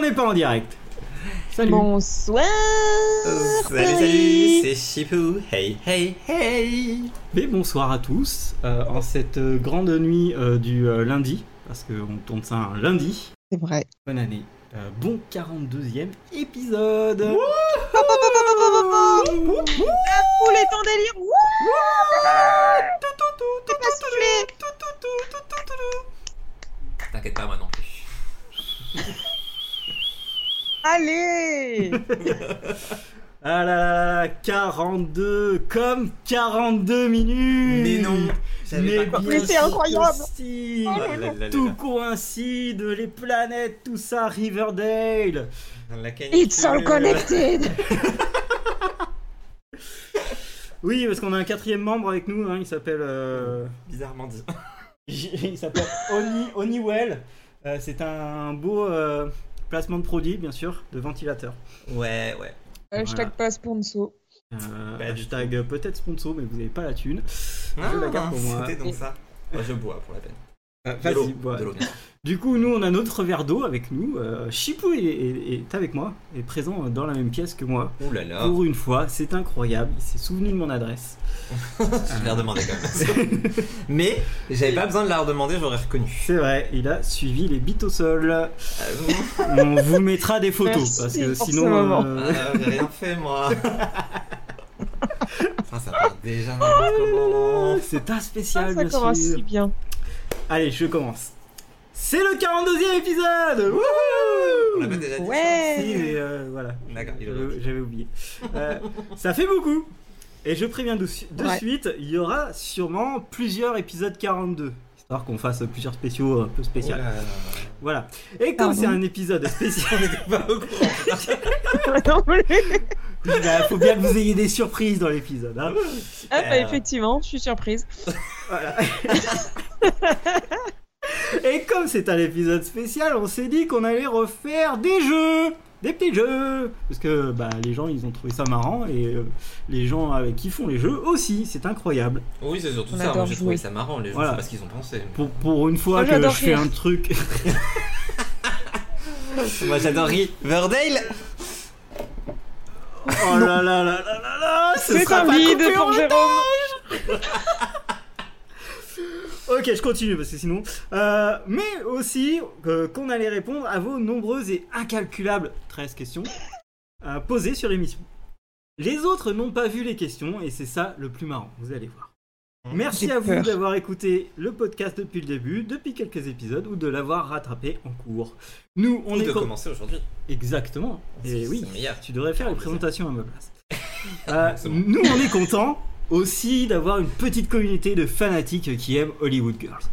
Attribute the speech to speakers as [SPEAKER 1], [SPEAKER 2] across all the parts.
[SPEAKER 1] n'est pas en direct. Salut.
[SPEAKER 2] Bonsoir.
[SPEAKER 1] Euh,
[SPEAKER 3] Salut, salut, c'est Chipou. Hey, hey, hey.
[SPEAKER 1] Mais bonsoir à tous euh, en cette euh, grande nuit euh, du euh, lundi, parce qu'on tourne ça un lundi.
[SPEAKER 2] C'est vrai.
[SPEAKER 1] Bonne année. Euh, bon 42e épisode.
[SPEAKER 2] La foule est en délire. Wouh, c'est pas soufflé.
[SPEAKER 3] T'inquiète pas, moi non plus.
[SPEAKER 2] Allez.
[SPEAKER 1] Ah là là là, 42 comme 42 minutes.
[SPEAKER 3] Mais non, j'avais
[SPEAKER 1] Mais
[SPEAKER 3] pas
[SPEAKER 1] bien
[SPEAKER 2] Mais c'est
[SPEAKER 1] sûr que
[SPEAKER 2] incroyable. Oh
[SPEAKER 1] si.
[SPEAKER 3] là là là
[SPEAKER 1] Tout
[SPEAKER 3] là.
[SPEAKER 1] coïncide, les planètes, tout ça, Riverdale.
[SPEAKER 3] La canicule. euh,
[SPEAKER 2] It's all connected.
[SPEAKER 1] Oui, parce qu'on a un quatrième membre avec nous, hein, il s'appelle... euh,
[SPEAKER 3] Bizarrement dit.
[SPEAKER 1] il s'appelle Oni, Oniwell. Euh, c'est un beau euh, placement de produit, bien sûr, de ventilateur.
[SPEAKER 3] Ouais, ouais.
[SPEAKER 2] Hashtag pas sponsor.
[SPEAKER 1] Euh,
[SPEAKER 3] Pas Bah, du
[SPEAKER 1] hashtag euh, peut-être sponsor, mais vous n'avez pas la thune.
[SPEAKER 3] Ah,
[SPEAKER 1] la garde pour moi.
[SPEAKER 3] C'était donc ça. Moi, je bois pour la peine. De l'eau,
[SPEAKER 1] Vas-y, bois.
[SPEAKER 3] de l'eau.
[SPEAKER 1] Du coup, nous, on a notre verre d'eau avec nous. Euh, Chipou est, est- est avec moi, est présent dans la même pièce que moi.
[SPEAKER 3] Ouh là là,
[SPEAKER 1] Pour une fois, c'est incroyable. Il s'est souvenu de mon adresse.
[SPEAKER 3] je l'ai redemandé quand même. Mais j'avais pas besoin de la redemander, j'aurais reconnu.
[SPEAKER 1] C'est vrai, il a suivi les bits au sol.
[SPEAKER 3] Ah,
[SPEAKER 1] On vous mettra des photos
[SPEAKER 2] Merci
[SPEAKER 1] parce que
[SPEAKER 2] pour ce
[SPEAKER 1] sinon,
[SPEAKER 2] moment.
[SPEAKER 1] euh,
[SPEAKER 3] Ah, j'ai rien fait moi. Putain, ça part déjà
[SPEAKER 1] Ah,
[SPEAKER 3] n'importe comment.
[SPEAKER 1] c'est ta spécial
[SPEAKER 2] Ah, Ça, ça
[SPEAKER 1] bien
[SPEAKER 2] commence
[SPEAKER 1] sûr.
[SPEAKER 2] si bien.
[SPEAKER 1] Allez, je commence. C'est le 42e épisode. Wouhou
[SPEAKER 3] On l'a pas déjà dit. ça
[SPEAKER 1] Si,
[SPEAKER 2] Ouais.
[SPEAKER 1] mais, euh, voilà.
[SPEAKER 3] D'accord, il
[SPEAKER 1] J'avais-
[SPEAKER 3] aurait dit.
[SPEAKER 1] J'avais oublié. Euh, ça fait beaucoup. Et je préviens de, su- de
[SPEAKER 2] Ouais.
[SPEAKER 1] suite, il y aura sûrement plusieurs épisodes 42. Histoire qu'on fasse plusieurs spéciaux un peu
[SPEAKER 3] Oh là
[SPEAKER 1] spécial.
[SPEAKER 3] là là.
[SPEAKER 1] Voilà. Et comme
[SPEAKER 2] Pardon.
[SPEAKER 1] c'est un épisode spécial,
[SPEAKER 3] Pas au courant.
[SPEAKER 2] Non, mais-
[SPEAKER 1] il bah, faut bien que vous ayez des surprises dans l'épisode. hein.
[SPEAKER 2] Ah bah effectivement, je suis surprise.
[SPEAKER 1] Voilà. Et comme c'est un épisode spécial, on s'est dit qu'on allait refaire des jeux, des petits jeux, parce que bah, les gens ils ont trouvé ça marrant et euh, les gens avec qui font les jeux aussi, c'est incroyable.
[SPEAKER 3] Oui, c'est surtout
[SPEAKER 2] On
[SPEAKER 3] ça. Moi,
[SPEAKER 2] adore
[SPEAKER 3] j'ai
[SPEAKER 2] jouer.
[SPEAKER 3] trouvé ça marrant. Les gens,
[SPEAKER 1] Voilà.
[SPEAKER 3] c'est pas ce qu'ils ont pensé.
[SPEAKER 1] Pour, pour une fois
[SPEAKER 2] Moi,
[SPEAKER 1] que je
[SPEAKER 2] Ah, j'adore
[SPEAKER 1] fais
[SPEAKER 2] rire.
[SPEAKER 1] un truc,
[SPEAKER 3] Moi, j'adore Riverdale.
[SPEAKER 1] oh là là là là là là, ce
[SPEAKER 2] C'est
[SPEAKER 1] sera
[SPEAKER 2] un
[SPEAKER 1] pas
[SPEAKER 2] vide
[SPEAKER 1] coupé en
[SPEAKER 2] pour Jérôme.
[SPEAKER 1] Ok, je continue parce que sinon. Euh, mais aussi euh, qu'on allait répondre à vos nombreuses et incalculables 13 questions euh, posées sur l'émission. Les autres n'ont pas vu les questions et c'est ça le plus marrant, vous allez voir. Merci
[SPEAKER 2] J'ai
[SPEAKER 1] à vous
[SPEAKER 2] peur.
[SPEAKER 1] d'avoir écouté le podcast depuis le début, depuis quelques épisodes ou de l'avoir rattrapé en cours. Nous, on
[SPEAKER 3] On Eh
[SPEAKER 1] est
[SPEAKER 3] de
[SPEAKER 1] com-
[SPEAKER 3] commencer aujourd'hui.
[SPEAKER 1] Exactement. Et
[SPEAKER 3] C'est-
[SPEAKER 1] oui,
[SPEAKER 3] c'est meilleur.
[SPEAKER 1] tu devrais faire une présentation à ma place. Euh,
[SPEAKER 3] C'est bon.
[SPEAKER 1] nous, on est content aussi d'avoir une petite communauté de fanatiques qui aiment Hollywood Girls.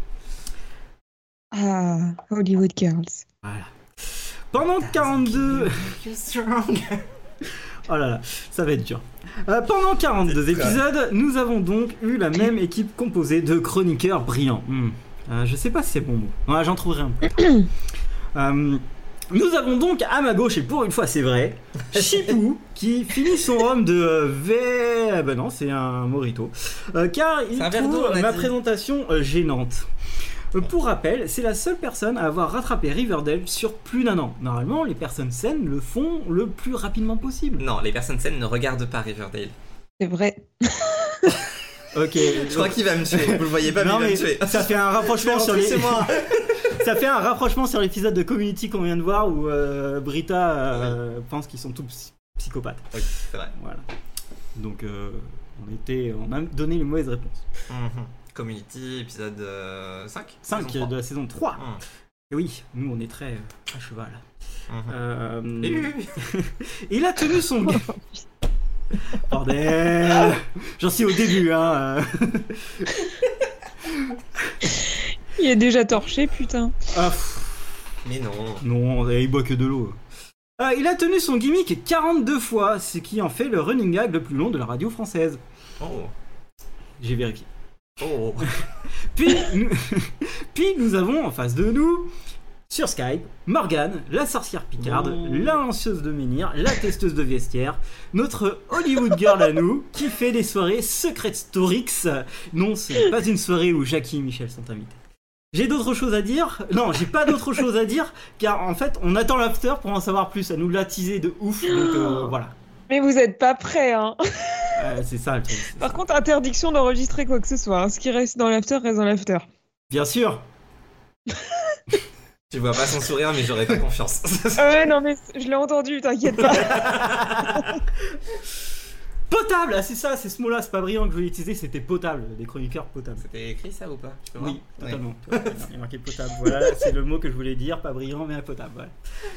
[SPEAKER 2] Ah, Hollywood Girls.
[SPEAKER 1] Pendant 42. Oh là là, ça va être dur. Euh, pendant 42 épisodes, nous avons donc eu la même équipe composée de chroniqueurs brillants. Hmm. Euh, je sais pas si c'est bon mot. Ouais, J'en trouverai un peu. Euh, nous avons donc à ma gauche, et pour une fois c'est vrai, Chipou qui finit son rhum de euh, V. Ben non, c'est un morito. Euh, car il
[SPEAKER 3] C'est un verre
[SPEAKER 1] trouve
[SPEAKER 3] d'eau, on a
[SPEAKER 1] ma
[SPEAKER 3] dit.
[SPEAKER 1] présentation euh, gênante. Euh, Pour rappel, c'est la seule personne à avoir rattrapé Riverdale sur plus d'un an. Normalement, les personnes saines le font le plus rapidement possible.
[SPEAKER 3] Non, les personnes saines ne regardent pas Riverdale.
[SPEAKER 2] C'est vrai.
[SPEAKER 1] Ok.
[SPEAKER 3] Je crois qu'il va me tuer. Vous le voyez pas, mais
[SPEAKER 1] non,
[SPEAKER 3] il va
[SPEAKER 1] mais
[SPEAKER 3] me tuer.
[SPEAKER 1] ça fait un rapprochement sur les...
[SPEAKER 3] C'est moi.
[SPEAKER 1] ça fait un rapprochement sur l'épisode de Community qu'on vient de voir où euh, Brita euh, pense qu'ils sont tous psy- psychopathes.
[SPEAKER 3] Oui, c'est vrai.
[SPEAKER 1] Voilà. Donc euh, on était, on a donné les mauvaises réponses.
[SPEAKER 3] Mhm. Community, épisode euh, 5
[SPEAKER 1] 5 de la saison 3.
[SPEAKER 3] Mhm.
[SPEAKER 1] Et oui, nous on est très euh, à cheval.
[SPEAKER 3] Mhm.
[SPEAKER 1] Euh,
[SPEAKER 3] Et oui, oui,
[SPEAKER 1] il a tenu son bordel. J'en suis au début hein. euh.
[SPEAKER 2] Il est déjà torché, putain.
[SPEAKER 1] Ah, pff,
[SPEAKER 3] oui. Mais non.
[SPEAKER 1] non, il boit que de l'eau. Euh, il a tenu son gimmick 42 fois, ce qui en fait le running gag le plus long de la radio française.
[SPEAKER 3] Oh.
[SPEAKER 1] J'ai vérifié.
[SPEAKER 3] Oh.
[SPEAKER 1] Puis nous, puis nous avons en face de nous, sur Skype, Morgane, la sorcière Picarde,
[SPEAKER 3] Oh.
[SPEAKER 1] la lanceuse de menhir, la testeuse de vestiaire, notre Hollywood girl à nous, qui fait des soirées Secret Storix. Non, ce n'est pas une soirée où Jackie et Michel sont invités. J'ai d'autres choses à dire. Non, j'ai pas d'autres choses à dire, car en fait, on attend l'after pour en savoir plus. Elle nous l'a teasé de ouf, donc euh, voilà.
[SPEAKER 2] Mais vous êtes pas prêts, hein.
[SPEAKER 1] Euh, c'est ça le truc. c'est
[SPEAKER 2] Par
[SPEAKER 1] ça.
[SPEAKER 2] contre, interdiction d'enregistrer quoi que ce soit. hein. Ce qui reste dans l'after reste dans l'after.
[SPEAKER 1] Bien sûr.
[SPEAKER 3] Tu vois pas son sourire, mais j'aurais pas confiance.
[SPEAKER 2] Ah ouais, non, mais je l'ai entendu, t'inquiète pas.
[SPEAKER 1] Potable, ah, c'est ça, c'est ce mot-là, c'est pas brillant que je voulais utiliser, c'était potable, des chroniqueurs potables.
[SPEAKER 3] C'était écrit ça ou pas Tu peux voir
[SPEAKER 1] Oui, totalement. Il est marqué potable, voilà, c'est le mot que je voulais dire, pas brillant mais potable. voilà.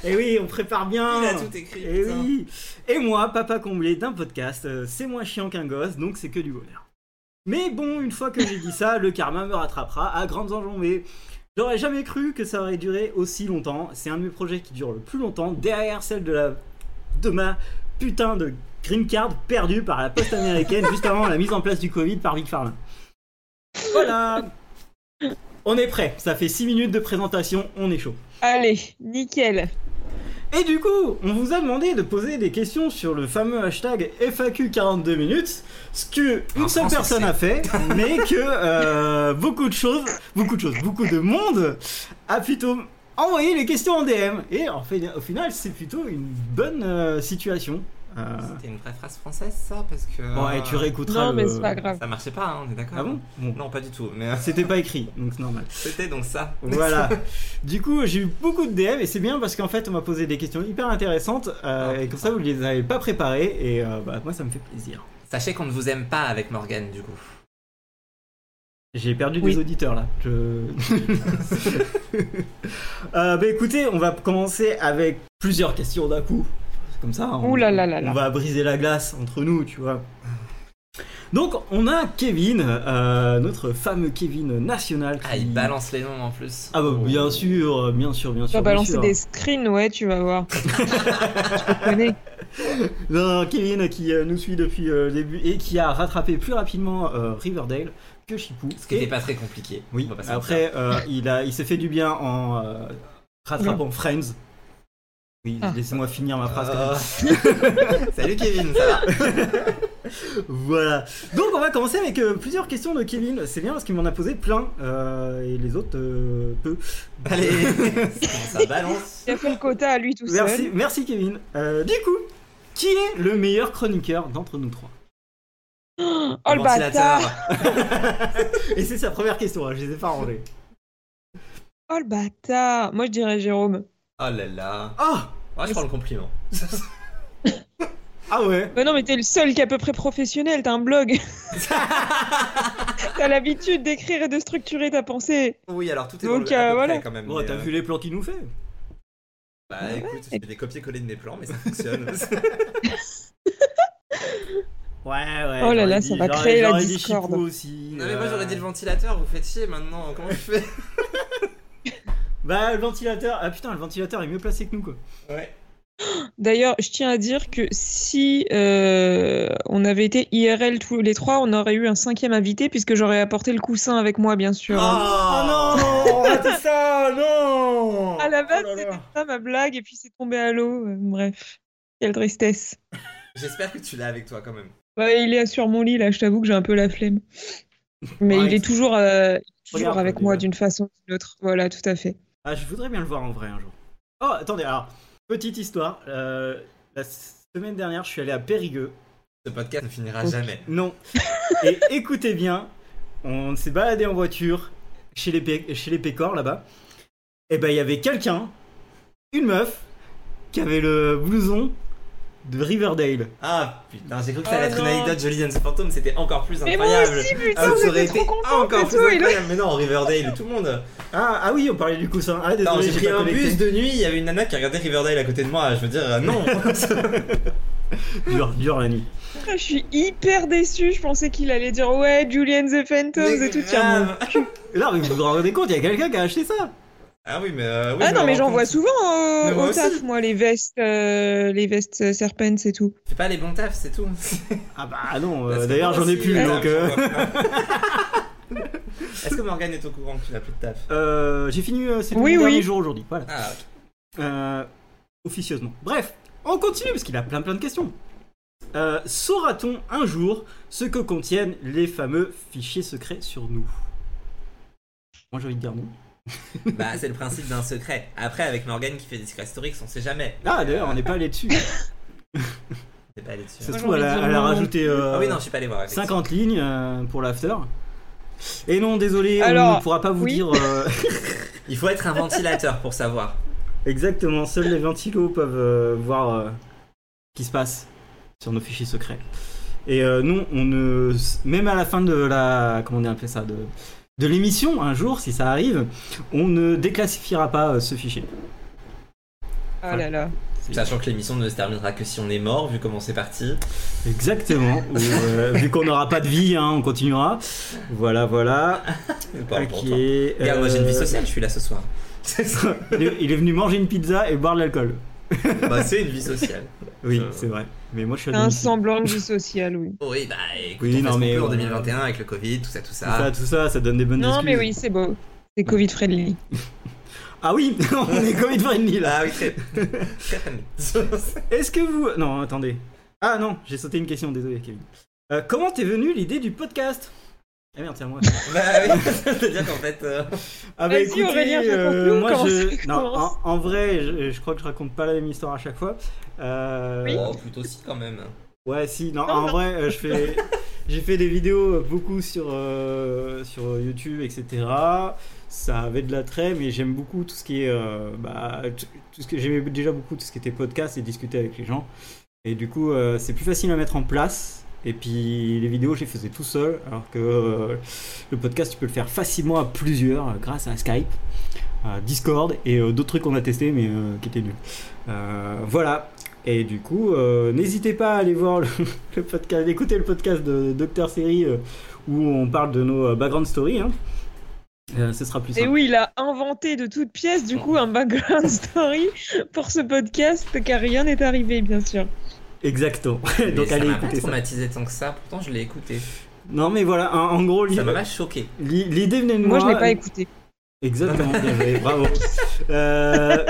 [SPEAKER 1] Et oui, on prépare bien.
[SPEAKER 3] Il a tout écrit.
[SPEAKER 1] Et
[SPEAKER 3] putain.
[SPEAKER 1] Eh oui. Et moi, papa comblé d'un podcast, euh, c'est moins chiant qu'un gosse, donc c'est que du bonheur. Mais bon, une fois que j'ai dit ça, le karma me rattrapera à grandes enjambées. J'aurais jamais cru que ça aurait duré aussi longtemps. C'est un de mes projets qui dure le plus longtemps, derrière celle de la de ma putain de green card perdue par la poste américaine juste avant la mise en place du Covid par Vic Farlin. Voilà. On est prêt. Ça fait 6 minutes de présentation, on est chaud.
[SPEAKER 2] Allez, nickel.
[SPEAKER 1] Et du coup, on vous a demandé de poser des questions sur le fameux hashtag FAQ42 minutes, ce que une
[SPEAKER 3] En
[SPEAKER 1] seule
[SPEAKER 3] France,
[SPEAKER 1] personne
[SPEAKER 3] on
[SPEAKER 1] a fait, mais que euh, beaucoup de choses, beaucoup de choses, beaucoup de monde a plutôt envoyé les questions en DM. Et en fait, au final, c'est plutôt une bonne euh, situation. Euh,
[SPEAKER 3] C'était une vraie phrase française, ça Parce que.
[SPEAKER 1] Bon, et tu réécouteras.
[SPEAKER 2] Ah. non, mais
[SPEAKER 1] le-
[SPEAKER 2] c'est pas grave.
[SPEAKER 3] Ça marchait pas, hein, on est d'accord
[SPEAKER 1] Ah bon Bon,
[SPEAKER 3] Non, pas du tout, mais euh,
[SPEAKER 1] c'était pas écrit, donc c'est normal.
[SPEAKER 3] c'était donc ça.
[SPEAKER 1] Voilà. Du coup, j'ai eu beaucoup de DM et c'est bien parce qu'en fait, on m'a posé des questions hyper intéressantes euh,
[SPEAKER 3] Ah,
[SPEAKER 1] et comme ça, vous les avez pas préparées et euh, bah, moi, ça me fait plaisir.
[SPEAKER 3] Sachez qu'on ne vous aime pas avec Morgane, du coup.
[SPEAKER 1] J'ai perdu
[SPEAKER 2] Oui.
[SPEAKER 1] des auditeurs là. Je... Euh, bah écoutez, on va commencer avec plusieurs questions d'un coup. Comme ça, on,
[SPEAKER 2] Ouh là là là là.
[SPEAKER 1] on va briser la glace entre nous, tu vois. Donc, on a Kevin, euh, notre fameux Kevin national.
[SPEAKER 3] Ah,
[SPEAKER 1] qui-
[SPEAKER 3] il balance les noms en plus.
[SPEAKER 1] Ah bah bien sûr, bien sûr, bien
[SPEAKER 2] Tu
[SPEAKER 1] sûr. bien
[SPEAKER 2] vas balancer
[SPEAKER 1] sûr.
[SPEAKER 2] des screens, ouais, tu vas voir. je connais.
[SPEAKER 1] Non, non, Kevin qui euh, nous suit depuis euh, le début et qui a rattrapé plus rapidement euh, Riverdale que Chipou.
[SPEAKER 3] Ce qui
[SPEAKER 1] Et-
[SPEAKER 3] n'était pas très compliqué.
[SPEAKER 1] Oui,
[SPEAKER 3] On va pas se mentir.
[SPEAKER 1] après, euh, il, a, il s'est fait du bien en euh, rattrapant Friends. Oui,
[SPEAKER 2] Ah.
[SPEAKER 1] laissez-moi finir ma phrase.
[SPEAKER 3] Ah. Salut Kevin, ça va
[SPEAKER 1] Voilà. Donc, on va commencer avec euh, plusieurs questions de Kevin. C'est bien parce qu'il m'en a posé plein euh, et les autres, euh, peu.
[SPEAKER 3] Allez, ça balance.
[SPEAKER 2] Il a fait le quota à lui tout
[SPEAKER 1] Merci,
[SPEAKER 2] seul.
[SPEAKER 1] merci Kevin. Euh, du coup, qui est le meilleur chroniqueur d'entre nous trois
[SPEAKER 2] Oh le
[SPEAKER 3] ventilateur.
[SPEAKER 2] bâtard
[SPEAKER 1] Et c'est sa première question, hein, je les ai pas rangées.
[SPEAKER 2] Oh le bâtard Moi je dirais Jérôme.
[SPEAKER 3] Oh là là.
[SPEAKER 1] Ah
[SPEAKER 3] Ah, je prends le compliment.
[SPEAKER 1] Ah ouais
[SPEAKER 2] Mais non, mais t'es le seul qui est à peu près professionnel, t'as un blog. t'as l'habitude d'écrire et de structurer ta pensée.
[SPEAKER 3] Oui, alors tout est
[SPEAKER 2] Donc,
[SPEAKER 3] dans le, à
[SPEAKER 2] euh,
[SPEAKER 3] peu
[SPEAKER 2] voilà.
[SPEAKER 3] près, quand même.
[SPEAKER 1] Bon,
[SPEAKER 3] mais,
[SPEAKER 1] t'as
[SPEAKER 3] euh,
[SPEAKER 1] vu les plans qu'il nous fait
[SPEAKER 3] Bah écoute, je fais des copier-coller de mes plans, mais ça fonctionne.
[SPEAKER 1] Ouais, ouais.
[SPEAKER 2] Oh là
[SPEAKER 1] j'aurais
[SPEAKER 2] là,
[SPEAKER 1] dit-
[SPEAKER 2] ça va
[SPEAKER 1] j'aurais-
[SPEAKER 2] créer la
[SPEAKER 1] j'aurais dit
[SPEAKER 2] discorde.
[SPEAKER 1] Chipou aussi.
[SPEAKER 3] non, mais moi
[SPEAKER 1] euh,
[SPEAKER 3] j'aurais dit le ventilateur, vous faites chier maintenant, comment je fais
[SPEAKER 1] Bah le ventilateur, ah putain le ventilateur est mieux placé que nous quoi.
[SPEAKER 3] Ouais.
[SPEAKER 2] D'ailleurs, je tiens à dire que si euh, on avait été IRL tous les trois, on aurait eu un cinquième invité, puisque j'aurais apporté le coussin avec moi, bien
[SPEAKER 3] Ah,
[SPEAKER 2] sûr.
[SPEAKER 1] Ah,
[SPEAKER 2] hein.
[SPEAKER 1] non,
[SPEAKER 2] Oh,
[SPEAKER 1] raté ça, non.
[SPEAKER 2] À la base,
[SPEAKER 1] Oh là là.
[SPEAKER 2] c'était ça ma blague, et puis c'est tombé à l'eau. Euh, Bref, quelle tristesse.
[SPEAKER 3] J'espère que tu l'as avec toi quand même.
[SPEAKER 2] Ouais, il est sur mon lit, là, je t'avoue que j'ai un peu la flemme. Mais
[SPEAKER 1] Ouais,
[SPEAKER 2] il est toujours, euh, toujours
[SPEAKER 1] Regarde,
[SPEAKER 2] avec
[SPEAKER 1] déjà.
[SPEAKER 2] moi d'une façon ou d'une autre. Voilà, tout à fait.
[SPEAKER 1] Ah je voudrais bien le voir en vrai un jour. Oh attendez alors petite histoire. euh, la semaine dernière je suis allé à Périgueux.
[SPEAKER 3] Ce podcast ne finira
[SPEAKER 2] Ok.
[SPEAKER 3] jamais.
[SPEAKER 1] Non. Et écoutez bien, on s'est baladé en voiture chez les Pé- chez les Pécors là-bas. Et ben il y avait quelqu'un, une meuf, qui avait le blouson de Riverdale.
[SPEAKER 3] Ah putain, j'ai cru que ça allait
[SPEAKER 2] Oh
[SPEAKER 3] être une
[SPEAKER 2] non.
[SPEAKER 3] anecdote Jolie and the Phantom, c'était encore plus
[SPEAKER 2] Mais moi
[SPEAKER 3] incroyable.
[SPEAKER 2] aussi,
[SPEAKER 3] Ah,
[SPEAKER 2] putain,
[SPEAKER 3] ça aurait
[SPEAKER 2] j'étais trop
[SPEAKER 3] été
[SPEAKER 2] contente et
[SPEAKER 3] encore plus
[SPEAKER 2] tout. et là-
[SPEAKER 3] incroyable. Mais non, Riverdale, tout le monde.
[SPEAKER 1] Ah ah oui on parlait du coussin. Ah
[SPEAKER 3] Non,
[SPEAKER 1] désolé
[SPEAKER 3] j'ai pris
[SPEAKER 1] pas
[SPEAKER 3] un
[SPEAKER 1] connecté.
[SPEAKER 3] bus de nuit, il y avait une nana qui regardait Riverdale à côté de moi. Je veux dire, euh, non.
[SPEAKER 1] Dur dur la nuit.
[SPEAKER 2] Ah, Je suis hyper déçue. Je pensais qu'il allait dire ouais, Julian the Phantoms
[SPEAKER 3] Mais
[SPEAKER 2] et tout. Tiens,
[SPEAKER 3] grave.
[SPEAKER 1] Non, mais vous vous rendez compte, il y a quelqu'un qui a acheté ça.
[SPEAKER 3] Ah oui, mais. euh, oui,
[SPEAKER 2] ah
[SPEAKER 3] je
[SPEAKER 2] non,
[SPEAKER 3] me
[SPEAKER 2] mais
[SPEAKER 3] rends
[SPEAKER 2] j'en
[SPEAKER 3] compte.
[SPEAKER 2] vois souvent
[SPEAKER 3] Mais
[SPEAKER 2] euh,
[SPEAKER 3] moi
[SPEAKER 2] au
[SPEAKER 3] aussi.
[SPEAKER 2] taf, moi, les vestes, euh, les vestes euh, serpents et tout.
[SPEAKER 3] Fais pas les bons tafs, c'est tout.
[SPEAKER 1] Ah bah non, euh,
[SPEAKER 3] Parce que
[SPEAKER 1] d'ailleurs
[SPEAKER 3] moi
[SPEAKER 1] j'en ai
[SPEAKER 3] aussi,
[SPEAKER 1] plus,
[SPEAKER 3] euh,
[SPEAKER 1] donc... euh,
[SPEAKER 3] Est-ce que Morgane est au courant que tu n'as plus de taf
[SPEAKER 1] euh, j'ai fini, euh, c'est le
[SPEAKER 2] Oui, oui.
[SPEAKER 1] dernier jour aujourd'hui, voilà.
[SPEAKER 3] Ah,
[SPEAKER 1] Euh, officieusement. Bref, on continue, parce qu'il a plein plein de questions. Euh, Saura-t-on un jour ce que contiennent les fameux fichiers secrets sur nous Moi j'ai envie de dire non.
[SPEAKER 3] bah, c'est le principe d'un secret. Après, avec Morgan qui fait des secrets historiques, on sait jamais.
[SPEAKER 1] Ah, d'ailleurs, on n'est pas allé dessus.
[SPEAKER 3] C'est pas allé dessus. hein.
[SPEAKER 1] Ça se trouve,
[SPEAKER 2] Moi, j'ai
[SPEAKER 1] elle
[SPEAKER 2] envie de
[SPEAKER 1] a,
[SPEAKER 2] dire
[SPEAKER 1] elle a
[SPEAKER 2] non.
[SPEAKER 1] rajouté euh,
[SPEAKER 3] Ah oui, non, je suis pas allé voir. effectivement.
[SPEAKER 1] 50 lignes euh, pour l'after. Et non, désolé, on
[SPEAKER 2] Alors,
[SPEAKER 1] ne pourra pas vous
[SPEAKER 2] oui.
[SPEAKER 1] dire euh,
[SPEAKER 3] Il faut être un ventilateur pour savoir.
[SPEAKER 1] exactement. Seuls les ventilos peuvent euh, voir euh, ce qui se passe sur nos fichiers secrets. Et euh, non, on ne. Même à la fin de la. Comment on appelle ça De, de l'émission, un jour, si ça arrive, on ne déclassifiera pas euh, ce fichier.
[SPEAKER 2] Ah là là.
[SPEAKER 3] Sachant que l'émission ne se terminera que si on est mort, vu comment c'est parti.
[SPEAKER 1] Exactement. Ou, euh, vu qu'on n'aura pas de vie, hein, on continuera. Voilà, voilà.
[SPEAKER 3] Pas
[SPEAKER 1] Ok,
[SPEAKER 3] important. Regarde, moi j'ai une vie
[SPEAKER 1] euh,
[SPEAKER 3] sociale, je suis là ce soir.
[SPEAKER 1] il est- il est venu manger une pizza et boire de l'alcool.
[SPEAKER 3] bah, c'est une vie sociale.
[SPEAKER 1] Oui,
[SPEAKER 3] Euh.
[SPEAKER 1] c'est vrai. Mais moi, je suis à
[SPEAKER 2] Un
[SPEAKER 1] domicile.
[SPEAKER 2] semblant de vie sociale, oui.
[SPEAKER 3] Oui, bah écoute,
[SPEAKER 1] Oui,
[SPEAKER 3] on fait
[SPEAKER 1] non,
[SPEAKER 3] ce qu'on
[SPEAKER 1] mais
[SPEAKER 3] peut en
[SPEAKER 1] voilà.
[SPEAKER 3] 2021 avec le Covid, tout ça, tout
[SPEAKER 1] Tout ça,
[SPEAKER 3] ça.
[SPEAKER 1] tout ça, ça donne des bonnes
[SPEAKER 2] Non, mais
[SPEAKER 1] excuses.
[SPEAKER 2] oui, c'est beau. C'est Covid friendly.
[SPEAKER 1] Ah oui, on est Covid friendly là.
[SPEAKER 3] Ah oui, très. très fameux.
[SPEAKER 1] Est-ce que vous Non, attendez. Ah non, j'ai sauté une question, désolé Kevin. Euh, comment t'es venue l'idée du podcast Ah merde, c'est à moi.
[SPEAKER 3] bah oui, c'est-à-dire qu'en fait. euh,
[SPEAKER 1] Ah
[SPEAKER 2] Vas-y, Aurélien, raconte-nous
[SPEAKER 1] moi
[SPEAKER 2] comment ça
[SPEAKER 1] je non, en,
[SPEAKER 2] commence.
[SPEAKER 1] en vrai, je, je crois que je raconte pas la même histoire à chaque fois. Euh,
[SPEAKER 3] Oh, plutôt si quand même.
[SPEAKER 1] Ouais, si, non,
[SPEAKER 2] Non,
[SPEAKER 1] en
[SPEAKER 2] non.
[SPEAKER 1] vrai, euh, je fais. J'ai fait des vidéos euh, beaucoup sur, euh, sur YouTube, etc. Ça avait de l'attrait, mais j'aime beaucoup tout ce qui est. euh, bah, tout tout ce que j'aimais déjà beaucoup tout ce qui était podcast et discuter avec les gens. Et du coup, euh, c'est plus facile à mettre en place. Et puis les vidéos, je les faisais tout seul, alors que euh, le podcast, tu peux le faire facilement à plusieurs euh, grâce à Skype, à Discord et euh, d'autres trucs qu'on a testés, mais euh, qui étaient nuls. Euh, voilà. Et du coup, euh, n'hésitez pas à aller voir le, le podcast, écouter le podcast de Docteur Série euh, où on parle de nos euh, background stories. hein. Euh, ce sera plus
[SPEAKER 2] Et
[SPEAKER 1] simple.
[SPEAKER 2] oui, il a inventé de toutes pièces, du coup, un background story pour ce podcast, car rien n'est arrivé, bien sûr.
[SPEAKER 1] Exactement. Donc
[SPEAKER 3] Mais ça
[SPEAKER 1] allez
[SPEAKER 3] m'a pas
[SPEAKER 1] écouter ça.
[SPEAKER 3] traumatisé tant que ça, pourtant je l'ai écouté.
[SPEAKER 1] Non mais voilà, en, en gros,
[SPEAKER 3] Ça m'a
[SPEAKER 1] l'i-
[SPEAKER 3] pas choqué.
[SPEAKER 1] l'i- l'idée venait de
[SPEAKER 2] Moi,
[SPEAKER 1] moi.
[SPEAKER 2] je l'ai pas écouté.
[SPEAKER 1] Exactement, bien joué, bravo. Euh,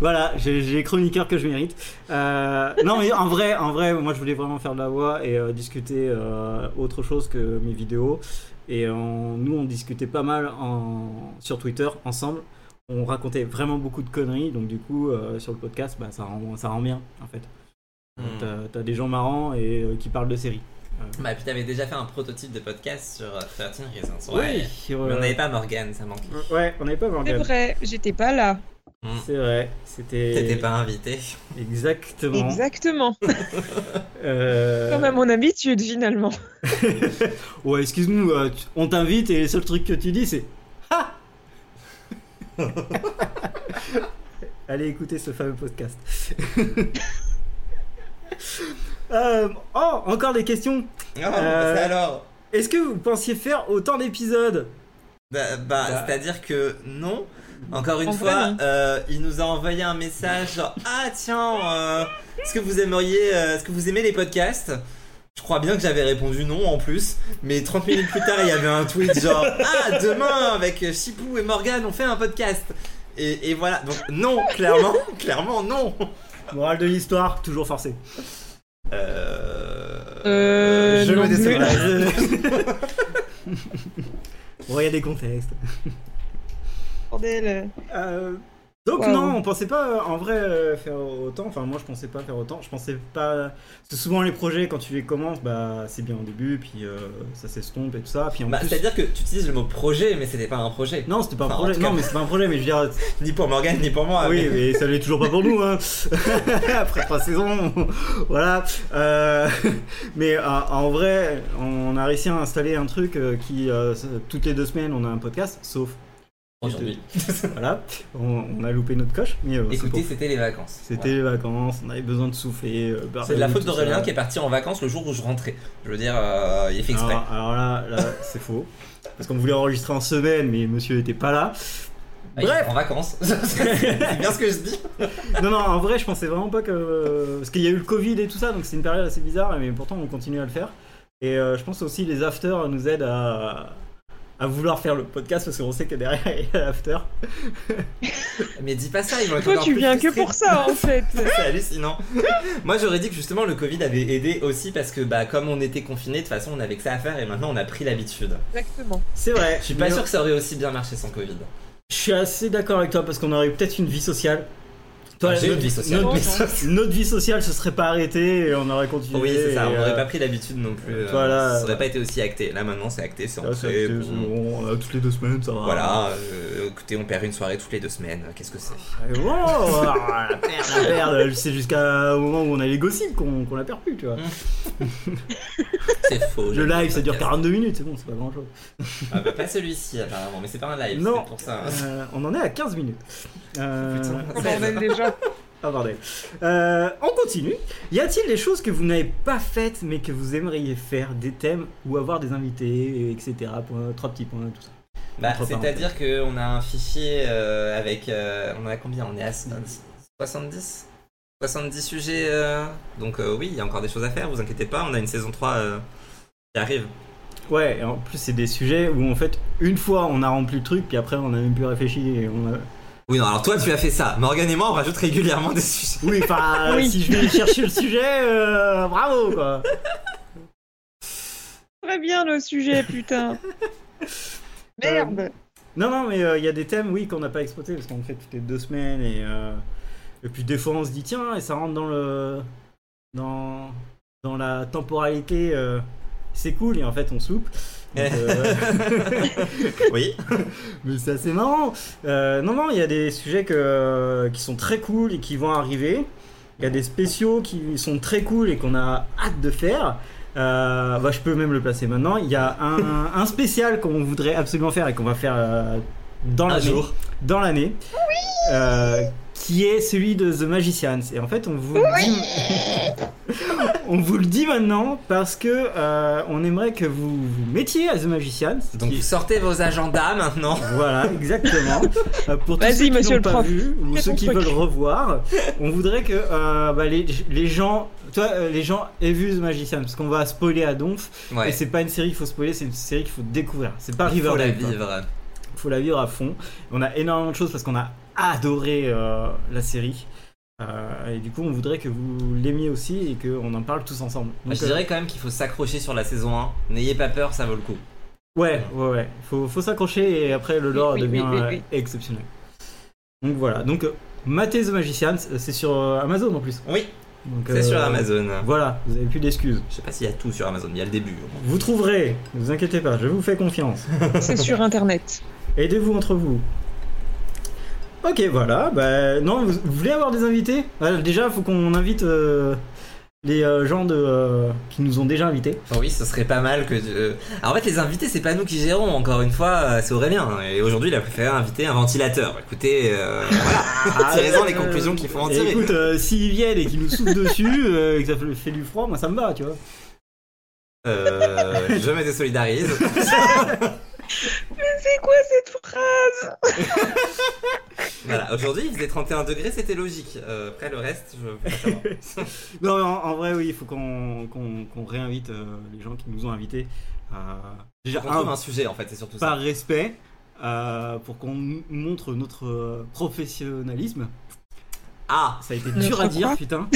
[SPEAKER 1] voilà, j'ai j'ai les chroniqueurs que je mérite. Euh, non, mais en vrai, en vrai, moi je voulais vraiment faire de la voix et euh, discuter euh, autre chose que mes vidéos. Et on- nous, on discutait pas mal en, sur Twitter ensemble. On racontait vraiment beaucoup de conneries, donc du coup, euh, sur le podcast, bah, ça, rend, ça rend bien en fait.
[SPEAKER 3] Hmm.
[SPEAKER 1] T'as- T'as des gens marrants et euh, qui parlent de séries.
[SPEAKER 3] Bah, puis t'avais déjà fait un prototype de podcast sur euh, 13 Reasons.
[SPEAKER 1] Oui,
[SPEAKER 3] Ouais.
[SPEAKER 1] euh,
[SPEAKER 3] Mais on n'avait pas Morgane, ça manquait.
[SPEAKER 1] ouais, on n'avait pas
[SPEAKER 2] C'est
[SPEAKER 1] Morgane.
[SPEAKER 2] vrai, j'étais pas là.
[SPEAKER 1] Mm. C'est vrai, c'était.
[SPEAKER 3] T'étais pas invité.
[SPEAKER 1] Exactement.
[SPEAKER 2] Exactement.
[SPEAKER 1] Euh,
[SPEAKER 2] Comme à mon habitude, finalement.
[SPEAKER 1] ouais, excuse-nous, euh, tu- on t'invite et le seul truc que tu dis c'est Ah Allez écouter ce fameux podcast. Euh, oh, encore des questions.
[SPEAKER 3] Oh,
[SPEAKER 1] Euh,
[SPEAKER 3] c'est alors
[SPEAKER 1] Est-ce que vous pensiez faire autant d'épisodes
[SPEAKER 3] Bah, bah,
[SPEAKER 1] Bah.
[SPEAKER 3] c'est-à-dire que non. Encore une
[SPEAKER 2] En vrai,
[SPEAKER 3] fois,
[SPEAKER 2] non.
[SPEAKER 3] euh, il nous a envoyé un message genre ah tiens, euh, est-ce que vous aimeriez, euh, est-ce que vous aimez les podcasts Je crois bien que j'avais répondu non en plus, mais 30 minutes plus tard, il y avait un tweet genre ah demain avec Chipou et Morgan on fait un podcast. Et, et voilà, donc non, clairement, clairement non.
[SPEAKER 1] Morale de l'histoire, toujours forcé.
[SPEAKER 3] Euh...
[SPEAKER 2] Euh,
[SPEAKER 3] je
[SPEAKER 2] non
[SPEAKER 3] me
[SPEAKER 2] plus.
[SPEAKER 3] désolé.
[SPEAKER 1] Voilà, je- bon, il y a des contextes.
[SPEAKER 2] Bordel.
[SPEAKER 1] Euh, donc
[SPEAKER 2] Wow.
[SPEAKER 1] non, on pensait pas euh, en vrai euh, faire autant. Enfin moi je pensais pas faire autant. Je pensais pas. Parce que souvent les projets quand tu les commences, bah c'est bien au début, puis euh, ça s'estompe et tout ça. Puis en
[SPEAKER 3] Bah,
[SPEAKER 1] plus-
[SPEAKER 3] c'est-à-dire que tu utilises le mot projet, mais c'était pas un projet.
[SPEAKER 1] Non, c'était pas un
[SPEAKER 3] Enfin, en
[SPEAKER 1] projet.
[SPEAKER 3] tout cas-
[SPEAKER 1] Non, mais c'est pas un projet. Mais je veux dire,
[SPEAKER 3] Ni pour Morgan, ni pour moi.
[SPEAKER 1] oui,
[SPEAKER 3] mais-
[SPEAKER 1] mais ça l'est toujours pas pour nous. Hein. Après trois saisons, voilà. Euh, mais euh, en vrai, on a réussi à installer un truc euh, qui euh, toutes les deux semaines on a un podcast, sauf
[SPEAKER 3] Aujourd'hui.
[SPEAKER 1] voilà, on, on a loupé notre coche. Mais euh, c'est pas
[SPEAKER 3] Écoutez, c'était les vacances.
[SPEAKER 1] C'était les vacances, on avait besoin de souffler. euh,
[SPEAKER 3] Voilà. C'est de la
[SPEAKER 1] barbecue,
[SPEAKER 3] faute
[SPEAKER 1] tout
[SPEAKER 3] d'Aurélien
[SPEAKER 1] ça.
[SPEAKER 3] qui est parti en vacances le jour où je rentrais. Je veux dire, euh, il est fait exprès.
[SPEAKER 1] Alors, alors là, là, c'est faux. Parce qu'on voulait enregistrer en semaine, mais monsieur n'était pas là.
[SPEAKER 3] Ah, il est
[SPEAKER 1] bref.
[SPEAKER 3] En vacances. c'est bien ce que je dis.
[SPEAKER 1] Non, non, en vrai, je pensais vraiment pas que. euh, Parce qu'il y a eu le Covid et tout ça, donc c'est une période assez bizarre, mais pourtant on continue à le faire. Et euh, je pense aussi les afters nous aident à, à vouloir faire le podcast parce qu'on sait que derrière il y a l'after.
[SPEAKER 3] Mais dis pas ça, ils vont être
[SPEAKER 2] Toi,
[SPEAKER 3] encore
[SPEAKER 2] tu
[SPEAKER 3] plus
[SPEAKER 2] viens que
[SPEAKER 3] frustrés.
[SPEAKER 2] pour ça, en fait.
[SPEAKER 3] C'est hallucinant. Moi, j'aurais dit que justement le Covid avait aidé aussi parce que, bah, comme on était confinés, de toute façon, on avait que ça à faire et maintenant on a pris l'habitude.
[SPEAKER 2] Exactement.
[SPEAKER 1] C'est vrai.
[SPEAKER 3] Je suis pas sûr que ça aurait aussi bien marché sans Covid.
[SPEAKER 1] Je suis assez d'accord avec toi parce qu'on aurait eu peut-être une vie sociale. Toi,
[SPEAKER 3] Ah, j'ai
[SPEAKER 1] notre,
[SPEAKER 3] une vie sociale.
[SPEAKER 1] Notre,
[SPEAKER 2] Non,
[SPEAKER 1] vie so- notre vie sociale se serait pas arrêtée et on aurait continué.
[SPEAKER 3] Oui, c'est ça, on
[SPEAKER 1] et,
[SPEAKER 3] n'aurait
[SPEAKER 1] euh,
[SPEAKER 3] pas pris l'habitude non plus. euh,
[SPEAKER 1] voilà.
[SPEAKER 3] Ça n'aurait pas été aussi acté. Là maintenant, c'est acté, c'est
[SPEAKER 1] là, Ah, c'est
[SPEAKER 3] entré.
[SPEAKER 1] acté,
[SPEAKER 3] bon.
[SPEAKER 1] c'est bon, euh, toutes les deux semaines, ça va.
[SPEAKER 3] Voilà, euh, écoutez, on perd une soirée toutes les deux semaines, euh, qu'est-ce que c'est
[SPEAKER 1] Et bon, ah, la perde, la perde. C'est jusqu'au moment où on a les gossips qu'on qu'on la perd plus, tu vois.
[SPEAKER 3] C'est faux.
[SPEAKER 1] Le
[SPEAKER 3] j'aime
[SPEAKER 1] live,
[SPEAKER 3] le
[SPEAKER 1] ça dure
[SPEAKER 3] podcast.
[SPEAKER 1] 42 minutes, c'est bon, c'est pas grand chose.
[SPEAKER 3] Ah bah, pas celui-ci apparemment, mais c'est pas un live,
[SPEAKER 1] Non.
[SPEAKER 3] c'est pour ça. hein.
[SPEAKER 1] Euh, on en est à 15 minutes. Euh,
[SPEAKER 3] Putain.
[SPEAKER 2] Bordel déjà.
[SPEAKER 1] ah, bordel. Euh, on continue. Y a-t-il des choses que vous n'avez pas faites mais que vous aimeriez faire Des thèmes ou avoir des invités, etc. Point, trois petits points, tout ça.
[SPEAKER 3] Bah,
[SPEAKER 1] Entre
[SPEAKER 3] c'est-à-dire qu'on a un fichier euh, avec. euh, on a combien On est à 70 70 sujets. euh, Donc, euh, oui, il y a encore des choses à faire, vous inquiétez pas, on a une saison 3 euh, qui arrive.
[SPEAKER 1] Ouais, et en plus, c'est des sujets où en fait, une fois on a rempli le truc, puis après on a même plus réfléchi. Et on a...
[SPEAKER 3] Oui, non, alors toi, tu as fait ça. Morgan et moi, on rajoute régulièrement des sujets.
[SPEAKER 1] Oui, enfin, euh,
[SPEAKER 2] Oui.
[SPEAKER 1] si je vais chercher le sujet, euh, bravo quoi.
[SPEAKER 2] Très bien le sujet, putain. Merde.
[SPEAKER 1] Non, non, mais euh, il y a des thèmes, oui, qu'on n'a pas exploité parce qu'on le fait toutes les deux semaines et, euh, et puis des fois on se dit tiens et ça rentre dans le dans dans la temporalité, euh, c'est cool et en fait on soupe. Donc, euh,
[SPEAKER 3] Oui.
[SPEAKER 1] mais c'est assez marrant. Euh, non, non, il y a des sujets que, qui sont très cool et qui vont arriver. Il y a des spéciaux qui sont très cool et qu'on a hâte de faire. Euh, bah, je peux même le placer maintenant. Il y a un, un spécial qu'on voudrait absolument faire et qu'on va faire euh, dans
[SPEAKER 3] Un
[SPEAKER 1] l'année.
[SPEAKER 3] jour.
[SPEAKER 1] Dans l'année. Euh, qui est celui de The Magicians. Et en fait, on vous le dit, on vous le dit maintenant parce que euh, on aimerait que vous vous mettiez à The Magicians.
[SPEAKER 3] Donc,
[SPEAKER 1] qui-
[SPEAKER 3] vous sortez vos agendas maintenant.
[SPEAKER 1] voilà, exactement. Euh, pour tous
[SPEAKER 2] Vas-y,
[SPEAKER 1] ceux qui
[SPEAKER 2] monsieur
[SPEAKER 1] n'ont
[SPEAKER 2] le
[SPEAKER 1] pas
[SPEAKER 2] prof,
[SPEAKER 1] vu ou
[SPEAKER 2] fais
[SPEAKER 1] ceux
[SPEAKER 2] ton
[SPEAKER 1] qui
[SPEAKER 2] truc.
[SPEAKER 1] veulent revoir, on voudrait que euh, bah, les, les gens, toi, euh, les gens aient vu The Magician parce qu'on va spoiler à donf. Et
[SPEAKER 3] Ouais.
[SPEAKER 1] c'est pas une série qu'il faut spoiler, c'est une série qu'il faut découvrir. C'est pas
[SPEAKER 3] Il faut la
[SPEAKER 1] Riverdale. quoi.
[SPEAKER 3] vivre.
[SPEAKER 1] faut la vivre à fond. On a énormément de choses parce qu'on a adoré euh, la série. Euh, et du coup, on voudrait que vous l'aimiez aussi et qu'on en parle tous ensemble. Donc, euh,
[SPEAKER 3] je dirais quand même qu'il faut s'accrocher sur la saison 1. N'ayez pas peur, ça vaut le coup.
[SPEAKER 1] euh, ouais, ouais, ouais. Faut, faut s'accrocher et après le lore
[SPEAKER 2] Oui, oui,
[SPEAKER 1] devient
[SPEAKER 2] oui, oui,
[SPEAKER 1] euh,
[SPEAKER 2] oui.
[SPEAKER 1] exceptionnel. Donc voilà. Donc, euh, matez The Magicians, euh, c'est sur euh, Amazon en plus.
[SPEAKER 3] Oui,
[SPEAKER 1] Donc,
[SPEAKER 3] c'est
[SPEAKER 1] euh,
[SPEAKER 3] sur Amazon.
[SPEAKER 1] Voilà, vous avez plus d'excuses.
[SPEAKER 3] Je sais pas s'il y a tout sur Amazon, il y a le début. au moins.
[SPEAKER 1] Vous trouverez, ne vous inquiétez pas, je vous fais confiance.
[SPEAKER 2] C'est sur internet.
[SPEAKER 1] Aidez-vous entre vous. Ok, voilà. Bah, non, vous, vous voulez avoir des invités Voilà, Déjà, faut qu'on invite euh, les euh, gens de, euh, qui nous ont déjà invités.
[SPEAKER 3] Enfin, oui, ce serait pas mal que. euh, Alors, en fait, les invités, c'est pas nous qui gérons, encore une fois, euh, c'est Aurélien. Et aujourd'hui, il a préféré inviter un ventilateur. Écoutez, euh, voilà, tirez-en les conclusions qu'il faut en
[SPEAKER 1] Et
[SPEAKER 3] tirer.
[SPEAKER 1] Écoute, euh, s'ils viennent et qu'ils nous soufflent dessus euh, et que ça fait du froid, moi ça me va, tu vois.
[SPEAKER 3] Euh, je me désolidarise.
[SPEAKER 2] C'est quoi cette phrase
[SPEAKER 3] voilà, aujourd'hui, il faisait 31 degrés, c'était logique. Euh, après, le reste, je veux pas savoir.
[SPEAKER 1] Non, mais en, en vrai, oui, il faut qu'on qu'on- qu'on réinvite euh, les gens qui nous ont invités. Euh, déjà,
[SPEAKER 3] On
[SPEAKER 1] un,
[SPEAKER 3] trouve un sujet, en fait, c'est surtout
[SPEAKER 1] par
[SPEAKER 3] ça.
[SPEAKER 1] respect, euh, pour qu'on m- montre notre euh, professionnalisme.
[SPEAKER 3] Ah,
[SPEAKER 1] Ça a été
[SPEAKER 2] Notre
[SPEAKER 1] dur à dire,
[SPEAKER 2] quoi
[SPEAKER 1] putain.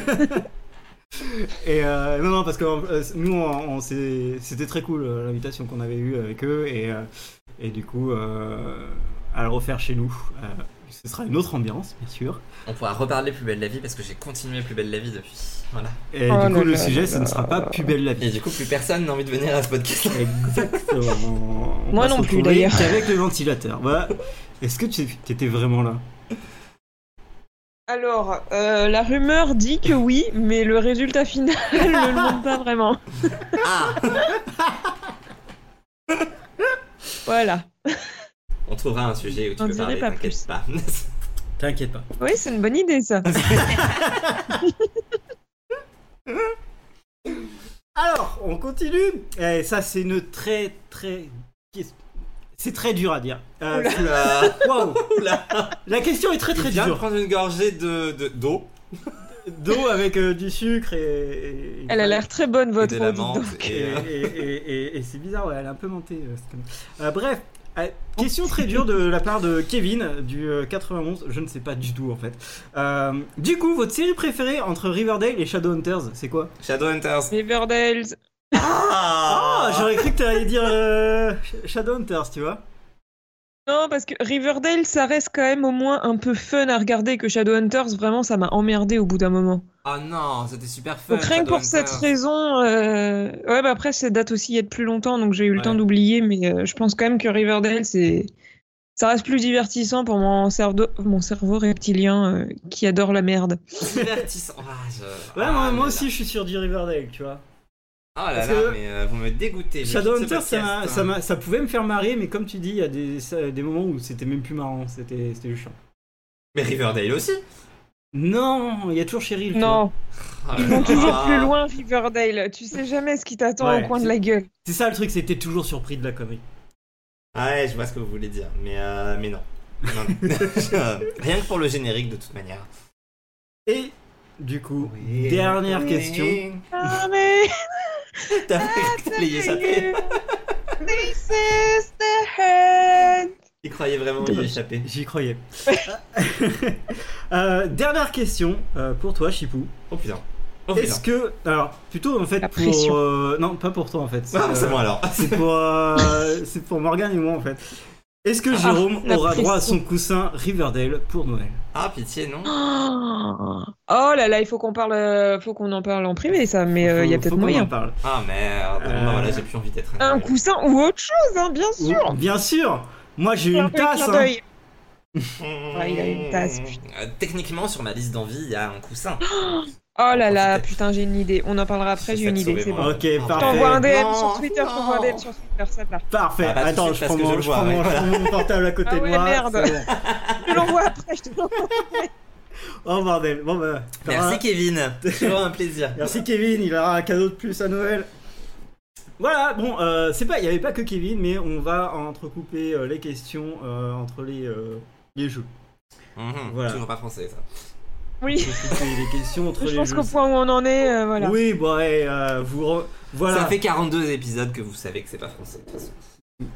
[SPEAKER 1] Et euh, non, non, parce que euh, nous, on, on s'est- c'était très cool euh, l'invitation qu'on avait eue avec eux. Et, euh, et du coup, euh, à le refaire chez nous, euh, ce sera une autre ambiance, bien sûr.
[SPEAKER 3] on pourra reparler Plus Belle la Vie parce que j'ai continué Plus Belle la Vie depuis. Voilà.
[SPEAKER 1] Et
[SPEAKER 2] Oh
[SPEAKER 1] du coup,
[SPEAKER 2] là
[SPEAKER 1] le
[SPEAKER 2] là
[SPEAKER 1] sujet,
[SPEAKER 2] là
[SPEAKER 1] ce ne
[SPEAKER 2] là.
[SPEAKER 1] sera pas plus belle la
[SPEAKER 3] Et
[SPEAKER 1] vie.
[SPEAKER 3] du coup, plus personne n'a envie de venir à ce podcast.
[SPEAKER 1] Exactement. On
[SPEAKER 2] Moi
[SPEAKER 1] va
[SPEAKER 2] non
[SPEAKER 1] se
[SPEAKER 2] plus,
[SPEAKER 1] retrouver
[SPEAKER 2] d'ailleurs.
[SPEAKER 1] Qu'avec le ventilateur. Voilà. Est-ce que tu étais vraiment là
[SPEAKER 2] Alors, euh, la rumeur dit que oui, mais le résultat final ne le montre pas vraiment.
[SPEAKER 3] Ah
[SPEAKER 2] Voilà.
[SPEAKER 3] On trouvera un sujet où tu
[SPEAKER 2] On
[SPEAKER 3] peux
[SPEAKER 2] dirait
[SPEAKER 3] parler,
[SPEAKER 2] pas plus.
[SPEAKER 3] t'inquiète pas.
[SPEAKER 1] T'inquiète pas.
[SPEAKER 2] Oui, c'est une bonne idée ça.
[SPEAKER 1] Alors, on continue. Et ça, c'est une très, très. qu'est-ce- C'est très dur à dire. Euh,
[SPEAKER 2] Oula.
[SPEAKER 3] Oula
[SPEAKER 1] Waouh
[SPEAKER 3] Oula
[SPEAKER 1] La question est très
[SPEAKER 3] Il
[SPEAKER 1] très
[SPEAKER 3] vient de
[SPEAKER 1] dure.
[SPEAKER 3] prendre une gorgée de de- d'eau.
[SPEAKER 1] D'eau avec euh, du sucre et. et-
[SPEAKER 2] Elle a l'air très bonne
[SPEAKER 3] et
[SPEAKER 2] votre
[SPEAKER 3] de
[SPEAKER 2] eau,
[SPEAKER 3] la
[SPEAKER 2] dites
[SPEAKER 3] menthe.
[SPEAKER 2] donc.
[SPEAKER 1] Et,
[SPEAKER 3] Et, euh,
[SPEAKER 1] et- et- et- et c'est bizarre, ouais, elle est un peu mentée. euh, cette conne. Euh, bref, euh, question très dure de la part de Kevin du euh, 91. Je ne sais pas du tout en fait. Euh, du coup, votre série préférée entre Riverdale et Shadowhunters, c'est quoi
[SPEAKER 3] Shadowhunters.
[SPEAKER 2] Riverdale.
[SPEAKER 1] Ah,
[SPEAKER 3] Ah
[SPEAKER 2] Ah.
[SPEAKER 1] j'aurais cru que t'allais dire euh, Sh- Shadowhunters, tu vois.
[SPEAKER 2] Non, parce que Riverdale, ça reste quand même au moins un peu fun à regarder que Shadowhunters. Vraiment, ça m'a emmerdé au bout d'un moment.
[SPEAKER 3] Ah non, c'était super fun.
[SPEAKER 2] Donc rien que pour cette
[SPEAKER 3] Shadowhunters.
[SPEAKER 2] raison, euh, ouais, bah après ça date aussi il y a de plus longtemps, donc j'ai eu le
[SPEAKER 3] Ouais.
[SPEAKER 2] temps d'oublier, mais euh, je pense quand même que Riverdale, c'est, ça reste plus divertissant pour mon cerveau, mon cerveau reptilien euh, qui adore la merde.
[SPEAKER 3] Divertissant. Ah, je-
[SPEAKER 1] Ouais,
[SPEAKER 3] ah
[SPEAKER 1] moi,
[SPEAKER 3] là
[SPEAKER 1] moi
[SPEAKER 3] là.
[SPEAKER 1] aussi, je suis sur du Riverdale, tu vois.
[SPEAKER 3] Ah là
[SPEAKER 1] Parce
[SPEAKER 3] là,
[SPEAKER 1] que-
[SPEAKER 3] mais euh, vous me dégoûtez. je quitte ce
[SPEAKER 1] Shadowhunters, ça,
[SPEAKER 3] podcast,
[SPEAKER 1] m'a-
[SPEAKER 3] hein.
[SPEAKER 1] ça, m'a- ça pouvait me faire marrer, mais comme tu dis, il y a des, ça- des moments où c'était même plus marrant, c'était c'était juste chiant.
[SPEAKER 3] Mais Riverdale aussi.
[SPEAKER 1] Non, il y a toujours Cheryl. tu vois.
[SPEAKER 2] Non,
[SPEAKER 3] Ah
[SPEAKER 2] ils
[SPEAKER 3] là
[SPEAKER 2] vont toujours
[SPEAKER 3] là.
[SPEAKER 2] plus loin Riverdale. Tu sais jamais ce qui t'attend
[SPEAKER 1] Ouais,
[SPEAKER 2] au coin de la gueule.
[SPEAKER 1] C'est ça le truc, c'était toujours surpris de la connerie.
[SPEAKER 3] Ah ouais, je vois ce que vous voulez dire, mais euh, mais non. Non, non. Je- Rien que pour le générique de toute manière.
[SPEAKER 1] Et du coup, dernière question.
[SPEAKER 2] Ah mais
[SPEAKER 3] Ah, T'as t'allais y échapper.
[SPEAKER 2] This is the end.
[SPEAKER 3] Il croyait vraiment y échapper.
[SPEAKER 1] J'y croyais. Euh, dernière question euh, pour toi, Chipou.
[SPEAKER 3] Oh putain. Oh putain.
[SPEAKER 1] Est-ce que. Alors, plutôt en fait
[SPEAKER 2] La
[SPEAKER 1] pour.
[SPEAKER 2] pression.
[SPEAKER 1] euh, non, pas pour toi en fait. C'est
[SPEAKER 3] Ah, c'est
[SPEAKER 1] euh,
[SPEAKER 3] bon alors.
[SPEAKER 1] c'est pour, euh, c'est pour Morgane et moi en fait. Est-ce que
[SPEAKER 2] Ah,
[SPEAKER 1] Jérôme
[SPEAKER 2] la
[SPEAKER 1] aura droit à
[SPEAKER 2] pression.
[SPEAKER 1] son coussin Riverdale pour Noël
[SPEAKER 3] Ah pitié non.
[SPEAKER 2] Oh oh là là, il faut qu'on parle, euh, faut qu'on en parle en privé ça, mais euh, il y a
[SPEAKER 1] Faut- faut
[SPEAKER 2] peut-être
[SPEAKER 1] qu'on en
[SPEAKER 2] moyen.
[SPEAKER 1] parle.
[SPEAKER 3] Ah merde.
[SPEAKER 1] Euh.
[SPEAKER 3] Bon, voilà, j'ai plus envie d'être.
[SPEAKER 2] Un
[SPEAKER 3] intelligent.
[SPEAKER 2] coussin ou autre chose, hein, bien sûr.
[SPEAKER 1] Ou- Bien sûr Moi j'ai
[SPEAKER 2] Un
[SPEAKER 1] une
[SPEAKER 2] peu clin
[SPEAKER 1] tasse hein.
[SPEAKER 2] d'œil. Ouais, Ah, il a une tasse, putain.
[SPEAKER 3] Euh, Techniquement, sur ma liste d'envie, il y a un coussin.
[SPEAKER 2] Oh là là,
[SPEAKER 3] Profitez.
[SPEAKER 2] putain, j'ai une idée. On en parlera après,
[SPEAKER 3] Je
[SPEAKER 2] j'ai une
[SPEAKER 3] sais que
[SPEAKER 2] idée, c'est
[SPEAKER 3] sauvez-moi.
[SPEAKER 2] bon.
[SPEAKER 1] Ok,
[SPEAKER 3] Ah,
[SPEAKER 2] Je
[SPEAKER 1] parfait.
[SPEAKER 2] t'envoie un DM
[SPEAKER 3] Non,
[SPEAKER 2] sur Twitter, je t'envoie un DM sur Twitter, ça part.
[SPEAKER 1] Parfait.
[SPEAKER 3] Ah, bah, tout de
[SPEAKER 1] Attends,
[SPEAKER 3] suite,
[SPEAKER 1] je
[SPEAKER 3] parce
[SPEAKER 1] prends,
[SPEAKER 3] que je
[SPEAKER 1] mon,
[SPEAKER 3] le
[SPEAKER 1] je
[SPEAKER 3] vois,
[SPEAKER 1] prends mon-
[SPEAKER 3] ouais,
[SPEAKER 1] je
[SPEAKER 3] voilà.
[SPEAKER 1] prends mon portable à côté
[SPEAKER 2] Ah
[SPEAKER 1] de
[SPEAKER 2] ouais,
[SPEAKER 1] moi.
[SPEAKER 2] merde.
[SPEAKER 1] c'est bon.
[SPEAKER 2] Je te l'envoie après, je te l'envoie.
[SPEAKER 1] Oh bordel. Bon bah. t'auras-
[SPEAKER 3] Merci Kevin. Toujours un plaisir.
[SPEAKER 1] Merci Kevin, il aura un cadeau de plus à Noël. Voilà, bon, euh, c'est pas, il n'y avait pas que Kevin, mais on va entrecouper euh, les questions euh, entre les, euh, les jeux.
[SPEAKER 3] Mhm,
[SPEAKER 1] Voilà.
[SPEAKER 3] Toujours pas français ça.
[SPEAKER 2] Oui,
[SPEAKER 1] Entrecouper les questions entre
[SPEAKER 2] je
[SPEAKER 1] les
[SPEAKER 2] pense
[SPEAKER 1] jeux.
[SPEAKER 2] qu'au point où on en est, euh, voilà.
[SPEAKER 1] Oui, bon, ouais, euh, vous, re- voilà.
[SPEAKER 3] Ça fait 42 épisodes que vous savez que c'est pas français. de toute façon.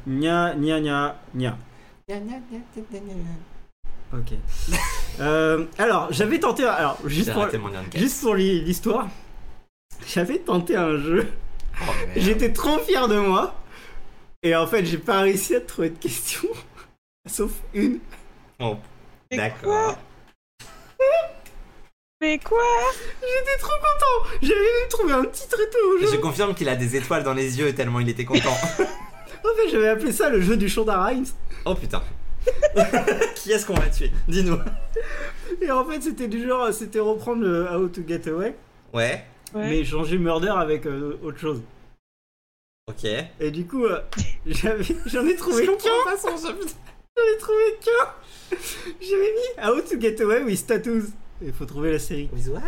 [SPEAKER 1] Nya, nya, nya, nya. Ok. Euh, alors, j'avais tenté, un- alors
[SPEAKER 3] J'ai
[SPEAKER 1] juste pour,
[SPEAKER 3] raté mon lien de caisse.
[SPEAKER 1] juste pour l'hi- l'histoire, j'avais tenté un jeu.
[SPEAKER 3] Oh, merde.
[SPEAKER 1] J'étais trop fier de moi. Et en fait, j'ai pas réussi à trouver de questions, sauf une.
[SPEAKER 3] Oh,
[SPEAKER 2] Mais
[SPEAKER 3] D'accord.
[SPEAKER 2] quoi Mais quoi
[SPEAKER 1] J'étais trop content J'avais même trouvé un titre et tout au jeu
[SPEAKER 3] Je confirme qu'il a des étoiles dans les yeux tellement il était content.
[SPEAKER 1] En fait, j'avais appelé ça le jeu du Shonda Rhimes.
[SPEAKER 3] oh putain. Qui est-ce qu'on va tuer Dis-nous.
[SPEAKER 1] Et en fait, c'était du genre, c'était reprendre le How to Get Away,
[SPEAKER 3] Ouais.
[SPEAKER 2] Ouais.
[SPEAKER 1] mais changer Murder avec euh, autre chose.
[SPEAKER 3] Ok.
[SPEAKER 1] Et du coup, euh, j'avais, j'en ai trouvé qu'un
[SPEAKER 3] pas son jeu, putain.
[SPEAKER 1] J'en ai trouvé qu'un J'avais mis How to Get Away with Tattoos. Il faut trouver la série.
[SPEAKER 3] With what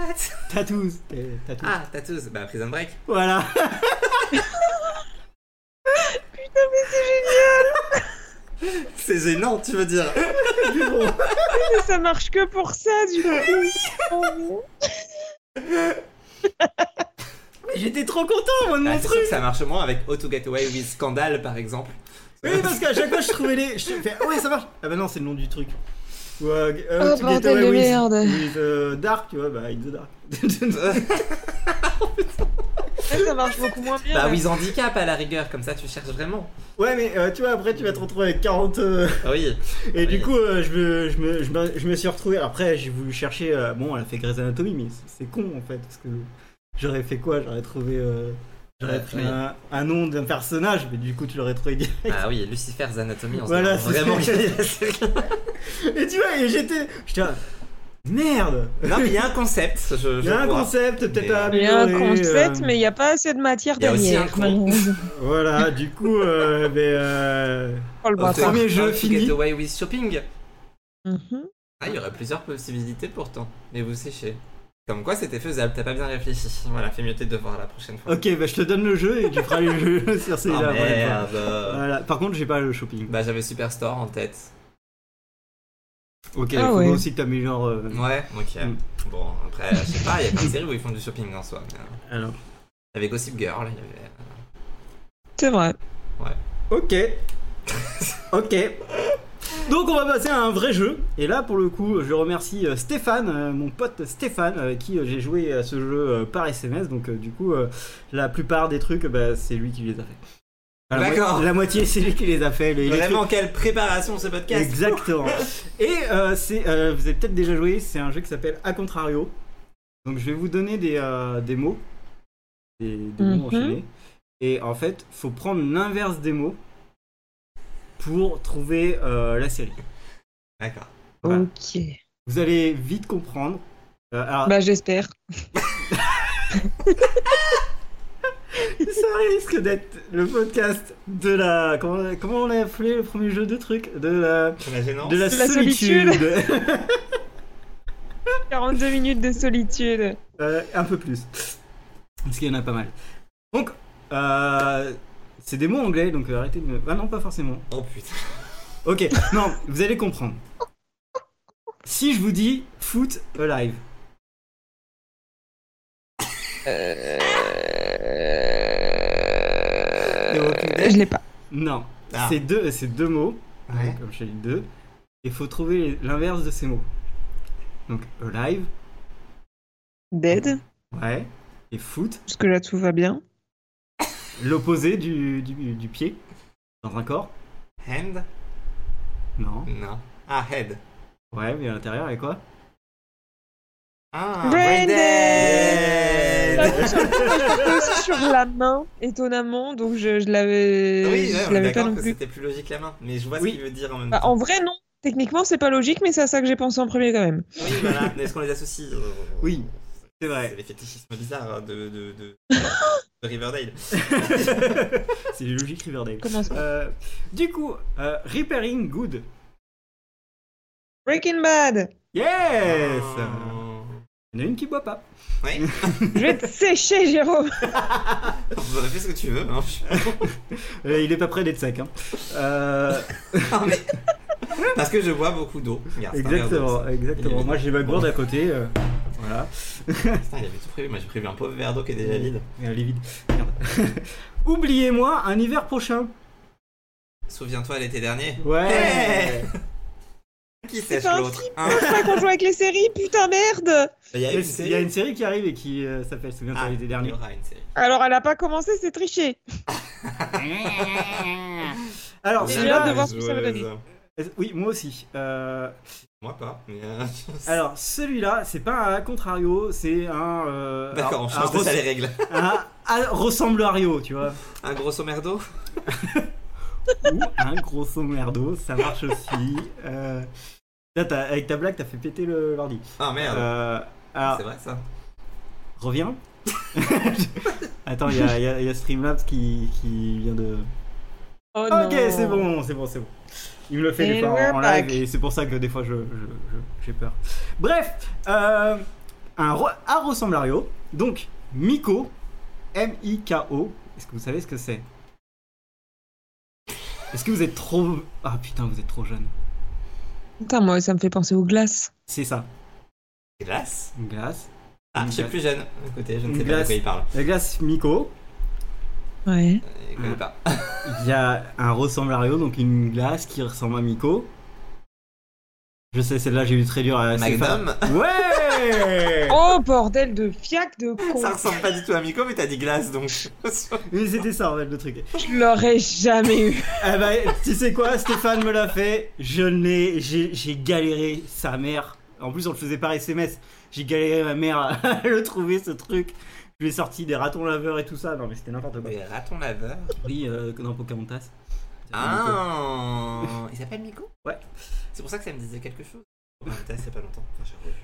[SPEAKER 1] Tattoos. euh, tattoos.
[SPEAKER 3] Ah, tattoos. Bah, Prison Break.
[SPEAKER 1] Voilà.
[SPEAKER 3] C'est gênant, tu veux dire.
[SPEAKER 1] Mais bon.
[SPEAKER 2] Mais ça marche que pour ça, du coup.
[SPEAKER 1] Mais J'étais trop content, moi, de
[SPEAKER 3] Ah,
[SPEAKER 1] mon
[SPEAKER 3] c'est sûr
[SPEAKER 1] truc.
[SPEAKER 3] que ça marche moins avec How to Get Away with Scandal, par exemple.
[SPEAKER 1] Oui, parce qu'à chaque fois, je trouvais les. Je fais, ouais, ça marche. Ah bah non, c'est le nom du truc. Ou euh,
[SPEAKER 2] Oh,
[SPEAKER 1] How to Get
[SPEAKER 2] bordel
[SPEAKER 1] Away
[SPEAKER 2] de
[SPEAKER 1] with-
[SPEAKER 2] merde.
[SPEAKER 1] with, euh, Dark, tu vois, bah, avec The Dark.
[SPEAKER 3] Euh,
[SPEAKER 2] Ouais, ça marche beaucoup moins bien.
[SPEAKER 3] bah,
[SPEAKER 2] là.
[SPEAKER 3] with Handicap, à la rigueur. Comme ça, tu cherches vraiment.
[SPEAKER 1] ouais, mais euh, tu vois, après, tu vas te retrouver avec 40. euh,
[SPEAKER 3] Ah Oui.
[SPEAKER 1] Et du
[SPEAKER 3] Oui.
[SPEAKER 1] coup, euh, je, me, je, me, je, me, je me suis retrouvé. Après, j'ai voulu chercher. euh, bon, elle a fait Grey's Anatomy, mais c'est- c'est con en fait. Parce que j'aurais fait quoi J'aurais trouvé. euh, J'aurais
[SPEAKER 3] Ouais,
[SPEAKER 1] pris
[SPEAKER 3] oui.
[SPEAKER 1] un, un nom d'un personnage, mais du coup, tu l'aurais trouvé. direct.
[SPEAKER 3] Ah oui, Lucifer's Anatomy, on se
[SPEAKER 1] Voilà,
[SPEAKER 3] demande
[SPEAKER 1] c'est-
[SPEAKER 3] vraiment quelle est la série.
[SPEAKER 1] Et tu vois, et j'étais. J'étais. là, Merde
[SPEAKER 3] Non, mais il y a un concept. Je, je
[SPEAKER 1] Il y a un
[SPEAKER 3] vois.
[SPEAKER 1] concept, peut-être
[SPEAKER 3] Mais, euh,
[SPEAKER 1] à
[SPEAKER 2] Il y a un
[SPEAKER 1] améliorer,
[SPEAKER 2] concept,
[SPEAKER 1] euh,
[SPEAKER 2] mais il n'y a pas assez de matière
[SPEAKER 3] il y a aussi
[SPEAKER 2] dernière.
[SPEAKER 3] un con.
[SPEAKER 2] malheureusement.
[SPEAKER 1] Voilà, du coup, euh, mais, euh,
[SPEAKER 2] Oh, le
[SPEAKER 3] How to-
[SPEAKER 2] bâtard.
[SPEAKER 1] premier
[SPEAKER 3] How
[SPEAKER 1] jeu
[SPEAKER 3] to
[SPEAKER 1] fini.
[SPEAKER 3] Get Away with Shopping.
[SPEAKER 2] Mhm.
[SPEAKER 3] Ah, il y aurait plusieurs possibilités pourtant, mais vous séchez. Comme quoi c'était faisable, t'as pas bien réfléchi. Voilà, fais mieux tes devoirs la prochaine fois.
[SPEAKER 1] Ok, bah je te donne le jeu et tu feras le jeu sur ces
[SPEAKER 3] Ah,
[SPEAKER 1] là.
[SPEAKER 3] merde.
[SPEAKER 1] Voilà. Par contre, j'ai pas le shopping.
[SPEAKER 3] Bah j'avais Superstore en tête.
[SPEAKER 1] Ok, il
[SPEAKER 2] Ah
[SPEAKER 1] faut
[SPEAKER 2] ouais.
[SPEAKER 1] aussi que t'améliores. euh,
[SPEAKER 3] Ouais, ok.
[SPEAKER 1] Mm.
[SPEAKER 3] Bon, après, je sais pas, il y a plein de séries où ils font du shopping en soi. mais, euh,
[SPEAKER 1] Alors.
[SPEAKER 3] Il y avait Gossip Girl, il y avait...
[SPEAKER 2] C'est vrai.
[SPEAKER 1] Ok. ok. Donc on va passer à un vrai jeu. Et là, pour le coup, je remercie euh, Stéphane, euh, mon pote Stéphane, euh, avec qui euh, j'ai joué à ce jeu euh, par SMS. Donc euh, du coup, euh, la plupart des trucs, bah, c'est lui qui les a fait. La mo-
[SPEAKER 3] D'accord.
[SPEAKER 1] La moitié, c'est lui qui les a fait. mais il écrit-
[SPEAKER 3] Vraiment, quelle préparation ce podcast.
[SPEAKER 1] Exactement. Et euh, c'est, euh, vous avez peut-être déjà joué, c'est un jeu qui s'appelle A Contrario. Donc je vais vous donner des, euh, des mots, des, des mots
[SPEAKER 2] Mhm.
[SPEAKER 1] enchaînés. Et en fait, faut prendre l'inverse des mots pour trouver euh, la série.
[SPEAKER 3] D'accord.
[SPEAKER 1] Voilà.
[SPEAKER 2] Ok.
[SPEAKER 1] Vous allez vite comprendre. Euh, alors,
[SPEAKER 2] Bah, j'espère. Bah.
[SPEAKER 1] ça risque d'être le podcast de la. Comment, comment on l'a appelé le premier jeu de truc De la,
[SPEAKER 3] C'est la gênance.
[SPEAKER 1] de la
[SPEAKER 2] De la
[SPEAKER 1] solitude.
[SPEAKER 2] solitude. 42 minutes de solitude.
[SPEAKER 1] Euh, un peu plus. Parce qu'il y en a pas mal. Donc, euh, c'est des mots anglais, donc euh, arrêtez de me. Ah non, pas forcément.
[SPEAKER 3] Oh putain.
[SPEAKER 1] Ok, non, vous allez comprendre. Si je vous dis foot alive,
[SPEAKER 2] Euh,
[SPEAKER 3] The Walking
[SPEAKER 2] Euh,
[SPEAKER 3] Dead.
[SPEAKER 2] Je l'ai pas.
[SPEAKER 1] non.
[SPEAKER 3] Ah.
[SPEAKER 1] C'est deux, c'est deux mots,
[SPEAKER 3] Ouais.
[SPEAKER 1] donc, comme je t'ai dit deux. Il faut trouver l'inverse de ces mots. Donc alive,
[SPEAKER 2] Dead,
[SPEAKER 1] ouais, et foot,
[SPEAKER 2] parce que là tout va bien.
[SPEAKER 1] l'opposé du, du, du pied dans un corps.
[SPEAKER 3] Hand
[SPEAKER 1] Non.
[SPEAKER 3] Non. Ah, head.
[SPEAKER 1] Ouais, mais à l'intérieur, et quoi
[SPEAKER 3] Ah,
[SPEAKER 2] Brain
[SPEAKER 3] dead. Bah,
[SPEAKER 2] dead. Euh, J'étais aussi sur la main, étonnamment, donc je, je l'avais
[SPEAKER 3] Oui,
[SPEAKER 2] je
[SPEAKER 3] ouais, on est
[SPEAKER 2] l'avais pas
[SPEAKER 3] d'accord
[SPEAKER 2] non
[SPEAKER 3] que
[SPEAKER 2] plus.
[SPEAKER 3] c'était plus logique la main. Mais je vois
[SPEAKER 1] Oui.
[SPEAKER 3] ce qu'il veut dire en même
[SPEAKER 2] Bah,
[SPEAKER 3] temps.
[SPEAKER 2] en vrai, non. Techniquement, c'est pas logique, mais c'est à ça que j'ai pensé en premier quand même.
[SPEAKER 3] Oui, voilà. Mais Est-ce qu'on les associe euh,
[SPEAKER 1] Oui, c'est
[SPEAKER 3] C'est
[SPEAKER 1] vrai.
[SPEAKER 3] les fétichismes bizarres hein, de, de, de, de Riverdale.
[SPEAKER 1] C'est logique Riverdale.
[SPEAKER 2] Commence par
[SPEAKER 1] Euh, du coup, euh, Repairing Good.
[SPEAKER 2] Breaking Bad.
[SPEAKER 1] Yes
[SPEAKER 3] Oh.
[SPEAKER 1] Il y en a une qui boit pas.
[SPEAKER 3] Oui.
[SPEAKER 2] Je vais te sécher, Jérôme.
[SPEAKER 3] On fait ce que tu veux. Hein.
[SPEAKER 1] Euh, il est pas près d'être sec. Hein.
[SPEAKER 3] Ah,
[SPEAKER 1] Euh,
[SPEAKER 3] Non, mais- Parce que je bois beaucoup d'eau. Regarde, c'est un verre d'eau,
[SPEAKER 1] exactement,
[SPEAKER 3] ça.
[SPEAKER 1] exactement. Moi j'ai ma gourde à côté. euh, voilà.
[SPEAKER 3] Putain, il avait tout prévu. Moi, j'ai prévu un pauvre verre d'eau qui est déjà vide.
[SPEAKER 1] Et Elle est vide. Merde. Oubliez-moi un hiver prochain.
[SPEAKER 3] Souviens-toi l'été dernier.
[SPEAKER 1] Ouais.
[SPEAKER 3] Hey Qui
[SPEAKER 2] C'est
[SPEAKER 3] sèche
[SPEAKER 2] pas un
[SPEAKER 3] l'autre
[SPEAKER 2] film.
[SPEAKER 3] hein
[SPEAKER 2] C'est pas qu'on joue avec les séries, putain merde.
[SPEAKER 3] Il y a
[SPEAKER 1] Il
[SPEAKER 3] une
[SPEAKER 1] y a
[SPEAKER 3] série.
[SPEAKER 1] une série qui arrive et qui euh, s'appelle Souviens-toi
[SPEAKER 3] Ah,
[SPEAKER 1] l'été
[SPEAKER 3] Il y
[SPEAKER 1] dernier.
[SPEAKER 3] aura une série.
[SPEAKER 2] Alors, elle a pas commencé, c'est triché.
[SPEAKER 1] Alors
[SPEAKER 2] J'ai
[SPEAKER 1] celui-là,
[SPEAKER 2] hâte de voir ce que ça va donner.
[SPEAKER 3] Joueuse.
[SPEAKER 1] euh, oui, moi aussi. Euh,
[SPEAKER 3] Moi pas. mais, euh,
[SPEAKER 1] alors celui-là, c'est pas un contrario, c'est un. euh,
[SPEAKER 3] D'accord,
[SPEAKER 1] un-
[SPEAKER 3] on
[SPEAKER 1] un
[SPEAKER 3] change de
[SPEAKER 1] res-
[SPEAKER 3] ça les règles.
[SPEAKER 1] un- un ressemblario, tu vois.
[SPEAKER 3] Un grosso merdo
[SPEAKER 1] ou un grosso merdo, ça marche aussi. Euh, là, t'as- avec ta blague, t'as fait péter le- l'ordi.
[SPEAKER 3] Ah merde.
[SPEAKER 1] Euh, alors,
[SPEAKER 3] C'est vrai ça.
[SPEAKER 1] reviens. Attends, il y a, il y a- il y a Streamlabs qui, qui vient de.
[SPEAKER 2] Oh,
[SPEAKER 1] ok,
[SPEAKER 2] non.
[SPEAKER 1] c'est bon, c'est bon, c'est bon. Il me le fait des fois
[SPEAKER 2] And
[SPEAKER 1] en-
[SPEAKER 2] we're
[SPEAKER 1] en
[SPEAKER 2] back.
[SPEAKER 1] live et c'est pour ça que des fois je, je- je- j'ai peur. Bref, euh, un, re- un ressemblario. Donc, Miko, M-I-K-O. Est-ce que vous savez ce que c'est Est-ce que vous êtes trop. Ah putain, vous êtes trop jeune.
[SPEAKER 2] Putain, moi, ça me fait penser aux glaces.
[SPEAKER 1] C'est ça,
[SPEAKER 3] Glace
[SPEAKER 1] une glace.
[SPEAKER 3] Ah,
[SPEAKER 1] Une
[SPEAKER 3] je suis
[SPEAKER 1] glace.
[SPEAKER 3] plus jeune. Écoutez, je ne
[SPEAKER 1] Une
[SPEAKER 3] sais pas de
[SPEAKER 1] glace.
[SPEAKER 3] quoi il parle.
[SPEAKER 1] La glace Miko,
[SPEAKER 2] Ouais.
[SPEAKER 3] Euh, Je connais pas.
[SPEAKER 1] il y a un ressemblario, donc une glace qui ressemble à Miko. Je sais, celle-là, j'ai eu très dur à c'est
[SPEAKER 3] Magnum
[SPEAKER 1] fa- Ouais
[SPEAKER 2] Oh, bordel de fiac de con.
[SPEAKER 3] Ça ressemble pas du tout à Miko, mais t'as dit glace donc.
[SPEAKER 1] Mais c'était ça, en fait, le truc.
[SPEAKER 2] Je l'aurais jamais eu.
[SPEAKER 1] Eh ben, tu sais quoi, Stéphane me l'a fait. Je l'ai, j'ai j'ai galéré sa mère. En plus, on le faisait par SMS. J'ai galéré ma mère à le trouver, ce truc. Je lui ai sorti des ratons laveurs et tout ça. Non, mais c'était n'importe quoi.
[SPEAKER 3] Mais raton laveur.
[SPEAKER 1] Oui, euh, dans Pocahontas.
[SPEAKER 3] Ah Il s'appelle Miko
[SPEAKER 1] Ouais.
[SPEAKER 3] C'est pour ça que ça me disait quelque chose. En même temps, Ah, c'est pas longtemps. Enfin, j'ai revu.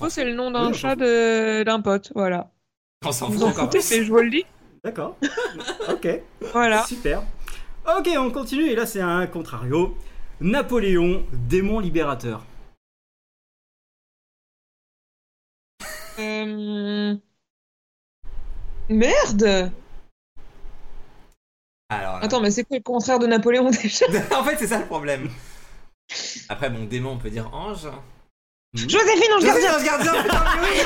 [SPEAKER 2] Oh, c'est le nom
[SPEAKER 1] Oui,
[SPEAKER 2] d'un
[SPEAKER 1] on s'en
[SPEAKER 2] chat de- d'un pote, voilà.
[SPEAKER 3] On s'en
[SPEAKER 2] Vous
[SPEAKER 3] fout
[SPEAKER 2] en
[SPEAKER 3] encore
[SPEAKER 2] foutez, mais
[SPEAKER 3] plus.
[SPEAKER 2] je vous le dis.
[SPEAKER 1] D'accord. ok.
[SPEAKER 2] Voilà.
[SPEAKER 1] Super. Ok, on continue, et là c'est un contrario. Napoléon, démon libérateur.
[SPEAKER 2] Euh, Merde
[SPEAKER 3] Alors, là.
[SPEAKER 2] Attends, mais c'est quoi le contraire de Napoléon déjà
[SPEAKER 3] en fait, c'est ça le problème. Après, bon, démon, on peut dire ange.
[SPEAKER 2] Joséphine Ange
[SPEAKER 3] Gardien,
[SPEAKER 2] Gardien
[SPEAKER 3] gardien, putain, mais oui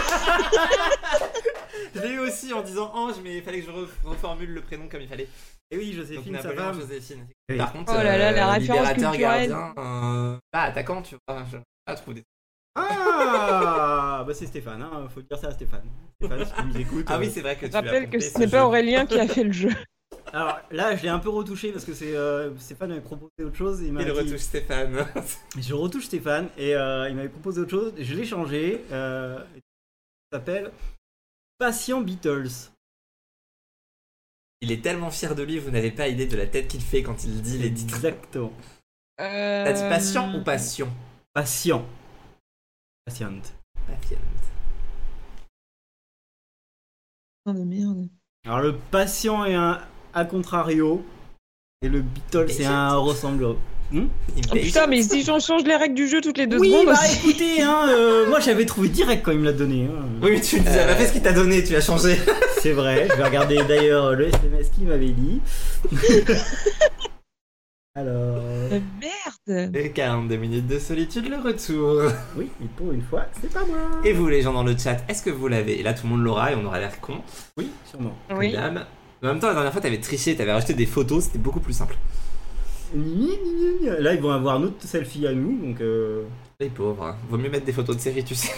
[SPEAKER 3] Je l'ai eu aussi en disant ange, mais il fallait que je re- reformule le prénom comme il fallait.
[SPEAKER 1] Et Eh oui,
[SPEAKER 3] Donc
[SPEAKER 1] Joséphine, ça
[SPEAKER 3] Napoléon,
[SPEAKER 1] va.
[SPEAKER 3] Joséphine.
[SPEAKER 1] Oui.
[SPEAKER 3] Par contre,
[SPEAKER 2] Oh là là, la
[SPEAKER 3] euh,
[SPEAKER 2] référence
[SPEAKER 3] libérateur,
[SPEAKER 2] culturelle.
[SPEAKER 3] gardien, euh, pas attaquant, tu vois. Je pas trouve des...
[SPEAKER 1] Ah, bah c'est Stéphane, hein, faut dire ça à Stéphane. Stéphane, si tu nous écoutes.
[SPEAKER 3] Ah
[SPEAKER 1] euh,
[SPEAKER 3] oui, c'est vrai que
[SPEAKER 2] Je
[SPEAKER 3] tu l'as
[SPEAKER 2] rappelle que
[SPEAKER 3] pompé,
[SPEAKER 2] ce n'est
[SPEAKER 3] ce
[SPEAKER 2] pas
[SPEAKER 3] jeu.
[SPEAKER 2] Aurélien qui a fait le jeu.
[SPEAKER 1] Alors là, je l'ai un peu retouché parce que c'est euh, Stéphane m'avait proposé autre chose. Il, m'a
[SPEAKER 3] Il
[SPEAKER 1] dit-
[SPEAKER 3] retouche Stéphane.
[SPEAKER 1] Je retouche Stéphane et euh, il m'avait proposé autre chose. Je l'ai changé. Euh, ça s'appelle Patient Beatles.
[SPEAKER 3] Il est tellement fier de lui, vous n'avez pas idée de la tête qu'il fait quand il dit les titres.
[SPEAKER 1] Exactement.
[SPEAKER 2] Euh...
[SPEAKER 3] T'as dit patient ou passion
[SPEAKER 1] Patient. Patient.
[SPEAKER 3] Patient.
[SPEAKER 2] Putain de Oh, merde.
[SPEAKER 1] Alors le patient est un a contrario et le Beatles c'est un ressemblant.
[SPEAKER 3] Il
[SPEAKER 2] Oh,
[SPEAKER 3] paye.
[SPEAKER 2] putain, mais si j'en change les règles du jeu toutes les deux
[SPEAKER 1] oui,
[SPEAKER 2] secondes,
[SPEAKER 1] bah
[SPEAKER 2] c'est-
[SPEAKER 1] écoutez, hein, euh, moi j'avais trouvé direct quand il me l'a donné. hein.
[SPEAKER 3] Oui, mais tu ne as pas fait ce qu'il t'a donné, tu as changé.
[SPEAKER 1] C'est vrai, je vais regarder d'ailleurs le SMS qu'il m'avait dit. Alors,
[SPEAKER 2] Euh, Merde
[SPEAKER 3] Et 42 minutes de solitude, le retour.
[SPEAKER 1] oui, mais pour une fois, c'est pas moi.
[SPEAKER 3] Et vous, les gens dans le chat, est-ce que vous l'avez Et là, tout le monde l'aura et on aura l'air con.
[SPEAKER 1] Oui, sûrement.
[SPEAKER 2] Oui.
[SPEAKER 3] Madame. Mais En même temps, la dernière fois, t'avais triché, t'avais rajouté des photos, c'était beaucoup plus simple.
[SPEAKER 1] Ni, ni, ni, ni. Là, ils vont avoir notre selfie à nous, donc. euh,
[SPEAKER 3] Les pauvres, hein. vaut mieux mettre des photos de série, tu sais.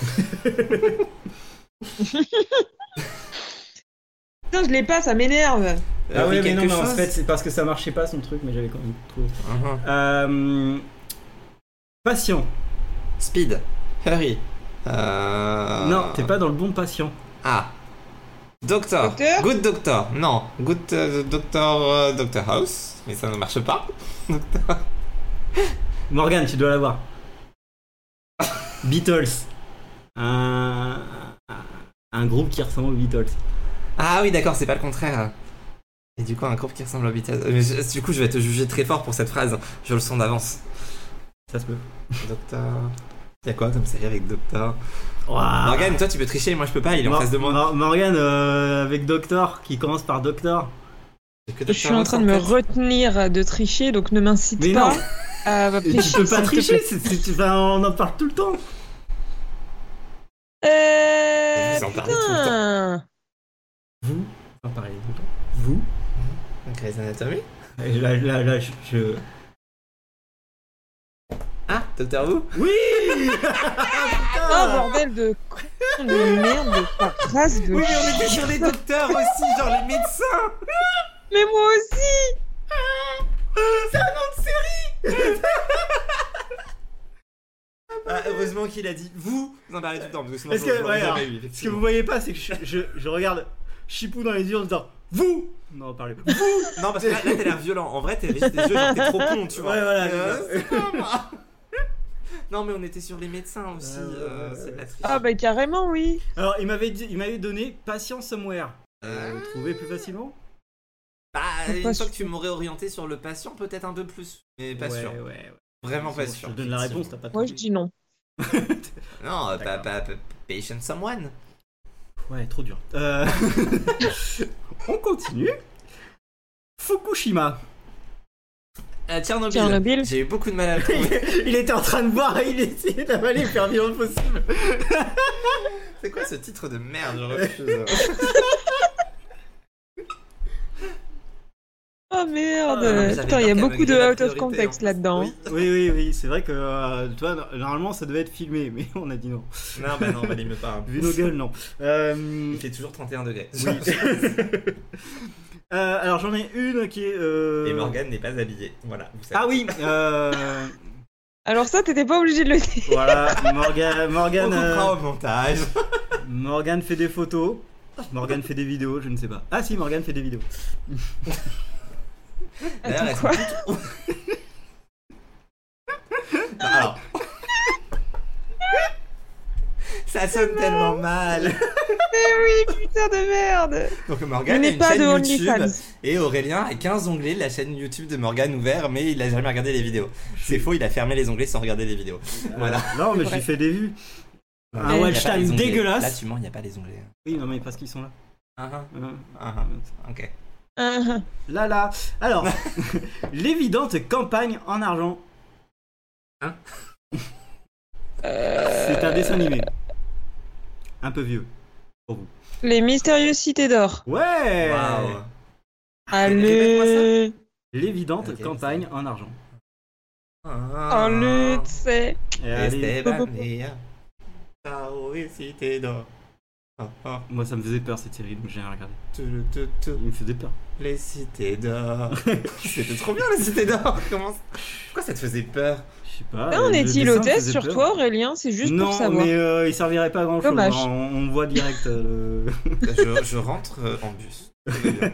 [SPEAKER 2] Putain, je l'ai pas, ça m'énerve.
[SPEAKER 1] Ah ouais,
[SPEAKER 3] Euh, oui,
[SPEAKER 1] mais non,
[SPEAKER 3] quelque
[SPEAKER 1] mais en
[SPEAKER 3] chose.
[SPEAKER 1] fait, c'est parce que ça marchait pas son truc, mais j'avais quand même trouvé.
[SPEAKER 3] Mhm.
[SPEAKER 1] Euh... Patient.
[SPEAKER 3] Speed, hurry. Euh...
[SPEAKER 1] Non, t'es pas dans le bon patient.
[SPEAKER 3] Ah. Doctor.
[SPEAKER 2] Docteur
[SPEAKER 3] Good Doctor. Non. Good euh, Doctor euh, Doctor House. Mais ça ne marche pas.
[SPEAKER 1] Morgan, tu dois l'avoir. Beatles. Un... un groupe qui ressemble aux Beatles.
[SPEAKER 3] Ah oui, d'accord, c'est pas le contraire. Et du coup, un groupe qui ressemble à Beatles. Euh, Mais je- du coup, je vais te juger très fort pour cette phrase. Je le sens d'avance.
[SPEAKER 1] Ça se peut.
[SPEAKER 3] Docteur. Ah. Y'a quoi comme série avec Docteur
[SPEAKER 1] Ouah.
[SPEAKER 3] Morgane, toi tu peux tricher, moi je peux pas, il est en
[SPEAKER 1] Mor-
[SPEAKER 3] face de moi.
[SPEAKER 1] Mor- Morgan euh, avec Doctor qui commence par Doctor.
[SPEAKER 3] J'ai que
[SPEAKER 2] Je
[SPEAKER 3] Dr.
[SPEAKER 2] suis en train de me
[SPEAKER 3] House,
[SPEAKER 2] retenir de tricher, donc ne m'incite
[SPEAKER 1] Mais
[SPEAKER 2] pas
[SPEAKER 1] non.
[SPEAKER 2] à à
[SPEAKER 1] Tu
[SPEAKER 2] tricher.
[SPEAKER 1] peux pas
[SPEAKER 2] s'il te
[SPEAKER 1] tricher,
[SPEAKER 2] plaît.
[SPEAKER 1] c'est- c'est- enfin, on en parle tout le temps.
[SPEAKER 2] Euh...
[SPEAKER 3] Vous en parlez tout le temps.
[SPEAKER 2] Putain
[SPEAKER 1] Vous, enfin, pareil, tout le temps. Vous,
[SPEAKER 3] en fait. Grey's Anatomy
[SPEAKER 1] Et là, là, là, je. je-
[SPEAKER 3] Ah, Docteur Who
[SPEAKER 1] Oui
[SPEAKER 2] Oh, bordel de con de merde, de ta race de...
[SPEAKER 3] Oui, mais on était sur les docteurs aussi, genre les médecins
[SPEAKER 2] Mais moi aussi
[SPEAKER 3] C'est un nom de série ah, Heureusement qu'il a dit vous Vous en parlez tout le temps, parce que sinon
[SPEAKER 1] Est-ce
[SPEAKER 3] je-
[SPEAKER 1] que-
[SPEAKER 3] je-
[SPEAKER 1] ouais,
[SPEAKER 3] je-
[SPEAKER 1] alors,
[SPEAKER 3] oui,
[SPEAKER 1] Ce que vous
[SPEAKER 3] effectivement.
[SPEAKER 1] voyez pas, c'est que je, je, je regarde Chipou dans les yeux en disant Vous Non, parlez pas. Vous
[SPEAKER 3] Non, parce que là, là, t'as l'air violent. En vrai, t'as juste des yeux, genre t'es trop con, tu vois.
[SPEAKER 1] Ouais, voilà,
[SPEAKER 3] Euh,
[SPEAKER 1] c'est ça.
[SPEAKER 3] c'est pas moi. Non, mais on était sur les médecins aussi.
[SPEAKER 1] Ouais, ouais,
[SPEAKER 3] euh,
[SPEAKER 1] ouais,
[SPEAKER 3] c'est de la triche.
[SPEAKER 2] Ah bah carrément, oui
[SPEAKER 1] Alors, il m'avait dit- il m'avait donné Patient Somewhere. Euh, vous trouvez plus facilement
[SPEAKER 3] Bah,
[SPEAKER 2] Pas
[SPEAKER 3] une fois
[SPEAKER 2] sûr.
[SPEAKER 3] que tu m'aurais orienté sur le patient, peut-être un peu plus. Mais pas
[SPEAKER 1] ouais,
[SPEAKER 3] sûr.
[SPEAKER 1] Ouais, ouais.
[SPEAKER 3] Vraiment pas
[SPEAKER 1] Bon,
[SPEAKER 3] sûr.
[SPEAKER 1] Je te donne la réponse, t'as pas
[SPEAKER 2] Moi
[SPEAKER 1] trouvé.
[SPEAKER 2] je dis non.
[SPEAKER 3] Oh, Non, euh, pas,
[SPEAKER 1] D'accord.
[SPEAKER 3] pas, pas- patient someone.
[SPEAKER 1] Ouais, trop dur. Euh, On continue. Fukushima.
[SPEAKER 3] Euh, Tchernobyl.
[SPEAKER 2] Tchernobyl.
[SPEAKER 3] J'ai eu beaucoup de mal à le trouver.
[SPEAKER 1] il était en train de boire et il essayait d'avaler le plus violent possible.
[SPEAKER 3] C'est quoi ce titre de merde Je refuse.
[SPEAKER 2] Oh merde
[SPEAKER 3] Ah, non, mais j'avais
[SPEAKER 2] Putain, il y a
[SPEAKER 3] marqué
[SPEAKER 2] beaucoup de
[SPEAKER 3] avec la
[SPEAKER 2] out of
[SPEAKER 3] priorité, en
[SPEAKER 2] context
[SPEAKER 3] plus.
[SPEAKER 2] là-dedans.
[SPEAKER 3] Oui.
[SPEAKER 1] Oui, oui, oui, c'est vrai que euh, toi, no- normalement ça devait être filmé, mais on a dit non.
[SPEAKER 3] Non, bah non, bah il me parle.
[SPEAKER 1] Vu nos gueules, non. Euh,
[SPEAKER 3] Il fait toujours 31 degrés.
[SPEAKER 1] oui. Euh, alors j'en ai une qui est. euh,
[SPEAKER 3] Et Morgane n'est pas habillée. Voilà, vous savez.
[SPEAKER 1] Ah oui euh,
[SPEAKER 2] Alors ça, t'étais pas obligé de le dire.
[SPEAKER 1] Voilà, Morgan,
[SPEAKER 3] On
[SPEAKER 1] Morgan,
[SPEAKER 3] coupera au montage.
[SPEAKER 1] Morgan fait des photos. Morgan fait des vidéos, je ne sais pas. Ah si, Morgan fait des vidéos.
[SPEAKER 3] D'ailleurs, elles
[SPEAKER 2] Attends, quoi
[SPEAKER 3] sont Alors. Ça sonne tellement mal.
[SPEAKER 2] Mais Eh oui, putain de merde
[SPEAKER 3] Donc
[SPEAKER 2] Il
[SPEAKER 3] Morgane a
[SPEAKER 2] n'est
[SPEAKER 3] une
[SPEAKER 2] pas de
[SPEAKER 3] chaîne YouTube
[SPEAKER 2] OnlyFans.
[SPEAKER 3] et Aurélien a 15 onglets de la chaîne YouTube de Morgane ouvert mais il a jamais regardé les vidéos. C'est faux, il a fermé les onglets sans regarder les vidéos. Voilà.
[SPEAKER 1] Euh, non, mais
[SPEAKER 2] C'est
[SPEAKER 1] j'ai
[SPEAKER 2] vrai.
[SPEAKER 1] fait des vues.
[SPEAKER 3] Il
[SPEAKER 1] Un
[SPEAKER 3] y a
[SPEAKER 1] watch
[SPEAKER 3] pas les
[SPEAKER 1] time
[SPEAKER 3] onglets.
[SPEAKER 1] dégueulasse.
[SPEAKER 3] Là tu mens, il n'y a pas les onglets.
[SPEAKER 1] Oui, non, mais parce qu'ils sont là.
[SPEAKER 3] Ah
[SPEAKER 1] Hein.
[SPEAKER 3] ah, ah ah, ok.
[SPEAKER 2] Ah, ah.
[SPEAKER 1] Là là. Alors, l'évidente campagne en argent.
[SPEAKER 3] Hein
[SPEAKER 2] Euh,
[SPEAKER 1] C'est un dessin animé. Un peu vieux.
[SPEAKER 2] Les mystérieuses cités d'or.
[SPEAKER 3] Eh.
[SPEAKER 1] Ouais
[SPEAKER 3] Waouh.
[SPEAKER 2] Allez
[SPEAKER 1] L'évidente
[SPEAKER 3] Ok,
[SPEAKER 1] campagne
[SPEAKER 3] c'est
[SPEAKER 1] en argent.
[SPEAKER 3] Ah.
[SPEAKER 2] Allez, tu sais
[SPEAKER 1] Et allez,
[SPEAKER 3] Esteban Mia. Ciao, et cité d'or. Ah, ah.
[SPEAKER 1] Moi, ça me faisait peur cette série, donc j'ai rien regardé.
[SPEAKER 3] Tu, tu, tu.
[SPEAKER 1] Il me faisait peur.
[SPEAKER 3] Les cités d'or. C'était trop bien les cités d'or. Comment... Pourquoi ça te faisait peur
[SPEAKER 1] Je sais
[SPEAKER 3] Ah,
[SPEAKER 1] pas.
[SPEAKER 2] Là, on
[SPEAKER 1] euh, le dessin
[SPEAKER 2] est-il
[SPEAKER 1] me
[SPEAKER 2] hôtesse
[SPEAKER 1] faisait
[SPEAKER 2] sur
[SPEAKER 1] peur.
[SPEAKER 2] toi, Aurélien C'est juste
[SPEAKER 1] non,
[SPEAKER 2] pour savoir.
[SPEAKER 1] mais euh, il servirait pas à grand chose.
[SPEAKER 2] Dommage.
[SPEAKER 1] On, on voit direct euh, le.
[SPEAKER 3] je, je rentre euh, en bus. Tout va bien.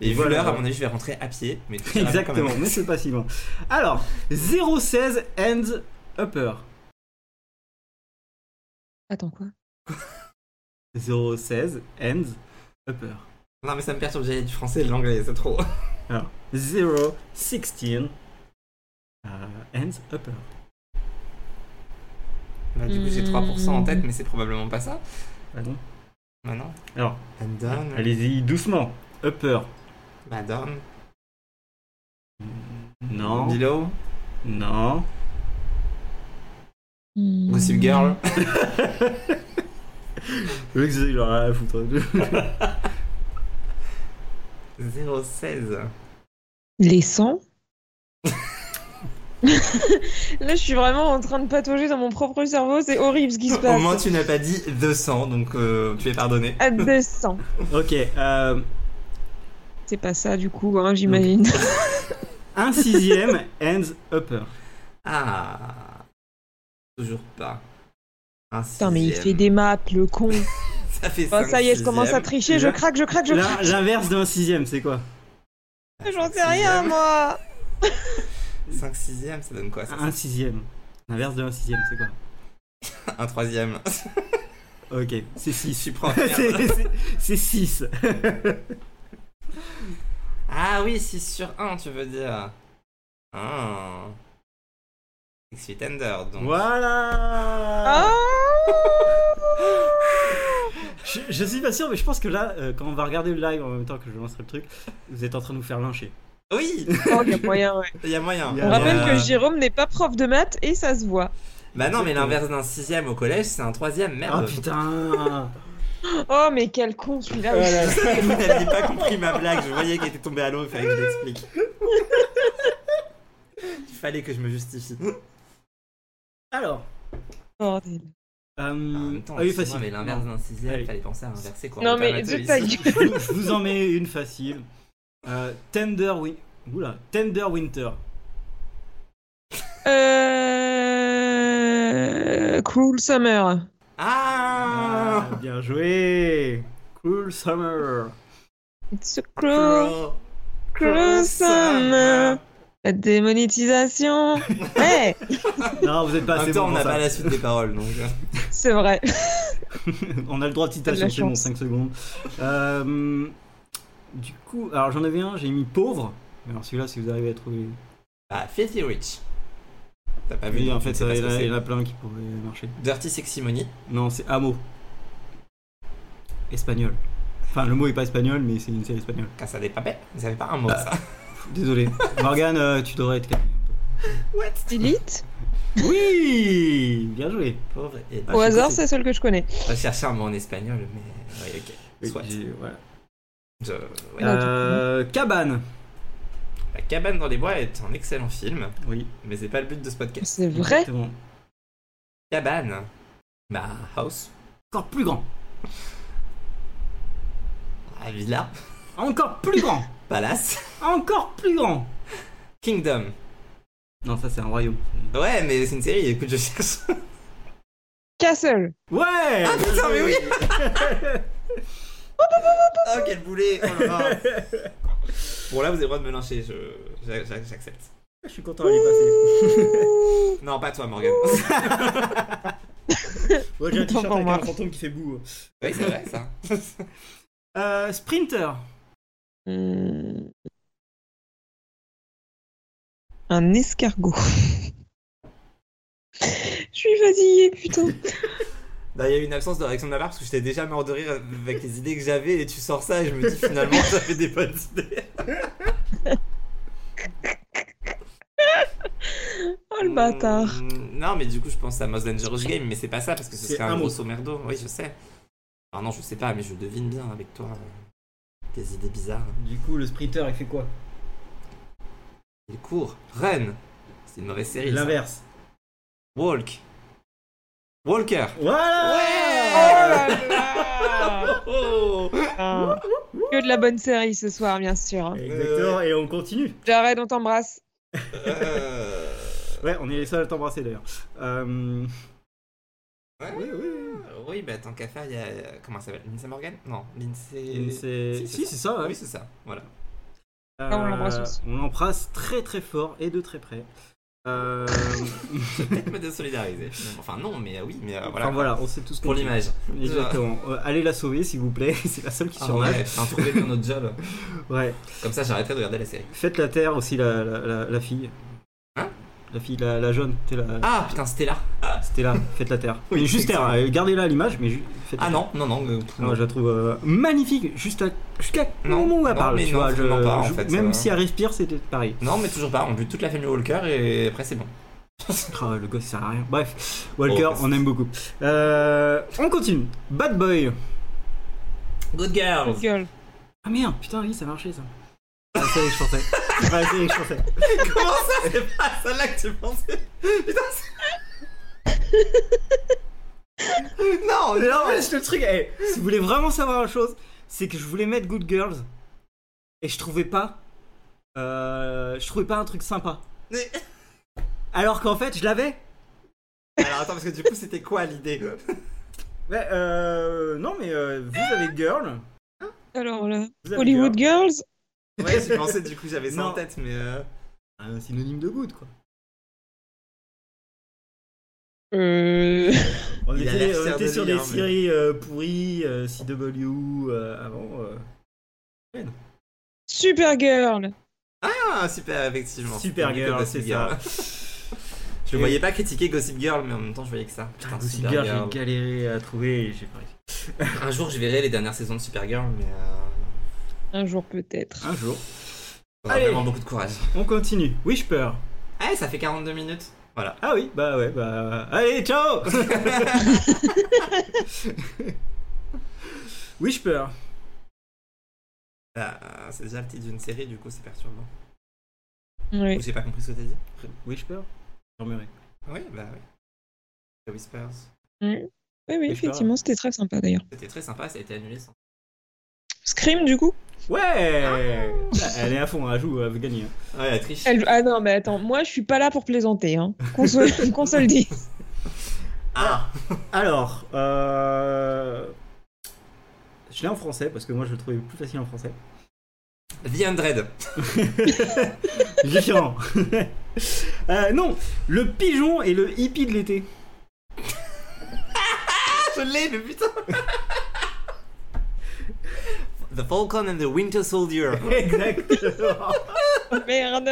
[SPEAKER 3] Et vu
[SPEAKER 1] Voilà.
[SPEAKER 3] l'heure, à mon avis, je vais rentrer à pied. Mais tout ira bien quand même.
[SPEAKER 1] Exactement, mais c'est pas si loin. Alors, 016 and upper.
[SPEAKER 2] Attends quoi
[SPEAKER 1] 016 and upper.
[SPEAKER 3] Non, mais ça me perturbe, j'ai du français et de l'anglais, c'est trop.
[SPEAKER 1] Alors, 016 euh, and upper.
[SPEAKER 3] Bah, du coup, j'ai 3% en tête, mais c'est probablement pas ça.
[SPEAKER 1] Pardon.
[SPEAKER 3] Bah, non.
[SPEAKER 1] Alors,
[SPEAKER 3] Madame.
[SPEAKER 1] allez-y doucement. Upper.
[SPEAKER 3] Madame.
[SPEAKER 1] Non.
[SPEAKER 3] Below.
[SPEAKER 1] Non.
[SPEAKER 2] Hmm.
[SPEAKER 3] Gossip Girl.
[SPEAKER 1] Le mec, il aura rien à foutre.
[SPEAKER 3] 016.
[SPEAKER 2] Les sangs Là, je suis vraiment en train de patauger dans mon propre cerveau. C'est horrible ce qui se
[SPEAKER 3] Au moins,
[SPEAKER 2] passe.
[SPEAKER 3] tu n'as pas dit 200, donc euh, tu es pardonné.
[SPEAKER 2] À 200.
[SPEAKER 1] ok, euh,
[SPEAKER 2] C'est pas ça du coup, hein, j'imagine.
[SPEAKER 1] un sixième and upper.
[SPEAKER 3] Ah. Toujours pas. Un
[SPEAKER 2] Putain, mais il fait
[SPEAKER 3] sixième.
[SPEAKER 2] des maps, le con.
[SPEAKER 3] Ça fait
[SPEAKER 2] Oh,
[SPEAKER 3] cinq
[SPEAKER 2] ça y est, je commence à
[SPEAKER 3] sixièmes.
[SPEAKER 2] tricher. Je
[SPEAKER 1] Là-
[SPEAKER 2] craque, je craque, je
[SPEAKER 1] L'in-
[SPEAKER 2] craque.
[SPEAKER 1] L'inverse d'un sixième, c'est quoi
[SPEAKER 2] J'en sais rien,
[SPEAKER 3] Sixième.
[SPEAKER 2] moi.
[SPEAKER 3] 5 sixièmes, ça donne quoi ça
[SPEAKER 1] Un sixième. L'inverse d'un sixième, c'est quoi
[SPEAKER 3] Un troisième.
[SPEAKER 1] Ok, c'est
[SPEAKER 3] Je
[SPEAKER 1] 6.
[SPEAKER 3] suis prêt.
[SPEAKER 1] C'est 6.
[SPEAKER 3] Ah oui, 6 sur 1, tu veux dire. Ah. Six Feet Under, donc.
[SPEAKER 1] Voilà
[SPEAKER 2] Ah
[SPEAKER 1] je, je suis pas sûr, mais je pense que là, euh, quand on va regarder le live en même temps que je lancerai le truc, vous êtes en train de nous faire lyncher.
[SPEAKER 3] Oui,
[SPEAKER 2] Oh, y a moyen, ouais.
[SPEAKER 3] il y a moyen.
[SPEAKER 1] Il y a
[SPEAKER 2] On
[SPEAKER 1] Euh,
[SPEAKER 2] rappelle que
[SPEAKER 3] j'ai.
[SPEAKER 2] Jérôme n'est pas prof de maths et ça se voit.
[SPEAKER 3] Bah non, mais l'inverse d'un sixième au collège, c'est un troisième,
[SPEAKER 1] Ah
[SPEAKER 3] merde.
[SPEAKER 1] putain
[SPEAKER 2] Oh, mais quel con celui-là.
[SPEAKER 3] Oh
[SPEAKER 1] Voilà.
[SPEAKER 3] Vous n'aviez pas compris ma blague, je voyais qu'elle était tombée à l'eau, il fallait que je l'explique. Il fallait que je me justifie.
[SPEAKER 1] Alors,
[SPEAKER 2] Bordel.
[SPEAKER 3] En
[SPEAKER 1] euh,
[SPEAKER 3] même temps,
[SPEAKER 1] ah oui,
[SPEAKER 3] excuse-moi,
[SPEAKER 1] facile.
[SPEAKER 3] mais l'inverse d'un sixième,
[SPEAKER 1] Allez.
[SPEAKER 3] il fallait penser à inverser quoi.
[SPEAKER 2] Non,
[SPEAKER 3] On perd
[SPEAKER 2] mais
[SPEAKER 3] la
[SPEAKER 2] de
[SPEAKER 3] police.
[SPEAKER 2] ta
[SPEAKER 1] Je, vous- je vous en mets une facile. Euh, Tender, Win- Oula, Tender Winter.
[SPEAKER 2] Euh... Cruel Summer.
[SPEAKER 3] Ah
[SPEAKER 1] Ah, bien joué Cool Summer
[SPEAKER 2] It's a cruel, cruel summer. La démonétisation. Eh,
[SPEAKER 1] Non, vous êtes pas
[SPEAKER 3] En
[SPEAKER 1] assez Ah, bon
[SPEAKER 3] même temps, on
[SPEAKER 1] pour
[SPEAKER 3] n'a
[SPEAKER 1] ça.
[SPEAKER 3] pas la suite des paroles, donc. euh,
[SPEAKER 2] c'est vrai.
[SPEAKER 1] On a le droit de
[SPEAKER 2] T'as de la
[SPEAKER 1] citation, c'est bon, 5
[SPEAKER 2] chance.
[SPEAKER 1] secondes. Euh, du coup, alors j'en avais un, j'ai mis pauvre. Mais Alors celui-là, si vous arrivez à trouver.
[SPEAKER 3] Ah, Filthy Rich. T'as pas vu
[SPEAKER 1] Oui,
[SPEAKER 3] donc
[SPEAKER 1] en
[SPEAKER 3] tu
[SPEAKER 1] fait,
[SPEAKER 3] Ah
[SPEAKER 1] euh,
[SPEAKER 3] sais pas
[SPEAKER 1] il y en
[SPEAKER 3] ce que
[SPEAKER 1] a-
[SPEAKER 3] c'est.
[SPEAKER 1] il y en a plein qui pourraient marcher.
[SPEAKER 3] Dirty Sexy Money.
[SPEAKER 1] Non, c'est Amo. Espagnol. Enfin, le mot est pas espagnol, mais c'est une série espagnole.
[SPEAKER 3] Casa des Papel. Vous avez pas un mot, ça.
[SPEAKER 1] Pff, Désolé. Morgane, euh, tu devrais être calmée un
[SPEAKER 3] What
[SPEAKER 2] Elite.
[SPEAKER 1] peu. Oui Bien joué.
[SPEAKER 3] Pauvre et.
[SPEAKER 1] Ah,
[SPEAKER 2] Au
[SPEAKER 1] je suis
[SPEAKER 2] hasard,
[SPEAKER 1] passé.
[SPEAKER 2] c'est celle que je connais.
[SPEAKER 3] Je cherchais un mot en espagnol, mais. Ouais, ok.
[SPEAKER 1] Oui,
[SPEAKER 3] Soit.
[SPEAKER 1] j'ai- voilà.
[SPEAKER 3] Je- ouais.
[SPEAKER 2] Ah, du
[SPEAKER 1] Euh, cabane.
[SPEAKER 3] La cabane dans les bois est un excellent film,
[SPEAKER 1] Oui.
[SPEAKER 3] mais c'est pas le but de ce podcast.
[SPEAKER 2] C'est vrai.
[SPEAKER 1] Exactement.
[SPEAKER 3] Cabane. Bah, house.
[SPEAKER 1] Encore plus grand.
[SPEAKER 3] Ah, villa.
[SPEAKER 1] Encore plus grand.
[SPEAKER 3] Palace.
[SPEAKER 1] Encore plus grand.
[SPEAKER 3] Kingdom.
[SPEAKER 1] Non, ça c'est un royaume.
[SPEAKER 3] Ouais, mais c'est une série, écoute, je cherche.
[SPEAKER 2] Castle.
[SPEAKER 1] Ouais
[SPEAKER 3] Ah, putain, mais oui Oh, quel boulet oh là là. Bon, là, vous avez le droit de me lyncher, je- j'a- j'a- j'accepte.
[SPEAKER 1] Ah, Je suis content, il est passé.
[SPEAKER 3] Non, pas toi, Morgan.
[SPEAKER 1] Ouais, j'ai un
[SPEAKER 2] Autant
[SPEAKER 1] t-shirt
[SPEAKER 2] pour
[SPEAKER 1] avec
[SPEAKER 2] moi.
[SPEAKER 1] un fantôme qui fait boue.
[SPEAKER 3] oui, c'est vrai, ça.
[SPEAKER 1] Euh, sprinter.
[SPEAKER 2] Hmm. Un escargot. Je suis fatiguée, putain.
[SPEAKER 3] Non, Bah, Il y a eu une absence de réaction de ma part parce que j'étais déjà mort de rire avec les idées que j'avais et tu sors ça et je me dis finalement j'avais des bonnes idées.
[SPEAKER 2] Oh le bâtard.
[SPEAKER 3] Mm, Non, mais du coup, je pense à Most Dangerous Game, mais c'est pas ça parce que ce
[SPEAKER 1] C'est
[SPEAKER 3] serait
[SPEAKER 1] un
[SPEAKER 3] un
[SPEAKER 1] mot.
[SPEAKER 3] grosso merdo. Oui, je sais. Ah non, je sais pas, mais je devine bien avec toi euh, tes idées bizarres.
[SPEAKER 1] Du coup, le sprinter, il fait quoi
[SPEAKER 3] Il court, run. C'est une mauvaise série. ça.
[SPEAKER 1] L'inverse.
[SPEAKER 3] Walk. Walker.
[SPEAKER 1] Voilà
[SPEAKER 2] Oh là là. Ah,
[SPEAKER 3] Oh
[SPEAKER 2] ah. Que de la bonne série ce soir, bien sûr.
[SPEAKER 1] Exactement, et on continue.
[SPEAKER 2] Jared, on t'embrasse.
[SPEAKER 3] Euh,
[SPEAKER 1] Ouais, on est les seuls à t'embrasser d'ailleurs. Euh,
[SPEAKER 3] ouais,
[SPEAKER 1] oui, oui, oui.
[SPEAKER 3] Oui, bah tant qu'à faire, il y a. euh, Comment ça s'appelle Lindsay Morgan Non, Lindsay.
[SPEAKER 1] Et c'est-
[SPEAKER 3] Si,
[SPEAKER 1] Si,
[SPEAKER 3] c'est
[SPEAKER 1] c'est ça, ouais.
[SPEAKER 3] Oui, c'est ça, voilà.
[SPEAKER 1] Euh,
[SPEAKER 2] Ah, on l'embrasse aussi.
[SPEAKER 1] on l'embrasse très très fort et de très près. Euh,
[SPEAKER 3] Peut-être me désolidariser. finalement. Enfin, non, mais euh, oui, mais euh, voilà.
[SPEAKER 1] Enfin voilà, on sait tous
[SPEAKER 3] Pour
[SPEAKER 1] compris.
[SPEAKER 3] l'image.
[SPEAKER 1] Exactement. Euh, allez la sauver s'il vous plaît, c'est la seule qui
[SPEAKER 3] Ah
[SPEAKER 1] survive.
[SPEAKER 3] ouais, enfin, trouver bien notre job.
[SPEAKER 1] ouais.
[SPEAKER 3] Comme ça, j'arrêterai de regarder la série.
[SPEAKER 1] Faites la terre aussi, la, la, la, la fille.
[SPEAKER 3] Hein
[SPEAKER 1] La fille, la, la jaune, t'es la-
[SPEAKER 3] Ah putain, c'était là.
[SPEAKER 1] c'était là, faites la terre.
[SPEAKER 3] Oui,
[SPEAKER 1] Mais juste terre,
[SPEAKER 3] excellent.
[SPEAKER 1] euh, gardez-la à l'image, mais ju- faites la
[SPEAKER 3] Ah
[SPEAKER 1] terre.
[SPEAKER 3] non, non, non. euh, pff,
[SPEAKER 1] Non, je la trouve euh, magnifique, juste à- jusqu'à le
[SPEAKER 3] Non,
[SPEAKER 1] moment où elle
[SPEAKER 3] non,
[SPEAKER 1] parle.
[SPEAKER 3] mais
[SPEAKER 1] tu
[SPEAKER 3] non,
[SPEAKER 1] vois, je-
[SPEAKER 3] absolument pas, en
[SPEAKER 1] je-
[SPEAKER 3] fait, ça
[SPEAKER 1] même
[SPEAKER 3] va.
[SPEAKER 1] si elle respire, c'était pareil.
[SPEAKER 3] Non, mais toujours pas. On bute toute la famille Walker et après, c'est bon.
[SPEAKER 1] Ah, le gosse il sert à rien. Bref, Walker,
[SPEAKER 3] Oh,
[SPEAKER 1] on aime beaucoup. Euh, on continue. Bad Boy.
[SPEAKER 3] Good girl.
[SPEAKER 2] Good girl.
[SPEAKER 1] Ah merde, putain, oui, ça marchait ça. Ah, ça y est, je chantais. Ah, ça y est, je chantais.
[SPEAKER 3] Comment ça C'est pas celle-là que tu pensais Putain, c'est... non,
[SPEAKER 1] Non, mais c'est le truc. eh, si vous voulez vraiment savoir une chose, c'est que je voulais mettre Good Girls et je trouvais pas. euh, je trouvais pas un truc sympa.
[SPEAKER 3] mais-
[SPEAKER 1] Alors qu'en fait, je l'avais.
[SPEAKER 3] Alors attends, parce que du coup, c'était quoi l'idée
[SPEAKER 1] Ouais, euh, non, mais euh, vous avez Girl.
[SPEAKER 2] Alors là,
[SPEAKER 1] vous avez
[SPEAKER 2] Hollywood Girls
[SPEAKER 3] Ouais, j'ai pensé, du coup, j'avais ça
[SPEAKER 1] Non.
[SPEAKER 3] en tête, mais... euh,
[SPEAKER 1] Girl. Un synonyme de good, quoi.
[SPEAKER 2] Euh.
[SPEAKER 1] On
[SPEAKER 3] Il a
[SPEAKER 1] était,
[SPEAKER 3] l'air
[SPEAKER 1] on
[SPEAKER 3] fier
[SPEAKER 1] était
[SPEAKER 3] de
[SPEAKER 1] sur
[SPEAKER 3] lui,
[SPEAKER 1] des
[SPEAKER 3] hein, mais-
[SPEAKER 1] séries euh, pourries, euh, CW euh, avant. euh,
[SPEAKER 2] Supergirl
[SPEAKER 3] Ah, super, effectivement.
[SPEAKER 1] Super
[SPEAKER 3] C'était mieux que
[SPEAKER 1] Girl,
[SPEAKER 3] Gossip
[SPEAKER 1] c'est ça.
[SPEAKER 3] Je voyais pas critiquer Gossip Girl, mais en même temps, je voyais que ça.
[SPEAKER 1] Putain,
[SPEAKER 3] Putain,
[SPEAKER 1] Ah, Gossip
[SPEAKER 3] Super
[SPEAKER 1] Girl,
[SPEAKER 3] Girl.
[SPEAKER 1] j'ai galéré à trouver et j'ai pas réussi.
[SPEAKER 3] Un jour, je verrai les dernières saisons de Supergirl, mais... Euh...
[SPEAKER 2] Un jour peut-être.
[SPEAKER 1] Un jour.
[SPEAKER 3] faudra
[SPEAKER 1] Allez.
[SPEAKER 3] vraiment beaucoup de courage.
[SPEAKER 1] On continue. Whisper.
[SPEAKER 3] Ah, ça fait 42 minutes. Voilà.
[SPEAKER 1] Ah oui, bah ouais, bah. Allez, ciao Whisper.
[SPEAKER 3] Ah, c'est déjà le titre d'une série, du coup, c'est perturbant.
[SPEAKER 2] Oui.
[SPEAKER 3] Ou J'ai pas compris ce que t'as dit.
[SPEAKER 1] Whisper Murmurer.
[SPEAKER 3] Oui, bah oui. The Whispers.
[SPEAKER 2] Oui, oui, effectivement, c'était très sympa d'ailleurs.
[SPEAKER 3] C'était très sympa, ça a été annulé sans.
[SPEAKER 2] Scream, du coup
[SPEAKER 1] Ouais Elle est à fond, elle joue, elle veut gagner. hein.
[SPEAKER 3] Ouais, la triche.
[SPEAKER 2] Elle- Ah non, mais attends, moi je suis pas là pour plaisanter, hein. Qu'on se, qu'on se le dise.
[SPEAKER 3] Ah
[SPEAKER 1] Alors, euh. Je l'ai en français parce que moi je le trouvais plus facile en français.
[SPEAKER 3] The Hundred
[SPEAKER 1] Différent Euh, Non Le pigeon et le hippie de l'été.
[SPEAKER 3] Ah, je l'ai, mais putain The Falcon and the Winter Soldier.
[SPEAKER 1] Exactement
[SPEAKER 2] Oh, merde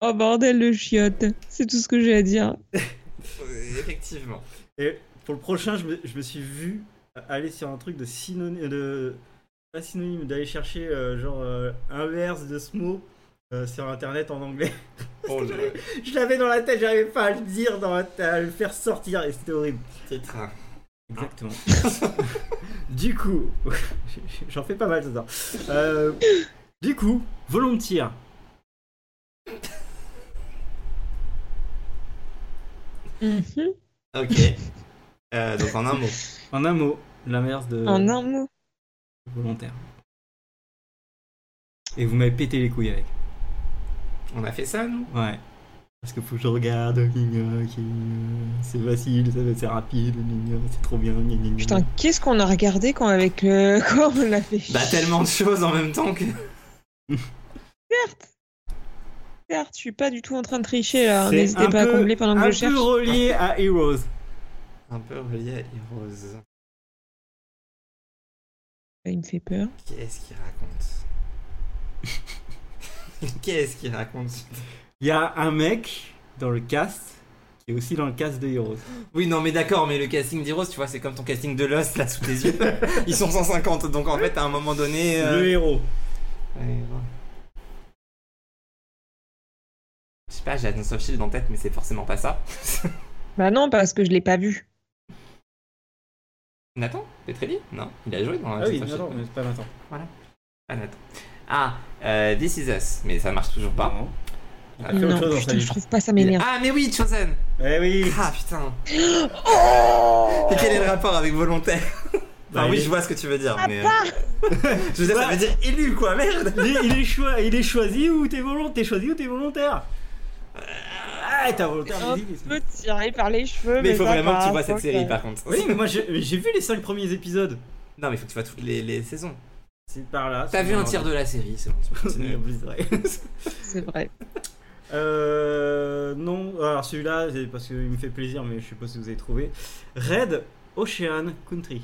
[SPEAKER 2] Oh bordel, le chiotte. C'est tout ce que j'ai à dire.
[SPEAKER 3] Euh, Effectivement.
[SPEAKER 1] Et pour le prochain, je me, je me suis vu aller sur un truc de synonyme, de pas synonyme, d'aller chercher euh, genre euh, inverse de ce mot euh, sur internet en anglais.
[SPEAKER 3] Oh le
[SPEAKER 1] je l'avais dans la tête, j'arrivais pas à le dire, dans la tête, à le faire sortir et c'était horrible.
[SPEAKER 3] titre.
[SPEAKER 1] Exactement. du coup, j'en fais pas mal ce soir. Euh, du coup, volontiers.
[SPEAKER 2] Mhm.
[SPEAKER 3] Ok. Euh, donc en un mot.
[SPEAKER 1] En un mot, l'inverse de
[SPEAKER 2] En un mot.
[SPEAKER 1] volontaire. Et vous m'avez pété les couilles avec.
[SPEAKER 3] On a fait ça, nous
[SPEAKER 1] Ouais. Parce que faut que je regarde, gna gna, gna. c'est facile, ça, c'est rapide, gna gna, c'est trop bien. gna gna gna.
[SPEAKER 2] Putain, qu'est-ce qu'on a regardé quand avec le... Quand on l'a fait
[SPEAKER 3] Bah tellement de choses en même temps que.
[SPEAKER 2] Certes, je suis pas du tout en train de tricher là. hein.
[SPEAKER 1] C'est
[SPEAKER 2] N'hésitez
[SPEAKER 1] un
[SPEAKER 2] pas
[SPEAKER 1] peu-
[SPEAKER 2] à combler pendant que
[SPEAKER 1] Un
[SPEAKER 2] je cherche.
[SPEAKER 1] peu relié à Heroes.
[SPEAKER 3] Un peu relié à Heroes.
[SPEAKER 2] Il me fait peur.
[SPEAKER 3] Qu'est-ce qu'il raconte Qu'est-ce qu'il raconte
[SPEAKER 1] Il y a un mec dans le cast qui est aussi dans le cast de Heroes.
[SPEAKER 3] Oui, non, mais d'accord, mais le casting d'Heroes, tu vois, c'est comme ton casting de Lost, là, sous tes yeux. Ils sont 150, donc en fait, à un moment donné... euh,
[SPEAKER 1] Le héros.
[SPEAKER 3] ouais, ouais. Je sais pas, j'ai Agents of Shield en tête, mais c'est forcément pas ça.
[SPEAKER 2] Bah non, parce que je l'ai pas vu.
[SPEAKER 3] Nathan Petrelli Non, il a joué dans
[SPEAKER 1] Ah oui,
[SPEAKER 3] Agents of
[SPEAKER 1] non, non,
[SPEAKER 3] Shield.
[SPEAKER 1] mais c'est pas maintenant.
[SPEAKER 3] Ah, Nathan. Ah, euh, This Is Us, mais ça marche toujours pas.
[SPEAKER 1] Il
[SPEAKER 3] Ah,
[SPEAKER 1] a fait autre
[SPEAKER 2] Non,
[SPEAKER 1] chose dans sa
[SPEAKER 2] putain, je
[SPEAKER 1] vie.
[SPEAKER 2] trouve pas ça m'énerve.
[SPEAKER 3] Ah, mais oui, Chosen
[SPEAKER 1] Eh oui
[SPEAKER 3] Ah, putain
[SPEAKER 2] Oh
[SPEAKER 3] rapport avec volontaire. Enfin,
[SPEAKER 1] Bah, il est-
[SPEAKER 3] oui,
[SPEAKER 1] Bah.
[SPEAKER 3] je vois ce que tu veux
[SPEAKER 2] Ah,
[SPEAKER 3] dire, mais. euh, je veux dire, ça veut dire élu, quoi, merde
[SPEAKER 1] il, est- il est choi- il est choisi ou t'es volontaire T'es choisi ou t'es volontaire Ah, t'es volontaire.
[SPEAKER 2] Hop.
[SPEAKER 1] vas-y, vas-y.
[SPEAKER 2] peux tirer par les cheveux.
[SPEAKER 3] Mais il faut
[SPEAKER 2] ça,
[SPEAKER 3] vraiment que tu
[SPEAKER 2] par-
[SPEAKER 3] vois cette
[SPEAKER 2] faut
[SPEAKER 3] série,
[SPEAKER 2] que-
[SPEAKER 3] par contre.
[SPEAKER 1] Oui, mais moi j'ai j'ai vu les 5 premiers épisodes.
[SPEAKER 3] Non, mais il faut que tu vois toutes les, les saisons.
[SPEAKER 1] C'est par là.
[SPEAKER 3] T'as vu un tiers de la série, c'est bon, tu peux continuer.
[SPEAKER 2] C'est vrai.
[SPEAKER 1] Euh, non, alors celui-là, c'est parce qu'il me fait plaisir, mais je sais pas si vous avez trouvé. Red Ocean Country.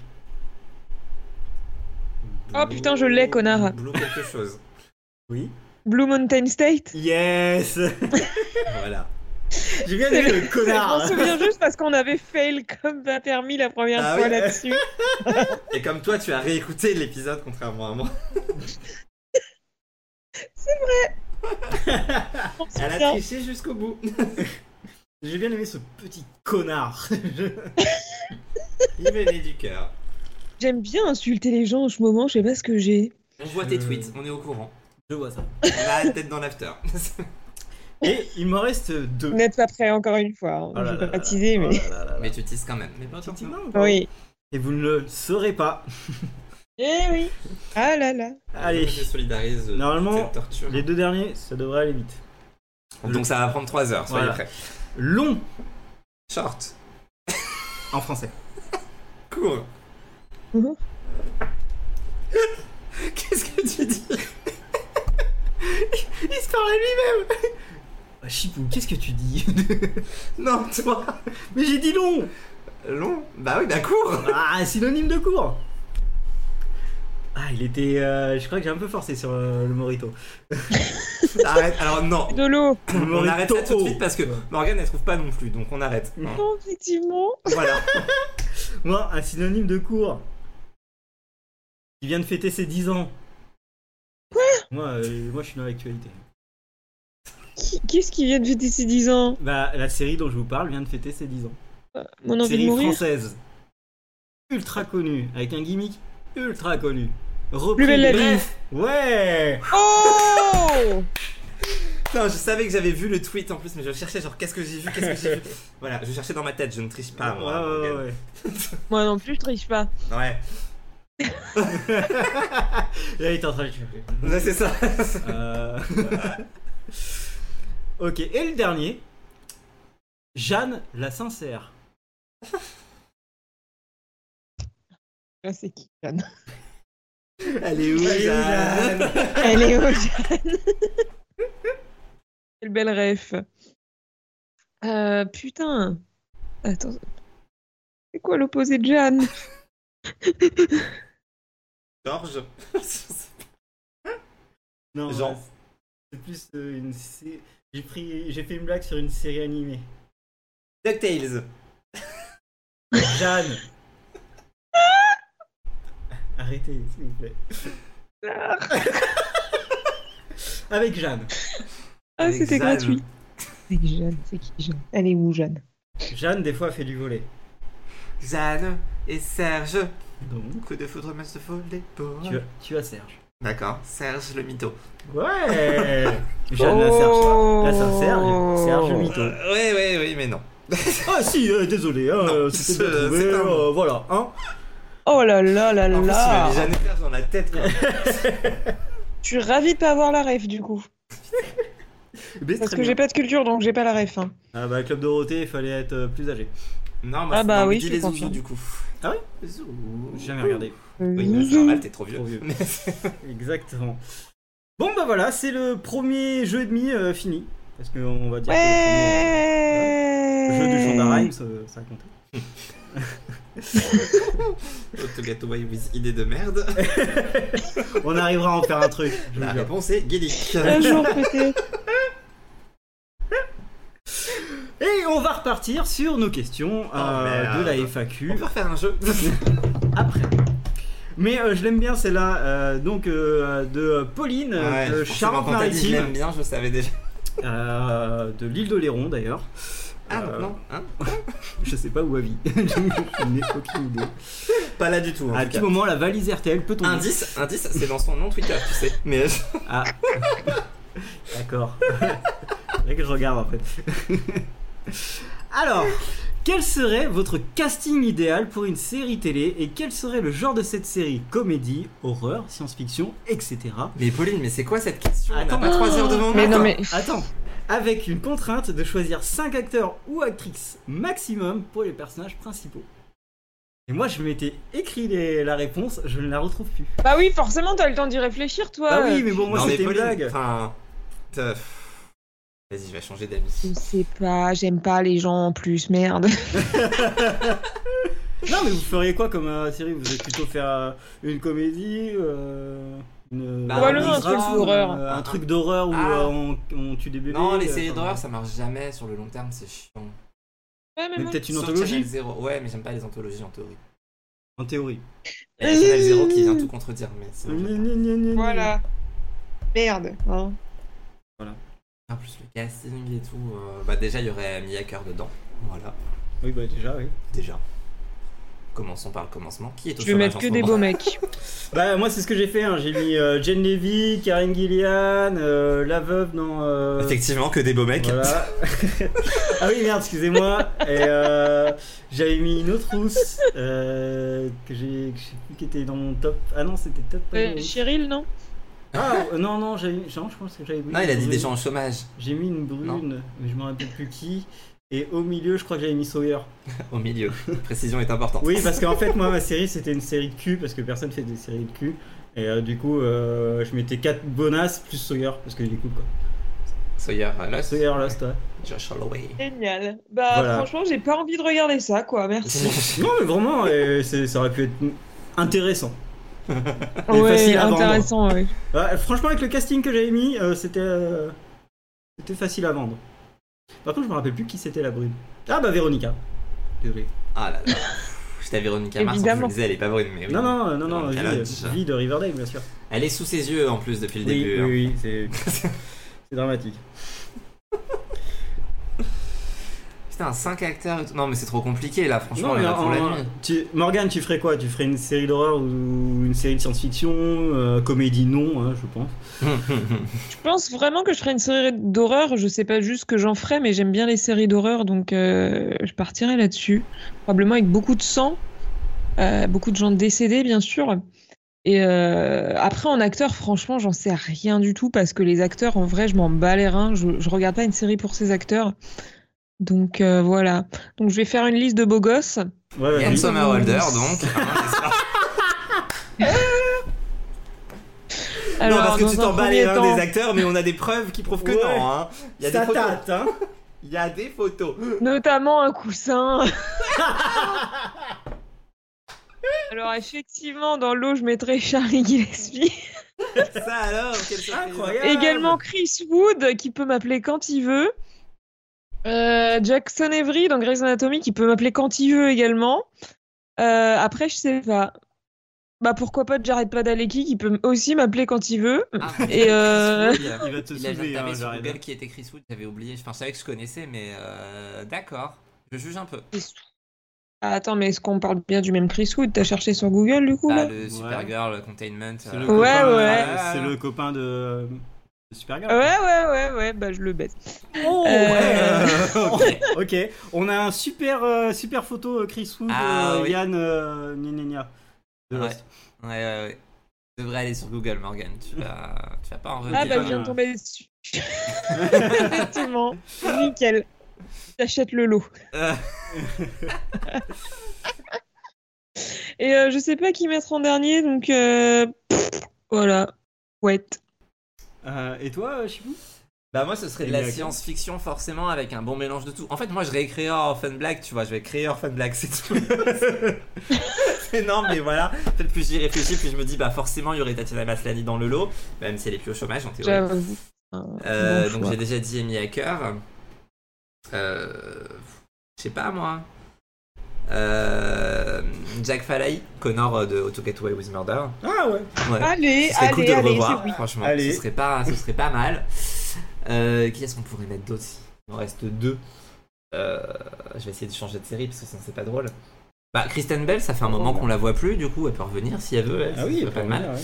[SPEAKER 2] Oh, putain, je l'ai,
[SPEAKER 1] Ah
[SPEAKER 2] connard.
[SPEAKER 3] Boulot quelque chose.
[SPEAKER 1] Oui.
[SPEAKER 2] Blue Mountain State.
[SPEAKER 1] Yes
[SPEAKER 3] voilà.
[SPEAKER 1] J'ai bien aimé le
[SPEAKER 2] Je
[SPEAKER 1] connard
[SPEAKER 2] m'en souviens juste parce qu'on avait fail comme pas permis la première
[SPEAKER 3] Ah
[SPEAKER 2] fois
[SPEAKER 3] oui.
[SPEAKER 2] là-dessus.
[SPEAKER 3] Et comme toi, tu as réécouté l'épisode, contrairement à moi.
[SPEAKER 2] Je m'en
[SPEAKER 3] Elle a
[SPEAKER 2] souviens.
[SPEAKER 3] triché jusqu'au bout.
[SPEAKER 1] J'ai bien aimé ce petit connard
[SPEAKER 3] Il venait du cœur.
[SPEAKER 2] J'aime bien insulter les gens en ce moment, je sais pas ce que j'ai.
[SPEAKER 3] On voit tes tweets, on est au courant.
[SPEAKER 1] Je vois ça.
[SPEAKER 3] On a la tête dans l'after.
[SPEAKER 1] Et il m'en reste deux.
[SPEAKER 2] Vous n'êtes pas prêts encore une fois. hein.
[SPEAKER 1] Oh là
[SPEAKER 2] je
[SPEAKER 1] là
[SPEAKER 2] vais pas
[SPEAKER 1] là
[SPEAKER 2] teaser,
[SPEAKER 1] là
[SPEAKER 2] mais.
[SPEAKER 1] là là là là.
[SPEAKER 3] mais tu tisses quand même. Mais pas
[SPEAKER 1] Tu- tu-
[SPEAKER 3] forcément.
[SPEAKER 1] non,
[SPEAKER 2] Oui.
[SPEAKER 1] Et vous ne le saurez pas.
[SPEAKER 2] Eh oui. Ah là là.
[SPEAKER 1] Allez.
[SPEAKER 3] Je me solidarise de
[SPEAKER 1] Normalement,
[SPEAKER 3] cette torture.
[SPEAKER 1] Les deux derniers, ça devrait aller vite.
[SPEAKER 3] Donc ça va prendre 3 heures, soyez
[SPEAKER 1] Voilà.
[SPEAKER 3] prêts.
[SPEAKER 1] Long
[SPEAKER 3] Short,
[SPEAKER 1] en français.
[SPEAKER 3] court. Oh.
[SPEAKER 2] Mhm.
[SPEAKER 3] Qu'est-ce que tu dis
[SPEAKER 1] Il se parle à lui-même Ah, Chipou, qu'est-ce que tu dis
[SPEAKER 3] Non, toi
[SPEAKER 1] Mais j'ai dit long
[SPEAKER 3] Long Bah oui, bah court
[SPEAKER 1] Ah, synonyme de court Ah, il était. euh, je crois que j'ai un peu forcé sur euh, le Morito.
[SPEAKER 3] Arrête, alors non.
[SPEAKER 2] De l'eau.
[SPEAKER 1] Le
[SPEAKER 3] On
[SPEAKER 1] Morito.
[SPEAKER 3] arrête ça tout de suite parce que Morgane elle trouve pas non plus, donc on arrête. Hein.
[SPEAKER 2] Non, effectivement.
[SPEAKER 3] Voilà.
[SPEAKER 1] Moi, un synonyme de court. Il vient de fêter ses 10 ans. Quoi moi, euh, moi, je suis dans l'actualité.
[SPEAKER 2] Qui- Qu'est-ce qui vient de fêter ses 10 ans
[SPEAKER 1] Bah, la série dont je vous parle vient de fêter ses 10 ans.
[SPEAKER 3] Euh,
[SPEAKER 2] Mon envie
[SPEAKER 1] série
[SPEAKER 2] de mourir.
[SPEAKER 1] française. Ultra connue, avec un gimmick ultra connu. Repris
[SPEAKER 2] Plus belle la vie.
[SPEAKER 1] Bref, ouais
[SPEAKER 2] Oh
[SPEAKER 3] Putain, je savais que j'avais vu le tweet en plus, mais je cherchais genre qu'est-ce que j'ai vu, qu'est-ce que j'ai vu. Voilà, je cherchais dans ma tête, je ne triche pas. moi,
[SPEAKER 1] Ouais, ouais, ouais,
[SPEAKER 3] Morgane.
[SPEAKER 1] ouais.
[SPEAKER 2] Moi non plus, je triche pas.
[SPEAKER 3] Ouais,
[SPEAKER 1] Là, il est en train de chercher.
[SPEAKER 3] Ouais, c'est ça.
[SPEAKER 1] Euh, ok, et le dernier. Jeanne la sincère.
[SPEAKER 2] Là, Ah, c'est qui, Jeanne
[SPEAKER 1] Elle est où,
[SPEAKER 3] Jeanne
[SPEAKER 2] Elle est où, Jeanne Quel bel ref. Euh, putain. Attends. C'est quoi l'opposé de Jeanne
[SPEAKER 3] Georges.
[SPEAKER 1] Non,
[SPEAKER 3] Jean.
[SPEAKER 1] ouais, c'est plus euh, une. sé- J'ai pris, j'ai fait une blague sur une série animée.
[SPEAKER 3] DuckTales.
[SPEAKER 1] Jeanne. Arrêtez, s'il vous plaît. Avec Jeanne.
[SPEAKER 2] Ah,
[SPEAKER 3] Avec
[SPEAKER 2] c'était
[SPEAKER 3] Jeanne.
[SPEAKER 2] gratuit. C'est qui Jeanne C'est qui Jeanne Elle est où, Jeanne
[SPEAKER 1] Jeanne, des fois, fait du volet.
[SPEAKER 3] Jeanne et Serge.
[SPEAKER 1] Donc,
[SPEAKER 3] Coup de foudre, mais se fold les
[SPEAKER 1] tu as, tu as Serge.
[SPEAKER 3] D'accord, Serge le mytho.
[SPEAKER 1] Ouais Jeanne la
[SPEAKER 2] Oh.
[SPEAKER 1] Serge. La sincère, Serge le mytho.
[SPEAKER 3] Euh, ouais, ouais, oui, mais non.
[SPEAKER 1] Ah si, euh, désolé, hein,
[SPEAKER 3] Non,
[SPEAKER 1] euh, c'était
[SPEAKER 3] c'est-
[SPEAKER 1] bien trouvé,
[SPEAKER 3] c'est un mot.
[SPEAKER 1] euh, voilà, hein.
[SPEAKER 2] Oh là là là
[SPEAKER 3] En plus, il
[SPEAKER 2] là
[SPEAKER 3] m'avait Jeanne et Serge dans la tête. quoi.
[SPEAKER 2] Je suis ravie de pas avoir la ref, du coup.
[SPEAKER 1] Mais
[SPEAKER 2] Parce
[SPEAKER 1] Eh ben, très
[SPEAKER 2] que
[SPEAKER 1] bien.
[SPEAKER 2] j'ai pas de culture, donc j'ai pas la ref. hein.
[SPEAKER 1] Ah bah Club Dorothée, il fallait être euh, plus âgé.
[SPEAKER 3] Non,
[SPEAKER 2] Ah
[SPEAKER 3] moi, c'est
[SPEAKER 2] bah
[SPEAKER 3] dans
[SPEAKER 2] oui,
[SPEAKER 3] Midi
[SPEAKER 2] je
[SPEAKER 3] les
[SPEAKER 2] comprends.
[SPEAKER 3] zouzous du coup.
[SPEAKER 1] Ah ouais
[SPEAKER 3] Zouzous.
[SPEAKER 1] J'ai jamais regardé.
[SPEAKER 3] Oui,
[SPEAKER 2] Euh,
[SPEAKER 3] mais c'est normal, t'es trop vieux.
[SPEAKER 1] Trop vieux.
[SPEAKER 3] Mais-
[SPEAKER 1] Exactement. Bon bah voilà, c'est le premier jeu et demi euh, fini. Parce qu'on va dire que le premier jeu
[SPEAKER 2] Ouais
[SPEAKER 1] du Shonda Rhimes, euh, ça a compté.
[SPEAKER 3] Autre gâteau by with idée de merde.
[SPEAKER 1] On arrivera à en faire un truc, je vous
[SPEAKER 3] La
[SPEAKER 1] jure.
[SPEAKER 3] réponse est Guilic.
[SPEAKER 2] Un jour peut-être.
[SPEAKER 1] Et on va repartir sur nos questions euh,
[SPEAKER 3] merde.
[SPEAKER 1] de la FAQ.
[SPEAKER 3] On peut refaire un jeu.
[SPEAKER 1] après. Mais euh, je l'aime bien celle-là, euh, donc euh, de euh, Pauline euh,
[SPEAKER 3] Ouais,
[SPEAKER 1] de
[SPEAKER 3] je forcément, quand t'as dit je
[SPEAKER 1] Charente-Maritime,
[SPEAKER 3] l'aime bien, je savais déjà.
[SPEAKER 1] euh, de l'île d'Oléron d'ailleurs.
[SPEAKER 3] Ah
[SPEAKER 1] Euh,
[SPEAKER 3] non, hein
[SPEAKER 1] Je sais pas où à vie, je n'ai aucune idée.
[SPEAKER 3] Pas là du tout. En
[SPEAKER 1] À
[SPEAKER 3] tout
[SPEAKER 1] quel
[SPEAKER 3] cas.
[SPEAKER 1] moment la valise RTL peut tomber
[SPEAKER 3] Indice, indice, c'est dans son nom Twitter, tu sais. Mais euh,
[SPEAKER 1] Ah, d'accord. C'est vrai que je regarde en fait. Alors, Quel serait votre casting idéal pour une série télé et quel serait le genre de cette série Comédie, horreur, science-fiction, etc.
[SPEAKER 3] Mais Pauline, mais c'est quoi cette question On n'a
[SPEAKER 1] Attends.
[SPEAKER 3] pas 3 heures devant nous.
[SPEAKER 2] Mais non,
[SPEAKER 3] quoi.
[SPEAKER 2] mais.
[SPEAKER 1] Attends Avec une contrainte de choisir 5 acteurs ou actrices maximum pour les personnages principaux. Et moi, je m'étais écrit les- la réponse, je ne la retrouve plus.
[SPEAKER 2] Bah oui, forcément, t'as le temps d'y réfléchir, toi.
[SPEAKER 1] Ah oui, mais bon, moi
[SPEAKER 3] Non, mais
[SPEAKER 1] c'était une
[SPEAKER 3] Pauline,
[SPEAKER 1] blague.
[SPEAKER 3] Enfin. t'as- Vas-y, je vais changer d'avis.
[SPEAKER 2] Je sais pas, j'aime pas les gens en plus, merde.
[SPEAKER 1] Non, mais vous feriez quoi comme euh, série Vous allez plutôt faire euh, une comédie euh, une,
[SPEAKER 3] Bah, Probablement
[SPEAKER 2] un truc
[SPEAKER 1] drame,
[SPEAKER 2] d'horreur.
[SPEAKER 1] euh, un truc d'horreur où
[SPEAKER 3] Ah.
[SPEAKER 1] euh, on, on tue des bébés.
[SPEAKER 3] Non, les
[SPEAKER 1] euh,
[SPEAKER 3] séries
[SPEAKER 1] enfin,
[SPEAKER 3] d'horreur, ça marche jamais sur le long terme, c'est chiant.
[SPEAKER 2] Ouais, mais
[SPEAKER 1] Mais
[SPEAKER 2] moi-
[SPEAKER 1] peut-être une
[SPEAKER 3] Sur
[SPEAKER 1] anthologie
[SPEAKER 3] Channel Zero. Ouais, mais j'aime pas les anthologies en théorie.
[SPEAKER 1] En théorie.
[SPEAKER 3] Et Channel Zero qui vient tout contredire, mais c'est.
[SPEAKER 1] Gna, gna, gna, gna,
[SPEAKER 2] Voilà. Merde. hein.
[SPEAKER 3] En plus, le casting et tout. euh, Bah, déjà, il y aurait Mia Hacker dedans. Voilà,
[SPEAKER 1] gna. Oui, bah déjà, oui.
[SPEAKER 3] déjà. Commençons par le commencement. Qui est au
[SPEAKER 2] Je vais
[SPEAKER 3] chômage
[SPEAKER 2] mettre
[SPEAKER 3] en
[SPEAKER 2] que
[SPEAKER 3] ce
[SPEAKER 2] des
[SPEAKER 3] moment
[SPEAKER 2] beaux mecs.
[SPEAKER 1] Bah, moi, c'est ce que j'ai fait. hein. J'ai mis euh, Jen Levy, Karen Gillian, euh, la veuve dans. euh,
[SPEAKER 3] Effectivement, que des beaux mecs.
[SPEAKER 1] Voilà. ah oui, merde, excusez-moi. Et euh, j'avais mis une autre rousse euh, que j'ai que je sais plus qui était dans mon top. Ah non, c'était peut-être pas.
[SPEAKER 2] Euh,
[SPEAKER 1] une rousse.
[SPEAKER 2] Cheryl, non
[SPEAKER 1] Ah euh, non, non, j'avais mis- genre, je pense que j'avais mis.
[SPEAKER 3] Non, Ah, il a dit
[SPEAKER 1] une-
[SPEAKER 3] des gens au chômage.
[SPEAKER 1] J'ai mis une brune, mais je me rappelle plus qui. Et au milieu, je crois que j'avais mis Sawyer.
[SPEAKER 3] Au milieu. La précision est importante.
[SPEAKER 1] Oui, parce qu'en fait, moi, ma série, c'était une série de cul, parce que personne fait des séries de cul. Et euh, du coup, euh, je mettais 4 bonasses plus Sawyer, parce que du coup, quoi.
[SPEAKER 3] Sawyer euh, Lost.
[SPEAKER 1] Sawyer Lost, ouais.
[SPEAKER 3] Josh Holloway.
[SPEAKER 2] Génial. Bah,
[SPEAKER 1] Voilà.
[SPEAKER 2] franchement, j'ai pas envie de regarder ça, quoi. Merci.
[SPEAKER 1] Non, mais vraiment, euh, c'est- ça aurait pu être intéressant. Mais
[SPEAKER 2] ouais,
[SPEAKER 1] facile à vendre.
[SPEAKER 2] intéressant, ouais.
[SPEAKER 1] Ouais, Bah, franchement, avec le casting que j'avais mis, euh, c'était euh, c'était facile à vendre. Par contre, je me rappelle plus qui c'était la brune. Ah bah Véronica. Désolé.
[SPEAKER 3] Ah là là. J'étais à Véronica Mars, je
[SPEAKER 2] Évidemment.
[SPEAKER 3] me disais, elle est pas brune, mais oui.
[SPEAKER 1] Non, non, non, non, non, vie,
[SPEAKER 3] Véronica
[SPEAKER 1] euh,
[SPEAKER 3] Lodge.
[SPEAKER 1] vie de Riverdale, bien sûr.
[SPEAKER 3] Elle est sous ses yeux en plus depuis le
[SPEAKER 1] oui,
[SPEAKER 3] début.
[SPEAKER 1] oui,
[SPEAKER 3] hein.
[SPEAKER 1] oui, c'est c'est dramatique.
[SPEAKER 3] Putain, 5 acteurs et tout. Non, mais c'est trop compliqué là,
[SPEAKER 1] Non,
[SPEAKER 3] franchement, on est
[SPEAKER 1] mais
[SPEAKER 3] là pour la
[SPEAKER 1] en-
[SPEAKER 3] nuit. hein.
[SPEAKER 1] tu- Morgane, tu ferais quoi Tu ferais une série d'horreur ou une série de science-fiction euh, Comédie, non, hein, je pense.
[SPEAKER 2] Je pense vraiment que je ferais une série d'horreur. Je sais pas juste ce que j'en ferais, mais j'aime bien les séries d'horreur, donc euh, je partirais là-dessus. Probablement avec beaucoup de sang, euh, beaucoup de gens décédés, bien sûr. Et euh, après, en acteur, franchement, j'en sais rien du tout parce que les acteurs, en vrai, je m'en bats les reins. Je, je regarde pas une série pour ces acteurs. Donc euh, voilà. Donc je vais faire une liste de beaux gosses.
[SPEAKER 1] Ouais,
[SPEAKER 3] Yann
[SPEAKER 1] vas-y.
[SPEAKER 3] Somerhalder, donc. hein, n'est-ce pas non, parce que
[SPEAKER 2] dans
[SPEAKER 3] tu
[SPEAKER 2] un
[SPEAKER 3] t'en bats les
[SPEAKER 2] premier
[SPEAKER 3] reins
[SPEAKER 2] temps-
[SPEAKER 3] des acteurs, mais on a des preuves qui prouvent que
[SPEAKER 1] Ouais.
[SPEAKER 3] non. Hein. Il y a des
[SPEAKER 1] Ça
[SPEAKER 3] photos.
[SPEAKER 1] tâte, hein
[SPEAKER 3] Il y a des photos.
[SPEAKER 2] Notamment un coussin. Alors effectivement, dans l'eau, je mettrais Charlie Gillespie.
[SPEAKER 3] Ça alors, quelle surprise.
[SPEAKER 1] Incroyable.
[SPEAKER 2] Également Chris Wood, qui peut m'appeler quand il veut. Euh, Jackson Avery dans Grey's Anatomy, qui peut m'appeler quand il veut également. Euh, après, je sais pas. Bah pourquoi pas Jared Padalecki, qui peut m- aussi m'appeler quand il veut.
[SPEAKER 3] Ah,
[SPEAKER 2] Et, euh,
[SPEAKER 3] Chris Wood.
[SPEAKER 1] Il va te
[SPEAKER 3] Il a jamais
[SPEAKER 1] sauver, hein,
[SPEAKER 3] sur
[SPEAKER 1] Jared.
[SPEAKER 3] Google qui était Chris Wood, j'avais oublié. Enfin, je savais que je connaissais, mais euh, d'accord. Je juge un peu.
[SPEAKER 2] Ah, attends, mais est-ce qu'on parle bien du même Chris Wood T'as cherché sur Google du coup
[SPEAKER 3] Ah,
[SPEAKER 2] là
[SPEAKER 3] le Supergirl, le Containment.
[SPEAKER 1] C'est
[SPEAKER 3] euh,
[SPEAKER 1] le
[SPEAKER 2] Ouais,
[SPEAKER 1] copain,
[SPEAKER 2] ouais.
[SPEAKER 1] euh, C'est le copain de euh, de Supergirl.
[SPEAKER 2] Ouais, ouais, ouais, ouais, bah je le baisse.
[SPEAKER 1] Oh,
[SPEAKER 2] Euh,
[SPEAKER 1] ouais.
[SPEAKER 3] Ok.
[SPEAKER 1] Euh, Ok, on a un super euh, super photo euh, Chris Wood,
[SPEAKER 3] Ah,
[SPEAKER 1] euh,
[SPEAKER 3] oui.
[SPEAKER 1] Yann euh, gna, gna, gna, de
[SPEAKER 3] Ouais.
[SPEAKER 1] Lost.
[SPEAKER 3] Ouais, ouais, ouais. Tu devrais aller sur Google, Morgan. Tu vas, tu vas pas en revenir.
[SPEAKER 2] Ah bah je
[SPEAKER 1] bien.
[SPEAKER 2] viens de tomber dessus. Effectivement, nickel. J'achète le lot.
[SPEAKER 3] Euh.
[SPEAKER 2] Et euh, je sais pas qui mettre en dernier, donc euh, pff, voilà. Ouais.
[SPEAKER 1] Euh, et toi, euh, Chibou
[SPEAKER 3] Bah, moi, ce serait de
[SPEAKER 1] Et
[SPEAKER 3] la
[SPEAKER 1] bien.
[SPEAKER 3] science-fiction, forcément, avec un bon mélange de tout. En fait, moi, je réécris Orphan Black, tu vois. Je vais créer Orphan Black, c'est tout. mais non, mais voilà. En fait, plus j'y réfléchis, plus je me dis, bah, forcément, il y aurait Tatiana Maslany dans le lot, même si elle est plus au chômage, en théorie.
[SPEAKER 2] J'avoue.
[SPEAKER 3] Euh,
[SPEAKER 2] Bon
[SPEAKER 3] donc
[SPEAKER 2] choix.
[SPEAKER 3] j'ai déjà dit Amy Hacker. Euh, je sais pas moi. Euh, Jack Falay, Connor de How to Get Away with Murder.
[SPEAKER 1] Ah ouais.
[SPEAKER 3] Ouais.
[SPEAKER 2] Allez,
[SPEAKER 3] ce serait
[SPEAKER 2] allez,
[SPEAKER 3] cool de le
[SPEAKER 2] allez,
[SPEAKER 3] revoir,
[SPEAKER 2] c'est oui.
[SPEAKER 3] franchement.
[SPEAKER 1] Allez.
[SPEAKER 3] Ce serait pas, ce serait pas mal. Euh, qui est-ce qu'on pourrait mettre d'autres Il en reste deux. Euh, je vais essayer de changer de série parce que sinon c'est pas drôle. Bah, Kristen Bell, ça fait un moment qu'on la voit plus, du coup elle peut revenir si elle veut. elle,
[SPEAKER 1] Ah
[SPEAKER 3] ça
[SPEAKER 1] oui,
[SPEAKER 3] serait pas de mal.
[SPEAKER 1] ouais.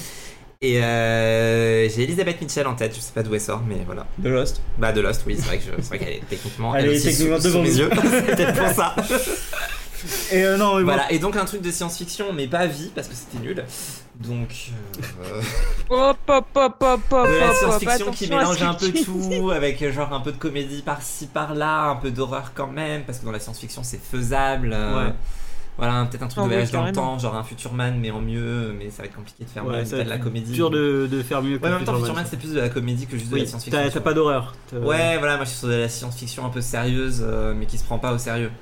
[SPEAKER 3] Et euh, j'ai Elisabeth Mitchell en tête, je sais pas d'où elle sort, mais voilà.
[SPEAKER 4] De Lost.
[SPEAKER 3] Bah, de Lost, oui, c'est vrai que je- c'est vrai qu'elle est techniquement.
[SPEAKER 1] Elle est
[SPEAKER 3] aussi
[SPEAKER 1] techniquement
[SPEAKER 3] sous- sous
[SPEAKER 1] devant
[SPEAKER 3] mes
[SPEAKER 1] nous.
[SPEAKER 3] yeux. c'est peut-être pour ça.
[SPEAKER 1] Et euh, non, mais moi,
[SPEAKER 3] Voilà, et donc un truc de science-fiction, mais pas vie, parce que c'était nul. Donc. euh,
[SPEAKER 2] Hop, hop, hop, hop, hop,
[SPEAKER 3] de la
[SPEAKER 2] hop, hop,
[SPEAKER 3] science-fiction qui
[SPEAKER 2] attention à
[SPEAKER 3] mélange
[SPEAKER 2] ce
[SPEAKER 3] un
[SPEAKER 2] que
[SPEAKER 3] peu
[SPEAKER 2] tu-
[SPEAKER 3] tout, avec euh, genre un peu de comédie par-ci par-là, un peu d'horreur quand même, parce que dans la science-fiction c'est faisable. euh,
[SPEAKER 1] Ouais.
[SPEAKER 3] Voilà, peut-être un truc
[SPEAKER 2] Ah
[SPEAKER 3] de
[SPEAKER 2] oui,
[SPEAKER 3] voyage dans le
[SPEAKER 2] carrément.
[SPEAKER 3] temps, genre un Futureman mais en mieux, mais ça va être compliqué de faire
[SPEAKER 1] Ouais,
[SPEAKER 3] mieux,
[SPEAKER 1] ça
[SPEAKER 3] pas
[SPEAKER 1] va
[SPEAKER 3] de la
[SPEAKER 1] être
[SPEAKER 3] comédie.
[SPEAKER 1] dur de, de faire mieux que
[SPEAKER 3] Ouais, en même temps,
[SPEAKER 1] Peter
[SPEAKER 3] Futureman
[SPEAKER 1] Jackson.
[SPEAKER 3] c'est plus de la comédie que juste de la
[SPEAKER 1] Oui,
[SPEAKER 3] science-fiction.
[SPEAKER 1] t'as
[SPEAKER 3] tu
[SPEAKER 1] t'as
[SPEAKER 3] vois.
[SPEAKER 1] pas d'horreur. t'as-
[SPEAKER 3] Ouais, voilà, moi je suis sur de la science-fiction un peu sérieuse, euh, mais qui se prend pas au sérieux.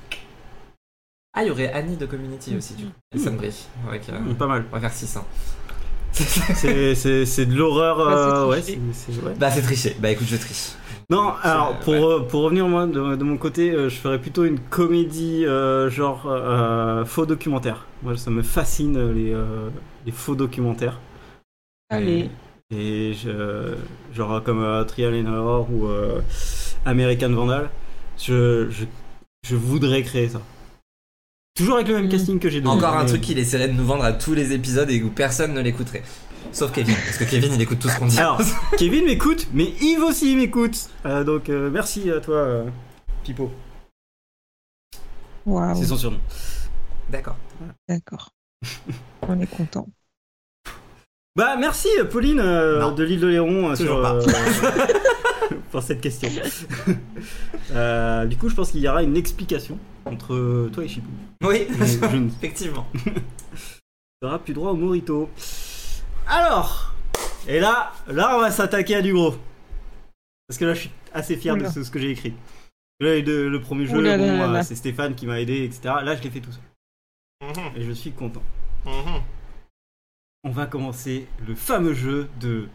[SPEAKER 3] Ah, il y aurait Annie de Community aussi, du coup.
[SPEAKER 1] Mm.
[SPEAKER 3] Et Sam Griff, avec, euh,
[SPEAKER 1] Hum, Pas mal.
[SPEAKER 3] On va faire 6 hein.
[SPEAKER 1] C'est- C'est c'est de l'horreur.
[SPEAKER 2] Bah, c'est
[SPEAKER 1] euh, ouais,
[SPEAKER 2] triché.
[SPEAKER 1] c'est- c'est- ouais.
[SPEAKER 3] Bah, c'est triché. Bah, écoute, je triche.
[SPEAKER 1] Non,
[SPEAKER 3] C'est-
[SPEAKER 1] alors pour,
[SPEAKER 3] ouais.
[SPEAKER 1] euh, pour revenir moi de, de mon côté, euh, je ferais plutôt une comédie euh, genre euh, faux documentaire. Moi, ça me fascine euh, les, euh, les faux documentaires.
[SPEAKER 2] Allez.
[SPEAKER 1] Et je, genre euh, comme euh, Trial and Error ou euh, American Vandal, je, je, je voudrais créer ça. Toujours avec le même
[SPEAKER 2] Mm.
[SPEAKER 1] casting que j'ai donné.
[SPEAKER 3] Euh, Encore un
[SPEAKER 1] Mais-
[SPEAKER 3] truc qu'il essaierait de nous vendre à tous les épisodes et où personne ne l'écouterait. Sauf Kevin, parce que Kevin il écoute tout ce qu'on dit.
[SPEAKER 1] Alors, Kevin m'écoute, mais Yves aussi m'écoute. Euh, donc euh, merci à toi, euh, Pipo.
[SPEAKER 2] Waouh,
[SPEAKER 3] Ah
[SPEAKER 1] C'est son surnom.
[SPEAKER 3] D'accord.
[SPEAKER 2] d'accord. On est content.
[SPEAKER 1] Bah merci euh, Pauline euh,
[SPEAKER 3] Non.
[SPEAKER 1] de l'île de Léron euh,
[SPEAKER 3] Toujours
[SPEAKER 1] sur,
[SPEAKER 3] pas.
[SPEAKER 1] euh, pour cette question. Euh, du coup, je pense qu'il y aura une explication entre toi et Chipou.
[SPEAKER 3] Oui,
[SPEAKER 1] Mais je ne
[SPEAKER 3] effectivement.
[SPEAKER 1] n'aurai plus droit au Morito. Alors, et là, là, on va s'attaquer à du gros. Parce que là, je suis assez fier de
[SPEAKER 2] Oula.
[SPEAKER 1] ce, ce que j'ai écrit. Là, le, le premier jeu,
[SPEAKER 2] Ouh là là
[SPEAKER 1] bon,
[SPEAKER 2] là
[SPEAKER 1] euh,
[SPEAKER 2] là.
[SPEAKER 1] c'est Stéphane qui m'a aidé, etc. Là, je l'ai fait tout seul.
[SPEAKER 3] Mhm.
[SPEAKER 1] Et je suis content. On va commencer le fameux jeu de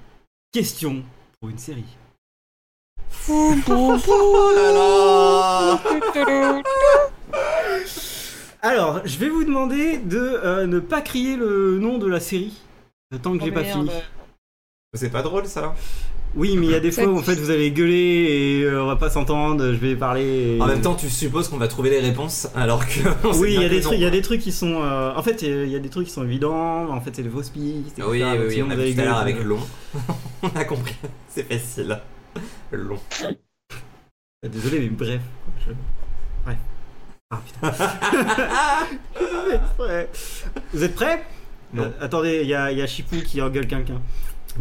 [SPEAKER 1] questions pour une série.
[SPEAKER 3] Oh
[SPEAKER 1] Alors, je vais vous demander de euh, ne pas crier le nom de la série le
[SPEAKER 2] Oh,
[SPEAKER 1] temps que j'ai pas fini.
[SPEAKER 3] C'est pas drôle ça.
[SPEAKER 1] Oui, mais il y a des fois où en fait vous allez gueuler et euh, on va pas s'entendre, je vais parler. et-
[SPEAKER 3] En même temps, tu supposes qu'on va trouver les réponses alors que. on sait
[SPEAKER 1] oui, il y
[SPEAKER 3] bien
[SPEAKER 1] a
[SPEAKER 3] que
[SPEAKER 1] des
[SPEAKER 3] non.
[SPEAKER 1] trucs, il y a des trucs qui sont euh, en fait euh, il y a des trucs qui sont évidents, en fait c'est des fausses pistes.
[SPEAKER 3] Oui,
[SPEAKER 1] etc.,
[SPEAKER 3] oui,
[SPEAKER 1] donc
[SPEAKER 3] oui,
[SPEAKER 1] sinon,
[SPEAKER 3] on a
[SPEAKER 1] vous
[SPEAKER 3] vu
[SPEAKER 1] allez
[SPEAKER 3] tout à l'heure
[SPEAKER 1] gueuler.
[SPEAKER 3] avec long. on a compris. C'est facile. Long.
[SPEAKER 1] Euh, Désolé, mais bref. je- Bref. Ah putain. Je fais exprès. vous êtes prêts
[SPEAKER 3] Non.
[SPEAKER 1] Euh, attendez, il y a, il y a Chipou qui engueule quelqu'un.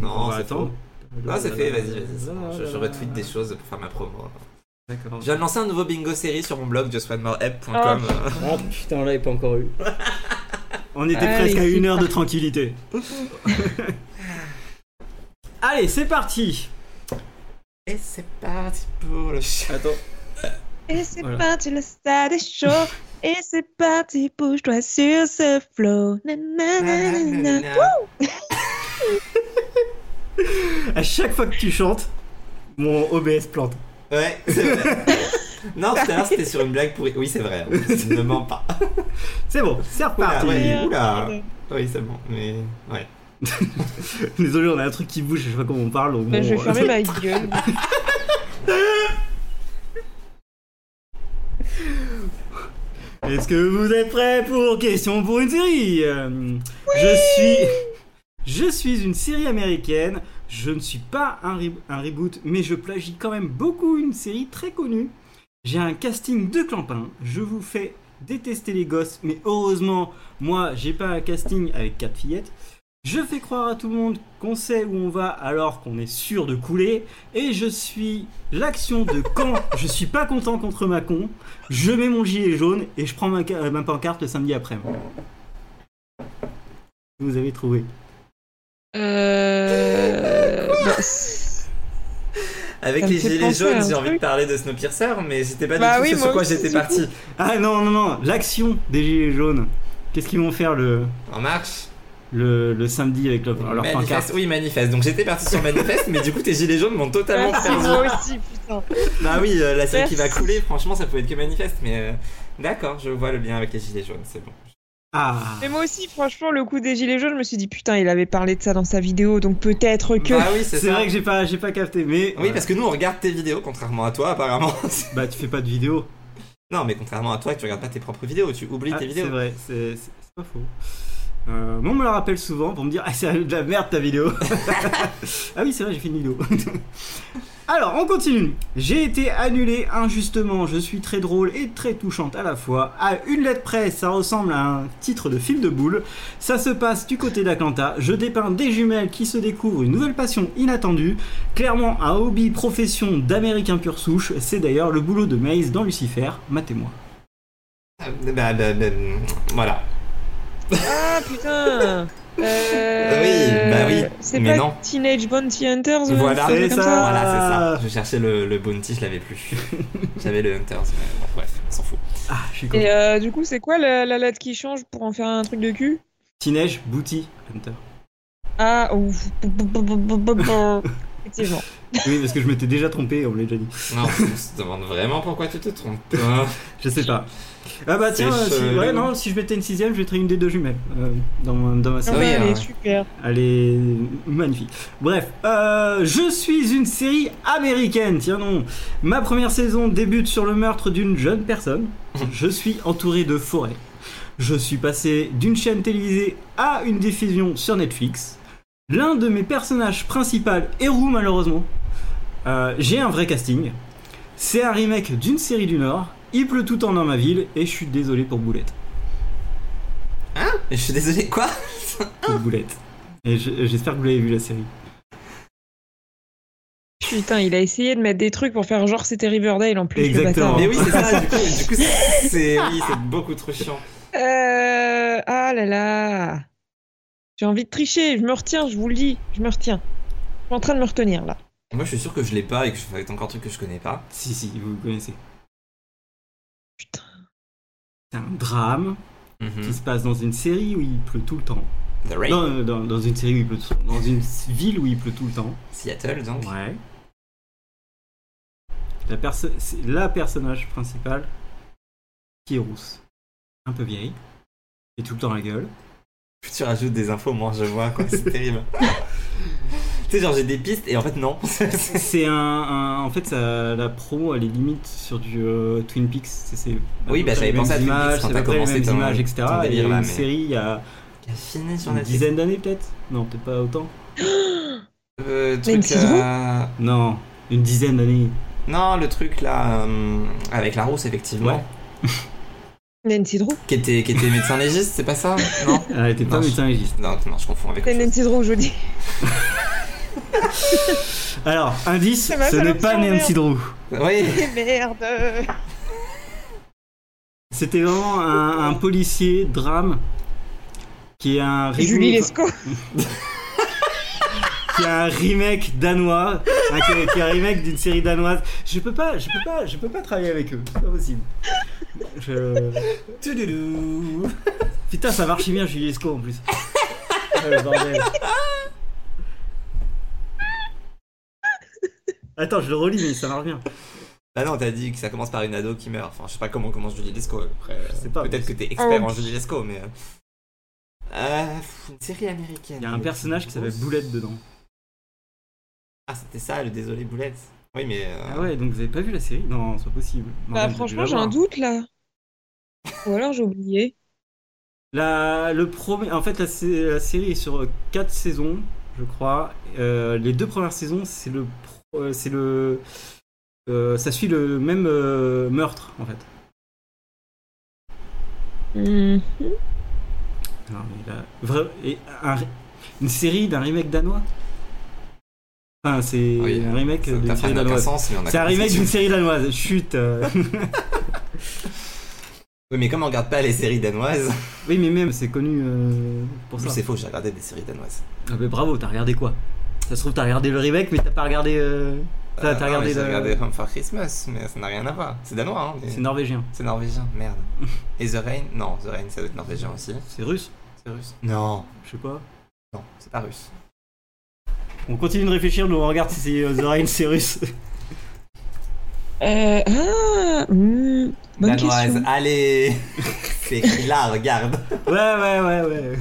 [SPEAKER 3] Non,
[SPEAKER 1] On va
[SPEAKER 3] c'est
[SPEAKER 1] attendre.
[SPEAKER 3] faux. Non, c'est fait, vas-y, vas-y. c'est bon. Je, je retweet des choses pour faire ma promo.
[SPEAKER 1] D'accord.
[SPEAKER 3] Je viens de lancer un nouveau bingo série sur mon blog justonemoreapp.com.
[SPEAKER 1] Oh putain, là, il pas encore eu. On était
[SPEAKER 2] Allez,
[SPEAKER 1] presque à
[SPEAKER 2] c'est
[SPEAKER 1] une heure de tranquillité. Allez, c'est parti
[SPEAKER 3] Et c'est parti pour le chat.
[SPEAKER 4] Attends.
[SPEAKER 2] Et c'est
[SPEAKER 1] Voilà.
[SPEAKER 2] parti, le stade est chaud. Et c'est parti, bouge-toi sur ce flow. Nanana.
[SPEAKER 1] À chaque fois que tu chantes, mon OBS plante.
[SPEAKER 3] Ouais, c'est vrai. non, tout à l'heure c'était sur une blague pour. Oui, c'est vrai. Ne mens pas.
[SPEAKER 1] C'est bon, c'est reparti.
[SPEAKER 3] ouais. oula. Oui, c'est bon. Mais. Ouais.
[SPEAKER 1] Désolé, on a un truc qui bouge, je sais pas comment on parle. donc
[SPEAKER 2] Bah,
[SPEAKER 1] bon, euh,
[SPEAKER 2] je vais
[SPEAKER 1] voilà.
[SPEAKER 2] fermer ma gueule.
[SPEAKER 1] Est-ce que vous êtes prêts pour question pour une série Euh, Je suis. Je suis une série américaine. Je ne suis pas un, re- un reboot, mais je plagie quand même beaucoup une série très connue. J'ai un casting de clampin. Je vous fais détester les gosses, mais heureusement, moi, j'ai pas un casting avec quatre fillettes. Je fais croire à tout le monde qu'on sait où on va alors qu'on est sûr de couler. Et je suis l'action de quand je suis pas content contre Macon. Je mets mon gilet jaune et je prends ma, ca- euh, ma pancarte le samedi après-midi. Vous avez trouvé.
[SPEAKER 2] Euh. bah, c'est-
[SPEAKER 3] Avec
[SPEAKER 2] Ça me
[SPEAKER 3] les
[SPEAKER 2] fait
[SPEAKER 3] gilets
[SPEAKER 2] penser à
[SPEAKER 3] jaunes,
[SPEAKER 2] un
[SPEAKER 3] j'ai envie de
[SPEAKER 2] truc.
[SPEAKER 3] parler de Snowpiercer, mais j'étais pas
[SPEAKER 2] Bah
[SPEAKER 3] du tout
[SPEAKER 2] oui,
[SPEAKER 3] ce
[SPEAKER 2] moi
[SPEAKER 3] sur quoi
[SPEAKER 2] aussi,
[SPEAKER 3] j'étais
[SPEAKER 2] du
[SPEAKER 3] parti.
[SPEAKER 1] Ah non, non, non, l'action des gilets jaunes. Qu'est-ce qu'ils vont faire le,
[SPEAKER 3] En marche.
[SPEAKER 1] le, le samedi avec leur, leur pancarte
[SPEAKER 3] Manifeste. Oui, manifeste. Donc j'étais parti sur manifeste, mais du coup tes gilets jaunes m'ont totalement
[SPEAKER 2] Merci,
[SPEAKER 3] perdu.
[SPEAKER 2] moi aussi, putain.
[SPEAKER 3] Bah oui, euh, la série qui va
[SPEAKER 2] Merci.
[SPEAKER 3] couler, franchement, ça pouvait être que manifeste, mais euh, d'accord, je vois le lien avec les gilets jaunes, c'est bon.
[SPEAKER 1] Ah
[SPEAKER 2] Mais moi aussi, franchement, le coup des gilets jaunes, je me suis dit, putain, il avait parlé de ça dans sa vidéo, donc peut-être que.
[SPEAKER 3] Bah oui, c'est
[SPEAKER 1] C'est
[SPEAKER 3] ça.
[SPEAKER 1] vrai que j'ai pas, j'ai pas capté, mais. euh,
[SPEAKER 3] Oui, parce que nous on regarde tes vidéos, contrairement à toi apparemment.
[SPEAKER 1] Bah, tu fais pas de vidéo.
[SPEAKER 3] non, mais contrairement à toi, tu regardes pas tes propres vidéos, tu oublies
[SPEAKER 1] Ah,
[SPEAKER 3] tes
[SPEAKER 1] c'est
[SPEAKER 3] vidéos.
[SPEAKER 1] vrai, c'est c'est- c'est pas faux. Euh, mais on me le rappelle souvent pour me dire Ah, c'est de la merde ta vidéo. ah oui, c'est vrai, j'ai fait une vidéo. Alors, on continue. J'ai été annulé injustement. Je suis très drôle et très touchante à la fois. À une lettre près, ça ressemble à un titre de film de boule. Ça se passe du côté d'Atlanta. Je dépeins des jumelles qui se découvrent une nouvelle passion inattendue. Clairement, un hobby profession d'américain pur souche. C'est d'ailleurs le boulot de Maze dans Lucifer. Matez-moi.
[SPEAKER 3] Bah, bah, bah, voilà.
[SPEAKER 2] Ah putain
[SPEAKER 3] Oui, bah oui,
[SPEAKER 2] C'est
[SPEAKER 3] mais
[SPEAKER 2] pas
[SPEAKER 3] non.
[SPEAKER 2] Teenage Bounty Hunters ou
[SPEAKER 3] Voilà,
[SPEAKER 2] un truc
[SPEAKER 1] c'est
[SPEAKER 2] comme
[SPEAKER 1] ça.
[SPEAKER 2] ça
[SPEAKER 3] Voilà, c'est
[SPEAKER 1] Ah.
[SPEAKER 3] ça. Je cherchais le, le bounty, je l'avais plus. J'avais le Hunters, mais bon, bref, on s'en fout.
[SPEAKER 1] Ah, je suis content.
[SPEAKER 2] Et euh, du coup, c'est quoi la, la latte qui change pour en faire un truc de cul
[SPEAKER 1] Teenage Booty Hunter.
[SPEAKER 2] Ah, ouf. Effectivement.
[SPEAKER 1] Oui, parce que je m'étais déjà trompé, on me l'a déjà dit.
[SPEAKER 3] Non, on se demande vraiment pourquoi tu te trompes. pas.
[SPEAKER 1] Je sais pas. Ah bah tiens,
[SPEAKER 3] C'est
[SPEAKER 1] si,
[SPEAKER 3] chelou.
[SPEAKER 1] ouais, non, si je mettais une sixième, je mettrais une des deux jumelles euh, dans, ma- dans ma
[SPEAKER 2] Ah
[SPEAKER 1] série.
[SPEAKER 3] oui,
[SPEAKER 2] ouais, elle
[SPEAKER 3] hein.
[SPEAKER 2] est super.
[SPEAKER 1] Elle est magnifique. Bref, euh, je suis une série américaine, tiens non. Ma première saison débute sur le meurtre d'une jeune personne. Je suis entouré de forêts. Je suis passé d'une chaîne télévisée à une diffusion sur Netflix. L'un de mes personnages principaux est roux malheureusement. Euh, J'ai un vrai casting. C'est un remake d'une série du Nord. Il pleut tout en dans ma ville et je suis désolé pour Boulette.
[SPEAKER 3] Je suis désolé, quoi
[SPEAKER 1] Pour Boulette. Et je- j'espère que vous l'avez vu la série.
[SPEAKER 2] Putain, il a essayé de mettre des trucs pour faire genre c'était Riverdale en plus. le
[SPEAKER 1] Exactement.
[SPEAKER 2] bâtard.
[SPEAKER 3] Mais oui, c'est ça, du coup, du coup, c'est- c'est oui, c'est beaucoup trop chiant.
[SPEAKER 2] Euh, ah là là. J'ai envie de tricher, je me retiens, je vous le dis, je me retiens. Je suis en train de me retenir là.
[SPEAKER 3] Moi, je suis sûr que je l'ai pas et que je fais encore un truc que je connais pas.
[SPEAKER 1] Si, si, vous le connaissez.
[SPEAKER 2] Putain.
[SPEAKER 1] C'est un drame
[SPEAKER 3] Mhm. Hmm.
[SPEAKER 1] qui se passe dans une série où il pleut tout le temps.
[SPEAKER 3] The Raid,
[SPEAKER 1] Non, euh, dans, dans une série où il pleut tout le temps. Dans une ville où il pleut tout le temps.
[SPEAKER 3] Seattle, donc.
[SPEAKER 1] Ouais. La, perso- c'est la personnage principale qui est rousse. Un peu vieille. Et tout le temps la gueule.
[SPEAKER 3] Plus tu rajoutes des infos, moins je vois, quoi. C'est terrible. tu sais, genre, j'ai des pistes et en fait, non.
[SPEAKER 1] C'est un, un- En fait, ça, la promo, elle est limite sur du euh, Twin Peaks. C'est, c'est
[SPEAKER 3] Oui, bah,
[SPEAKER 1] à peu près
[SPEAKER 3] j'avais
[SPEAKER 1] les
[SPEAKER 3] pensé
[SPEAKER 1] mêmes
[SPEAKER 3] à Twin
[SPEAKER 1] images,
[SPEAKER 3] Peaks quand
[SPEAKER 1] c'est à
[SPEAKER 3] t'as
[SPEAKER 1] peu près les
[SPEAKER 3] commencé
[SPEAKER 1] mêmes
[SPEAKER 3] ton-
[SPEAKER 1] images,
[SPEAKER 3] ton
[SPEAKER 1] etc.
[SPEAKER 3] délire,
[SPEAKER 1] Et
[SPEAKER 3] là,
[SPEAKER 1] une
[SPEAKER 3] mais-
[SPEAKER 1] série, il y a
[SPEAKER 3] Qui a fini sur
[SPEAKER 1] une
[SPEAKER 3] Netflix.
[SPEAKER 1] dizaine d'années peut-être Non, peut-être pas autant.
[SPEAKER 3] Euh,
[SPEAKER 2] Mais une
[SPEAKER 3] truc,
[SPEAKER 2] petite roue
[SPEAKER 3] euh,
[SPEAKER 1] Non, une dizaine d'années.
[SPEAKER 3] Non, le truc là, euh, avec la rousse, effectivement.
[SPEAKER 1] Ouais.
[SPEAKER 2] Nancy Drew
[SPEAKER 3] Qui, était, qui était médecin légiste, c'est pas ça Non
[SPEAKER 1] Elle était Ah, pas
[SPEAKER 3] Non, je-
[SPEAKER 1] médecin légiste.
[SPEAKER 3] Non, non, je confonds avec.
[SPEAKER 2] C'est
[SPEAKER 3] autre chose.
[SPEAKER 2] Nancy Drew, je vous dis.
[SPEAKER 1] Alors, indice,
[SPEAKER 2] Ça m'a
[SPEAKER 1] ce
[SPEAKER 2] fait
[SPEAKER 1] n'est pas
[SPEAKER 2] l'option,
[SPEAKER 1] Nancy Drew.
[SPEAKER 3] Oui,
[SPEAKER 2] Eh merde
[SPEAKER 1] C'était vraiment un, un policier drame qui est un remake-
[SPEAKER 2] Julie Lescaut
[SPEAKER 1] qui est un remake danois, hein, qui, est, qui est un remake d'une série danoise. Je peux pas, je peux pas, je peux pas travailler avec eux. C'est pas possible. Je...
[SPEAKER 3] Toudoudou.
[SPEAKER 1] Putain, ça marche bien, Julie Lescaut en plus. Ah, le bordel. Attends, je le relis, mais ça marche bien.
[SPEAKER 3] Bah non, t'as dit que ça commence par une ado qui meurt. Enfin, je sais pas comment commence Julie Lescaut. Après, euh,
[SPEAKER 1] sais pas,
[SPEAKER 3] Peut-être que t'es expert
[SPEAKER 2] Oh.
[SPEAKER 3] en Julie Lescaut, mais. euh, Euh, pff, une série américaine.
[SPEAKER 1] Il y a un personnage qui s'appelle Boulette dedans.
[SPEAKER 3] Ah, c'était ça, le désolé Boulette. Oui, mais. euh,
[SPEAKER 1] Ah ouais, donc vous avez pas vu la série Non, c'est pas possible.
[SPEAKER 2] Bah
[SPEAKER 1] Morgane, t'as dû
[SPEAKER 2] franchement,
[SPEAKER 1] la
[SPEAKER 2] j'ai
[SPEAKER 1] voir.
[SPEAKER 2] un doute là. Ou alors j'ai oublié.
[SPEAKER 1] La, le premier, en fait, la, sé- la série est sur 4 saisons, je crois. Euh, les deux premières saisons, c'est le, pro- euh, c'est le, euh, ça suit le même euh, meurtre en fait.
[SPEAKER 2] Hmm.
[SPEAKER 1] Non, mais là, vra- et un- une série d'un remake danois. Enfin, c'est
[SPEAKER 3] Oui,
[SPEAKER 1] un remake
[SPEAKER 3] ça-
[SPEAKER 1] d'une
[SPEAKER 3] T'as
[SPEAKER 1] série
[SPEAKER 3] pas aucun
[SPEAKER 1] danoise.
[SPEAKER 3] sens, mais on a
[SPEAKER 1] C'est un
[SPEAKER 3] compris.
[SPEAKER 1] remake d'une série danoise. Chut. euh.
[SPEAKER 3] Oui, mais comme on regarde pas les séries danoises,
[SPEAKER 1] oui, mais même, c'est connu euh, pour ça.
[SPEAKER 3] c'est faux, j'ai regardé des séries danoises.
[SPEAKER 1] Ah mais bravo, t'as regardé quoi Ça se trouve, t'as regardé le remake, mais t'as pas regardé. euh, T'as t'as
[SPEAKER 3] Euh, non, mais
[SPEAKER 1] regardé.
[SPEAKER 3] J'ai
[SPEAKER 1] le-
[SPEAKER 3] regardé Home for Christmas, mais ça n'a rien à voir. C'est danois, hein. mais-
[SPEAKER 1] C'est norvégien.
[SPEAKER 3] C'est norvégien, merde. Et The Rain Non, The Rain, ça doit être norvégien aussi.
[SPEAKER 1] C'est russe
[SPEAKER 3] C'est russe Non.
[SPEAKER 1] Je sais pas.
[SPEAKER 3] Non, c'est pas russe.
[SPEAKER 1] On continue de réfléchir, nous on regarde si c'est euh, The Rain, c'est russe.
[SPEAKER 2] Euh, ah hmm. Bonne
[SPEAKER 3] Danoise,
[SPEAKER 2] question.
[SPEAKER 3] allez C'est écrit là, regarde.
[SPEAKER 1] Ouais, ouais, ouais, ouais.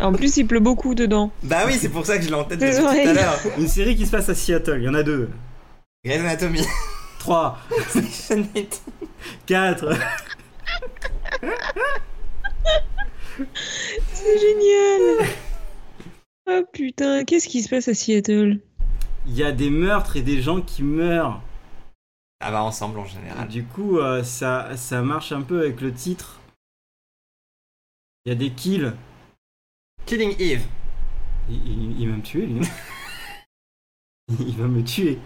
[SPEAKER 2] En plus, il pleut beaucoup dedans.
[SPEAKER 3] Bah oui, c'est pour ça que je l'ai en tête depuis tout
[SPEAKER 2] Désolé.
[SPEAKER 3] à l'heure.
[SPEAKER 1] Une série qui se passe à Seattle, il y en a deux.
[SPEAKER 3] Grey's Anatomy.
[SPEAKER 1] 3,
[SPEAKER 3] Je n'ai-
[SPEAKER 1] 4.
[SPEAKER 2] C'est génial Oh putain, qu'est-ce qui se passe à Seattle
[SPEAKER 1] Il y a des meurtres et des gens qui meurent.
[SPEAKER 3] Ah bah ensemble en
[SPEAKER 1] Et
[SPEAKER 3] général.
[SPEAKER 1] Du coup, euh, ça, ça marche un peu avec le titre. Il y a des kills.
[SPEAKER 3] Killing Eve.
[SPEAKER 1] Il, il- il va me tuer, lui. il va me tuer.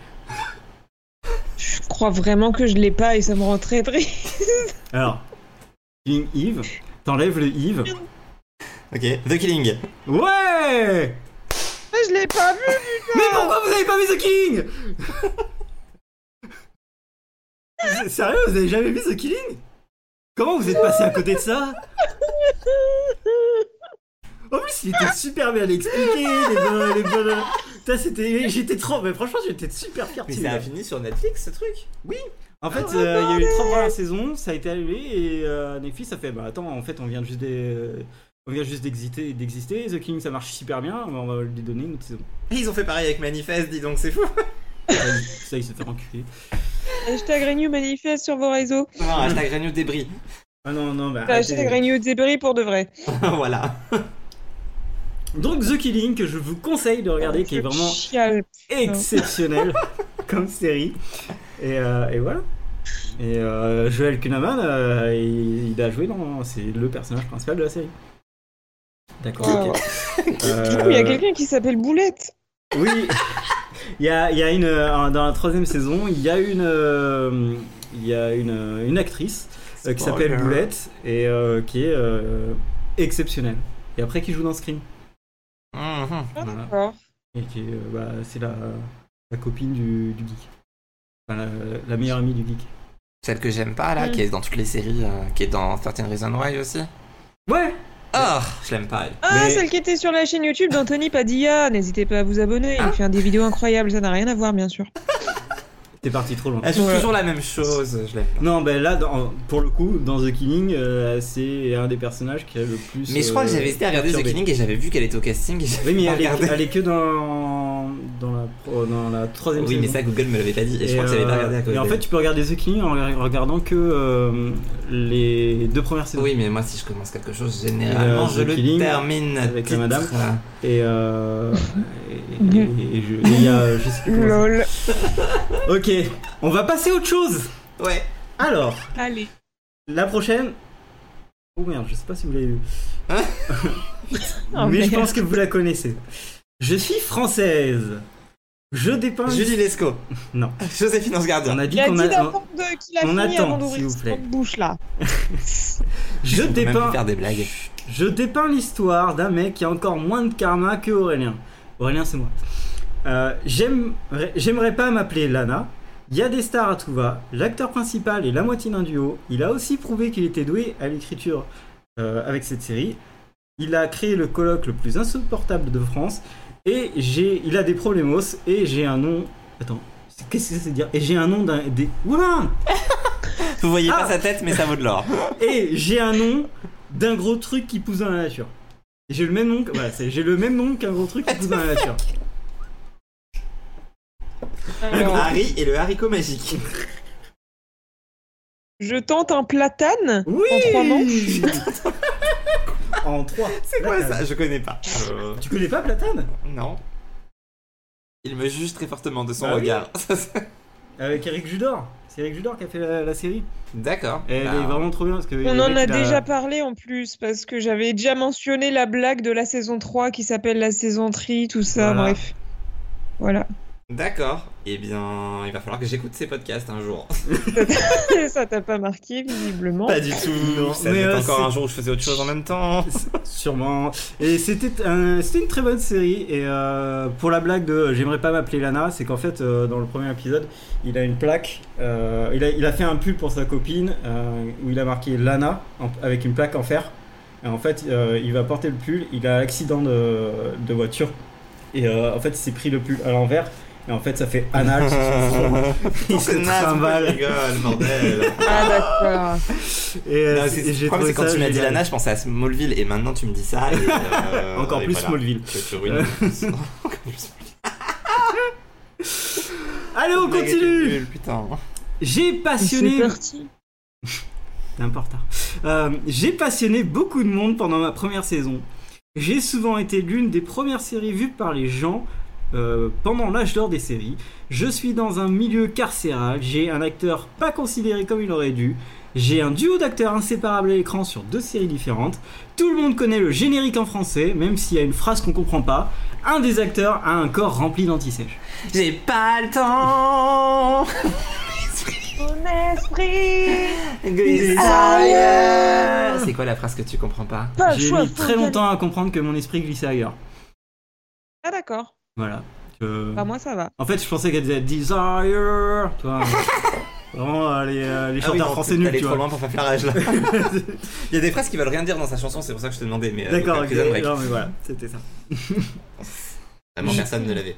[SPEAKER 2] Je crois vraiment que je l'ai pas et ça me rend très triste.
[SPEAKER 1] Alors, Killing Eve. T'enlèves le Eve.
[SPEAKER 3] Ok. The Killing.
[SPEAKER 1] Ouais
[SPEAKER 2] Je l'ai pas vu
[SPEAKER 1] Mais pourquoi vous avez pas vu The Killing S- Sérieux, vous avez jamais vu The Killing Comment vous êtes passé à côté de ça En plus, il était super bien expliqué, les bonnes... Les bonnes... Putain, c'était... J'étais trop... Mais franchement, j'étais super fier de
[SPEAKER 3] Mais
[SPEAKER 1] lui.
[SPEAKER 3] ça a fini sur Netflix ce truc.
[SPEAKER 1] En fait, euh, il y a eu trois premières saisons, ça a été annulé, et euh, Netflix a fait, bah attends, en fait, on vient juste d'e- On vient juste d'exister, d'exister, The Killing ça marche super bien, on va lui donner une autre saison.
[SPEAKER 3] Et ils ont fait pareil avec Manifest, dis donc, c'est fou.
[SPEAKER 1] Ça, il- ça, il se fait enculer.
[SPEAKER 2] Hashtag Renew manifeste sur vos réseaux.
[SPEAKER 3] Non, hashtag Renew Débris.
[SPEAKER 1] Ah non, non, bah. arrêtez.
[SPEAKER 2] Hashtag Renew débris pour de vrai.
[SPEAKER 3] voilà.
[SPEAKER 1] Donc The Killing que je vous conseille de regarder, qui est vraiment
[SPEAKER 2] Chial.
[SPEAKER 1] exceptionnel comme série. Et, euh, et voilà. Et euh, Joel Kunaman, euh, il, il a joué dans, c'est le personnage principal de la série. D'accord.
[SPEAKER 2] Ah
[SPEAKER 1] ok.
[SPEAKER 2] Du coup, il y a
[SPEAKER 1] Euh,
[SPEAKER 2] quelqu'un qui s'appelle Boulette.
[SPEAKER 1] Oui. Il y a, il y a une euh, dans la troisième saison, il y a une, euh, il y a une, euh, une actrice euh, qui s'appelle
[SPEAKER 3] Spoiler.
[SPEAKER 1] Boulette et euh, qui est euh, exceptionnelle. Et après, qui joue dans Scream.
[SPEAKER 3] Mhm.
[SPEAKER 2] Ah,
[SPEAKER 1] Voilà.
[SPEAKER 2] d'accord.
[SPEAKER 1] Et qui est, euh, bah, c'est la, la copine du, du geek. Enfin, la, la meilleure amie du geek.
[SPEAKER 3] Celle que j'aime pas là,
[SPEAKER 2] Mm.
[SPEAKER 3] qui est dans toutes les séries, euh, qui est dans 13 Reasons Why aussi.
[SPEAKER 1] Ouais
[SPEAKER 3] Ah, je l'aime pas elle.
[SPEAKER 2] Ah,
[SPEAKER 1] Mais-
[SPEAKER 2] celle qui était sur la chaîne YouTube d'Anthony Padilla. N'hésitez pas à vous abonner.
[SPEAKER 1] Ah.
[SPEAKER 2] Il fait un des vidéos incroyables. Ça n'a rien à voir, bien sûr.
[SPEAKER 1] T'es parti trop loin.
[SPEAKER 3] Elle joue
[SPEAKER 2] Ouais.
[SPEAKER 3] Ah, toujours la même chose, je l'aime pas.
[SPEAKER 1] Non, ben là, dans- pour le coup, dans The Killing, euh, c'est un des personnages qui a le plus.
[SPEAKER 3] Mais je crois que
[SPEAKER 1] euh,
[SPEAKER 3] j'avais hésité à regarder The
[SPEAKER 1] perturbé.
[SPEAKER 3] Killing et j'avais vu qu'elle était au casting et j'avais
[SPEAKER 1] Oui, mais
[SPEAKER 3] pas
[SPEAKER 1] elle est,
[SPEAKER 3] regardé.
[SPEAKER 1] elle est que dans, dans, la, pro- dans la troisième
[SPEAKER 3] Oui, mais
[SPEAKER 1] saison.
[SPEAKER 3] ça Google me l'avait pas dit et, je crois que j'avais pas
[SPEAKER 1] euh,
[SPEAKER 3] regardé à cause
[SPEAKER 1] et en
[SPEAKER 3] d'elle.
[SPEAKER 1] fait, tu peux regarder The Killing en re- regardant que euh, les deux premières saisons.
[SPEAKER 3] Oui, mais moi si je commence quelque chose, généralement
[SPEAKER 1] euh,
[SPEAKER 3] je
[SPEAKER 1] The
[SPEAKER 3] le
[SPEAKER 1] Killing
[SPEAKER 3] termine.
[SPEAKER 1] avec la
[SPEAKER 3] titre.
[SPEAKER 1] madame. Et, euh, et, et- et je, et il y a, je sais plus comment ça
[SPEAKER 2] Lol.
[SPEAKER 1] Ok, on va passer à autre chose.
[SPEAKER 3] Ouais.
[SPEAKER 1] Alors,
[SPEAKER 2] Allez.
[SPEAKER 1] la prochaine. Oh merde, je sais pas si vous l'avez vu.
[SPEAKER 2] Oh,
[SPEAKER 1] mais je
[SPEAKER 2] merde.
[SPEAKER 1] pense que vous la connaissez. Je suis française. Je dépeins.
[SPEAKER 3] Julie Lescaut.
[SPEAKER 1] Non.
[SPEAKER 3] Joséphine Ange Gardien.
[SPEAKER 1] On a dit
[SPEAKER 2] Il a
[SPEAKER 1] qu'on
[SPEAKER 2] dit
[SPEAKER 1] a.
[SPEAKER 2] d'abord de- qu'il a
[SPEAKER 1] on
[SPEAKER 2] fini
[SPEAKER 1] attend, s'il
[SPEAKER 2] avant d'ouvrir
[SPEAKER 1] vous plaît.
[SPEAKER 2] cette bouche là.
[SPEAKER 1] Je
[SPEAKER 3] On peut même
[SPEAKER 1] dépeins.
[SPEAKER 3] plus faire des blagues.
[SPEAKER 1] Je dépeins l'histoire d'un mec qui a encore moins de karma que Aurélien. Aurélien, c'est moi. Euh, J'aimerais j'aimerais pas m'appeler Lana. Il y a des stars à tout va. L'acteur principal est la moitié d'un duo. Il a aussi prouvé qu'il était doué à l'écriture euh, avec cette série. Il a créé le colloque le plus insupportable de France. Et j'ai, il a des problemos. Et j'ai un nom. Attends, c'est- qu'est-ce que c'est dire Et j'ai un nom d'un. Des... Oula
[SPEAKER 3] Vous voyez
[SPEAKER 1] Ah.
[SPEAKER 3] pas sa tête, mais ça vaut de l'or.
[SPEAKER 1] et j'ai un nom d'un gros truc qui pousse dans la nature. Et J'ai le même nom, que- voilà, c'est- j'ai le même nom qu'un gros truc qui pousse dans la nature.
[SPEAKER 3] Le
[SPEAKER 2] Alors,
[SPEAKER 3] Harry et le haricot magique.
[SPEAKER 2] je tente un platane.
[SPEAKER 1] Oui.
[SPEAKER 2] En trois manches
[SPEAKER 1] En trois.
[SPEAKER 3] C'est quoi
[SPEAKER 1] Platane.
[SPEAKER 3] ça Je connais pas. Euh,
[SPEAKER 1] Tu connais pas Platane
[SPEAKER 3] Non. Il me juge très fortement de son
[SPEAKER 1] Bah oui.
[SPEAKER 3] regard. Ça, ça-
[SPEAKER 1] Avec Eric Judor. C'est Eric Judor qui a fait la, la série.
[SPEAKER 3] D'accord.
[SPEAKER 1] Et Elle
[SPEAKER 3] Bah,
[SPEAKER 1] est vraiment trop bien parce que
[SPEAKER 2] On
[SPEAKER 1] le
[SPEAKER 2] en
[SPEAKER 1] mec,
[SPEAKER 2] a
[SPEAKER 1] il
[SPEAKER 2] déjà parlé en plus parce que j'avais déjà mentionné la blague de la saison 3 qui s'appelle la saison tri, tout ça,
[SPEAKER 1] Voilà.
[SPEAKER 2] bref. Voilà.
[SPEAKER 3] D'accord. Eh bien, il va falloir que j'écoute ces podcasts un jour.
[SPEAKER 2] ça t'a pas marqué visiblement.
[SPEAKER 3] du tout.
[SPEAKER 1] Non,
[SPEAKER 3] Ça
[SPEAKER 1] mais,
[SPEAKER 3] devait être
[SPEAKER 1] euh, c'est-
[SPEAKER 3] encore un jour où je faisais autre chose en même temps.
[SPEAKER 1] Sûrement. Et c'était un- c'était une très bonne série. Et euh, pour la blague de euh, j'aimerais pas m'appeler Lana, c'est qu'en fait, euh, dans le premier épisode, il a une plaque. euh, il, a, il a fait un pull pour sa copine euh, où il a marqué Lana en- avec une plaque en fer. Et en fait, euh, il va porter le pull. Il a un accident de, de voiture. Et euh, en fait, il s'est pris le pull à l'envers. Et en fait, ça fait anal. il se
[SPEAKER 3] C'est naze, pourquoi je
[SPEAKER 1] trimballe.
[SPEAKER 3] rigole, bordel.
[SPEAKER 2] Ah d'accord.
[SPEAKER 1] Et, euh,
[SPEAKER 3] Non,
[SPEAKER 1] et
[SPEAKER 3] c'est-
[SPEAKER 1] j'ai
[SPEAKER 3] le problème,
[SPEAKER 1] trouvé
[SPEAKER 3] c'est quand
[SPEAKER 1] ça
[SPEAKER 3] tu m'as dit
[SPEAKER 1] génial.
[SPEAKER 3] Lana, je pensais à Smallville et maintenant tu me dis ça. et, euh,
[SPEAKER 1] Encore
[SPEAKER 3] et
[SPEAKER 1] plus
[SPEAKER 3] voilà.
[SPEAKER 1] Smallville. Euh.
[SPEAKER 3] Tu- tu ruines. Encore plus.
[SPEAKER 1] Allez, on
[SPEAKER 3] Blague était
[SPEAKER 1] continue
[SPEAKER 3] nulle, Putain.
[SPEAKER 1] J'ai passionné
[SPEAKER 2] C'est parti.
[SPEAKER 1] T'es un peu en retard. Euh, J'ai passionné beaucoup de monde pendant ma première saison. J'ai souvent été l'une des premières séries vues par les gens euh, pendant l'âge d'or des séries. Je suis dans un milieu carcéral, j'ai un acteur pas considéré comme il aurait dû, j'ai un duo d'acteurs inséparables à l'écran sur deux séries différentes, tout le monde connaît le générique en français, même s'il y a une phrase qu'on comprend pas, un des acteurs a un corps rempli d'antisèche.
[SPEAKER 3] J'ai pas le temps
[SPEAKER 2] Mon esprit
[SPEAKER 3] Glisse ailleurs C'est quoi la phrase que tu comprends pas
[SPEAKER 2] Pas le
[SPEAKER 1] J'ai
[SPEAKER 2] choix,
[SPEAKER 1] mis
[SPEAKER 2] faut
[SPEAKER 1] très
[SPEAKER 2] y aller.
[SPEAKER 1] longtemps à comprendre que mon esprit glissait ailleurs.
[SPEAKER 2] Ah d'accord.
[SPEAKER 1] Voilà. Euh, Je-
[SPEAKER 2] Bah moi ça va.
[SPEAKER 1] En fait, je pensais qu'elle disait Desire. Tu vois, vraiment euh, les, euh, les
[SPEAKER 3] Ah oui,
[SPEAKER 1] chanteurs
[SPEAKER 3] non,
[SPEAKER 1] français
[SPEAKER 3] t'es
[SPEAKER 1] nuls,
[SPEAKER 3] allé
[SPEAKER 1] tu
[SPEAKER 3] trop
[SPEAKER 1] vois.
[SPEAKER 3] loin pour pas faire l'âge là. Il y a des phrases qui veulent rien dire dans sa chanson, c'est pour ça que je te demandais. Mais euh,
[SPEAKER 1] D'accord, ok.
[SPEAKER 3] donc, Prison Break.
[SPEAKER 1] Non, mais voilà, c'était ça.
[SPEAKER 3] Vraiment, personne ne l'avait.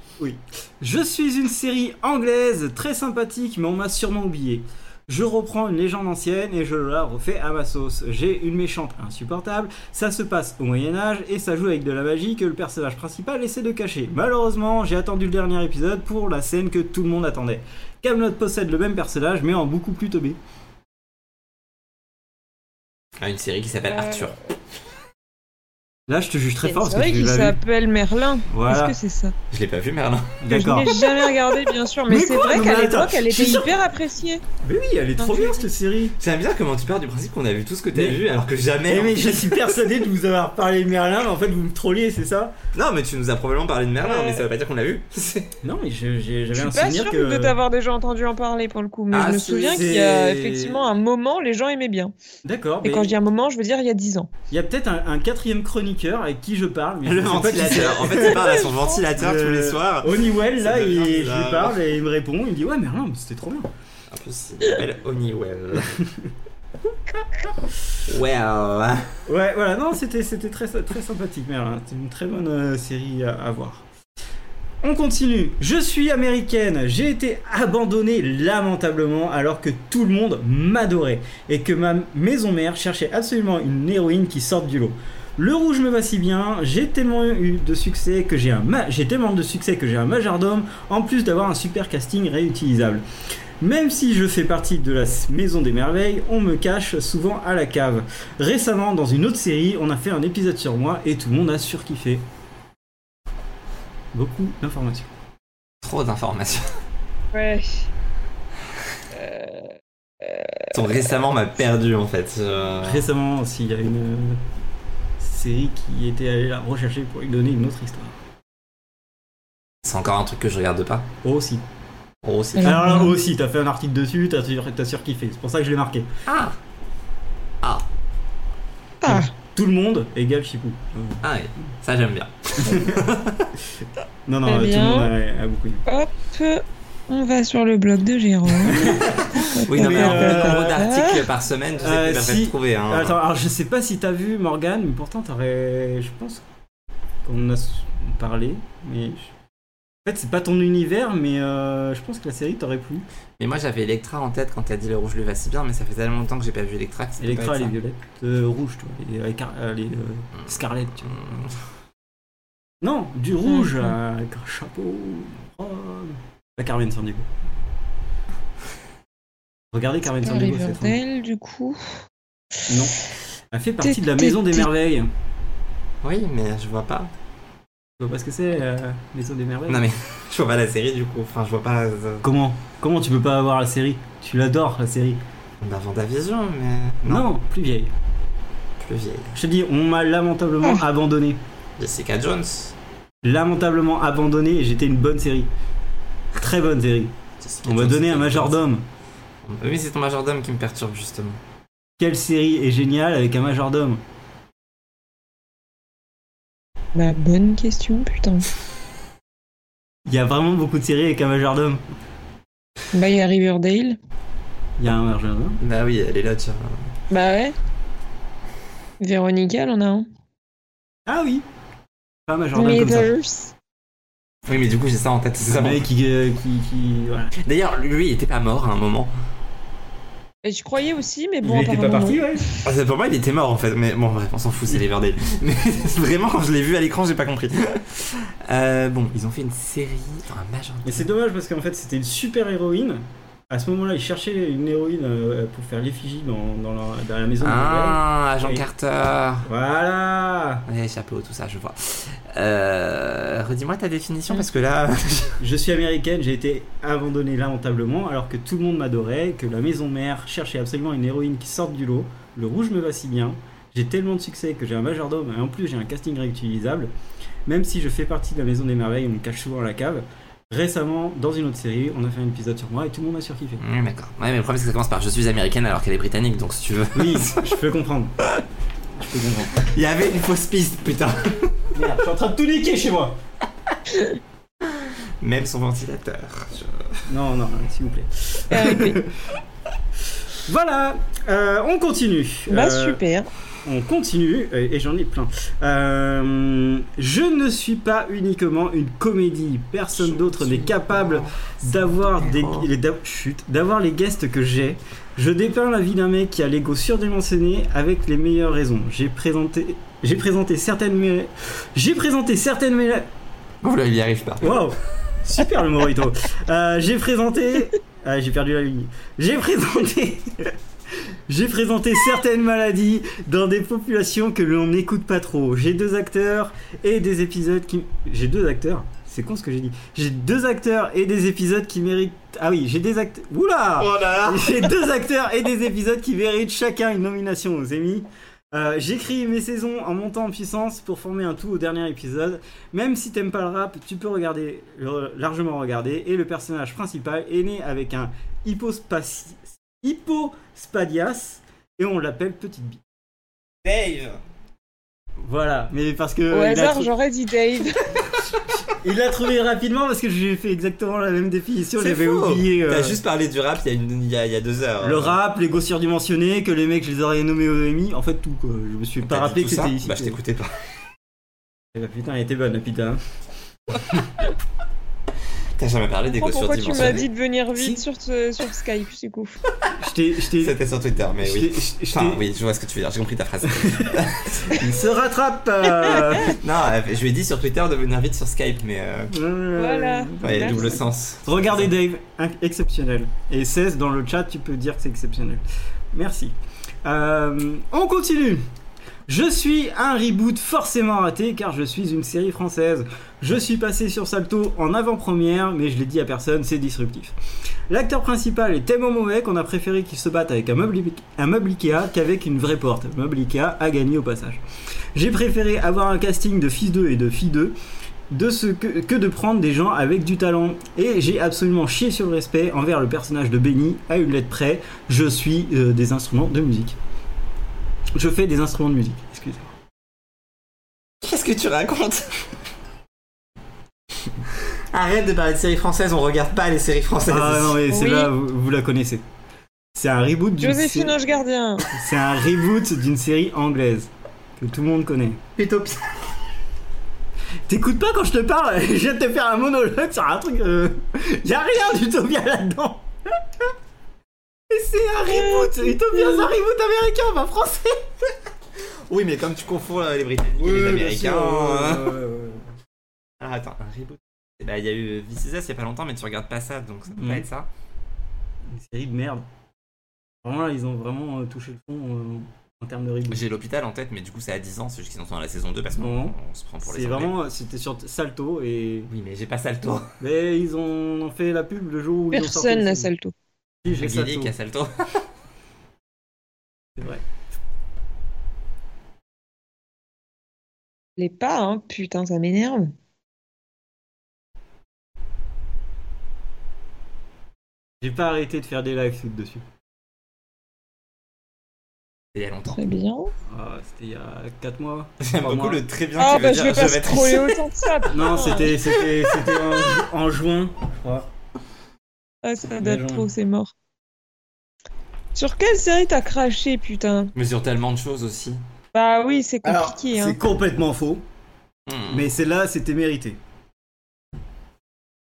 [SPEAKER 1] Je suis une série anglaise très sympathique, mais on m'a sûrement oublié. Je reprends une légende ancienne et je la refais à ma sauce. J'ai une méchante insupportable, ça se passe au Moyen-Âge et ça joue avec de la magie que le personnage principal essaie de cacher. Malheureusement, j'ai attendu le dernier épisode pour la scène que tout le monde attendait. Camelot possède le même personnage, mais en beaucoup plus teubé.
[SPEAKER 3] Ah, une série qui s'appelle
[SPEAKER 2] Euh,
[SPEAKER 3] Arthur.
[SPEAKER 1] Là, je te juge très
[SPEAKER 2] C'est
[SPEAKER 1] fort parce que
[SPEAKER 2] vrai
[SPEAKER 1] tu
[SPEAKER 2] qu'il
[SPEAKER 1] l'as vu.
[SPEAKER 2] s'appelle Merlin. Est-ce
[SPEAKER 1] Voilà,
[SPEAKER 2] que c'est ça
[SPEAKER 3] Je l'ai pas vu, Merlin.
[SPEAKER 2] Bah, Je
[SPEAKER 1] d'accord.
[SPEAKER 2] l'ai jamais regardé bien sûr, mais,
[SPEAKER 1] Mais
[SPEAKER 2] c'est
[SPEAKER 1] quoi
[SPEAKER 2] vrai
[SPEAKER 1] Non,
[SPEAKER 2] qu'à
[SPEAKER 1] mais attends,
[SPEAKER 2] l'époque elle
[SPEAKER 1] je suis
[SPEAKER 2] était
[SPEAKER 1] sûr-
[SPEAKER 2] hyper appréciée.
[SPEAKER 1] Mais oui, elle est
[SPEAKER 2] trop bien,
[SPEAKER 1] cette série.
[SPEAKER 3] C'est bizarre comment tu pars du principe qu'on a vu tout ce que t'as
[SPEAKER 1] Mais-
[SPEAKER 3] vu alors que jamais.
[SPEAKER 1] Mais, mais je suis persuadé de vous avoir parlé de Merlin, mais en fait vous me trolliez, c'est ça
[SPEAKER 3] Non, mais tu nous as probablement parlé de Merlin,
[SPEAKER 2] Euh,
[SPEAKER 3] mais ça veut pas dire qu'on l'a vu.
[SPEAKER 1] Non, mais je- j'ai-
[SPEAKER 2] Je
[SPEAKER 1] j'avais un
[SPEAKER 2] suis pas
[SPEAKER 1] souvenir
[SPEAKER 2] sûre
[SPEAKER 1] que.
[SPEAKER 2] de t'avoir déjà entendu en parler pour le coup, mais
[SPEAKER 3] Ah,
[SPEAKER 2] je me
[SPEAKER 3] c'est-
[SPEAKER 2] souviens qu'il y a
[SPEAKER 1] c'est-
[SPEAKER 2] effectivement un moment les gens aimaient bien.
[SPEAKER 1] D'accord,
[SPEAKER 2] Et
[SPEAKER 1] mais
[SPEAKER 2] quand je dis un moment, je veux dire il y a 10 ans.
[SPEAKER 1] il y a peut-être un, un quatrième chroniqueur avec qui je parle, mais
[SPEAKER 3] le
[SPEAKER 1] je sais pas qui
[SPEAKER 3] ventilateur. En fait, il parle à son ventilateur tous les
[SPEAKER 1] Euh,
[SPEAKER 3] soirs.
[SPEAKER 1] c'est. Honeywell,
[SPEAKER 3] Ça
[SPEAKER 1] là, il,
[SPEAKER 3] devient
[SPEAKER 1] je
[SPEAKER 3] bizarre.
[SPEAKER 1] lui parle et il me répond, il me dit Ouais, Merlin, mais c'était trop bien.
[SPEAKER 3] En plus, il s'appelle Honeywell. well.
[SPEAKER 1] Ouais, voilà, non, c'était c'était très, très sympathique, Merlin. C'était une très bonne euh, série à, à voir. On continue. Je suis américaine. J'ai été abandonnée lamentablement alors que tout le monde m'adorait et que ma maison mère cherchait absolument une héroïne qui sorte du lot. Le rouge me va si bien. J'ai tellement eu de succès que j'ai un ma- j'ai tellement de succès que j'ai un majordome en plus d'avoir un super casting réutilisable. Même si je fais partie de la s- maison des merveilles, on me cache souvent à la cave. Récemment, dans une autre série, on a fait un épisode sur moi et tout le monde a surkiffé. Beaucoup d'informations.
[SPEAKER 3] Trop d'informations.
[SPEAKER 2] Ouais. Euh,
[SPEAKER 1] Euh.
[SPEAKER 3] Ton récemment m'a perdu en fait. Euh,
[SPEAKER 1] Récemment aussi, il y a une euh, série qui était allée la rechercher pour lui donner une autre histoire.
[SPEAKER 3] C'est encore un truc que je regarde pas.
[SPEAKER 1] Oh aussi.
[SPEAKER 3] Oh, c'est.
[SPEAKER 2] Alors-
[SPEAKER 1] Alors là, oh aussi, t'as fait un article dessus, t'as sur- t'as surkiffé. C'est pour ça que je l'ai marqué.
[SPEAKER 3] Ah
[SPEAKER 2] Ah,
[SPEAKER 1] Tout le monde égale Chipou.
[SPEAKER 3] Ah ouais, ça j'aime bien.
[SPEAKER 1] Non, non,
[SPEAKER 2] Très
[SPEAKER 1] euh, tout le
[SPEAKER 2] bien.
[SPEAKER 1] monde a, a beaucoup aimé.
[SPEAKER 2] hop, on va sur le blog de Jérôme.
[SPEAKER 3] Oui, non, mais
[SPEAKER 1] Mais,
[SPEAKER 3] en
[SPEAKER 1] euh,
[SPEAKER 3] nombre d'articles par semaine, je sais
[SPEAKER 1] euh,
[SPEAKER 3] que tu
[SPEAKER 1] si.
[SPEAKER 3] si... trouver. Hein.
[SPEAKER 1] Attends, alors je sais pas si t'as vu Morgane, mais pourtant t'aurais. Je pense qu'on en a s- parlé, mais. je- En fait, c'est pas ton univers, mais euh, je pense que la série t'aurait plu.
[SPEAKER 3] Mais moi j'avais Electra en tête quand t'as dit le rouge le va si bien, mais ça fait tellement longtemps que j'ai pas vu Electra que ça Ah. peut
[SPEAKER 1] Electra,
[SPEAKER 3] pas
[SPEAKER 1] elle est
[SPEAKER 3] être
[SPEAKER 1] violette, euh, rouge, tu vois, et, euh, car- euh, les, euh, Scarlett, tu
[SPEAKER 3] ça.
[SPEAKER 1] vois.
[SPEAKER 3] Hum,
[SPEAKER 1] Non, du rouge,
[SPEAKER 3] Ah,
[SPEAKER 2] Mhm.
[SPEAKER 1] euh, avec un chapeau, robe. Pas Carmen Sandiego. Regardez Carmen Sandiego, c'est trop bien.
[SPEAKER 2] Riverdale, du coup.
[SPEAKER 1] Non. Elle fait partie de la Maison des Merveilles.
[SPEAKER 3] Oui, mais je vois pas.
[SPEAKER 1] Tu vois pas ce que c'est, euh, Maison des Merveilles
[SPEAKER 3] Non mais je vois pas la série du coup. Enfin, je vois pas. euh,
[SPEAKER 1] Comment Comment tu peux pas avoir la série Tu l'adores, la série.
[SPEAKER 3] Bah, Vendavision, mais. Non,
[SPEAKER 1] Non, plus vieille.
[SPEAKER 3] plus vieille.
[SPEAKER 1] Je te dis, on m'a lamentablement abandonné.
[SPEAKER 3] Jessica Jones.
[SPEAKER 1] Lamentablement abandonné et j'étais une bonne série. Très bonne série.
[SPEAKER 3] Jessica
[SPEAKER 1] On m'a
[SPEAKER 3] Jones,
[SPEAKER 1] donné un
[SPEAKER 3] c'était-
[SPEAKER 1] majordome.
[SPEAKER 3] Oui, c'est ton majordome qui me perturbe justement.
[SPEAKER 1] Quelle série est géniale avec un majordome
[SPEAKER 2] Bah, bonne question, putain.
[SPEAKER 1] Il y a vraiment beaucoup de séries avec un majordome.
[SPEAKER 2] Bah, il y a Riverdale.
[SPEAKER 1] Il y a un majordome.
[SPEAKER 3] Bah oui, elle est là, tiens.
[SPEAKER 2] Bah ouais. Véronica, elle en a un.
[SPEAKER 1] Ah oui Pas un majordome comme ça.
[SPEAKER 2] Mathers.
[SPEAKER 3] Oui, mais du coup, j'ai ça en tête. c'est
[SPEAKER 1] Un
[SPEAKER 3] ça.
[SPEAKER 1] mec qui. euh, qui, qui- voilà.
[SPEAKER 3] D'ailleurs, lui, il était pas mort à un moment.
[SPEAKER 2] Et je croyais aussi, mais bon,
[SPEAKER 1] était
[SPEAKER 2] apparemment. non.
[SPEAKER 1] ouais
[SPEAKER 3] Ah, c'est- Pour moi, il était mort en fait, mais bon, bref, on s'en fout, c'est Riverdale. Mais vraiment, quand je l'ai vu à l'écran, j'ai pas compris. Euh, bon, ils ont fait une série dans un majordome.
[SPEAKER 1] Mais c'est dommage parce qu'en fait c'était une super héroïne À ce moment-là, ils cherchaient une héroïne euh, pour faire l'effigie dans, dans, leur- dans la maison. de Noël.
[SPEAKER 4] Ah, Agent
[SPEAKER 1] Oui.
[SPEAKER 4] Carter.
[SPEAKER 1] Voilà
[SPEAKER 4] Les chapeaux, tout ça, je vois. Euh, Redis-moi ta définition parce que là.
[SPEAKER 1] Je suis américaine, j'ai été abandonnée lamentablement alors que tout le monde m'adorait, que la maison mère cherchait absolument une héroïne qui sorte du lot. Le rouge me va si bien. J'ai tellement de succès que j'ai un majordome et en plus j'ai un casting réutilisable. Même si je fais partie de la maison des merveilles, on me cache souvent à la cave. Récemment, dans une autre série, on a fait un épisode sur moi et tout le monde a surkiffé.
[SPEAKER 4] Hum, D'accord. Ouais, mais le problème c'est que ça commence par je suis américaine alors qu'elle est britannique, donc si tu veux.
[SPEAKER 1] Oui, je peux comprendre. Je peux comprendre.
[SPEAKER 4] Il y avait une fausse piste, putain.
[SPEAKER 1] Merde, je suis en train de tout niquer chez moi.
[SPEAKER 4] Même son ventilateur.
[SPEAKER 1] Non, non, s'il vous plaît.
[SPEAKER 2] RIP.
[SPEAKER 1] Voilà, euh, on continue.
[SPEAKER 2] Bah
[SPEAKER 1] Euh,
[SPEAKER 2] super.
[SPEAKER 1] On continue, euh, et j'en ai plein. Euh, je ne suis pas uniquement une comédie. Personne d'autre n'est capable d'avoir des,
[SPEAKER 4] Oh.
[SPEAKER 1] les- d'a- chut, d'avoir les guests que j'ai. Je dépeins la vie d'un mec qui a l'ego surdimensionné avec les meilleures raisons. J'ai présenté, j'ai présenté certaines, mé- j'ai présenté certaines, mé-
[SPEAKER 4] Bon, là, il y arrive pas.
[SPEAKER 1] Wow Super le Morito Euh, J'ai présenté. Ah, j'ai perdu la ligne. J'ai présenté. J'ai présenté certaines maladies dans des populations que l'on n'écoute pas trop. J'ai deux acteurs et des épisodes qui. J'ai deux acteurs C'est con ce que j'ai dit. J'ai deux acteurs et des épisodes qui méritent. Ah oui, j'ai des acteurs. Oula
[SPEAKER 4] Oh là là
[SPEAKER 1] j'ai deux acteurs et des épisodes qui méritent chacun une nomination aux Emmy. Euh, J'écris mes saisons en montant en puissance pour former un tout au dernier épisode. Même si t'aimes pas le rap, tu peux regarder, le- largement regarder. Et le personnage principal est né avec un hypospaci- hypospadias et on l'appelle Petite Bille.
[SPEAKER 3] Dave
[SPEAKER 1] Voilà, mais parce que
[SPEAKER 2] Au
[SPEAKER 1] euh, il, l'a
[SPEAKER 2] hasard,
[SPEAKER 1] trou-
[SPEAKER 2] j'aurais dit Dave.
[SPEAKER 1] il l'a trouvé rapidement parce que j'ai fait exactement la même définition.
[SPEAKER 3] C'est
[SPEAKER 1] J'avais
[SPEAKER 3] faux.
[SPEAKER 1] oublié. euh,
[SPEAKER 3] T'as juste parlé du rap il y a, une- il y a- il y a deux heures.
[SPEAKER 1] Le rap, les gosses surdimensionnés, que les mecs je les aurais nommés au EMI, en fait tout quoi. Je me suis
[SPEAKER 3] T'as
[SPEAKER 1] pas
[SPEAKER 3] dit
[SPEAKER 1] rappelé
[SPEAKER 3] tout
[SPEAKER 1] que
[SPEAKER 3] ça
[SPEAKER 1] c'était ici.
[SPEAKER 3] Bah, je t'écoutais pas.
[SPEAKER 1] Eh ben, putain, elle était bonne la pita.
[SPEAKER 4] T'as jamais parlé des
[SPEAKER 2] Oh,
[SPEAKER 4] gosses
[SPEAKER 2] pourquoi tu m'as dit
[SPEAKER 4] surdimensionnés
[SPEAKER 2] de venir
[SPEAKER 1] hein. Si.
[SPEAKER 2] vite sur, ce- sur Skype C'est ouf.
[SPEAKER 1] Je t'ai. Je t'ai.
[SPEAKER 4] C'était sur Twitter, mais
[SPEAKER 1] je
[SPEAKER 4] oui.
[SPEAKER 1] t'ai- je- je
[SPEAKER 4] Enfin,
[SPEAKER 1] t'ai-
[SPEAKER 4] oui, je vois ce que tu veux dire, j'ai compris ta phrase.
[SPEAKER 1] Il se rattrape euh,
[SPEAKER 4] non, euh, je lui ai dit sur Twitter de venir vite sur Skype, mais euh,
[SPEAKER 1] euh,
[SPEAKER 2] Voilà.
[SPEAKER 4] ouais, il y a
[SPEAKER 2] Merci.
[SPEAKER 4] double sens.
[SPEAKER 1] Regardez Dave, inc- exceptionnel. Et 16 dans le chat, tu peux dire que c'est exceptionnel. Merci. Euh, on continue. Je suis un reboot forcément raté car je suis une série française. Je suis passé sur Salto en avant-première, mais je l'ai dit à personne, c'est disruptif. L'acteur principal est tellement mauvais qu'on a préféré qu'il se batte avec un meuble, Ike- un meuble Ikea qu'avec une vraie porte. Le Meuble Ikea a gagné au passage. J'ai préféré avoir un casting de fils 2 et de fille 2 de ce que, que de prendre des gens avec du talent. Et j'ai absolument chié sur le respect envers le personnage de Benny à une lettre près. Je suis euh, des instruments de musique. Je fais des instruments de musique, excusez-moi.
[SPEAKER 4] Qu'est-ce que tu racontes Arrête de parler de séries françaises, on regarde pas les séries françaises.
[SPEAKER 1] Ah non, mais c'est
[SPEAKER 2] Oui.
[SPEAKER 1] là, vous, vous la connaissez. C'est un reboot d'une sé-
[SPEAKER 2] Joséphine Ange Gardien.
[SPEAKER 1] c'est un reboot d'une série anglaise que tout le monde connaît.
[SPEAKER 4] Plutôt pire.
[SPEAKER 1] T'écoutes pas quand je te parle, je viens de te faire un monologue sur un truc. Euh... Y a rien d'Utopia là-dedans. Et c'est un reboot. Utopia, c'est un reboot américain, pas français.
[SPEAKER 4] Oui, mais comme tu confonds euh, les Britanniques et les Américains. hein. Ah, attends, un reboot. Eh ben, il y a eu This Is Us il y a pas longtemps, mais tu regardes pas ça, donc ça peut
[SPEAKER 1] Mm.
[SPEAKER 4] pas être ça.
[SPEAKER 1] Une série de merde. Vraiment, là, ils ont vraiment euh, touché le fond euh, en termes de reboot.
[SPEAKER 4] J'ai l'hôpital en tête, mais du coup, c'est à 10 ans, c'est juste qu'ils en sont à la saison 2 parce qu'on
[SPEAKER 1] Non.
[SPEAKER 4] on se prend pour les
[SPEAKER 1] C'est
[SPEAKER 4] Anglais.
[SPEAKER 1] vraiment, c'était sur Salto et.
[SPEAKER 4] Oui, mais j'ai pas Salto.
[SPEAKER 1] Mais ils ont ont fait la pub le jour où ils ont sorti.
[SPEAKER 2] Personne
[SPEAKER 1] le
[SPEAKER 2] n'a
[SPEAKER 1] film.
[SPEAKER 2] Salto.
[SPEAKER 1] Si, j'ai
[SPEAKER 4] Guilly
[SPEAKER 1] Salto.
[SPEAKER 4] qui a Salto.
[SPEAKER 1] C'est vrai.
[SPEAKER 2] Les pas, hein. Putain, ça m'énerve.
[SPEAKER 1] J'ai pas arrêté de faire des lives foot dessus.
[SPEAKER 4] Il y a longtemps.
[SPEAKER 2] Très bien.
[SPEAKER 1] Ah, c'était il y a 4 mois.
[SPEAKER 4] J'aime
[SPEAKER 1] Pour
[SPEAKER 4] beaucoup
[SPEAKER 1] moi.
[SPEAKER 4] le très bien qui
[SPEAKER 2] Ah,
[SPEAKER 4] veut
[SPEAKER 2] bah, je vais
[SPEAKER 4] dire
[SPEAKER 2] pas
[SPEAKER 4] je vais être
[SPEAKER 2] scroller
[SPEAKER 4] ici.
[SPEAKER 2] autant que ça. putain.
[SPEAKER 1] Non, c'était c'était c'était en, ju- en juin, je crois.
[SPEAKER 2] Ah, ça
[SPEAKER 1] Mais
[SPEAKER 2] date
[SPEAKER 1] non.
[SPEAKER 2] trop, c'est mort. Sur quelle série t'as craché, putain
[SPEAKER 4] Je mesure tellement de choses aussi.
[SPEAKER 2] Bah oui, c'est
[SPEAKER 1] Alors,
[SPEAKER 2] compliqué, hein.
[SPEAKER 1] c'est complètement faux,
[SPEAKER 4] Mm.
[SPEAKER 1] mais celle-là, c'était mérité.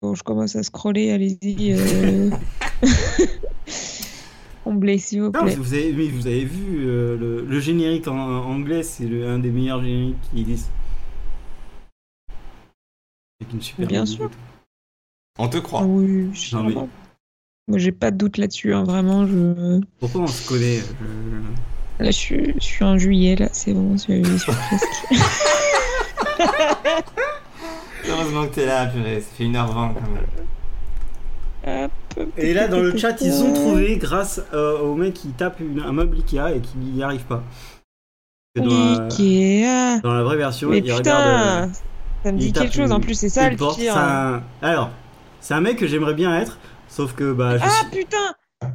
[SPEAKER 2] Bon, je commence à scroller, allez-y. Euh... On blesse, s'il vous
[SPEAKER 1] Non,
[SPEAKER 2] plaît.
[SPEAKER 1] vous avez, oui, vous avez vu euh, le, le générique en, en anglais, c'est le- un des meilleurs génériques qui existent. C'est une super.
[SPEAKER 2] Bien
[SPEAKER 1] musique.
[SPEAKER 2] sûr.
[SPEAKER 4] On te croit.
[SPEAKER 2] Oui, je suis
[SPEAKER 1] Non, mais-
[SPEAKER 2] vraiment- Moi, j'ai pas de doute là-dessus, hein, vraiment. Je...
[SPEAKER 1] Pourquoi on se connaît euh,
[SPEAKER 2] Là, je suis, je suis en juillet, là, c'est bon, je je suis presque.
[SPEAKER 3] Heureusement que t'es là, purée, ça fait 1h20 quand même.
[SPEAKER 2] Hop, hop,
[SPEAKER 1] Et là, dans le
[SPEAKER 2] hop,
[SPEAKER 1] chat,
[SPEAKER 2] hop,
[SPEAKER 1] ils ont
[SPEAKER 2] hop.
[SPEAKER 1] trouvé grâce euh, au mec qui tape une- un meuble Ikea et qui n'y arrive pas. C'est Dans, la-
[SPEAKER 2] Ikea.
[SPEAKER 1] dans la vraie version,
[SPEAKER 2] Mais
[SPEAKER 1] il regarde. euh,
[SPEAKER 2] putain, ça me
[SPEAKER 1] il
[SPEAKER 2] dit
[SPEAKER 1] tape
[SPEAKER 2] quelque chose. En
[SPEAKER 1] une-
[SPEAKER 2] plus, c'est ça
[SPEAKER 1] une
[SPEAKER 2] le
[SPEAKER 1] porte,
[SPEAKER 2] pire.
[SPEAKER 1] c'est un- Alors, c'est un mec que j'aimerais bien être, sauf que bah je
[SPEAKER 2] Ah
[SPEAKER 1] suis.
[SPEAKER 2] putain,
[SPEAKER 3] Ah,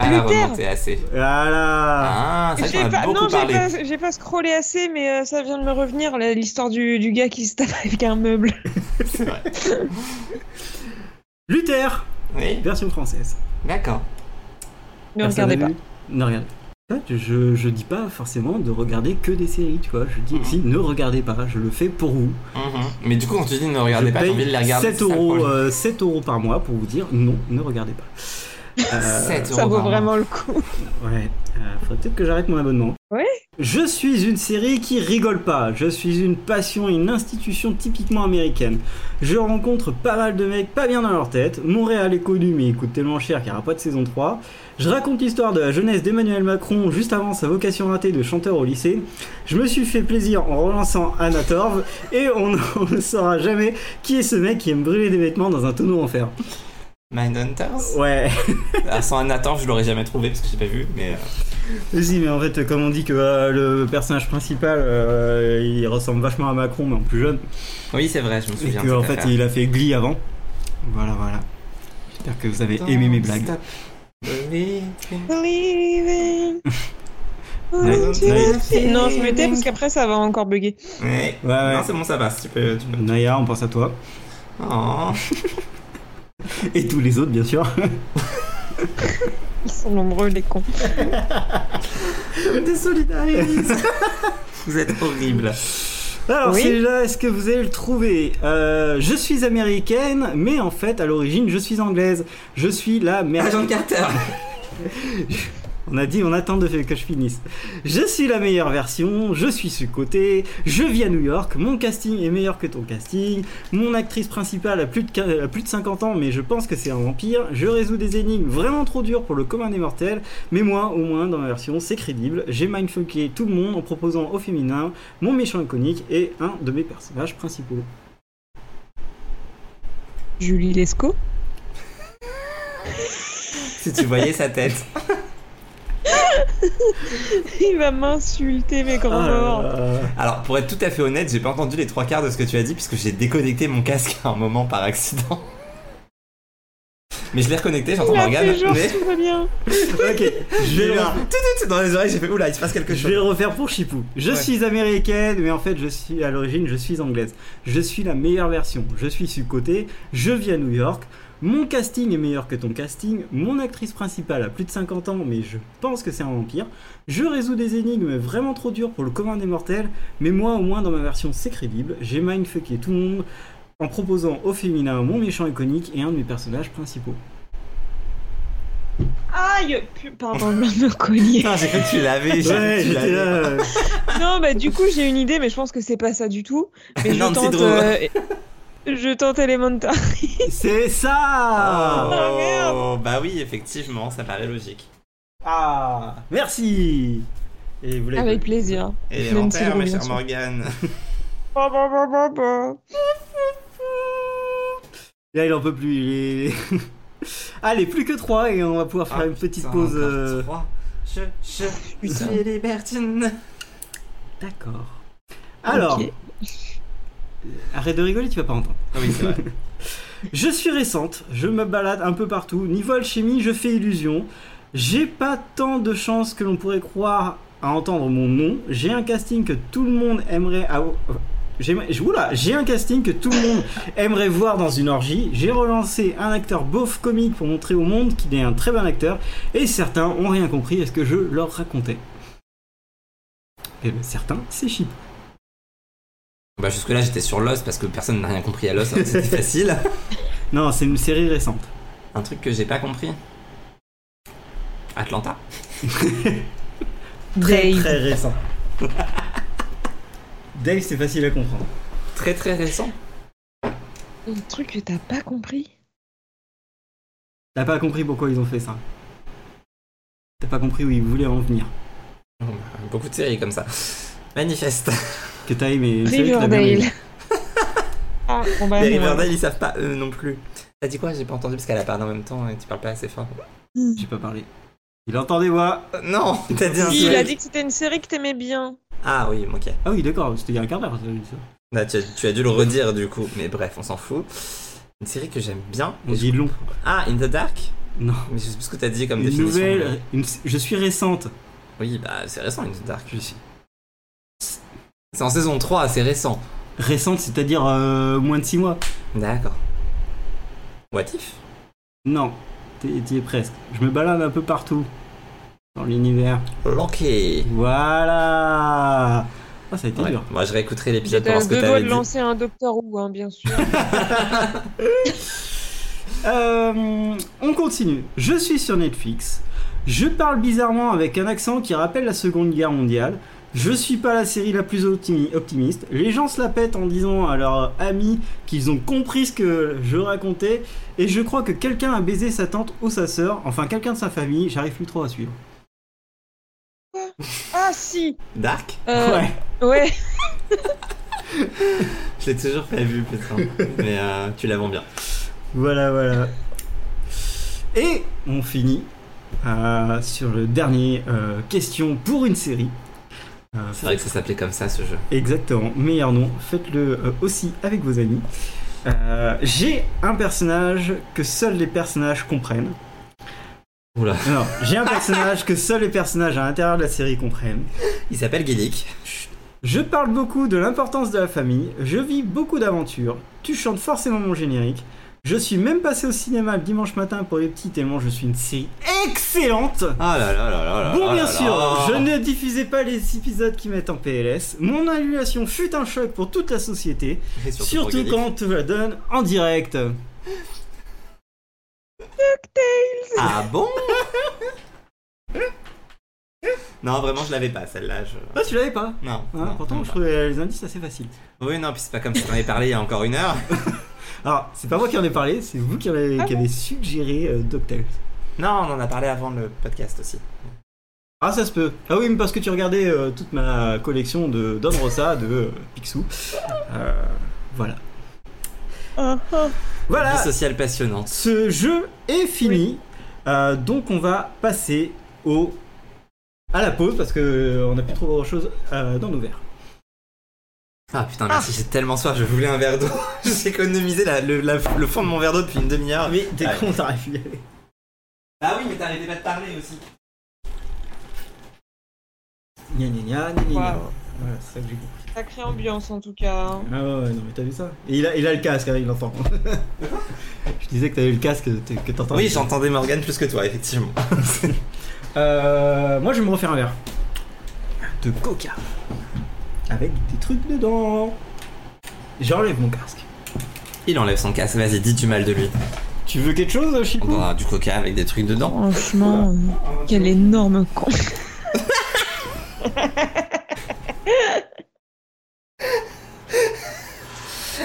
[SPEAKER 3] la
[SPEAKER 2] Luther.
[SPEAKER 3] remontée assez.
[SPEAKER 1] Voilà.
[SPEAKER 3] Ah, ça,
[SPEAKER 2] j'ai
[SPEAKER 3] j'en ai
[SPEAKER 2] pas, non,
[SPEAKER 3] beaucoup
[SPEAKER 2] j'ai
[SPEAKER 3] parlé.
[SPEAKER 2] pas, j'ai pas scrollé assez, mais euh, ça vient de me revenir là, l'histoire du, du gars qui se tape avec un meuble.
[SPEAKER 3] C'est vrai.
[SPEAKER 1] Luther,
[SPEAKER 3] Oui,
[SPEAKER 1] version française.
[SPEAKER 3] d'accord.
[SPEAKER 2] Ne
[SPEAKER 1] Personne
[SPEAKER 2] regardez
[SPEAKER 1] n'a
[SPEAKER 2] pas.
[SPEAKER 1] vu Ne regardez. En fait, Je, je dis pas forcément de regarder que des séries, tu vois. Je dis
[SPEAKER 3] Mhm.
[SPEAKER 1] si ne regardez pas, je le fais pour vous.
[SPEAKER 3] Mhm. Mais du coup, quand tu dis ne regardez
[SPEAKER 1] je
[SPEAKER 3] pas, j'ai
[SPEAKER 1] paye
[SPEAKER 3] envie de les regarder.
[SPEAKER 1] 7 euros, euh, 7 euros par mois pour vous dire non, ne regardez pas. Euh,
[SPEAKER 3] 7 euros.
[SPEAKER 2] Ça vaut
[SPEAKER 3] par mois.
[SPEAKER 2] vraiment le coup.
[SPEAKER 1] Ouais, euh, faudrait peut-être que j'arrête mon abonnement.
[SPEAKER 2] Ouais.
[SPEAKER 1] Je suis une série qui rigole pas. Je suis une passion et une institution typiquement américaine. Je rencontre pas mal de mecs pas bien dans leur tête. Montréal est connu mais il coûte tellement cher qu'il n'y aura pas de saison 3. Je raconte l'histoire de la jeunesse d'Emmanuel Macron juste avant sa vocation ratée de chanteur au lycée. Je me suis fait plaisir en relançant Anna Torv et on, on ne saura jamais qui est ce mec qui aime brûler des vêtements dans un tonneau en fer.
[SPEAKER 3] Mindhunters
[SPEAKER 1] Ouais.
[SPEAKER 3] Alors, sans Nathan, je l'aurais jamais trouvé parce que j'ai pas vu, mais. euh,
[SPEAKER 1] Vas-y, mais en fait, comme on dit que euh, le personnage principal, euh, il ressemble vachement à Macron, mais en plus jeune,
[SPEAKER 3] Oui, c'est vrai, je me
[SPEAKER 1] et
[SPEAKER 3] souviens. de
[SPEAKER 1] que en
[SPEAKER 3] cette
[SPEAKER 1] fait,
[SPEAKER 3] affaire.
[SPEAKER 1] il a fait Glee avant. Voilà, voilà. J'espère que vous avez aimé mes blagues.
[SPEAKER 3] Stop.
[SPEAKER 2] Believe it.
[SPEAKER 1] Nice.
[SPEAKER 2] Non, je me tais parce qu'après ça va encore bugger.
[SPEAKER 3] Ouais.
[SPEAKER 1] Ouais, Ah ouais.
[SPEAKER 3] Non, c'est bon, ça passe. Tu peux. Tu peux...
[SPEAKER 1] Naya, on pense à toi.
[SPEAKER 3] Oh.
[SPEAKER 1] Et tous les autres, bien sûr.
[SPEAKER 2] Ils sont nombreux les cons.
[SPEAKER 1] Des solidaires.
[SPEAKER 3] Vous êtes horrible.
[SPEAKER 1] Alors,
[SPEAKER 2] Oui.
[SPEAKER 1] celui-là, est-ce que vous allez le trouver Euh, Je suis américaine, mais en fait, à l'origine, je suis anglaise. Je suis la mère.
[SPEAKER 3] Agent Carter.
[SPEAKER 1] On a dit, on attend de que je finisse. Je suis la meilleure version, je suis sous-côté, je vis à New York, mon casting est meilleur que ton casting, mon actrice principale a plus de, quin- a plus de 50 ans, mais je pense que c'est un vampire, je résous des énigmes vraiment trop dures pour le commun des mortels, mais moi, au moins, dans ma version, c'est crédible, j'ai mindfucké tout le monde en proposant au féminin mon méchant iconique et un de mes personnages principaux.
[SPEAKER 2] Julie Lescaut.
[SPEAKER 3] si tu voyais sa tête.
[SPEAKER 2] Il va m'insulter mes grands
[SPEAKER 1] Ah là
[SPEAKER 2] morts.
[SPEAKER 1] là.
[SPEAKER 3] Alors, pour être tout à fait honnête, j'ai pas entendu les trois quarts de ce que tu as dit puisque j'ai déconnecté mon casque à un moment par accident. Mais je l'ai reconnecté, j'entends
[SPEAKER 2] Il a
[SPEAKER 3] Morgane.
[SPEAKER 2] fait genre
[SPEAKER 3] Mais
[SPEAKER 2] tout va bien.
[SPEAKER 1] ok, je
[SPEAKER 3] j'ai
[SPEAKER 1] vais
[SPEAKER 3] eu
[SPEAKER 1] le
[SPEAKER 3] un tout, tout, tout dans les oreilles, j'ai fait oula, il se passe quelque
[SPEAKER 1] Je vais
[SPEAKER 3] chose.
[SPEAKER 1] le refaire pour Chipou. Je
[SPEAKER 3] Ouais.
[SPEAKER 1] suis américaine, mais en fait, je suis à l'origine, je suis anglaise. Je suis la meilleure version. Je suis sur côté. Je vis à New York. Mon casting est meilleur que ton casting. Mon actrice principale a plus de 50 ans, mais je pense que c'est un vampire. Je résous des énigmes vraiment trop dures pour le commun des mortels, mais moi, au moins, dans ma version, c'est crédible. J'ai mindfucké tout le monde en proposant au féminin mon méchant iconique et un de mes personnages principaux.
[SPEAKER 2] Aïe, pu- pardon, je viens de me cogner.
[SPEAKER 3] Putain, j'ai cru que tu l'avais, j'ai cru que
[SPEAKER 1] Ouais,
[SPEAKER 3] tu
[SPEAKER 1] j'étais
[SPEAKER 3] l'avais.
[SPEAKER 1] là. euh,
[SPEAKER 2] Non, bah du coup, j'ai une idée, mais je pense que c'est pas ça du tout. Mais je
[SPEAKER 3] Non, mais c'est
[SPEAKER 2] tente.
[SPEAKER 3] drôle.
[SPEAKER 2] euh, Je tente Elementar.
[SPEAKER 1] C'est
[SPEAKER 3] Oh.
[SPEAKER 1] ça
[SPEAKER 2] Ah, merde.
[SPEAKER 3] bah oui, effectivement, ça paraît logique.
[SPEAKER 1] Ah, merci. Et vous l'avez
[SPEAKER 2] Avec
[SPEAKER 1] pas eu.
[SPEAKER 2] plaisir.
[SPEAKER 3] Élémentaire,
[SPEAKER 2] Même
[SPEAKER 3] ma
[SPEAKER 2] si
[SPEAKER 3] chère
[SPEAKER 2] je
[SPEAKER 3] Morgane.
[SPEAKER 2] Bah, bah, bah, bah, bah.
[SPEAKER 1] Là, il en peut plus. Il est... Allez, plus que 3 et on va pouvoir faire
[SPEAKER 3] Ah,
[SPEAKER 1] une petite
[SPEAKER 3] putain,
[SPEAKER 1] pause.
[SPEAKER 3] encore
[SPEAKER 1] euh,
[SPEAKER 3] trois. Je, je
[SPEAKER 2] Putain.
[SPEAKER 3] suis libertine.
[SPEAKER 1] D'accord. Alors,
[SPEAKER 2] Ok.
[SPEAKER 1] arrête de rigoler, tu vas pas entendre.
[SPEAKER 3] Ah oui, c'est vrai.
[SPEAKER 1] Je suis récente, je me balade un peu partout. Niveau alchimie, je fais illusion. J'ai pas tant de chance que l'on pourrait croire à entendre mon nom. J'ai un casting que tout le monde aimerait. avoir- J'aimerais- oula, J'ai un casting que tout le monde aimerait voir dans une orgie. J'ai relancé un acteur beauf comique pour montrer au monde qu'il est un très bon acteur. Et certains ont rien compris à ce que je leur racontais. Et ben, certains, c'est chip.
[SPEAKER 3] Bah jusque-là j'étais sur Lost parce que personne n'a rien compris à Lost, alors c'était facile.
[SPEAKER 1] Non, c'est une série récente.
[SPEAKER 3] Un truc que j'ai pas compris. Atlanta
[SPEAKER 1] Très
[SPEAKER 2] Dave.
[SPEAKER 1] très récent. Dave, c'est facile à comprendre.
[SPEAKER 3] Très très récent.
[SPEAKER 2] Un truc que t'as pas compris.
[SPEAKER 1] T'as pas compris pourquoi ils ont fait ça. T'as pas compris où ils voulaient en venir.
[SPEAKER 3] Beaucoup de séries comme ça. Manifeste.
[SPEAKER 1] Que t'as aimé. une série que t'as bien
[SPEAKER 2] Riverdale.
[SPEAKER 1] aimée.
[SPEAKER 2] ah, on va
[SPEAKER 3] Les
[SPEAKER 2] aller voir.
[SPEAKER 3] Riverdale, ils savent pas eux non plus. T'as dit quoi J'ai pas entendu parce qu'elle a parlé en même temps et tu parles pas assez fort.
[SPEAKER 1] J'ai pas parlé. Il entend des voix.
[SPEAKER 3] Euh, Non, t'as dit un
[SPEAKER 2] Il a
[SPEAKER 3] truc.
[SPEAKER 2] dit que c'était une série que t'aimais bien.
[SPEAKER 3] Ah oui, ok.
[SPEAKER 1] Ah oui, d'accord, c'était il y a un quart d'heure. ça, j'ai dit ça.
[SPEAKER 3] Bah, tu, as, tu as dû le redire du coup, mais bref, on s'en fout. Une série que j'aime bien.
[SPEAKER 1] On dit long.
[SPEAKER 3] Ah, In the Dark
[SPEAKER 1] Non.
[SPEAKER 3] Mais je sais plus ce que t'as dit comme
[SPEAKER 1] Une
[SPEAKER 3] définition.
[SPEAKER 1] nouvelle. une- Je suis récente.
[SPEAKER 3] Oui, bah c'est récent, In the Dark. C'est en saison 3, c'est récent.
[SPEAKER 1] Récente, c'est-à-dire euh, moins de 6 mois.
[SPEAKER 3] D'accord. What if
[SPEAKER 1] Non, t'y t'y es presque. Je me balade un peu partout dans l'univers.
[SPEAKER 3] Loki
[SPEAKER 1] Voilà. Oh, ça a été
[SPEAKER 3] Ouais.
[SPEAKER 1] dur.
[SPEAKER 3] Moi, je réécouterai l'épisode
[SPEAKER 2] J'étais
[SPEAKER 3] pour
[SPEAKER 2] à
[SPEAKER 3] voir ce que
[SPEAKER 2] deux doigts
[SPEAKER 3] t'avais
[SPEAKER 2] de
[SPEAKER 3] dit.
[SPEAKER 2] lancer un Doctor Who, hein, bien sûr.
[SPEAKER 1] Euh, on continue. Je suis sur Netflix. Je parle bizarrement avec un accent qui rappelle la Seconde Guerre mondiale. Je suis pas la série la plus optimi- optimiste. Les gens se la pètent en disant à leurs amis qu'ils ont compris ce que je racontais. Et je crois que quelqu'un a baisé sa tante ou sa sœur. Enfin, quelqu'un de sa famille. J'arrive plus trop à suivre.
[SPEAKER 2] ah si
[SPEAKER 3] Dark
[SPEAKER 2] Euh,
[SPEAKER 1] Ouais.
[SPEAKER 2] Ouais,
[SPEAKER 3] Je l'ai toujours pas vu, putain. Mais euh, tu la vends bien.
[SPEAKER 1] Voilà, voilà. Et on finit euh, sur le dernier euh, question pour une série. Euh,
[SPEAKER 3] C'est vrai que ça s'appelait comme ça ce jeu.
[SPEAKER 1] Exactement, meilleur nom. Faites-le euh, aussi avec vos amis. Euh, j'ai un personnage que seuls les personnages comprennent.
[SPEAKER 3] Oula.
[SPEAKER 1] Non, j'ai un personnage que seuls les personnages à l'intérieur de la série comprennent.
[SPEAKER 3] Il s'appelle Gillick.
[SPEAKER 1] Je parle beaucoup de l'importance de la famille. Je vis beaucoup d'aventures. Tu chantes forcément mon générique. Je suis même passé au cinéma le dimanche matin pour les petits tellement je suis une série excellente.
[SPEAKER 3] Ah là là là là là.
[SPEAKER 1] Bon,
[SPEAKER 3] là
[SPEAKER 1] bien
[SPEAKER 3] là
[SPEAKER 1] sûr,
[SPEAKER 3] là.
[SPEAKER 1] je ne diffusais pas les épisodes qui mettent en PLS. Mon annulation fut un choc pour toute la société,
[SPEAKER 3] Et surtout, pour
[SPEAKER 1] surtout
[SPEAKER 3] Gillick.
[SPEAKER 1] quand on te la donne en direct.
[SPEAKER 3] Ah bon Non, vraiment, je l'avais pas celle-là. je-
[SPEAKER 1] Ah, tu l'avais pas
[SPEAKER 3] Non.
[SPEAKER 1] Hein,
[SPEAKER 3] non,
[SPEAKER 1] Pourtant,
[SPEAKER 3] non,
[SPEAKER 1] je
[SPEAKER 3] non.
[SPEAKER 1] trouvais les indices assez faciles.
[SPEAKER 3] Oui, non, puis c'est pas comme si t'en avais parlé il y a encore une heure.
[SPEAKER 1] Alors, c'est pas moi qui en ai parlé, c'est vous qui, en avez,
[SPEAKER 2] Ah
[SPEAKER 1] qui
[SPEAKER 2] bon
[SPEAKER 1] avez suggéré euh, DuckTales.
[SPEAKER 3] Non, on en a parlé avant le podcast aussi.
[SPEAKER 1] Ah, ça se peut. Ah oui, mais parce que tu regardais euh, toute ma collection de Don Rosa, de euh, Picsou. Euh, voilà.
[SPEAKER 2] Ah, ah.
[SPEAKER 1] Voilà,
[SPEAKER 3] Vie sociale passionnante.
[SPEAKER 1] ce jeu est fini. Euh, donc on va passer au à la pause parce que euh, on n'a plus trop grand chose dans nos verres.
[SPEAKER 3] Ah putain, merci, j'ai tellement soif, je voulais un verre d'eau. j'ai économisé la- le, la- le fond de mon verre d'eau depuis une demi-heure.
[SPEAKER 1] Mais t'es
[SPEAKER 3] Ah,
[SPEAKER 1] con, t'arrives à y aller.
[SPEAKER 3] Ah oui, mais t'arrêtais pas de parler aussi.
[SPEAKER 1] Gna gna gna, gna gna gna.
[SPEAKER 2] Waouh.
[SPEAKER 1] Voilà, c'est ça que j'ai compris.
[SPEAKER 2] Sacrée ambiance en tout cas. hein.
[SPEAKER 1] Ah ouais, ouais, non mais t'as vu ça Et il a, il a le casque, hein, il l'entend. Je disais que t'avais le casque, t'es- que t'entends.
[SPEAKER 3] Oui, j'entendais Morgane plus que toi, effectivement.
[SPEAKER 1] Euh, moi je vais me refaire un verre. De coca. Avec des trucs dedans. J'enlève mon casque.
[SPEAKER 3] Il enlève son casque, vas-y, dis du mal de lui.
[SPEAKER 1] Tu veux quelque chose,
[SPEAKER 3] On
[SPEAKER 1] Chipou
[SPEAKER 3] boira du coca avec des trucs dedans.
[SPEAKER 2] Franchement,
[SPEAKER 1] Bah.
[SPEAKER 2] euh, quel énorme con.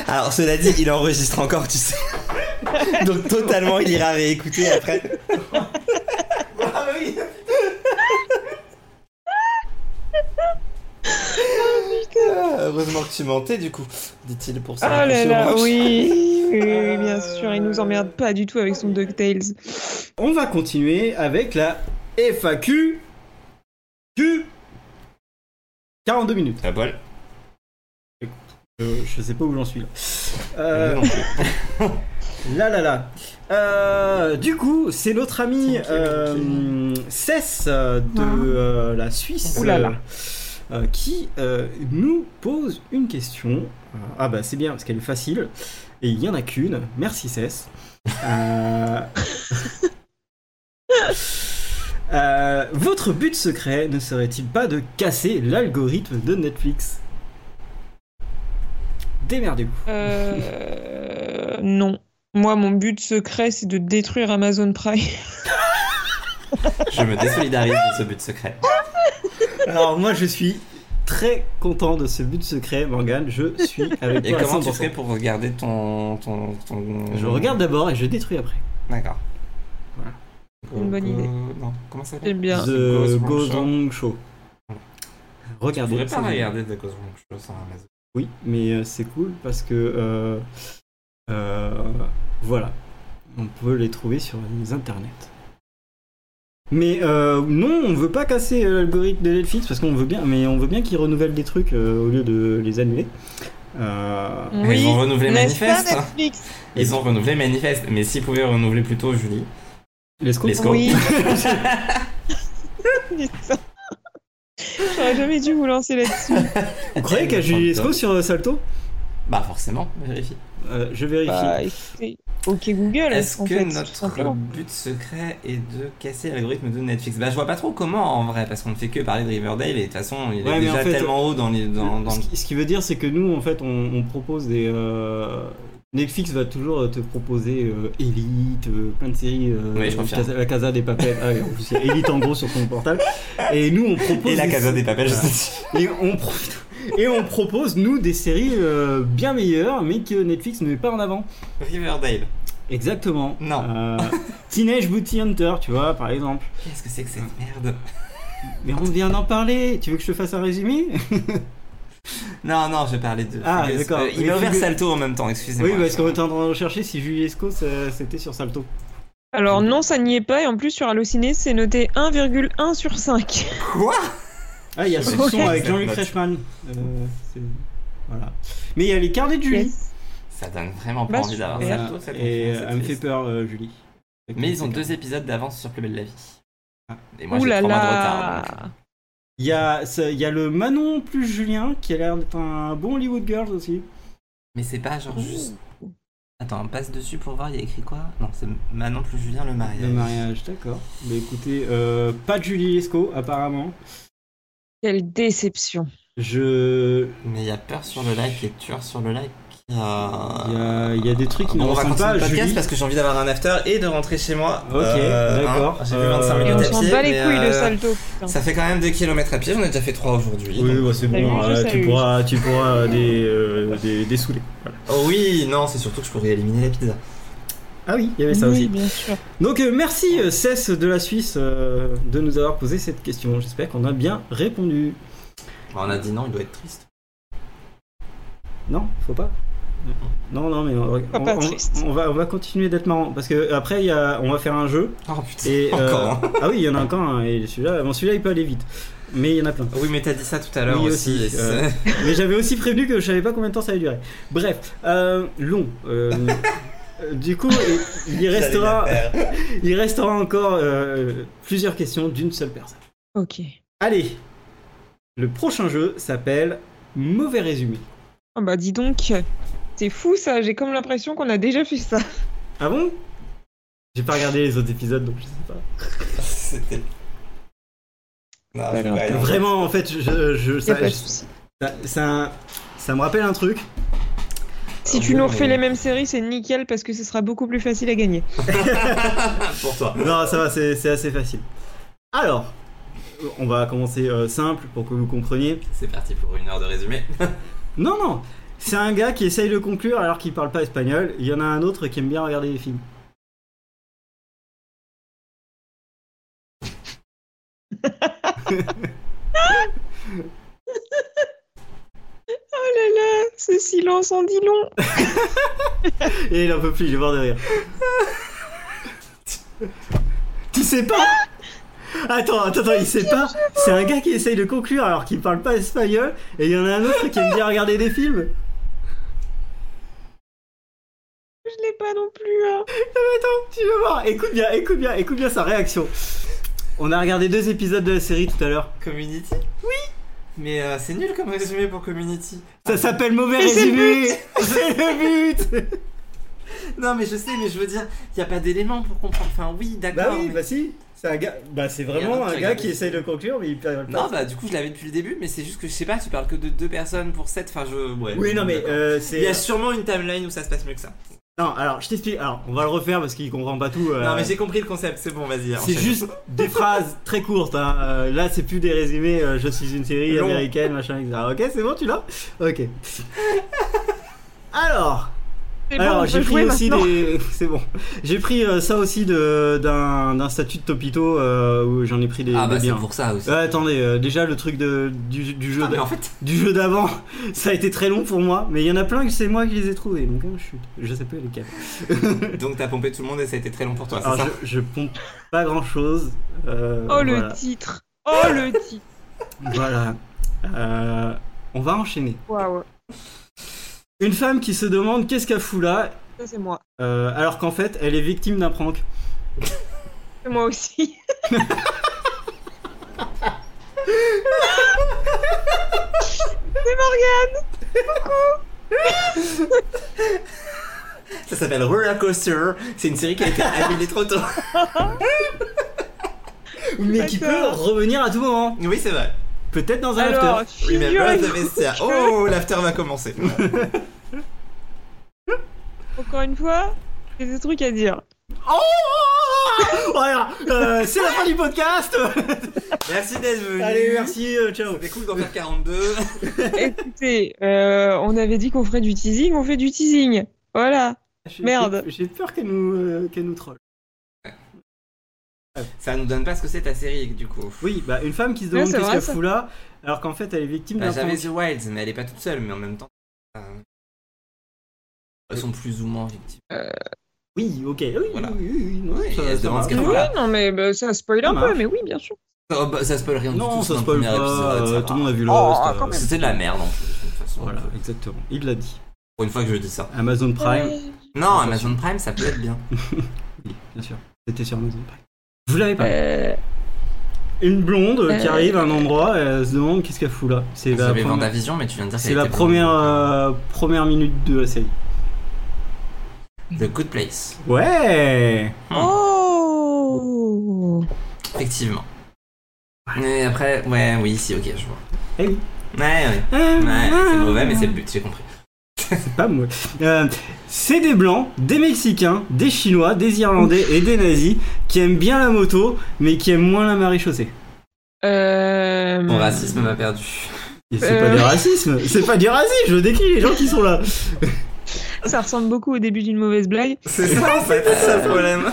[SPEAKER 3] Alors, cela dit, il enregistre encore, tu sais. Donc, totalement, il ira réécouter après. ah oui Ah, Heureusement que tu mentais, du coup, dit-il pour ça.
[SPEAKER 2] Ah là là, oui, oui, oui, oui, bien sûr, il nous emmerde pas du tout avec son DuckTales.
[SPEAKER 1] On va continuer avec la FAQ Q 42 minutes.
[SPEAKER 3] La balle
[SPEAKER 1] Euh, je sais pas où j'en suis là. Euh, là là là. Euh, du coup, c'est notre ami euh, Cess euh, de
[SPEAKER 2] Ah.
[SPEAKER 1] euh, la Suisse
[SPEAKER 2] Ouh là là.
[SPEAKER 1] euh, euh, qui euh, nous pose une question. Euh, Ah bah c'est bien parce qu'elle est facile et il y en a qu'une. Merci Cess. Euh, euh, votre but secret ne serait-il pas de casser l'algorithme de Netflix Démerdez-vous.
[SPEAKER 2] Euh, non. Moi, mon but secret, c'est de détruire Amazon Prime.
[SPEAKER 3] Je me désolidarise de ce but secret.
[SPEAKER 1] Alors moi je suis très content de ce but secret, Morgan. Je suis avec
[SPEAKER 3] Et
[SPEAKER 1] toi à
[SPEAKER 3] comment tu
[SPEAKER 1] 100%.
[SPEAKER 3] ferais pour regarder ton. ton, ton...
[SPEAKER 1] Je regarde d'abord et je détruis après.
[SPEAKER 3] D'accord. Euh,
[SPEAKER 2] Voilà. Une bonne idée.
[SPEAKER 3] Non, comment ça
[SPEAKER 2] J'aime Eh bien.
[SPEAKER 1] The
[SPEAKER 3] Goes
[SPEAKER 1] Goes Wrong Show.
[SPEAKER 3] Je
[SPEAKER 1] Regardez.
[SPEAKER 3] voudrais
[SPEAKER 1] c'est-
[SPEAKER 3] hein. pas regarder The Cosmo Show sur Amazon.
[SPEAKER 1] Oui, mais euh, c'est cool parce que euh, euh, voilà, on peut les trouver sur les internets. Mais euh, non, on veut pas casser euh, l'algorithme de Netflix parce qu'on veut bien, mais on veut bien qu'ils renouvellent des trucs euh, au lieu de les annuler. Euh,
[SPEAKER 2] Oui,
[SPEAKER 3] Ils ont renouvelé
[SPEAKER 2] n'est-ce pas,
[SPEAKER 3] Manifeste. hein.
[SPEAKER 2] Netflix
[SPEAKER 3] Ils ont renouvelé Manifeste. Mais s'ils pouvaient renouveler plus tôt, Julie.
[SPEAKER 1] les scouts.
[SPEAKER 3] Les scouts. Go.
[SPEAKER 2] Oui. Putain. J'aurais jamais dû vous lancer là-dessus.
[SPEAKER 1] Vous croyez qu'il y a Julie Lescaut sur euh, Salto
[SPEAKER 3] Bah forcément, vérifie.
[SPEAKER 1] Euh, Je vérifie.
[SPEAKER 2] Bah, écoutez, ok Google,
[SPEAKER 3] Est-ce
[SPEAKER 2] en
[SPEAKER 3] que
[SPEAKER 2] fait, tout
[SPEAKER 3] notre
[SPEAKER 2] simplement.
[SPEAKER 3] but secret est de casser l'algorithme de Netflix Bah je vois pas trop comment en vrai, parce qu'on ne fait que parler de Riverdale et de toute façon il est
[SPEAKER 1] Ouais, mais
[SPEAKER 3] déjà
[SPEAKER 1] en fait,
[SPEAKER 3] tellement haut dans les... Dans, dans
[SPEAKER 1] Ce,
[SPEAKER 3] le-
[SPEAKER 1] qui, ce qui veut dire, c'est que nous, en fait, on, on propose des. euh, Netflix va toujours te proposer euh, Elite, euh, plein de séries. euh,
[SPEAKER 3] Oui, je confirme.
[SPEAKER 1] Casa- la Casa des Papels. Ah, et en plus, il y a Elite en gros sur son portable. Et nous, on propose.
[SPEAKER 3] Et la
[SPEAKER 1] des-
[SPEAKER 3] Casa des Papels, je
[SPEAKER 1] Voilà.
[SPEAKER 3] sais
[SPEAKER 1] Et on, pro- et on propose, nous, des séries euh, bien meilleures, mais que Netflix ne met pas en avant.
[SPEAKER 3] pas. Riverdale.
[SPEAKER 1] Exactement.
[SPEAKER 3] Non.
[SPEAKER 1] Euh, Teenage Booty Hunter, tu vois, par exemple.
[SPEAKER 3] Qu'est-ce que c'est que cette merde
[SPEAKER 1] Mais on vient d'en parler. Tu veux que je te fasse un résumé
[SPEAKER 3] Non, non, je parlais de...
[SPEAKER 1] Ah,
[SPEAKER 3] Fugueuse.
[SPEAKER 1] d'accord.
[SPEAKER 3] Euh, il
[SPEAKER 1] Mais
[SPEAKER 3] m'a ouvert
[SPEAKER 1] Fugueuse-
[SPEAKER 3] Salto en même temps, excusez-moi.
[SPEAKER 1] Oui, parce qu'on était en train de rechercher si Julie Esco, ça- c'était sur Salto.
[SPEAKER 2] Alors non, ça n'y est pas, et en plus sur Allociné, c'est noté 1,1 sur 5.
[SPEAKER 3] Quoi
[SPEAKER 1] Ah, il y a ce
[SPEAKER 2] Ok.
[SPEAKER 1] son avec Jean-Luc
[SPEAKER 3] Note.
[SPEAKER 1] Reichmann. Euh, c'est- voilà. Mais il y a les carnets de Julie.
[SPEAKER 2] Yes.
[SPEAKER 3] Ça donne vraiment pas
[SPEAKER 2] Bah,
[SPEAKER 3] envie d'avoir
[SPEAKER 1] Voilà.
[SPEAKER 3] Salto, cette
[SPEAKER 1] Et
[SPEAKER 3] conférence,
[SPEAKER 1] euh,
[SPEAKER 3] c'est
[SPEAKER 1] elle me fait
[SPEAKER 3] triste.
[SPEAKER 1] peur, euh, Julie.
[SPEAKER 3] Mais ils ont deux épisodes d'avance sur Plus Belle la Vie.
[SPEAKER 1] Ah.
[SPEAKER 3] Et moi
[SPEAKER 2] Ouh
[SPEAKER 3] j'ai
[SPEAKER 2] là
[SPEAKER 3] trois mois de
[SPEAKER 2] là
[SPEAKER 3] retard. donc.
[SPEAKER 1] Il y, a, ce- il y a le Manon plus Julien qui a l'air d'être un bon Hollywood Girls aussi.
[SPEAKER 3] Mais c'est pas genre juste... Attends, on passe dessus pour voir, il y a écrit quoi Non, c'est Manon plus Julien le mariage.
[SPEAKER 1] Le mariage, d'accord. Mais écoutez, euh, pas de Julie Esco apparemment.
[SPEAKER 2] Quelle déception.
[SPEAKER 1] Je.
[SPEAKER 3] Mais il y a peur sur le lac et tueur sur le lac. Il
[SPEAKER 1] Il y a, il y a des trucs qui ne
[SPEAKER 3] Ah. on va
[SPEAKER 1] ressemblent
[SPEAKER 3] continuer
[SPEAKER 1] pas à
[SPEAKER 3] le podcast
[SPEAKER 1] Julie.
[SPEAKER 3] parce que j'ai envie d'avoir un after et de rentrer chez moi.
[SPEAKER 1] Ok, d'accord.
[SPEAKER 3] hein, j'ai vu
[SPEAKER 1] Euh,
[SPEAKER 3] 25
[SPEAKER 2] Et
[SPEAKER 3] minutes
[SPEAKER 2] on
[SPEAKER 3] à
[SPEAKER 2] s'en
[SPEAKER 3] pied.
[SPEAKER 2] bat les
[SPEAKER 3] mais,
[SPEAKER 2] couilles de
[SPEAKER 3] euh,
[SPEAKER 2] Salto. putain.
[SPEAKER 3] Ça fait quand même 2 km à pied, j'en ai déjà fait 3 aujourd'hui.
[SPEAKER 1] Oui,
[SPEAKER 3] donc-
[SPEAKER 1] bah, c'est
[SPEAKER 2] Salut,
[SPEAKER 1] bon,
[SPEAKER 2] je
[SPEAKER 1] euh, tu,
[SPEAKER 2] salue.
[SPEAKER 1] pourras, tu pourras des, euh, des, des saouler.
[SPEAKER 3] Oh oui, non, c'est surtout que je pourrais éliminer la pizza.
[SPEAKER 1] Ah oui, il y avait
[SPEAKER 2] oui, bien sûr.
[SPEAKER 1] Donc euh, merci euh, Cess de la Suisse euh, de nous avoir posé cette question. J'espère qu'on a bien répondu.
[SPEAKER 3] Bah, on a dit non, il doit être triste.
[SPEAKER 1] Non, faut pas. Non, non, mais on,
[SPEAKER 2] Faut
[SPEAKER 1] on-
[SPEAKER 2] Oh, pas
[SPEAKER 1] on-
[SPEAKER 2] triste.
[SPEAKER 1] on va, on va continuer d'être marrant parce que euh, après il y a, on va faire un jeu
[SPEAKER 3] Oh putain,
[SPEAKER 1] et euh,
[SPEAKER 3] encore hein. un.
[SPEAKER 1] ah oui il y en a encore un et celui-là bon celui-là il peut aller vite mais il y en a plein.
[SPEAKER 3] Oui, mais t'as dit ça tout à l'heure
[SPEAKER 1] Oui,
[SPEAKER 3] aussi.
[SPEAKER 1] aussi,
[SPEAKER 3] et c'est-
[SPEAKER 1] euh, Mais j'avais aussi prévenu que je savais pas combien de temps ça allait durer. Bref, euh, long. euh, euh, du coup il- il
[SPEAKER 3] J'allais
[SPEAKER 1] restera
[SPEAKER 3] la faire.
[SPEAKER 1] il restera encore euh, plusieurs questions d'une seule personne.
[SPEAKER 2] Ok.
[SPEAKER 1] Allez, le prochain jeu s'appelle Mauvais résumé.
[SPEAKER 2] Ah bah dis donc, c'est fou ça, j'ai comme l'impression qu'on a déjà fait ça.
[SPEAKER 1] Ah bon J'ai pas regardé les autres épisodes donc je sais pas.
[SPEAKER 3] C'était. Non,
[SPEAKER 2] Pas
[SPEAKER 3] je
[SPEAKER 2] grave.
[SPEAKER 3] vais pas y aller.
[SPEAKER 1] Vraiment en fait, je, je-
[SPEAKER 2] Y a
[SPEAKER 1] ça,
[SPEAKER 2] pas de
[SPEAKER 1] je-
[SPEAKER 2] souci.
[SPEAKER 1] ça, ça- ça me rappelle un truc.
[SPEAKER 2] Si
[SPEAKER 3] Ah
[SPEAKER 2] tu
[SPEAKER 3] bon,
[SPEAKER 2] nous refais
[SPEAKER 3] mais-
[SPEAKER 2] les mêmes séries, c'est nickel parce que ce sera beaucoup plus facile à gagner.
[SPEAKER 3] Pour toi.
[SPEAKER 1] Non, ça va, c'est c'est assez facile. Alors, on va commencer euh, simple pour que vous compreniez.
[SPEAKER 3] C'est parti pour une heure de résumé.
[SPEAKER 1] Non, non C'est un gars qui essaye de conclure alors qu'il parle pas espagnol. Il y en a un autre qui aime bien regarder les films.
[SPEAKER 2] Oh là là, ce silence en dit long.
[SPEAKER 1] Et il en peut plus, il est mort de rire. tu sais pas Attends, attends, attends, il sait pas C'est un gars qui essaye de conclure alors qu'il parle pas espagnol et il y en a un autre qui aime bien regarder des films.
[SPEAKER 2] Je l'ai pas non plus. hein.
[SPEAKER 1] Tu vas voir, écoute bien, écoute bien, écoute bien sa réaction. On a regardé deux épisodes de la série tout à l'heure.
[SPEAKER 3] Community Oui Mais euh, c'est nul comme résumé pour Community.
[SPEAKER 1] Ça s'appelle mauvais
[SPEAKER 2] Mais c'est le
[SPEAKER 1] résumé C'est le but
[SPEAKER 3] Non, mais je sais, mais je veux dire, il a pas d'éléments pour comprendre. Enfin, oui,
[SPEAKER 1] Bah
[SPEAKER 3] d'accord.
[SPEAKER 1] oui,
[SPEAKER 3] mais-
[SPEAKER 1] bah si c'est un gars, bah c'est
[SPEAKER 3] Il y en a
[SPEAKER 1] vraiment
[SPEAKER 3] un
[SPEAKER 1] un
[SPEAKER 3] qui
[SPEAKER 1] gars
[SPEAKER 3] regarde
[SPEAKER 1] qui
[SPEAKER 3] les
[SPEAKER 1] essaye de conclure mais il parle pas.
[SPEAKER 3] Non, bah du coup, je l'avais depuis le début, mais c'est juste que je sais pas, tu parles que de deux personnes pour sept. Enfin, je. Ouais.
[SPEAKER 1] oui non mais
[SPEAKER 3] D'accord.
[SPEAKER 1] euh,
[SPEAKER 3] bah, Il y
[SPEAKER 1] c'est
[SPEAKER 3] a sûrement une timeline où ça se passe mieux que ça.
[SPEAKER 1] non alors je t'explique alors on va le refaire parce qu'il comprend pas tout. euh,
[SPEAKER 3] Non, mais j'ai compris le concept, c'est bon, vas-y.
[SPEAKER 1] C'est
[SPEAKER 3] enchaîne.
[SPEAKER 1] juste des phrases très courtes. hein. Euh, là, c'est plus des résumés. euh, je suis une série
[SPEAKER 3] Long.
[SPEAKER 1] américaine, machin, etc. Ok, c'est bon, tu l'as Ok. Alors,
[SPEAKER 2] C'est bon,
[SPEAKER 1] Alors
[SPEAKER 2] on
[SPEAKER 1] j'ai
[SPEAKER 2] peut
[SPEAKER 1] pris
[SPEAKER 2] jouer
[SPEAKER 1] aussi
[SPEAKER 2] maintenant.
[SPEAKER 1] des, c'est bon. J'ai pris euh, ça aussi de- d'un d'un statut de Topito euh, où j'en ai pris des,
[SPEAKER 3] Ah
[SPEAKER 1] des
[SPEAKER 3] bah c'est
[SPEAKER 1] biens.
[SPEAKER 3] pour ça aussi.
[SPEAKER 1] Euh, attendez, euh, déjà le truc de, du, du jeu
[SPEAKER 3] Ah, mais
[SPEAKER 1] d'a-
[SPEAKER 3] en fait,
[SPEAKER 1] du jeu d'avant, ça a été très long pour moi, mais il y en a plein que c'est moi qui les ai trouvés, donc hein, je, je sais pas lesquels.
[SPEAKER 3] donc t'as pompé tout le monde et ça a été très long pour toi, c'est
[SPEAKER 1] Alors
[SPEAKER 3] ça
[SPEAKER 1] je, je pompe pas grand chose.
[SPEAKER 2] Oh
[SPEAKER 1] voilà.
[SPEAKER 2] le titre Oh le titre
[SPEAKER 1] Voilà. Euh, on va enchaîner.
[SPEAKER 2] Waouh
[SPEAKER 1] Une femme qui se demande qu'est-ce qu'elle fout là,
[SPEAKER 2] Ça c'est moi.
[SPEAKER 1] euh, alors qu'en fait elle est victime d'un prank.
[SPEAKER 2] C'est moi aussi. c'est Morgane
[SPEAKER 3] Ça s'appelle Roller Coaster, c'est une série qui a été annulée trop tôt.
[SPEAKER 1] Mais qui peut
[SPEAKER 2] D'accord.
[SPEAKER 1] revenir à tout moment.
[SPEAKER 3] Oui, c'est vrai.
[SPEAKER 1] Peut-être dans un
[SPEAKER 2] Alors,
[SPEAKER 1] after.
[SPEAKER 3] Remember the
[SPEAKER 2] figurez-vous
[SPEAKER 3] vestiaire.
[SPEAKER 2] que-
[SPEAKER 3] Oh, l'after va commencer.
[SPEAKER 2] Encore une fois, j'ai des trucs à dire.
[SPEAKER 1] Voilà, euh, c'est la fin du podcast.
[SPEAKER 3] Merci d'être venu.
[SPEAKER 1] Allez, merci, euh, ciao.
[SPEAKER 3] C'était cool d'en faire 42.
[SPEAKER 2] Écoutez, euh, on avait dit qu'on ferait du teasing, on fait du teasing. Voilà.
[SPEAKER 1] J'ai-
[SPEAKER 2] Merde.
[SPEAKER 1] j'ai- J'ai peur qu'elle nous, euh, qu'elle nous troll.
[SPEAKER 3] Ça nous donne pas ce que c'est ta série, du coup.
[SPEAKER 1] Oui, bah une femme qui se
[SPEAKER 2] Ouais,
[SPEAKER 1] demande
[SPEAKER 2] c'est
[SPEAKER 1] qu'est-ce
[SPEAKER 2] vrai,
[SPEAKER 1] qu'elle
[SPEAKER 2] ça.
[SPEAKER 1] fout là, alors qu'en fait elle est victime
[SPEAKER 3] Bah,
[SPEAKER 1] d'un
[SPEAKER 3] J'avais
[SPEAKER 1] prank.
[SPEAKER 3] The Wilds, mais elle est pas toute seule, mais en même temps. euh, Elles sont plus ou moins victimes.
[SPEAKER 1] Oui, ok, oui,
[SPEAKER 3] Voilà.
[SPEAKER 1] oui, oui, oui, non,
[SPEAKER 3] Oui,
[SPEAKER 1] ça-
[SPEAKER 3] elle
[SPEAKER 1] ça
[SPEAKER 3] se demande
[SPEAKER 1] va.
[SPEAKER 3] ce qu'elle
[SPEAKER 2] Oui,
[SPEAKER 3] fout là.
[SPEAKER 2] non, mais bah, ça spoil
[SPEAKER 1] Ah,
[SPEAKER 2] un
[SPEAKER 1] Ça
[SPEAKER 2] peu,
[SPEAKER 1] marche.
[SPEAKER 2] mais oui, bien sûr.
[SPEAKER 3] Oh, bah, ça spoil rien du
[SPEAKER 1] Non,
[SPEAKER 3] tout. c'est
[SPEAKER 1] ça
[SPEAKER 3] un
[SPEAKER 1] spoil
[SPEAKER 3] premier
[SPEAKER 1] pas,
[SPEAKER 3] épisode, ça
[SPEAKER 1] euh,
[SPEAKER 3] va.
[SPEAKER 1] tout le monde a vu
[SPEAKER 2] Oh,
[SPEAKER 1] Lost.
[SPEAKER 2] quand même.
[SPEAKER 3] C'était de la merde en plus, de toute façon.
[SPEAKER 1] Voilà, exactement, il l'a dit.
[SPEAKER 3] Pour une fois que je dis ça.
[SPEAKER 1] Amazon Prime,
[SPEAKER 2] Ouais.
[SPEAKER 3] Non, Amazon Prime, ça peut être bien.
[SPEAKER 1] oui, bien sûr, c'était sur Amazon Prime. Vous l'avez pas
[SPEAKER 2] Euh,
[SPEAKER 1] Une blonde euh, qui
[SPEAKER 2] Euh.
[SPEAKER 1] arrive à un endroit, elle se demande qu'est-ce qu'elle fout là. C'est
[SPEAKER 3] C'est
[SPEAKER 1] la
[SPEAKER 3] dans
[SPEAKER 1] première,
[SPEAKER 3] ta vision, mais tu viens de dire
[SPEAKER 1] c'est
[SPEAKER 3] qu'elle
[SPEAKER 1] la
[SPEAKER 3] était
[SPEAKER 1] première,
[SPEAKER 3] bonne.
[SPEAKER 1] euh, première minute de la série. euh,
[SPEAKER 3] The Good Place.
[SPEAKER 1] Ouais
[SPEAKER 2] Oh
[SPEAKER 3] Effectivement. Et après, ouais, oui, si, ok, je vois.
[SPEAKER 1] Eh oui.
[SPEAKER 3] Ouais, ouais. Ouais, c'est mauvais, mais c'est le but, j'ai compris.
[SPEAKER 1] Euh, Pas moi. Euh, c'est des blancs, des mexicains, des chinois, des irlandais et des nazis qui aiment bien la moto mais qui aiment moins la marée chaussée.
[SPEAKER 2] Euh,
[SPEAKER 3] Mon racisme m'a perdu.
[SPEAKER 1] Et c'est pas
[SPEAKER 2] Euh.
[SPEAKER 1] du racisme, c'est pas du racisme, je décris les gens qui sont là.
[SPEAKER 2] Ça ressemble beaucoup au début d'une mauvaise blague.
[SPEAKER 3] C'est ça, en fait, c'est ça le problème.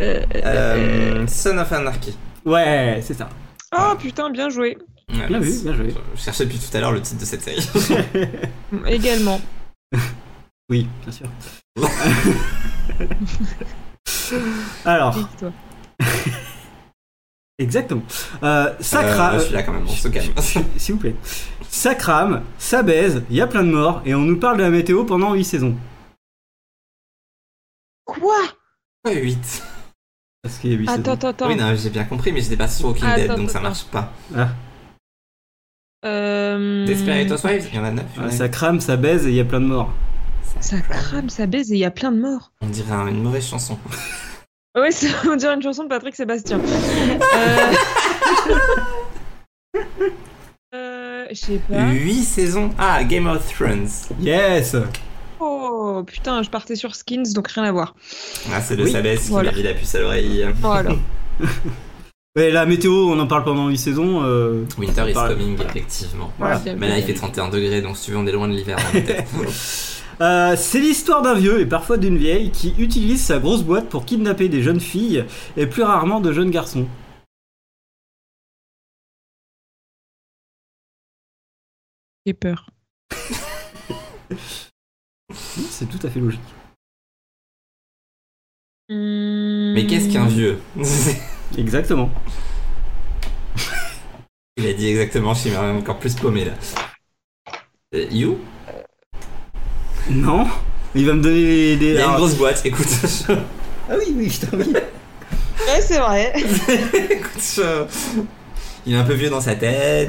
[SPEAKER 2] Euh,
[SPEAKER 3] Euh, Son of Anarchy.
[SPEAKER 1] Ouais, c'est ça.
[SPEAKER 2] Oh putain, bien joué.
[SPEAKER 3] Ouais,
[SPEAKER 1] Bien vu,
[SPEAKER 3] c'est-
[SPEAKER 1] bien joué.
[SPEAKER 3] Je cherchais depuis tout à l'heure le titre de cette série.
[SPEAKER 2] Également.
[SPEAKER 1] Oui, bien sûr. Alors,
[SPEAKER 2] Dis-toi.
[SPEAKER 1] exactement. Euh, ça crame-
[SPEAKER 3] Euh, je suis là quand même, on se calme.
[SPEAKER 1] S'il vous plaît. Ça crame, ça baise, il y a plein de morts et on nous parle de la météo pendant 8 saisons.
[SPEAKER 2] Quoi
[SPEAKER 3] 8.
[SPEAKER 1] Parce qu'il y a 8
[SPEAKER 2] Attends,
[SPEAKER 1] saisons.
[SPEAKER 2] attends, attends.
[SPEAKER 3] Oui, non, j'ai bien compris, mais j'étais pas sur Walking Dead,
[SPEAKER 2] Attends,
[SPEAKER 3] donc ça
[SPEAKER 2] attends.
[SPEAKER 3] marche pas.
[SPEAKER 2] Euh,
[SPEAKER 3] Desperate Housewives, il y en a 9.
[SPEAKER 1] Ouais, ça crame, ça baise et il y a plein de morts.
[SPEAKER 2] Ça crame, ça baise et il y a plein de morts.
[SPEAKER 3] On dirait un- une mauvaise chanson.
[SPEAKER 2] Oui, c'est- on dirait une chanson de Patrick Sébastien. Euh, euh, Je sais pas.
[SPEAKER 3] 8 saisons. Ah, Game of Thrones.
[SPEAKER 1] Yes
[SPEAKER 2] Oh putain, je partais sur Skins, donc rien à voir.
[SPEAKER 3] Ah, c'est le
[SPEAKER 1] Oui,
[SPEAKER 3] Sabès qui
[SPEAKER 2] voilà.
[SPEAKER 3] m'a mis la puce à l'oreille.
[SPEAKER 2] Voilà.
[SPEAKER 1] Ouais, la météo, on en parle pendant 8 saisons. euh,
[SPEAKER 3] Winter is
[SPEAKER 1] Par-
[SPEAKER 3] coming, effectivement.
[SPEAKER 2] Voilà.
[SPEAKER 3] Mais là, il fait 31 degrés, donc si tu veux, on est loin de l'hiver. en fait.
[SPEAKER 1] Euh, c'est l'histoire d'un vieux et parfois d'une vieille qui utilise sa grosse boîte pour kidnapper des jeunes filles et plus rarement de jeunes garçons.
[SPEAKER 2] J'ai peur.
[SPEAKER 1] C'est tout à fait logique.
[SPEAKER 2] Hmm.
[SPEAKER 3] Mais qu'est-ce qu'un vieux
[SPEAKER 1] Exactement.
[SPEAKER 3] Il a dit exactement, je suis même encore plus paumé là. Euh, you
[SPEAKER 1] Non Il va me donner des...
[SPEAKER 3] Il
[SPEAKER 1] des-
[SPEAKER 3] y a une
[SPEAKER 1] alors-
[SPEAKER 3] grosse boîte, écoute. je-
[SPEAKER 1] Ah oui, oui, putain, oui.
[SPEAKER 2] Ouais, c'est vrai.
[SPEAKER 3] écoute, je- Il est un peu vieux dans sa tête.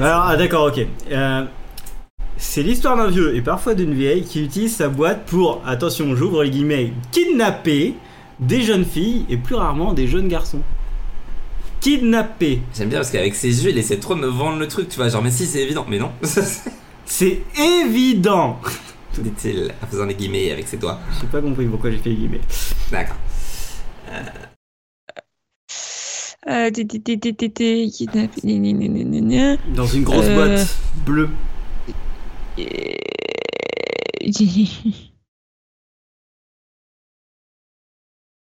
[SPEAKER 1] Alors, ah, d'accord, ok. Euh, c'est l'histoire d'un vieux et parfois d'une vieille qui utilise sa boîte pour, attention, j'ouvre les guillemets, kidnapper des jeunes filles et plus rarement des jeunes garçons. Kidnapper.
[SPEAKER 3] J'aime bien parce qu'avec ses yeux, il essaie trop de me vendre le truc, tu vois. Genre, mais si, c'est évident, mais non.
[SPEAKER 1] C'est évident
[SPEAKER 3] Dit-il en faisant des guillemets avec ses doigts.
[SPEAKER 1] J'ai pas compris pourquoi j'ai fait les guillemets.
[SPEAKER 3] D'accord.
[SPEAKER 2] Euh, ti- ti- ti- ti- ti- ti- kidnappé, gna, gna, gna, gna, gna, gna.
[SPEAKER 1] Dans une grosse
[SPEAKER 2] Euh.
[SPEAKER 1] boîte bleue.
[SPEAKER 2] Et-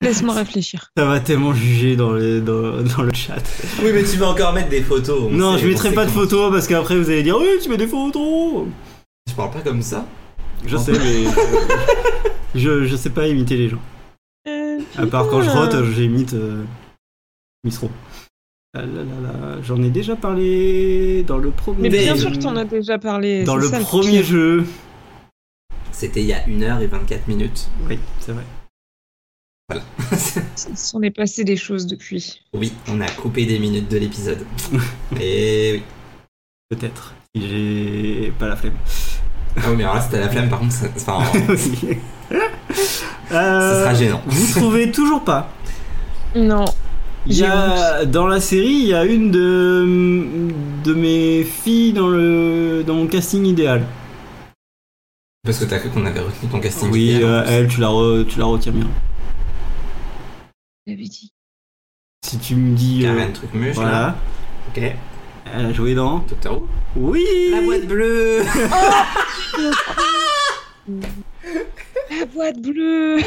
[SPEAKER 2] Laisse-moi réfléchir.
[SPEAKER 1] Ça va tellement juger dans, les- dans- dans le chat.
[SPEAKER 3] Oui, mais tu vas encore mettre des photos. on
[SPEAKER 1] Non,
[SPEAKER 3] sait-
[SPEAKER 1] je
[SPEAKER 3] on
[SPEAKER 1] mettrai
[SPEAKER 3] sait
[SPEAKER 1] pas de
[SPEAKER 3] comment-
[SPEAKER 1] photos parce qu'après vous allez dire oui, tu mets des photos.
[SPEAKER 3] Je parle pas comme ça.
[SPEAKER 1] Je sais, mais je, je sais pas imiter les gens.
[SPEAKER 3] Ah,
[SPEAKER 2] Euh,
[SPEAKER 1] À part quand je
[SPEAKER 2] putain.
[SPEAKER 1] rote, j'imite euh, Misro. Ah là là là, J'en ai déjà parlé dans le premier.
[SPEAKER 2] Mais bien
[SPEAKER 3] Mais-
[SPEAKER 2] sûr que t'en as déjà parlé.
[SPEAKER 1] Dans
[SPEAKER 2] c'est
[SPEAKER 1] le
[SPEAKER 2] ça,
[SPEAKER 1] premier
[SPEAKER 2] pire.
[SPEAKER 1] jeu.
[SPEAKER 3] C'était il y a 1h24 minutes.
[SPEAKER 1] Oui, c'est vrai.
[SPEAKER 2] Il s'en est passé des choses depuis.
[SPEAKER 3] oui, on a coupé des minutes de l'épisode. Et oui.
[SPEAKER 1] Peut-être. Si J'ai pas la flemme.
[SPEAKER 3] Ah oui, mais alors là, c'était la flamme, par contre, ça, enfin,
[SPEAKER 1] Aussi.
[SPEAKER 3] ça
[SPEAKER 1] Euh,
[SPEAKER 3] sera gênant.
[SPEAKER 1] vous trouvez toujours pas
[SPEAKER 2] Non.
[SPEAKER 1] Il y a, dans la série, il y a une de, de mes filles dans, le, dans mon casting idéal.
[SPEAKER 3] Parce que t'as cru qu'on avait retenu ton casting.
[SPEAKER 1] Oui,
[SPEAKER 3] hier.
[SPEAKER 1] euh, elle, tu la, re- tu la retiens bien.
[SPEAKER 2] J'avais dit.
[SPEAKER 1] Si tu me dis. euh,
[SPEAKER 3] Karen Trucmuche, là.
[SPEAKER 1] voilà.
[SPEAKER 3] Ok.
[SPEAKER 1] Elle a joué dans.
[SPEAKER 3] Doctor Who.
[SPEAKER 1] Oui
[SPEAKER 3] bleue
[SPEAKER 2] La boîte bleue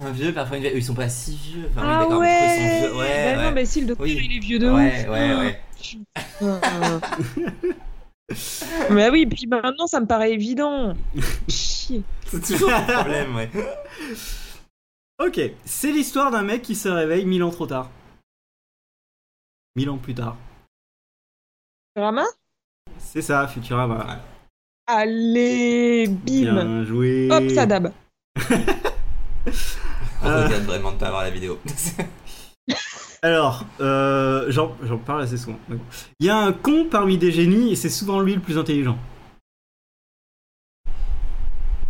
[SPEAKER 3] Un vieux, parfois une vieille. Ils sont pas si vieux. Enfin, oui,
[SPEAKER 2] Ah
[SPEAKER 3] d'accord, mais ils
[SPEAKER 2] ouais
[SPEAKER 3] sont vieux. Ouais,
[SPEAKER 2] Bah
[SPEAKER 3] ouais.
[SPEAKER 2] non, mais si, le docteur,
[SPEAKER 3] Oui.
[SPEAKER 2] il est vieux de
[SPEAKER 3] ouais,
[SPEAKER 2] ouf.
[SPEAKER 3] ouais, ouais.
[SPEAKER 2] Ah. bah oui, puis maintenant, ça me paraît évident. Chier.
[SPEAKER 3] C'est toujours un problème, ouais.
[SPEAKER 1] Ok, c'est l'histoire d'un mec qui se réveille mille ans trop tard. Mille ans plus tard.
[SPEAKER 2] Drama
[SPEAKER 1] C'est ça, Futurama.
[SPEAKER 2] Allez, bim
[SPEAKER 1] Bien joué.
[SPEAKER 2] Hop, ça dab.
[SPEAKER 3] Ah. On
[SPEAKER 1] Euh.
[SPEAKER 3] regrette vraiment de pas avoir la vidéo.
[SPEAKER 1] Alors, euh, j'en j'en parle assez souvent. mais bon. Il y a un con parmi des génies et c'est souvent lui le plus intelligent.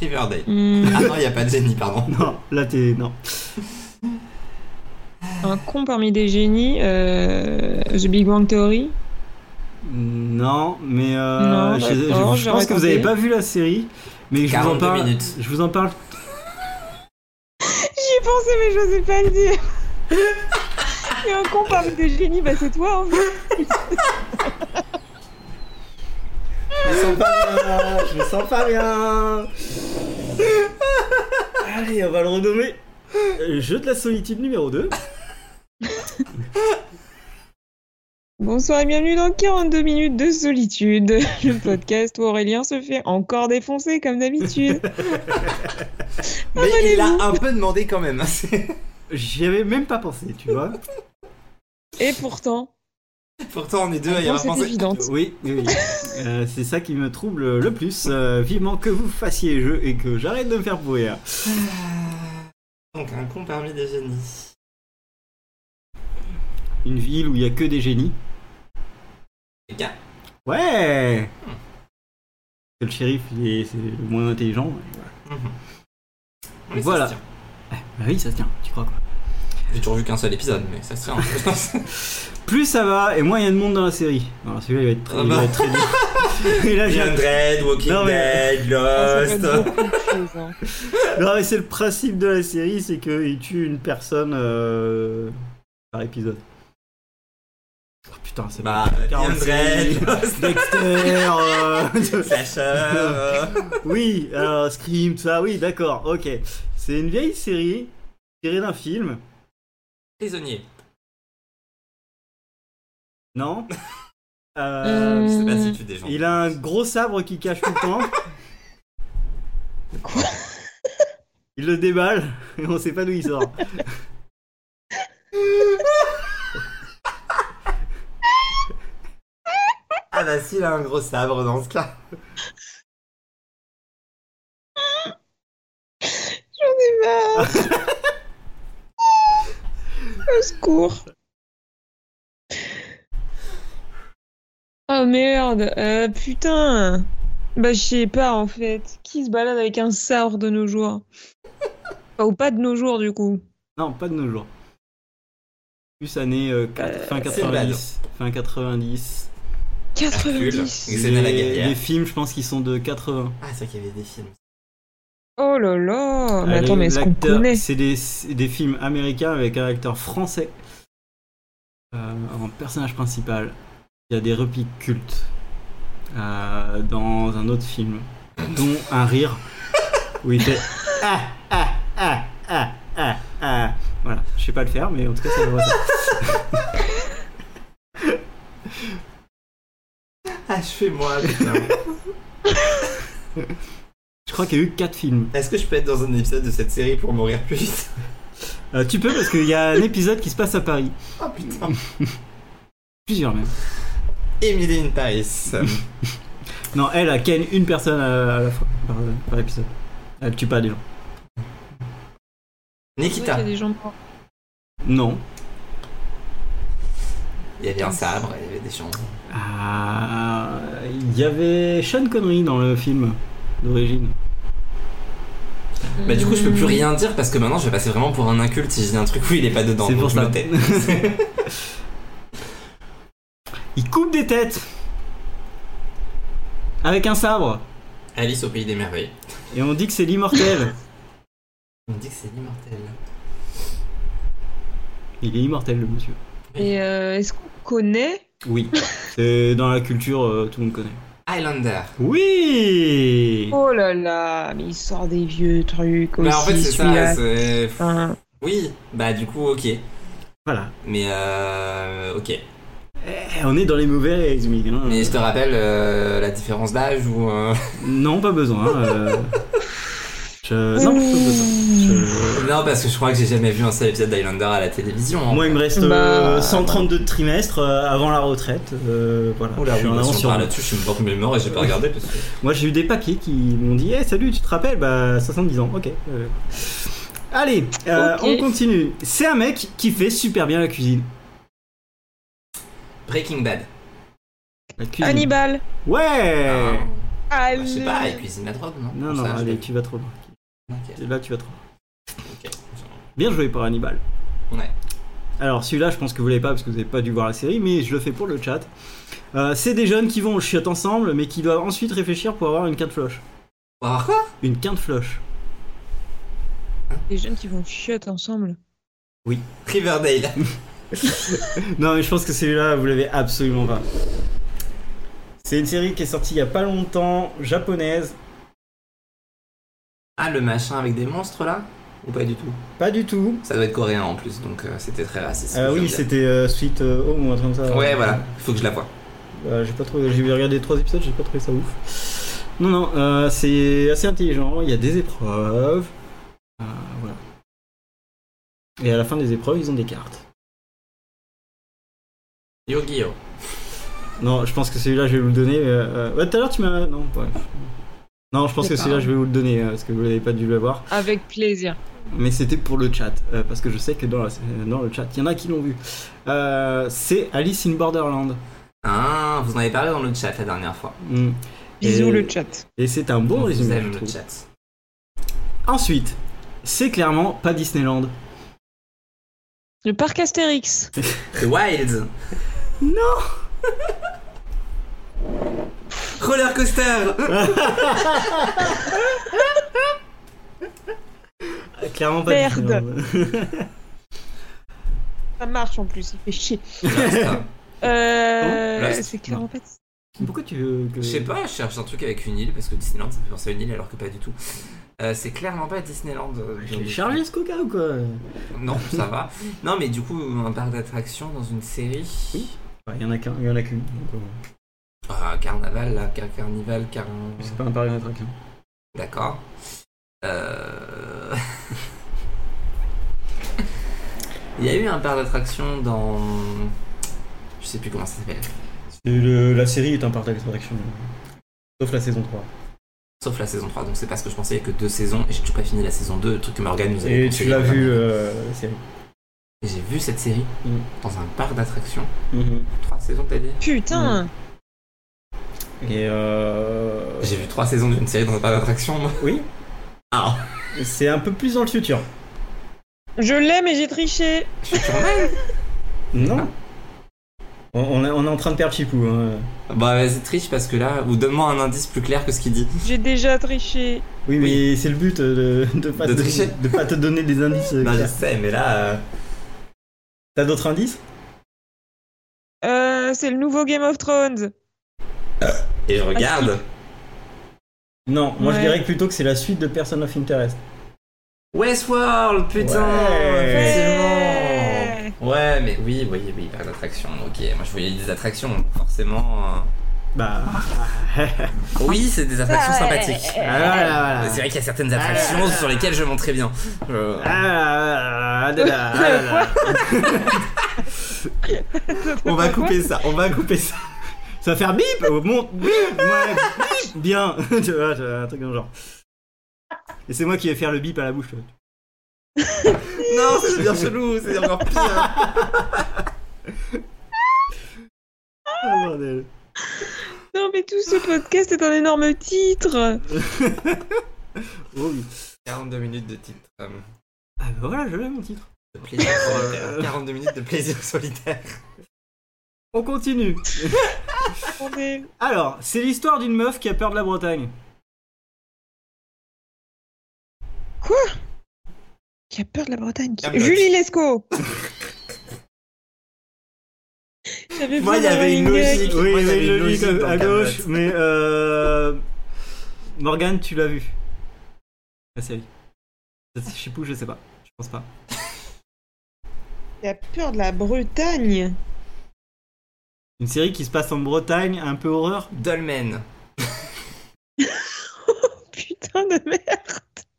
[SPEAKER 3] Riverdale.
[SPEAKER 2] Hmm,
[SPEAKER 3] Ah non, y a pas de Jenny, pardon.
[SPEAKER 1] Non, là t'es. Non.
[SPEAKER 2] un con parmi des génies, euh, The Big Bang Theory.
[SPEAKER 1] Non, mais euh,
[SPEAKER 2] Non,
[SPEAKER 1] je, je-
[SPEAKER 2] d'accord,
[SPEAKER 1] je
[SPEAKER 2] j'aurais
[SPEAKER 1] pense que vous
[SPEAKER 2] tenté.
[SPEAKER 1] avez pas vu la série, mais je vous en
[SPEAKER 3] 42
[SPEAKER 1] parle.
[SPEAKER 3] minutes.
[SPEAKER 1] Je vous en parle.
[SPEAKER 2] J'y ai pensé, mais je n'osais pas le dire. Et un con parmi des génies, bah c'est toi en fait.
[SPEAKER 1] Je sens pas rien. Je me sens pas bien. Allez, on va le renommer. euh, Jeu de la solitude numéro 2.
[SPEAKER 2] Bonsoir et bienvenue dans 42 minutes de solitude, le podcast où Aurélien se fait encore défoncer comme d'habitude.
[SPEAKER 3] Mais il
[SPEAKER 2] Abonnez-vous.
[SPEAKER 3] a un peu demandé quand même.
[SPEAKER 1] J'y avais même pas pensé, tu vois.
[SPEAKER 2] Et pourtant,
[SPEAKER 3] Pourtant, on est deux à y
[SPEAKER 2] bon,
[SPEAKER 3] avoir
[SPEAKER 2] c'est
[SPEAKER 3] pensé.
[SPEAKER 2] évident.
[SPEAKER 1] Oui, oui, oui. Euh, c'est ça qui me trouble le plus. Euh, vivement que vous fassiez jeu et que j'arrête de me faire pourrir.
[SPEAKER 3] Donc, un con parmi des génies.
[SPEAKER 1] Une ville où il y a que des génies.
[SPEAKER 3] Les gars,
[SPEAKER 1] Ouais Le shérif, il est, c'est le moins intelligent.
[SPEAKER 3] on les
[SPEAKER 1] Voilà.
[SPEAKER 3] soutient.
[SPEAKER 1] Bah oui, ça se tient, tu crois quoi.
[SPEAKER 3] J'ai toujours vu qu'un seul épisode, mais ça serait un peu.
[SPEAKER 1] Plus ça va, et moins il y a de monde dans la série. Alors celui-là, il va être très,
[SPEAKER 3] Ah
[SPEAKER 1] il
[SPEAKER 3] bah.
[SPEAKER 1] va être très dur. Et là, j'ai un-
[SPEAKER 3] Dread, Walking
[SPEAKER 1] Non, mais-
[SPEAKER 3] Dead,
[SPEAKER 2] Ah, ça peut être
[SPEAKER 3] Lost.
[SPEAKER 2] beaucoup de choses, hein.
[SPEAKER 1] Non, mais c'est le principe de la série, c'est qu'il tue une personne euh, par épisode. Oh, putain, c'est
[SPEAKER 3] Bah, Young
[SPEAKER 1] 46.
[SPEAKER 3] Dread, Lost,
[SPEAKER 1] Dexter, euh,
[SPEAKER 3] Slasher. euh,
[SPEAKER 1] Oui, alors Scream, tout ça, oui, d'accord, ok. C'est une vieille série tirée d'un film.
[SPEAKER 3] Prisonnier.
[SPEAKER 1] Non. Euh,
[SPEAKER 2] Euh,
[SPEAKER 3] Je sais pas si tu des gens.
[SPEAKER 1] Il a un gros sabre qui cache tout le temps.
[SPEAKER 2] Quoi
[SPEAKER 1] Il le déballe et on sait pas d'où il sort.
[SPEAKER 3] Ah bah si, il a un gros sabre dans ce cas.
[SPEAKER 2] J'en ai marre. Au secours. Oh merde, euh, putain. Bah je sais pas en fait. Qui se balade avec un sabre de nos jours Enfin, Ou pas de nos jours du coup.
[SPEAKER 1] Non, pas de nos jours. Plus année euh, quatre- fin
[SPEAKER 3] c'est bad.
[SPEAKER 1] 90. Fin 90.
[SPEAKER 2] 90.
[SPEAKER 3] Hercule. Xena la
[SPEAKER 1] Les,
[SPEAKER 3] guerrière.
[SPEAKER 1] les films, je pense qu'ils sont de 80.
[SPEAKER 3] Ah, c'est vrai qu'il y avait des films.
[SPEAKER 2] Oh là là. Mais
[SPEAKER 1] Allez,
[SPEAKER 2] attends, mais est-ce qu'on
[SPEAKER 1] l'acteur-
[SPEAKER 2] connaît
[SPEAKER 1] C'est des, c'est des films américains avec un acteur français euh, en personnage principal. Il y a des répliques cultes. euh, dans un autre film, dont un rire où il fait ah ah ah ah ah ah. Voilà, je sais pas le faire, mais en tout cas ça va.
[SPEAKER 3] Ah, Achevez-moi, putain.
[SPEAKER 1] Je crois qu'il y a eu 4 films.
[SPEAKER 3] Est-ce que je peux être dans un épisode de cette série pour mourir plus vite
[SPEAKER 1] Euh, tu peux parce qu'il y a un épisode qui se passe à Paris.
[SPEAKER 3] Oh putain.
[SPEAKER 1] Plusieurs même.
[SPEAKER 3] Emily in Paris.
[SPEAKER 1] Non, elle, elle ken une personne à à la fois par, par épisode. Elle tue pas des gens.
[SPEAKER 3] Nikita.
[SPEAKER 2] Il y a des gens morts.
[SPEAKER 1] Non.
[SPEAKER 3] Il y avait un sabre, il y avait des gens.
[SPEAKER 1] Ah, Il y avait Sean Connery dans le film d'origine.
[SPEAKER 3] Bah du coup je peux plus rien dire parce que maintenant je vais passer vraiment pour un inculte si je dis un truc où il est pas dedans.
[SPEAKER 1] C'est
[SPEAKER 3] donc
[SPEAKER 1] pour
[SPEAKER 3] je me
[SPEAKER 1] ça.
[SPEAKER 3] tais.
[SPEAKER 1] Il coupe des têtes avec un sabre
[SPEAKER 3] Alice au pays des merveilles.
[SPEAKER 1] et on dit que c'est l'immortel.
[SPEAKER 3] On dit que c'est l'immortel.
[SPEAKER 1] Il est immortel le monsieur.
[SPEAKER 2] Et euh, est-ce qu'on connaît
[SPEAKER 1] Oui. C'est dans la culture, euh, tout le monde connaît.
[SPEAKER 3] Highlander.
[SPEAKER 1] Oui.
[SPEAKER 2] Oh là là, mais il sort des vieux trucs aussi.
[SPEAKER 3] bah en fait c'est ça.
[SPEAKER 2] celui-là.
[SPEAKER 3] c'est- euh,
[SPEAKER 2] Enfin,
[SPEAKER 3] Oui. Bah du coup ok.
[SPEAKER 1] Voilà.
[SPEAKER 3] Mais euh, ok.
[SPEAKER 1] Eh, on est dans les mauvais ennemis. hein.
[SPEAKER 3] Mais je te rappelle euh, la différence d'âge ou. euh,
[SPEAKER 1] Non, pas besoin. euh. Je- Non, pas besoin. Je-
[SPEAKER 3] Non parce que je crois que j'ai jamais vu un seul épisode d'Highlander à la télévision. hein.
[SPEAKER 1] Moi, il me reste
[SPEAKER 2] Bah,
[SPEAKER 1] euh, 132 trimestres euh, avant la retraite. euh, voilà.
[SPEAKER 3] Oula,
[SPEAKER 1] je suis
[SPEAKER 3] oui,
[SPEAKER 1] en
[SPEAKER 3] bah,
[SPEAKER 1] avance
[SPEAKER 3] si on
[SPEAKER 1] sur
[SPEAKER 3] parle
[SPEAKER 1] moi.
[SPEAKER 3] là-dessus, je suis mort de mémoire et j'ai pas regardé parce que.
[SPEAKER 1] Moi, j'ai eu des papiers qui m'ont dit Eh, salut, tu te rappelles Bah, 70 ans, ok. euh. Allez, euh,
[SPEAKER 2] Ok.
[SPEAKER 1] on continue. C'est un mec qui fait super bien la cuisine.
[SPEAKER 3] Breaking Bad.
[SPEAKER 1] La cuisine.
[SPEAKER 2] Hannibal.
[SPEAKER 1] Ouais
[SPEAKER 3] Ah, bah,
[SPEAKER 2] Allez.
[SPEAKER 3] je sais pas, il cuisine la drogue, non
[SPEAKER 1] Euh, Non,
[SPEAKER 3] Comme
[SPEAKER 1] non,
[SPEAKER 3] ça, je
[SPEAKER 1] allez,
[SPEAKER 3] l'ai
[SPEAKER 1] tu vas trop loin.
[SPEAKER 3] vu. Ok,
[SPEAKER 1] Là, tu vas trop loin.
[SPEAKER 3] ok.
[SPEAKER 1] Bien joué par Hannibal.
[SPEAKER 3] Ouais.
[SPEAKER 1] Alors celui-là, je pense que vous l'avez pas parce que vous n'avez pas dû voir la série, mais je le fais pour le chat. Euh, c'est des jeunes qui vont au chiotte ensemble, mais qui doivent ensuite réfléchir pour avoir une quinte floche.
[SPEAKER 3] On va voir quoi
[SPEAKER 1] Une quinte floche.
[SPEAKER 2] Les jeunes qui vont chiottes ensemble.
[SPEAKER 3] Riverdale.
[SPEAKER 1] Non, mais je pense que celui-là, vous l'avez absolument pas. C'est une série qui est sortie il y a pas longtemps, japonaise.
[SPEAKER 3] Ah, le machin avec des monstres là Ou pas du tout
[SPEAKER 1] Pas du tout.
[SPEAKER 3] Ça doit être coréen en plus, donc euh, c'était très raciste.
[SPEAKER 1] Ah
[SPEAKER 3] je
[SPEAKER 1] oui,
[SPEAKER 3] viens de dire.
[SPEAKER 1] c'était euh, Sweet euh, Home ou un truc comme ça.
[SPEAKER 3] Ouais, voilà, faut que je la vois.
[SPEAKER 1] Euh, j'ai pas trouvé, j'ai regardé trois épisodes, j'ai pas trouvé ça ouf. Non, non, euh, c'est assez intelligent. Il y a des épreuves, Euh, voilà. Et à la fin des épreuves, ils ont des cartes.
[SPEAKER 3] Yu-Gi-Oh!
[SPEAKER 1] Non, je pense que celui-là, je vais vous le donner. euh, euh, ouais, tout à l'heure, tu m'as. Non, ouais. Non, je pense que
[SPEAKER 2] C'est
[SPEAKER 1] celui-là,
[SPEAKER 2] pas grave.
[SPEAKER 1] je vais vous le donner euh, parce que vous l'avez pas dû le voir.
[SPEAKER 2] Avec plaisir.
[SPEAKER 1] Mais c'était pour le chat euh, parce que je sais que dans, la- euh, dans le chat, il y en a qui l'ont vu. Euh, c'est Alice in Borderland.
[SPEAKER 3] Ah, vous en avez parlé dans le chat la dernière fois.
[SPEAKER 1] Mm.
[SPEAKER 2] Bisous
[SPEAKER 1] Et-
[SPEAKER 2] le chat.
[SPEAKER 1] Et c'est un bon
[SPEAKER 3] On vous
[SPEAKER 1] résumé.
[SPEAKER 3] aime,
[SPEAKER 1] je
[SPEAKER 3] le
[SPEAKER 1] trouve.
[SPEAKER 3] chat.
[SPEAKER 1] Ensuite, c'est clairement pas Disneyland.
[SPEAKER 2] Le parc Astérix.
[SPEAKER 3] The Wild!
[SPEAKER 1] Non
[SPEAKER 3] Roller coaster!
[SPEAKER 1] Euh. Clairement pas
[SPEAKER 2] Merde.
[SPEAKER 1] Disneyland.
[SPEAKER 2] Ça marche en plus, il fait chier.
[SPEAKER 3] Putain,
[SPEAKER 2] Euh,
[SPEAKER 3] Lost.
[SPEAKER 2] c'est clair en fait.
[SPEAKER 1] Pourquoi tu veux que...
[SPEAKER 3] Je sais pas, je cherche un truc avec une île parce que Disneyland ça me fait penser à une île alors que pas du tout. Euh, c'est clairement pas Disneyland. euh,
[SPEAKER 1] Je
[SPEAKER 3] donc-
[SPEAKER 1] l'ai chargé ce coca ou quoi
[SPEAKER 3] Non, ça va. Non, mais du coup, un parc d'attractions dans une série.
[SPEAKER 1] Oui. Il y en a qu'un, il y en a qu'une. donc, euh,
[SPEAKER 3] Ah, carnaval, là, car carnival, car.
[SPEAKER 1] C'est pas un hein. pari d'attraction.
[SPEAKER 3] D'accord. Euh... Il y a eu un parc d'attractions dans. Je sais plus comment ça s'appelle.
[SPEAKER 1] La série est un parc d'attraction. Sauf la saison 3.
[SPEAKER 3] Sauf la saison 3, donc c'est pas ce que je pensais, il y a que deux saisons, et j'ai toujours pas fini la saison 2, le truc que Morgan nous
[SPEAKER 1] Et
[SPEAKER 3] avait conseillé.
[SPEAKER 1] tu l'as vu, euh, la série.
[SPEAKER 3] J'ai vu cette série
[SPEAKER 1] Mm.
[SPEAKER 3] dans un parc d'attractions.
[SPEAKER 1] Mm-hmm.
[SPEAKER 3] Trois saisons, t'as dit
[SPEAKER 2] Putain.
[SPEAKER 1] Et euh...
[SPEAKER 3] J'ai vu trois saisons d'une série dans un parc d'attractions, moi.
[SPEAKER 1] Oui
[SPEAKER 3] Ah,
[SPEAKER 1] C'est un peu plus dans le futur.
[SPEAKER 2] Je l'ai mais j'ai triché.
[SPEAKER 3] je suis sur mal.
[SPEAKER 1] Non on, on est- on est en train de perdre Chipou. hein.
[SPEAKER 3] Bah vas-y triche parce que là, ou donne-moi un indice plus clair que ce qu'il dit.
[SPEAKER 2] J'ai déjà triché.
[SPEAKER 1] Oui, mais c'est le but euh, de, de, pas
[SPEAKER 3] De
[SPEAKER 1] te-
[SPEAKER 3] tricher.
[SPEAKER 1] de pas te donner des indices. euh,
[SPEAKER 3] Non Bah, je
[SPEAKER 1] clairs.
[SPEAKER 3] sais, mais là... euh,
[SPEAKER 1] T'as d'autres indices
[SPEAKER 2] Euh, c'est le nouveau Game of Thrones.
[SPEAKER 3] Et je regarde.
[SPEAKER 1] Non, moi je
[SPEAKER 2] Ouais.
[SPEAKER 1] dirais que plutôt que c'est la suite de Person of Interest.
[SPEAKER 3] Westworld, putain
[SPEAKER 2] Ouais.
[SPEAKER 3] Effectivement Ouais, mais oui, oui, oui, par l'attraction, ok. Moi, je voyais des attractions, forcément. euh.
[SPEAKER 1] Bah.
[SPEAKER 3] Oui, c'est des attractions
[SPEAKER 2] Ouais.
[SPEAKER 3] sympathiques.
[SPEAKER 1] Ah, voilà,
[SPEAKER 3] Mais
[SPEAKER 1] voilà.
[SPEAKER 3] C'est vrai qu'il y a certaines attractions sur lesquelles je monte très bien. Euh,
[SPEAKER 1] Ah, là, là, là, là, là, là.
[SPEAKER 3] on va couper ça, on va couper ça.
[SPEAKER 1] Ça va faire bip euh, Bon, bip ouais, bip, Bien Tu vois, tu vois, un truc dans le genre. Et c'est moi qui vais faire le bip à la bouche. tu vois.
[SPEAKER 3] Non, c'est bien chelou, c'est encore pire.
[SPEAKER 1] Ah, bordel.
[SPEAKER 2] Non, mais tout ce podcast est un énorme titre.
[SPEAKER 1] Oh oui.
[SPEAKER 3] 42 minutes de titre. euh,
[SPEAKER 1] Ah bah voilà, je l'ai mon titre.
[SPEAKER 3] de plaisir solitaire. 42 minutes de plaisir solitaire.
[SPEAKER 1] On continue.
[SPEAKER 2] Attendez.
[SPEAKER 1] Alors, c'est l'histoire d'une meuf qui a peur de la Bretagne.
[SPEAKER 2] Qui a peur de la Bretagne qui-
[SPEAKER 3] Camelot.
[SPEAKER 2] Julie Lescaut J'avais besoin
[SPEAKER 3] Moi, il y avait
[SPEAKER 2] d'avoir
[SPEAKER 3] une
[SPEAKER 2] gag.
[SPEAKER 3] logique.
[SPEAKER 1] Oui,
[SPEAKER 3] Moi,
[SPEAKER 1] oui, je
[SPEAKER 3] j'avais une
[SPEAKER 1] lis
[SPEAKER 3] logique
[SPEAKER 1] comme
[SPEAKER 3] dans
[SPEAKER 1] à
[SPEAKER 3] Camelot.
[SPEAKER 1] gauche, mais euh... Morgane, tu l'as vu. La série. Je sais pas, je sais pas. Je pense pas.
[SPEAKER 2] Qui a peur de la Bretagne
[SPEAKER 1] Une série qui se passe en Bretagne, un peu horreur.
[SPEAKER 3] Dolmen.
[SPEAKER 2] Oh, Putain de merde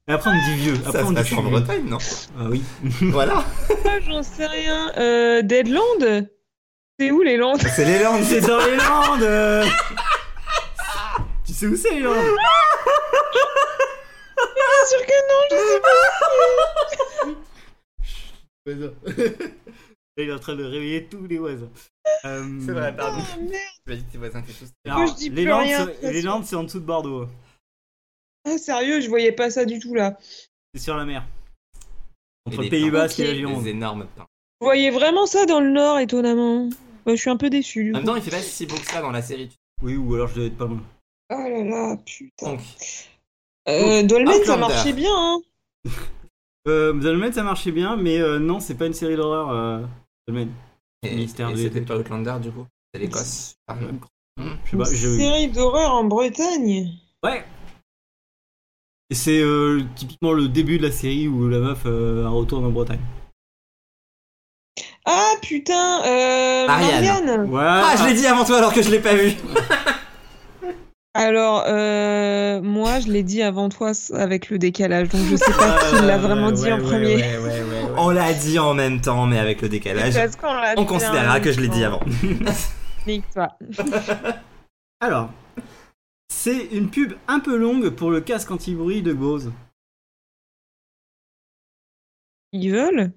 [SPEAKER 1] Mais après, on me dit vieux. Après,
[SPEAKER 3] Ça
[SPEAKER 1] on
[SPEAKER 3] se
[SPEAKER 1] me dit
[SPEAKER 3] passe
[SPEAKER 1] plus
[SPEAKER 3] en
[SPEAKER 1] vieux.
[SPEAKER 3] Bretagne, non
[SPEAKER 1] Ah oui.
[SPEAKER 3] Voilà.
[SPEAKER 2] Ah, J'en sais rien. Euh, Deadland C'est où les Landes
[SPEAKER 3] C'est les Landes.
[SPEAKER 1] C'est dans les Landes euh. Tu sais où c'est les Landes
[SPEAKER 2] Bien sûr que non, je sais pas.
[SPEAKER 3] C'est
[SPEAKER 1] Il est en train de réveiller tous les oiseaux. Euh,
[SPEAKER 3] vrai, pardon.
[SPEAKER 2] Oh, merde.
[SPEAKER 3] Ah. Tu m'as dit que tes voisins quelque chose.
[SPEAKER 1] alors,
[SPEAKER 2] Moi, je dis
[SPEAKER 1] les
[SPEAKER 2] plus
[SPEAKER 1] Landes,
[SPEAKER 2] rien,
[SPEAKER 1] c'est-
[SPEAKER 2] de toute façon.
[SPEAKER 1] les Landes, c'est en dessous de Bordeaux.
[SPEAKER 2] Ah, sérieux, je voyais pas ça du tout là.
[SPEAKER 1] C'est sur la mer. Entre
[SPEAKER 3] Et
[SPEAKER 1] le
[SPEAKER 3] des
[SPEAKER 1] Pays Basque
[SPEAKER 2] Ok.
[SPEAKER 1] et la Gironde.
[SPEAKER 3] Des énormes pins.
[SPEAKER 2] Je voyais vraiment ça dans le Nord, étonnamment. Ouais, je suis un peu déçu.
[SPEAKER 3] En même temps, il fait pas si beau que ça dans la série.
[SPEAKER 1] Oui, ou alors je devais être pas loin.
[SPEAKER 2] Oh là là, putain.
[SPEAKER 3] Donc,
[SPEAKER 2] Euh, Dolmen, ça
[SPEAKER 3] Outlander.
[SPEAKER 2] marchait bien, hein.
[SPEAKER 1] Euh, Dolmen, ça marchait bien, mais euh, non, c'est pas une série d'horreur. Euh, Dolmen.
[SPEAKER 3] et,
[SPEAKER 1] Mystère
[SPEAKER 3] et
[SPEAKER 1] de-
[SPEAKER 3] c'était pas Outlander du coup. C'est l'Écosse. Ah, non.
[SPEAKER 1] Je sais
[SPEAKER 2] Une
[SPEAKER 1] pas, je-
[SPEAKER 2] série d'horreur en Bretagne.
[SPEAKER 1] Ouais. Et c'est euh, typiquement le début de la série où la meuf euh, retourne en Bretagne.
[SPEAKER 2] Ah putain, euh,
[SPEAKER 3] Marianne.
[SPEAKER 2] Marianne.
[SPEAKER 1] Voilà.
[SPEAKER 3] Ah, je l'ai dit avant toi alors que je l'ai pas vu.
[SPEAKER 2] Alors, euh, moi, je l'ai dit avant toi s- avec le décalage, donc je sais pas
[SPEAKER 3] Ah,
[SPEAKER 1] Ouais,
[SPEAKER 2] qui l'a
[SPEAKER 1] ouais,
[SPEAKER 2] vraiment dit
[SPEAKER 1] ouais,
[SPEAKER 2] en
[SPEAKER 1] ouais,
[SPEAKER 2] premier.
[SPEAKER 1] ouais, ouais, ouais, ouais.
[SPEAKER 3] On l'a dit en même temps, mais avec le décalage.
[SPEAKER 2] Parce qu'on l'a
[SPEAKER 3] Ah,
[SPEAKER 2] hein. fait
[SPEAKER 3] On
[SPEAKER 2] en
[SPEAKER 3] considérera
[SPEAKER 2] même
[SPEAKER 3] que je l'ai dit
[SPEAKER 2] temps.
[SPEAKER 3] avant.
[SPEAKER 2] Nique-toi.
[SPEAKER 1] Alors, c'est une pub un peu longue pour le casque anti-bruit de Bose.
[SPEAKER 2] Ils veulent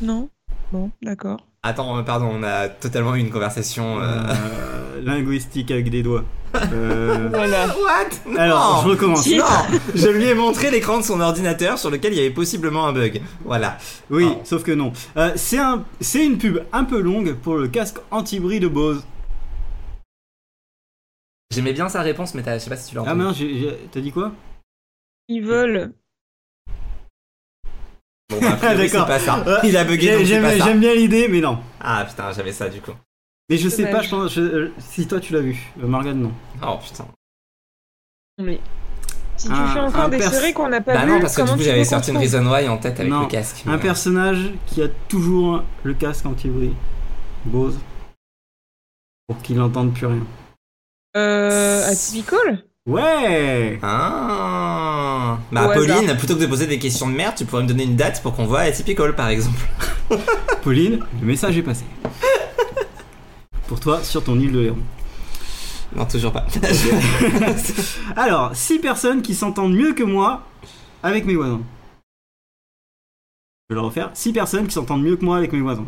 [SPEAKER 2] Non Bon, d'accord.
[SPEAKER 3] Attends, euh, pardon, on a totalement eu une conversation. euh,
[SPEAKER 1] Euh, linguistique avec des doigts. Euh,
[SPEAKER 2] Voilà.
[SPEAKER 3] What Non
[SPEAKER 2] Oh,
[SPEAKER 1] Alors, je recommence.
[SPEAKER 2] Si.
[SPEAKER 3] Non Je lui ai montré l'écran de son ordinateur sur lequel il y avait possiblement un bug. Voilà.
[SPEAKER 1] Oui,
[SPEAKER 3] Oh.
[SPEAKER 1] sauf que non. Euh, c'est un, c'est une pub un peu longue pour le casque anti-bruit de Bose.
[SPEAKER 3] J'aimais bien sa réponse, mais t'as- je sais pas si tu l'as
[SPEAKER 1] Ah
[SPEAKER 3] entendu.
[SPEAKER 1] mince, j'ai- j'ai- t'as dit quoi
[SPEAKER 2] Ils veulent.
[SPEAKER 3] Bon, bah, a priori,
[SPEAKER 1] D'accord.
[SPEAKER 3] C'est pas
[SPEAKER 1] Euh,
[SPEAKER 3] ça. Il a bugué, donc c'est
[SPEAKER 1] J'aime
[SPEAKER 3] pas ça.
[SPEAKER 1] j'aime bien l'idée, mais non.
[SPEAKER 3] Ah putain, j'avais ça du coup.
[SPEAKER 1] Mais je sais
[SPEAKER 2] Dommage.
[SPEAKER 1] pas, je pense, je- euh, si toi tu l'as vu, Euh, Morgane non.
[SPEAKER 3] Oh putain.
[SPEAKER 2] Mais si tu
[SPEAKER 1] Un-
[SPEAKER 2] fais
[SPEAKER 1] un
[SPEAKER 2] encore des
[SPEAKER 1] pers-
[SPEAKER 2] séries qu'on n'a pas
[SPEAKER 3] bah
[SPEAKER 2] vues,
[SPEAKER 3] non, parce que du
[SPEAKER 2] comment
[SPEAKER 3] coup
[SPEAKER 2] tu
[SPEAKER 3] j'avais
[SPEAKER 2] veux
[SPEAKER 3] sorti une
[SPEAKER 2] qu'on trouve
[SPEAKER 3] Reason Why en tête avec
[SPEAKER 1] Non.
[SPEAKER 3] le casque.
[SPEAKER 1] Un personnage qui a toujours le casque anti-bruit, Bose, pour qu'il n'entende plus rien.
[SPEAKER 2] Euh, Atypical
[SPEAKER 1] Ouais
[SPEAKER 3] Ah. Bah
[SPEAKER 2] Au
[SPEAKER 3] Pauline,
[SPEAKER 2] hasard.
[SPEAKER 3] plutôt que de poser des questions de merde, tu pourrais me donner une date pour qu'on voit Atypical par exemple.
[SPEAKER 1] Pauline, le message est passé. pour toi, sur ton île de Léon.
[SPEAKER 3] Non, toujours pas.
[SPEAKER 1] Alors, six personnes qui s'entendent mieux que moi avec mes voisins. Je vais le refaire. Six personnes qui s'entendent mieux que moi avec mes voisins.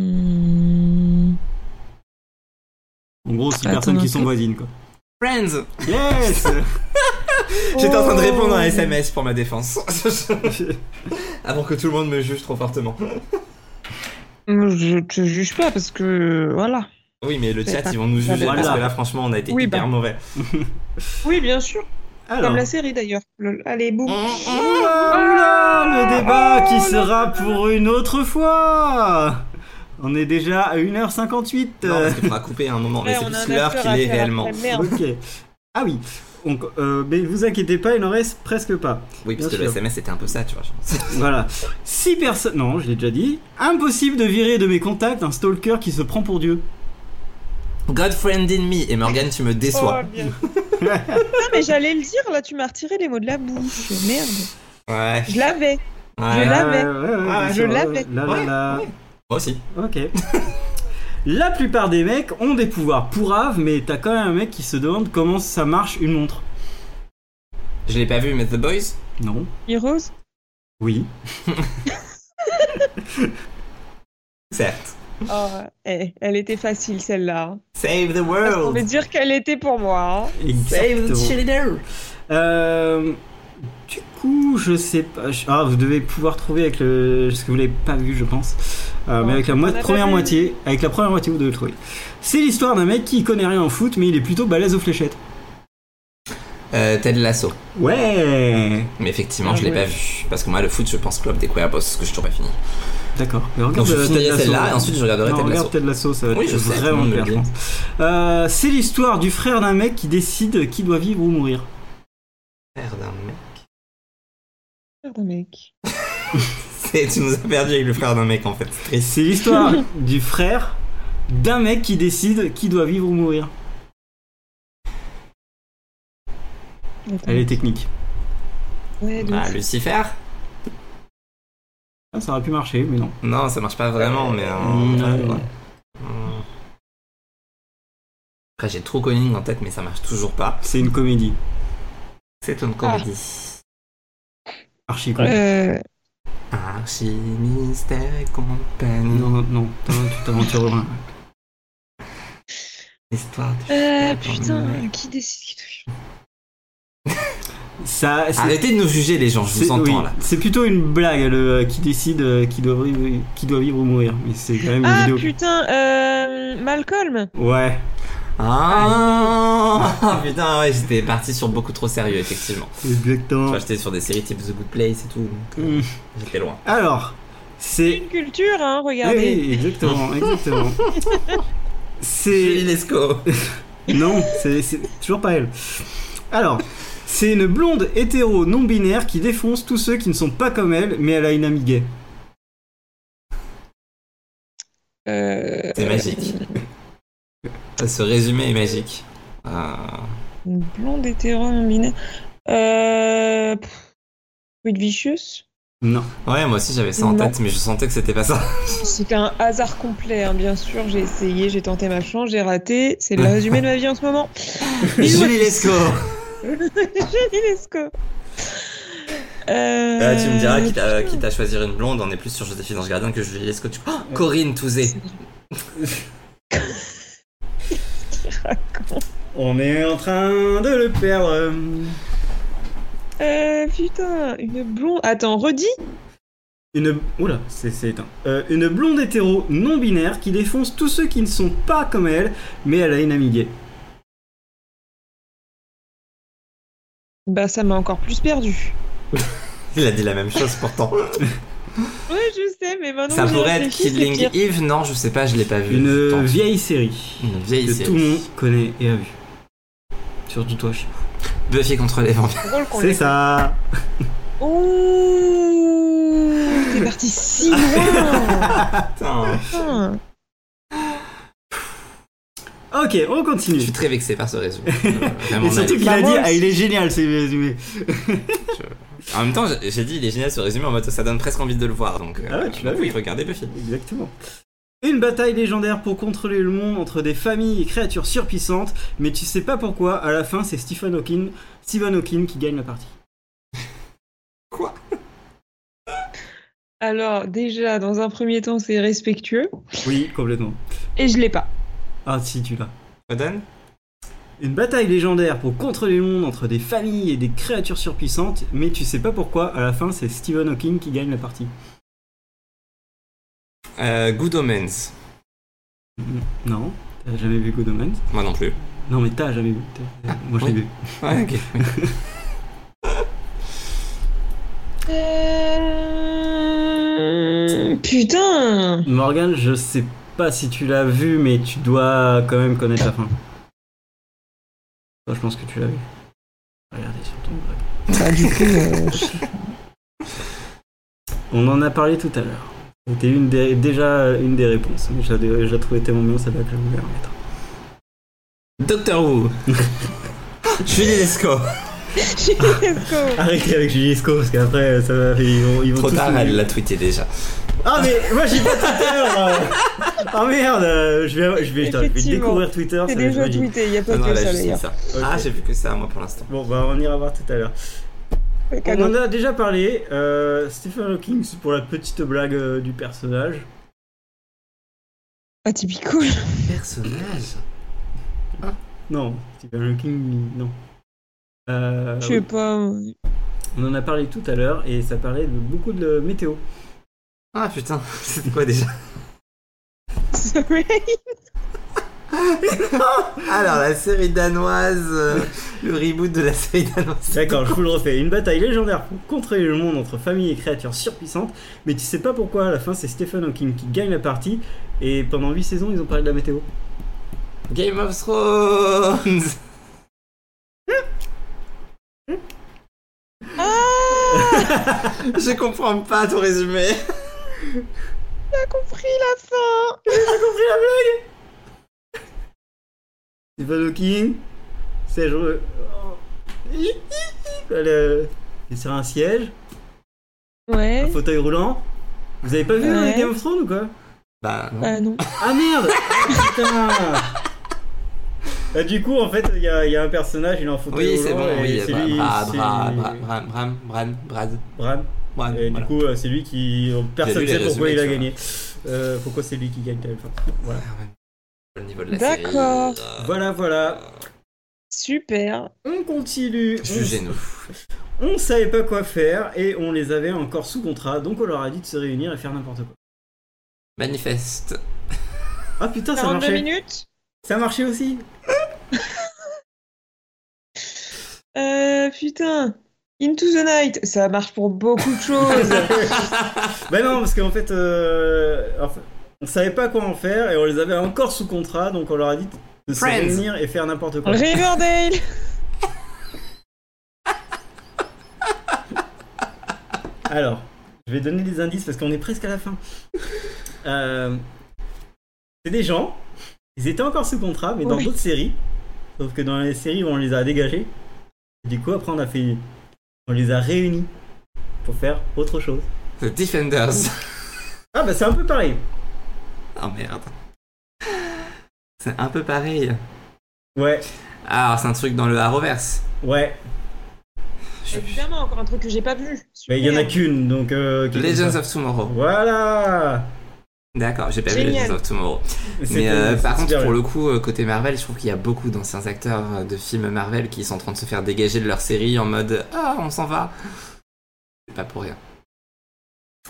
[SPEAKER 2] Hmm.
[SPEAKER 1] En gros, six
[SPEAKER 2] Attends,
[SPEAKER 1] personnes qui
[SPEAKER 2] un
[SPEAKER 1] sont
[SPEAKER 2] peu.
[SPEAKER 1] voisines, quoi.
[SPEAKER 3] Friends
[SPEAKER 1] Yes
[SPEAKER 3] J'étais en train de répondre à un
[SPEAKER 2] Oh.
[SPEAKER 3] SMS pour ma défense. Avant que tout le monde me juge trop fortement.
[SPEAKER 2] Je te juge pas parce que voilà.
[SPEAKER 3] Oui, mais le
[SPEAKER 2] C'est
[SPEAKER 3] chat,
[SPEAKER 2] pas-
[SPEAKER 3] ils vont nous juger
[SPEAKER 1] Voilà.
[SPEAKER 3] parce que là, franchement, on a été
[SPEAKER 2] Oui,
[SPEAKER 3] hyper
[SPEAKER 2] bah.
[SPEAKER 3] mauvais.
[SPEAKER 2] Oui, bien sûr.
[SPEAKER 1] Alors.
[SPEAKER 2] Comme la série d'ailleurs. Lol. Allez,
[SPEAKER 1] Mm,
[SPEAKER 2] boum.
[SPEAKER 1] Oula, le débat qui sera pour une autre fois On est déjà à 1h58.
[SPEAKER 3] Non, parce qu'on a coupé à un moment, mais
[SPEAKER 2] Ouais,
[SPEAKER 3] c'est
[SPEAKER 2] on a
[SPEAKER 3] plus
[SPEAKER 2] un
[SPEAKER 3] l'heure
[SPEAKER 2] after
[SPEAKER 3] qu'il est
[SPEAKER 2] after
[SPEAKER 3] réellement.
[SPEAKER 2] après, merde.
[SPEAKER 1] Euh, Ok. Ah oui. Donc, euh, mais vous inquiétez pas, il en reste presque pas.
[SPEAKER 3] Oui, parce
[SPEAKER 1] Bien
[SPEAKER 3] que le
[SPEAKER 1] sûr.
[SPEAKER 3] SMS c'était un peu ça, tu vois. je pense.
[SPEAKER 1] Voilà. 6 personnes. Non, je l'ai déjà dit. Impossible de virer de mes contacts un stalker qui se prend pour Dieu.
[SPEAKER 3] God friend in me. Et Morgan, tu me déçois.
[SPEAKER 2] Oh, bien. non, mais j'allais le dire, là, tu m'as retiré les mots de la bouche. Merde.
[SPEAKER 3] Ouais.
[SPEAKER 2] Oh. Je l'avais.
[SPEAKER 3] ouais.
[SPEAKER 2] Je l'avais.
[SPEAKER 1] Ouais, ouais, ouais,
[SPEAKER 3] Ah,
[SPEAKER 1] bien
[SPEAKER 2] je
[SPEAKER 1] sûr.
[SPEAKER 2] l'avais.
[SPEAKER 1] Là, là,
[SPEAKER 3] Ouais,
[SPEAKER 1] là.
[SPEAKER 3] ouais. Moi aussi.
[SPEAKER 1] Ok. La plupart des mecs ont des pouvoirs pourraves, mais t'as quand même un mec qui se demande comment ça marche une montre.
[SPEAKER 3] Je l'ai pas vu, mais The Boys
[SPEAKER 1] Non.
[SPEAKER 2] Heroes
[SPEAKER 1] Oui.
[SPEAKER 3] Certes.
[SPEAKER 2] Oh, eh, Elle était facile, celle-là. hein.
[SPEAKER 3] Save the
[SPEAKER 2] Parce qu'on veut
[SPEAKER 3] world.
[SPEAKER 2] dire qu'elle était pour moi. hein.
[SPEAKER 3] Save the
[SPEAKER 1] Exactement.
[SPEAKER 3] cheerleader.
[SPEAKER 1] Euh, du coup, je sais pas. je- Ah, vous devez pouvoir trouver avec le. Ce que vous l'avez pas vu, je pense. Euh,
[SPEAKER 2] Non,
[SPEAKER 1] mais avec la
[SPEAKER 2] on
[SPEAKER 1] mo-
[SPEAKER 2] a pas
[SPEAKER 1] première
[SPEAKER 2] vu.
[SPEAKER 1] moitié, avec la première moitié, vous devez le trouver. C'est l'histoire d'un mec qui connaît rien en foot, mais il est plutôt balèze aux fléchettes.
[SPEAKER 3] Euh, Ted Lasso.
[SPEAKER 1] Ouais.
[SPEAKER 3] Mais effectivement,
[SPEAKER 2] Ah
[SPEAKER 3] je l'ai
[SPEAKER 2] ouais.
[SPEAKER 3] pas vu. Parce que moi, le foot, je pense Club des Boss, que je toujours pas fini.
[SPEAKER 1] D'accord. Mais regarde
[SPEAKER 3] Donc je
[SPEAKER 1] euh, Ted
[SPEAKER 3] finirai
[SPEAKER 1] Lasso.
[SPEAKER 3] celle-là et ensuite je regarderai
[SPEAKER 1] Non,
[SPEAKER 3] Ted Lasso.
[SPEAKER 1] regarde Ted Lasso, ça va
[SPEAKER 3] Oui,
[SPEAKER 1] être
[SPEAKER 3] je sais, tout le
[SPEAKER 1] vraiment
[SPEAKER 3] monde
[SPEAKER 1] clair,
[SPEAKER 3] le
[SPEAKER 1] je
[SPEAKER 3] dit.
[SPEAKER 1] pense. Euh, c'est l'histoire du frère d'un mec qui décide qui doit vivre ou mourir.
[SPEAKER 3] Merde, un mec.
[SPEAKER 2] Merde, mec.
[SPEAKER 3] C'est- Tu nous as perdu avec le frère d'un mec en fait. C'est triste.
[SPEAKER 1] C'est l'histoire du frère d'un mec qui décide qui doit vivre ou mourir.
[SPEAKER 2] Attends.
[SPEAKER 1] Elle est technique.
[SPEAKER 2] Ouais, de
[SPEAKER 3] Ah,
[SPEAKER 2] ouf.
[SPEAKER 3] Lucifer
[SPEAKER 1] Ah, ça aurait pu marcher, mais non.
[SPEAKER 3] Non, ça marche pas vraiment, mais. euh,
[SPEAKER 1] Mm,
[SPEAKER 3] ouais.
[SPEAKER 1] ouais.
[SPEAKER 3] Mm. Après, j'ai trop Conning en tête, mais ça marche toujours pas.
[SPEAKER 1] C'est une comédie.
[SPEAKER 3] C'est une comédie.
[SPEAKER 1] Archi con.
[SPEAKER 2] Euh,
[SPEAKER 3] Archie, Mystère et compagnie.
[SPEAKER 1] Non, non, t'as- tu t'aventures loin.
[SPEAKER 3] Histoire de.
[SPEAKER 2] euh,
[SPEAKER 3] Attends,
[SPEAKER 2] putain,
[SPEAKER 3] mec.
[SPEAKER 2] qui décide
[SPEAKER 1] Ça, c'est-
[SPEAKER 3] Arrêtez de nous juger, les gens, je
[SPEAKER 1] c'est
[SPEAKER 3] vous entends
[SPEAKER 1] oui,
[SPEAKER 3] là.
[SPEAKER 1] c'est plutôt une blague le, euh, qui décide euh, qui, doit vivre, qui doit vivre ou mourir. Mais c'est quand même une
[SPEAKER 2] Ah
[SPEAKER 1] vidéo.
[SPEAKER 2] putain, euh, Malcolm
[SPEAKER 1] Ouais.
[SPEAKER 3] Ah putain, ouais, j'étais parti sur beaucoup trop sérieux, effectivement.
[SPEAKER 1] Exactement.
[SPEAKER 3] Enfin, j'étais sur des séries type The Good Place et tout, donc euh,
[SPEAKER 1] Mm.
[SPEAKER 3] j'étais loin.
[SPEAKER 1] Alors, c'est.
[SPEAKER 2] Une culture, hein,
[SPEAKER 1] Oui,
[SPEAKER 2] regardez.
[SPEAKER 1] oui, exactement, exactement.
[SPEAKER 3] Julie
[SPEAKER 1] C'est.
[SPEAKER 3] Lescaut.
[SPEAKER 1] Non, c'est c'est toujours pas elle. Alors, c'est une blonde hétéro non binaire qui défonce tous ceux qui ne sont pas comme elle, mais elle a une amie gay.
[SPEAKER 2] Euh,
[SPEAKER 3] C'est magique. Ce résumé est magique. Euh,
[SPEAKER 2] une blonde hétéro non binaire. Euh. pff, Rude Vicious
[SPEAKER 1] Non.
[SPEAKER 3] Ouais, moi aussi j'avais ça en
[SPEAKER 2] Non.
[SPEAKER 3] tête, mais je sentais que c'était pas ça.
[SPEAKER 2] C'était un hasard complet, hein, bien sûr. J'ai essayé, j'ai tenté ma chance, j'ai raté. C'est le résumé de ma vie en ce moment. Bisous à
[SPEAKER 3] Julie
[SPEAKER 2] tous.
[SPEAKER 3] Lescaut
[SPEAKER 2] Julie Lescaut. Euh,
[SPEAKER 3] Euh, Tu me diras, quitte à, quitte à choisir une blonde, on est plus sur Joséphine Ange Gardien que Julie Lescaut. Tu- Oh, Corinne Touzé
[SPEAKER 1] On est en train de le perdre.
[SPEAKER 2] Euh, putain, une blonde. Attends, redis
[SPEAKER 1] Une. Oula, c'est c'est éteint. Euh, une blonde hétéro non binaire qui défonce tous ceux qui ne sont pas comme elle, mais elle a une amie gay.
[SPEAKER 2] Bah, ça m'a encore plus perdu.
[SPEAKER 3] Il a dit la même chose pourtant.
[SPEAKER 2] Ouais, je sais, Ah mais maintenant
[SPEAKER 3] ça
[SPEAKER 2] que j'y
[SPEAKER 3] pourrait être
[SPEAKER 2] réfléchis, c'est
[SPEAKER 3] Killing
[SPEAKER 2] pire.
[SPEAKER 3] Eve Non, je sais pas, je l'ai pas vu.
[SPEAKER 1] Une
[SPEAKER 3] Euh, Tant pis.
[SPEAKER 1] vieille série
[SPEAKER 3] Une vieille
[SPEAKER 1] que
[SPEAKER 3] série.
[SPEAKER 1] tout le monde connaît et a vue. Sur du toit.
[SPEAKER 3] Buffy contre les vampires.
[SPEAKER 2] Drôle qu'on
[SPEAKER 1] C'est
[SPEAKER 2] l'ait-
[SPEAKER 1] ça.
[SPEAKER 2] Oh, t'es parti
[SPEAKER 3] Ah.
[SPEAKER 2] si loin.
[SPEAKER 3] Putain,
[SPEAKER 2] Putain.
[SPEAKER 1] Ok, on
[SPEAKER 3] je
[SPEAKER 1] continue.
[SPEAKER 3] suis très vexé par ce résumé. Euh, vraiment,
[SPEAKER 1] Et surtout
[SPEAKER 3] mal.
[SPEAKER 1] qu'il a
[SPEAKER 2] Bah,
[SPEAKER 1] dit,
[SPEAKER 2] moi
[SPEAKER 1] ah,
[SPEAKER 2] aussi.
[SPEAKER 1] il est génial ce résumé.
[SPEAKER 3] En même temps, j'ai- j'ai dit, il est génial ce résumé en mode ça donne presque envie de le voir. Donc, euh,
[SPEAKER 1] Ah ouais, tu l'as
[SPEAKER 3] donc
[SPEAKER 1] vu.
[SPEAKER 3] Oui, regardez Buffy.
[SPEAKER 1] Exactement. Une bataille légendaire pour contrôler le monde entre des familles et créatures surpuissantes, mais tu sais pas pourquoi, à la fin c'est Stephen Hawking, Stephen Hawking qui gagne la partie.
[SPEAKER 3] Quoi
[SPEAKER 2] Alors, déjà, dans un premier temps, c'est respectueux.
[SPEAKER 1] Oui, complètement.
[SPEAKER 2] Et je l'ai pas.
[SPEAKER 1] Ah si, tu l'as.
[SPEAKER 3] Odin
[SPEAKER 1] Une bataille légendaire pour contrôler le monde entre des familles et des créatures surpuissantes, mais tu sais pas pourquoi, à la fin c'est Stephen Hawking qui gagne la partie.
[SPEAKER 3] euh, Good Omens.
[SPEAKER 1] Non, t'as jamais vu Good Omens
[SPEAKER 3] Moi non plus.
[SPEAKER 1] Non mais t'as jamais vu. t'as- euh, Moi je l'ai
[SPEAKER 3] Oui.
[SPEAKER 1] vu.
[SPEAKER 3] Ouais, ok.
[SPEAKER 2] Euh... Putain
[SPEAKER 1] Morgan, je sais pas si tu l'as vu, mais tu dois quand même connaître la fin. Toi, je pense que tu l'as vu. Regardez sur ton blog.
[SPEAKER 2] Bah, du coup, euh, je-
[SPEAKER 1] On en a parlé tout à l'heure. C'était une des- déjà une des réponses. mais Je la, je la trouvais tellement bien, celle-là, que je voulais remettre.
[SPEAKER 3] Doctor Who. Julie Lescaut.
[SPEAKER 2] Let's go.
[SPEAKER 1] Arrêtez avec Julie Esco, parce qu'après, ça va, ils vont, ils vont
[SPEAKER 3] Trop
[SPEAKER 1] tous
[SPEAKER 3] tard,
[SPEAKER 1] nous-
[SPEAKER 3] elle l'a tweeté déjà.
[SPEAKER 1] Ah mais moi j'ai pas Twitter Ah merde euh, je vais, je, vais, putain, je vais
[SPEAKER 2] Effectivement.
[SPEAKER 1] découvrir Twitter, Ah, ça
[SPEAKER 2] C'est
[SPEAKER 1] va être
[SPEAKER 2] déjà
[SPEAKER 1] magique.
[SPEAKER 2] tweeté, il n'y a pas
[SPEAKER 3] Ah non,
[SPEAKER 2] que
[SPEAKER 3] elle a
[SPEAKER 2] ça
[SPEAKER 3] juste mis
[SPEAKER 2] d'ailleurs.
[SPEAKER 3] ça.
[SPEAKER 1] Ok.
[SPEAKER 3] Ah, j'ai vu que ça, moi, pour l'instant.
[SPEAKER 1] Bon bah on ira voir tout à l'heure.
[SPEAKER 2] Le
[SPEAKER 1] On en
[SPEAKER 2] cadeau.
[SPEAKER 1] a déjà parlé, euh, Stephen Hawking c'est pour la petite blague euh, du personnage.
[SPEAKER 2] Ah, typico.
[SPEAKER 3] Personnage.
[SPEAKER 1] Non, Stephen Hawking non. Euh,
[SPEAKER 2] Je sais pas. euh,
[SPEAKER 1] on en a parlé tout à l'heure et ça parlait de beaucoup de météo.
[SPEAKER 3] Ah putain, c'était quoi déjà
[SPEAKER 2] Sorry.
[SPEAKER 3] Alors, la série danoise, euh, le reboot de la série danoise.
[SPEAKER 1] D'accord, je vous le refais. Une bataille légendaire pour contrer le monde entre famille et créatures surpuissantes, mais tu sais pas pourquoi à la fin c'est Stephen Hawking qui gagne la partie et pendant 8 saisons ils ont parlé de la météo.
[SPEAKER 3] Game of Thrones
[SPEAKER 2] Ah,
[SPEAKER 3] Je comprends pas ton résumé.
[SPEAKER 2] T'as compris la fin
[SPEAKER 1] Stephen Hawking, c'est joué. Oh. Le... il est sur un siège, un
[SPEAKER 2] Ouais.
[SPEAKER 1] fauteuil roulant. Vous avez pas vu hein,
[SPEAKER 2] Ouais.
[SPEAKER 1] Game of Thrones ou quoi
[SPEAKER 3] Bah, non.
[SPEAKER 2] Ah non.
[SPEAKER 1] Ah merde Putain Bah, Du coup, en fait, il y, a il y a un personnage, il est en fauteuil
[SPEAKER 3] Oui,
[SPEAKER 1] roulant.
[SPEAKER 3] c'est bon,
[SPEAKER 1] et
[SPEAKER 3] oui.
[SPEAKER 1] c'est
[SPEAKER 3] Bra-
[SPEAKER 1] lui.
[SPEAKER 3] bra-
[SPEAKER 1] c'est-
[SPEAKER 3] bra- bra- bra- Bram, Bran, Brad,
[SPEAKER 1] Bran.
[SPEAKER 3] Bran.
[SPEAKER 1] Et du
[SPEAKER 3] voilà.
[SPEAKER 1] coup, euh, c'est lui qui. Personne
[SPEAKER 3] J'ai
[SPEAKER 1] ne
[SPEAKER 3] lu
[SPEAKER 1] sait
[SPEAKER 3] les
[SPEAKER 1] pourquoi il a
[SPEAKER 3] résumés,
[SPEAKER 1] gagné. Euh, pourquoi c'est lui qui gagne à la fin. Voilà.
[SPEAKER 3] Au niveau de la série.
[SPEAKER 2] D'accord.
[SPEAKER 3] euh,
[SPEAKER 1] Voilà, voilà.
[SPEAKER 2] Super.
[SPEAKER 1] On continue. on
[SPEAKER 3] Jugez-nous.
[SPEAKER 1] On savait pas quoi faire et on les avait encore sous contrat, donc on leur a dit de se réunir et faire n'importe quoi.
[SPEAKER 3] Manifeste.
[SPEAKER 1] Ah putain, ça
[SPEAKER 2] 42
[SPEAKER 1] marchait.
[SPEAKER 2] minutes
[SPEAKER 1] Ça marchait aussi.
[SPEAKER 2] Euh, putain. Into the Night, ça marche pour beaucoup de choses.
[SPEAKER 1] Bah non, parce qu'en fait, euh, en fait, on savait pas quoi en faire et on les avait encore sous contrat, donc on leur a dit de se
[SPEAKER 3] Friends.
[SPEAKER 1] réunir et faire n'importe quoi.
[SPEAKER 2] Riverdale
[SPEAKER 1] Alors, je vais donner des indices parce qu'on est presque à la fin. Euh, c'est des gens, ils étaient encore sous contrat, mais dans
[SPEAKER 2] Oui.
[SPEAKER 1] d'autres séries. Sauf que dans les séries, on les a dégagés. Et du coup, après, on a fait. On les a réunis pour faire autre chose.
[SPEAKER 3] The Defenders.
[SPEAKER 1] Ah, bah c'est un peu pareil.
[SPEAKER 3] Oh merde. C'est un peu pareil.
[SPEAKER 1] Ouais,
[SPEAKER 3] Ah, c'est un truc dans le Arrowverse.
[SPEAKER 1] ouais.
[SPEAKER 3] Je-
[SPEAKER 2] Évidemment, encore un truc que j'ai pas vu.
[SPEAKER 1] Mais il y en a qu'une, donc. euh, qui-
[SPEAKER 3] Legends of Tomorrow.
[SPEAKER 1] Voilà
[SPEAKER 3] D'accord, j'ai pas vu
[SPEAKER 2] Génial.
[SPEAKER 3] Legends of Tomorrow.
[SPEAKER 1] C'était-
[SPEAKER 3] Mais euh,
[SPEAKER 1] c'était
[SPEAKER 3] par contre,
[SPEAKER 1] bien.
[SPEAKER 3] pour le coup, euh, côté Marvel, je trouve qu'il y a beaucoup d'anciens acteurs euh, de films Marvel qui sont en train de se faire dégager de leur série en mode Ah, on s'en va. C'est pas pour rien.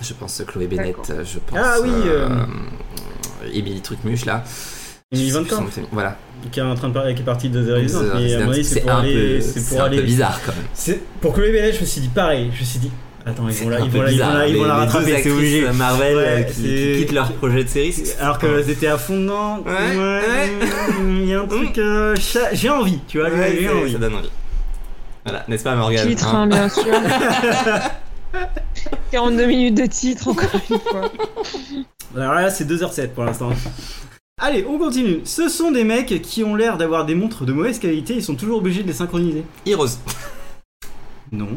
[SPEAKER 3] Je pense euh, Chloé
[SPEAKER 2] D'accord.
[SPEAKER 3] Bennett, euh, je pense.
[SPEAKER 1] Ah oui, euh,
[SPEAKER 3] euh, Emily Trucmuche là.
[SPEAKER 1] Emily
[SPEAKER 3] Je sais
[SPEAKER 1] Van
[SPEAKER 3] plus son
[SPEAKER 1] Camp.
[SPEAKER 3] nom de famille. Voilà.
[SPEAKER 1] Qui est en train de parler, qui est parti de The
[SPEAKER 3] Donc,
[SPEAKER 1] Resident,
[SPEAKER 3] The
[SPEAKER 1] mais à
[SPEAKER 3] Resident,
[SPEAKER 1] mon avis, c'est
[SPEAKER 3] c'est
[SPEAKER 1] pour
[SPEAKER 3] un
[SPEAKER 1] aller.
[SPEAKER 3] peu-
[SPEAKER 1] C'est
[SPEAKER 3] c'est
[SPEAKER 1] pour
[SPEAKER 3] un peu
[SPEAKER 1] aller.
[SPEAKER 3] bizarre quand même.
[SPEAKER 1] C'est- Pour que le BDH, je me suis dit pareil. Je me suis dit, attends, ils
[SPEAKER 3] C'est
[SPEAKER 1] vont la,
[SPEAKER 3] un
[SPEAKER 1] ils
[SPEAKER 3] peu
[SPEAKER 1] vont la, ils vont
[SPEAKER 3] bizarre,
[SPEAKER 1] la, ils
[SPEAKER 3] les-
[SPEAKER 1] vont la
[SPEAKER 3] les deux
[SPEAKER 1] rattraper, c'est
[SPEAKER 3] actrices
[SPEAKER 1] obligé.
[SPEAKER 3] Marvel
[SPEAKER 1] Ouais,
[SPEAKER 3] euh, qui, qui
[SPEAKER 1] c'est-
[SPEAKER 3] quittent leur projet de série. c'est-
[SPEAKER 1] Alors qu'elles étaient à fond dedans.
[SPEAKER 3] Ouais, ouais. Mm.
[SPEAKER 1] Il y a un truc. euh, cha- j'ai envie, tu vois,
[SPEAKER 3] Ouais,
[SPEAKER 1] j'ai- j'ai
[SPEAKER 3] c'est-
[SPEAKER 1] envie.
[SPEAKER 3] ça donne envie. Voilà, n'est-ce pas Morgan
[SPEAKER 2] Titre, hein, bien sûr. 42 minutes de titre, encore une fois.
[SPEAKER 1] Alors là, c'est 2h07 pour l'instant. Allez, on continue. Ce sont des mecs qui ont l'air d'avoir des montres de mauvaise qualité, ils sont toujours obligés de les synchroniser.
[SPEAKER 3] Heroes,
[SPEAKER 1] Non.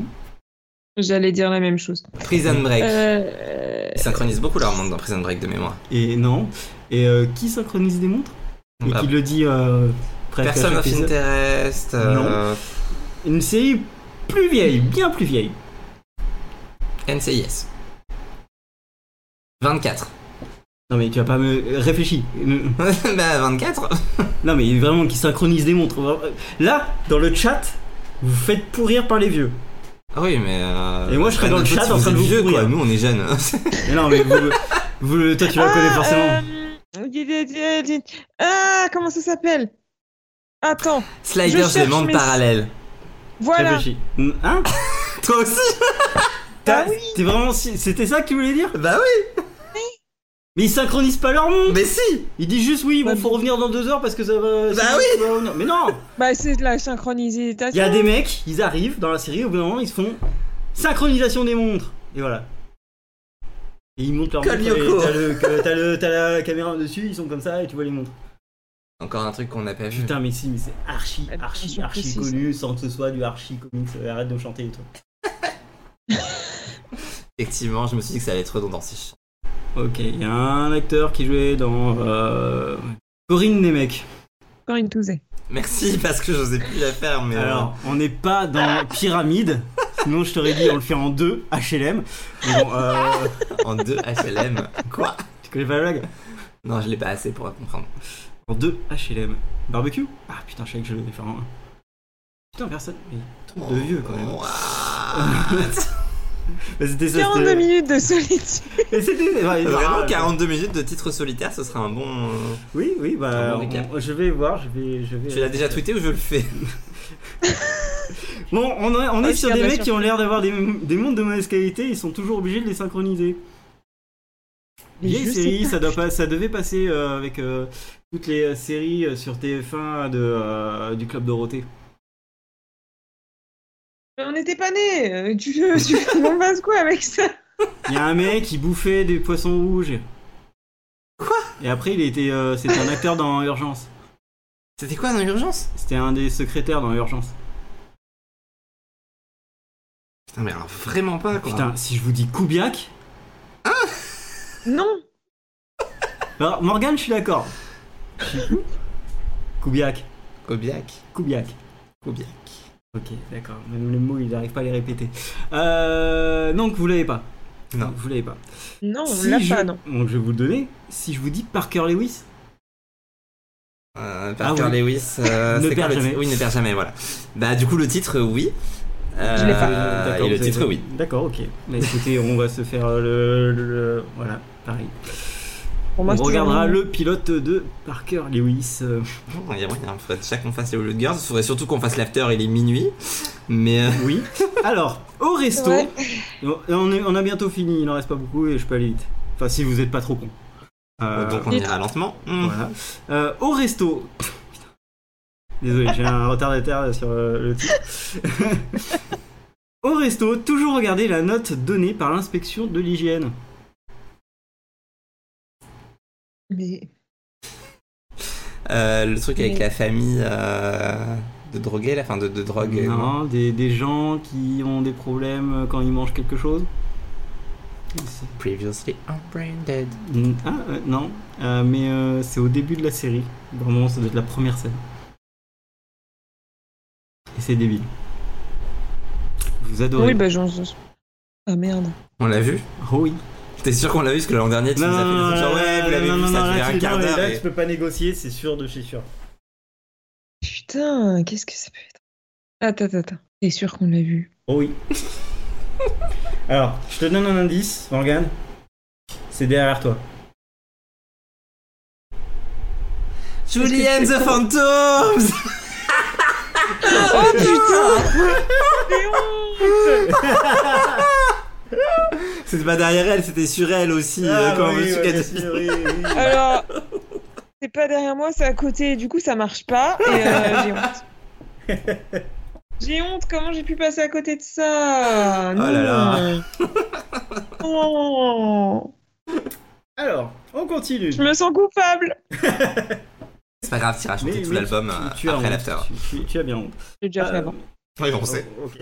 [SPEAKER 2] J'allais dire la même chose.
[SPEAKER 3] Prison Break.
[SPEAKER 2] Euh,
[SPEAKER 3] Ils synchronisent beaucoup leur monde dans Prison Break de mémoire.
[SPEAKER 1] Et non. Et euh, qui synchronise des montres Et
[SPEAKER 3] Bah,
[SPEAKER 1] qui le dit euh, presque à
[SPEAKER 3] Person
[SPEAKER 1] chaque
[SPEAKER 3] of
[SPEAKER 1] épisode.
[SPEAKER 3] Interest. euh,
[SPEAKER 1] Une série plus vieille, bien plus vieille.
[SPEAKER 3] NCIS. 24.
[SPEAKER 1] Non mais tu vas pas me... Réfléchis.
[SPEAKER 3] bah 24
[SPEAKER 1] Non mais vraiment qui synchronise des montres. Là, dans le chat, vous faites pourrir par les vieux.
[SPEAKER 3] Ah Oui mais... euh,
[SPEAKER 1] Et moi, je serais
[SPEAKER 3] pas
[SPEAKER 1] dans le
[SPEAKER 3] notre
[SPEAKER 1] chat
[SPEAKER 3] faute si
[SPEAKER 1] en train de
[SPEAKER 3] êtes
[SPEAKER 1] vous
[SPEAKER 3] vieux,
[SPEAKER 1] pourrir.
[SPEAKER 3] quoi. Nous on est jeunes.
[SPEAKER 1] Mais non mais vous, vous- toi tu la
[SPEAKER 2] ah,
[SPEAKER 1] connais
[SPEAKER 2] euh,
[SPEAKER 1] forcément.
[SPEAKER 2] forcément. Ah, comment ça s'appelle Attends,
[SPEAKER 3] Sliders
[SPEAKER 2] cherche
[SPEAKER 3] des mondes
[SPEAKER 2] mes-
[SPEAKER 3] parallèles.
[SPEAKER 2] voilà.
[SPEAKER 1] Réfléchis. Hein
[SPEAKER 3] Toi aussi
[SPEAKER 2] Bah
[SPEAKER 1] T'as- T'es vraiment... si- C'était ça que tu voulais dire
[SPEAKER 3] Bah oui
[SPEAKER 1] Mais ils synchronisent pas leur nom
[SPEAKER 5] Mais si
[SPEAKER 1] Ils disent juste oui, bon,
[SPEAKER 2] Bah,
[SPEAKER 1] faut revenir dans deux heures parce que ça va.
[SPEAKER 5] Bah
[SPEAKER 1] ça va-
[SPEAKER 5] oui.
[SPEAKER 1] ça va- non. Mais non
[SPEAKER 2] Bah, c'est de la synchronisation.
[SPEAKER 1] Il y a des mecs, ils arrivent dans la série, au bout d'un moment, ils se font synchronisation des montres. Et voilà. Et ils montent leur
[SPEAKER 5] Comme
[SPEAKER 1] montre. et
[SPEAKER 5] Yoko.
[SPEAKER 1] T'as le- que- t'as le- t'as la caméra dessus, ils sont comme ça et tu vois les montres.
[SPEAKER 3] Encore un truc qu'on n'a pas vu.
[SPEAKER 1] Putain, mais si, mais c'est archi,
[SPEAKER 2] Ouais, bien
[SPEAKER 1] archi,
[SPEAKER 2] sûr que
[SPEAKER 1] archi
[SPEAKER 2] si,
[SPEAKER 1] connu sans que ce soit du archi comics. Euh, Arrête de me chanter et tout.
[SPEAKER 3] Effectivement, je me suis dit que ça allait être redondant. c'est chiant.
[SPEAKER 1] Ok, il y a un acteur qui jouait dans. Euh... Corinne Nemec.
[SPEAKER 2] Encore une tousée.
[SPEAKER 3] Merci parce que j'osais plus la faire, mais
[SPEAKER 1] Alors, Euh, Ah. on n'est pas dans Pyramide. Sinon, je t'aurais dit, on le fait en deux, HLM. Mais bon, euh,
[SPEAKER 3] euh, en deux HLM. Quoi
[SPEAKER 1] tu connais pas la blague
[SPEAKER 3] Non, je l'ai pas assez pour la comprendre.
[SPEAKER 1] En deux HLM. Barbecue Ah putain, je savais que je le devais faire en un. Putain, personne. Mais trop de vieux quand même. Ah.
[SPEAKER 3] What
[SPEAKER 1] Bah, c'était ça.
[SPEAKER 2] 42
[SPEAKER 1] c'était-
[SPEAKER 2] minutes de solitude.
[SPEAKER 1] Mais c'était. ouais,
[SPEAKER 3] Vraiment,
[SPEAKER 1] bah,
[SPEAKER 3] 42 minutes de titre solitaire, ce serait un bon.
[SPEAKER 1] Oui, oui, bah.
[SPEAKER 3] Un bon récap.
[SPEAKER 1] on- je vais voir, je vais. Je vais
[SPEAKER 3] Tu l'as déjà tweeté ou je le fais
[SPEAKER 1] Bon, on, est- on est
[SPEAKER 2] Oscar
[SPEAKER 1] sur
[SPEAKER 2] de
[SPEAKER 1] des
[SPEAKER 2] la
[SPEAKER 1] mecs qui ont l'air d'avoir des, des mondes de mauvaise qualité, ils sont toujours obligés de les synchroniser.
[SPEAKER 2] Mais
[SPEAKER 1] Vieille
[SPEAKER 2] je sais
[SPEAKER 1] série,
[SPEAKER 2] pas.
[SPEAKER 1] ça, doit pas, ça devait passer euh, avec euh, toutes les euh, séries euh, sur TF1 de, euh, du Club Dorothée.
[SPEAKER 2] On n'était pas nés. euh, Tu veux, tu veux qu'on fasse quoi avec ça
[SPEAKER 1] Il y a un mec qui bouffait des poissons rouges. Quoi Et après, il était, euh, c'était un acteur dans Urgence.
[SPEAKER 3] C'était quoi dans l'urgence
[SPEAKER 1] C'était un des secrétaires dans Urgence.
[SPEAKER 3] Putain, mais alors vraiment pas quoi.
[SPEAKER 1] Putain, si je vous dis Koubiak.
[SPEAKER 2] Non.
[SPEAKER 1] Alors, bah, Morgane, je suis d'accord. Koubiak.
[SPEAKER 3] Kobiak.
[SPEAKER 1] Koubiak.
[SPEAKER 3] Kobiak.
[SPEAKER 1] Ok, d'accord. Même le mot, il n'arrive pas à les répéter. Euh, donc, vous l'avez pas.
[SPEAKER 3] Non.
[SPEAKER 1] Vous l'avez pas.
[SPEAKER 2] Non, on
[SPEAKER 1] Si
[SPEAKER 2] l'a
[SPEAKER 1] je...
[SPEAKER 2] pas, non.
[SPEAKER 1] Donc, je vais vous le donner. Si je vous dis Parker Lewis,
[SPEAKER 3] Euh, Parker
[SPEAKER 1] Ah oui.
[SPEAKER 3] Lewis. euh,
[SPEAKER 1] Ne
[SPEAKER 3] c'est quoi
[SPEAKER 1] perds
[SPEAKER 3] le
[SPEAKER 1] jamais.
[SPEAKER 3] titre Oui, ne perd jamais, voilà. Bah, du coup, le titre, oui. Euh,
[SPEAKER 2] Je l'ai pas.
[SPEAKER 1] D'accord,
[SPEAKER 3] et le
[SPEAKER 1] vous
[SPEAKER 3] titre,
[SPEAKER 1] avez-
[SPEAKER 3] oui.
[SPEAKER 1] D'accord, ok. Mais écoutez, on va se faire euh, le. le- le- voilà, pareil.
[SPEAKER 2] Pour
[SPEAKER 1] on
[SPEAKER 2] c'est
[SPEAKER 1] regardera
[SPEAKER 2] toujours
[SPEAKER 1] le pilote de Parker Lewis. Euh,
[SPEAKER 3] Bon, Il y a moyen, faudrait déjà qu'on fasse les Hollywood Girls. Il faudrait surtout qu'on fasse l'after, il est minuit. Mais. euh,
[SPEAKER 1] oui. Alors, au resto.
[SPEAKER 2] Ouais.
[SPEAKER 1] On, on est- on a bientôt fini, il n'en reste pas beaucoup et je peux aller vite. Enfin, si vous n'êtes pas trop con. Euh,
[SPEAKER 3] donc, on
[SPEAKER 2] titre.
[SPEAKER 3] ira lentement. Mm.
[SPEAKER 1] Voilà. Euh, au resto. Putain. Désolé, j'ai un retardataire sur euh, le titre. au resto, toujours regarder la note donnée par l'inspection de l'hygiène.
[SPEAKER 2] Mais
[SPEAKER 3] Euh, le truc avec
[SPEAKER 2] Mais-
[SPEAKER 3] la famille euh, de drogués, la fin de, de drogue. euh,
[SPEAKER 1] Non, des, des gens qui ont des problèmes quand ils mangent quelque chose. C'est-
[SPEAKER 3] Previously on Brain Dead.
[SPEAKER 1] Mm, Ah, euh, non. Euh, mais euh, c'est au début de la série. Vraiment, ça doit être la première scène. Et c'est débile. Vous adorez.
[SPEAKER 2] Oui, bah j'en. Ah merde.
[SPEAKER 3] On l'a vu
[SPEAKER 1] Oh oui.
[SPEAKER 3] T'es sûr qu'on l'a vu Parce que l'an dernier, tu nous as fait des trucs genre, ouais, vous l'avez
[SPEAKER 1] non,
[SPEAKER 3] vu,
[SPEAKER 1] non,
[SPEAKER 3] ça
[SPEAKER 1] non,
[SPEAKER 3] fait
[SPEAKER 1] là,
[SPEAKER 3] un
[SPEAKER 1] tu-
[SPEAKER 3] quart
[SPEAKER 1] non, mais
[SPEAKER 3] d'heure.
[SPEAKER 1] là,
[SPEAKER 3] et-
[SPEAKER 1] tu peux pas négocier, c'est sûr de chez sûr.
[SPEAKER 2] Putain, qu'est-ce que ça peut être Attends, attends, attends. T'es sûr qu'on l'a vu
[SPEAKER 1] Oh oui. Alors, je te donne un indice, Morgane. C'est derrière toi.
[SPEAKER 3] Julie
[SPEAKER 2] Est-ce
[SPEAKER 3] and
[SPEAKER 2] que
[SPEAKER 3] the
[SPEAKER 2] c'est-
[SPEAKER 3] Phantoms
[SPEAKER 2] Oh putain Mais honte
[SPEAKER 3] C'était pas derrière elle, c'était sur elle aussi.
[SPEAKER 1] Ah,
[SPEAKER 3] euh, comment veux-tu qu'elle te- Ah
[SPEAKER 2] Alors, c'est pas derrière moi, c'est à côté. Du coup, ça marche pas. Et euh, j'ai honte. J'ai honte. Comment j'ai pu passer à côté de ça
[SPEAKER 3] Oh là là.
[SPEAKER 2] Non.
[SPEAKER 1] Alors, on continue.
[SPEAKER 2] Je me sens coupable.
[SPEAKER 3] C'est pas grave, t'iras chanter
[SPEAKER 1] Mais-
[SPEAKER 3] tout
[SPEAKER 1] mais
[SPEAKER 3] l'album
[SPEAKER 1] tu- tu
[SPEAKER 3] euh,
[SPEAKER 1] as
[SPEAKER 3] après
[SPEAKER 1] honte,
[SPEAKER 3] l'after.
[SPEAKER 1] tu- tu- tu as bien honte.
[SPEAKER 2] J'ai déjà fait
[SPEAKER 1] Euh,
[SPEAKER 2] avant.
[SPEAKER 3] Oui, on
[SPEAKER 1] oh, ok.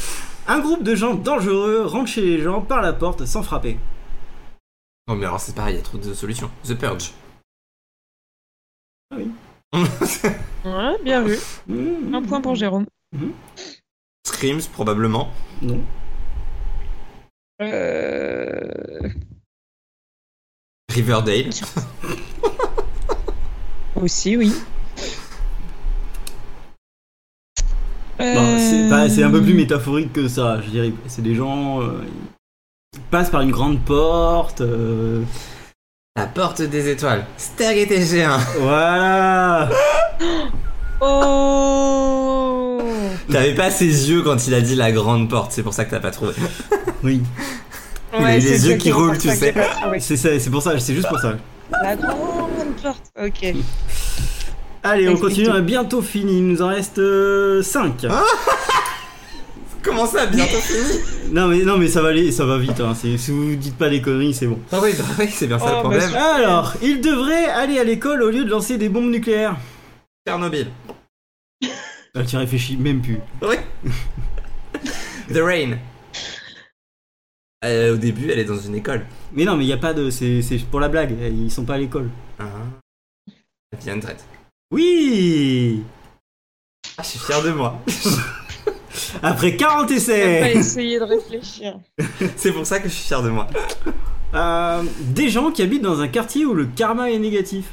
[SPEAKER 1] Un groupe de gens dangereux rentre chez les gens par la porte sans frapper.
[SPEAKER 3] Non, Oh, mais alors c'est pareil, il y a trop de solutions. The Purge.
[SPEAKER 1] Ah oui.
[SPEAKER 2] Ouais, bien vu.
[SPEAKER 1] Mmh.
[SPEAKER 2] Un point pour Jérôme.
[SPEAKER 3] Screams, probablement.
[SPEAKER 1] Non.
[SPEAKER 2] Euh...
[SPEAKER 3] Riverdale.
[SPEAKER 2] Aussi, oui.
[SPEAKER 1] Bon, c'est bah, c'est un peu plus
[SPEAKER 2] Euh,
[SPEAKER 1] métaphorique que ça, je dirais. C'est des gens euh, ils passent par une grande porte. euh,
[SPEAKER 3] La porte des étoiles. Stargate SG1.
[SPEAKER 1] voilà.
[SPEAKER 2] Oh
[SPEAKER 3] T'avais pas ses yeux quand il a dit la grande porte, c'est pour ça que t'as pas trouvé.
[SPEAKER 1] Oui. Il a les
[SPEAKER 2] c'est
[SPEAKER 1] yeux qui
[SPEAKER 2] exactement
[SPEAKER 1] roulent,
[SPEAKER 2] pour
[SPEAKER 1] tu
[SPEAKER 2] ça que
[SPEAKER 1] sais.
[SPEAKER 2] j'ai pas trouvé.
[SPEAKER 1] C'est ça, c'est pour ça, c'est juste pour ça.
[SPEAKER 2] La grande porte. Ok.
[SPEAKER 1] Eh. Allez, on
[SPEAKER 2] Explique
[SPEAKER 1] continue,
[SPEAKER 2] tout.
[SPEAKER 1] on a bientôt fini, il nous en reste euh, 5.
[SPEAKER 3] Comment ça, bientôt fini
[SPEAKER 1] non mais non mais ça va aller, ça va vite hein. c'est- si vous dites pas des conneries, c'est bon.
[SPEAKER 3] Ah oui, bah oui, c'est bien ça
[SPEAKER 2] Oh,
[SPEAKER 3] le problème.
[SPEAKER 2] bah,
[SPEAKER 1] Alors, il devrait aller à l'école au lieu de lancer des bombes nucléaires.
[SPEAKER 3] Tchernobyl.
[SPEAKER 1] Ah, tu réfléchis même plus.
[SPEAKER 3] Oui. The Rain. Euh, au début, elle est dans une école.
[SPEAKER 1] Mais non, mais il y a pas de c'est c'est pour la blague, ils sont pas à l'école.
[SPEAKER 3] Ah. Happy Hundred.
[SPEAKER 1] Oui
[SPEAKER 3] Ah, je suis fier de moi.
[SPEAKER 1] Après 40
[SPEAKER 2] On va
[SPEAKER 1] essais
[SPEAKER 2] essayer de réfléchir.
[SPEAKER 3] c'est pour ça que je suis fier de moi.
[SPEAKER 1] Euh, Des gens qui habitent dans un quartier où le karma est négatif.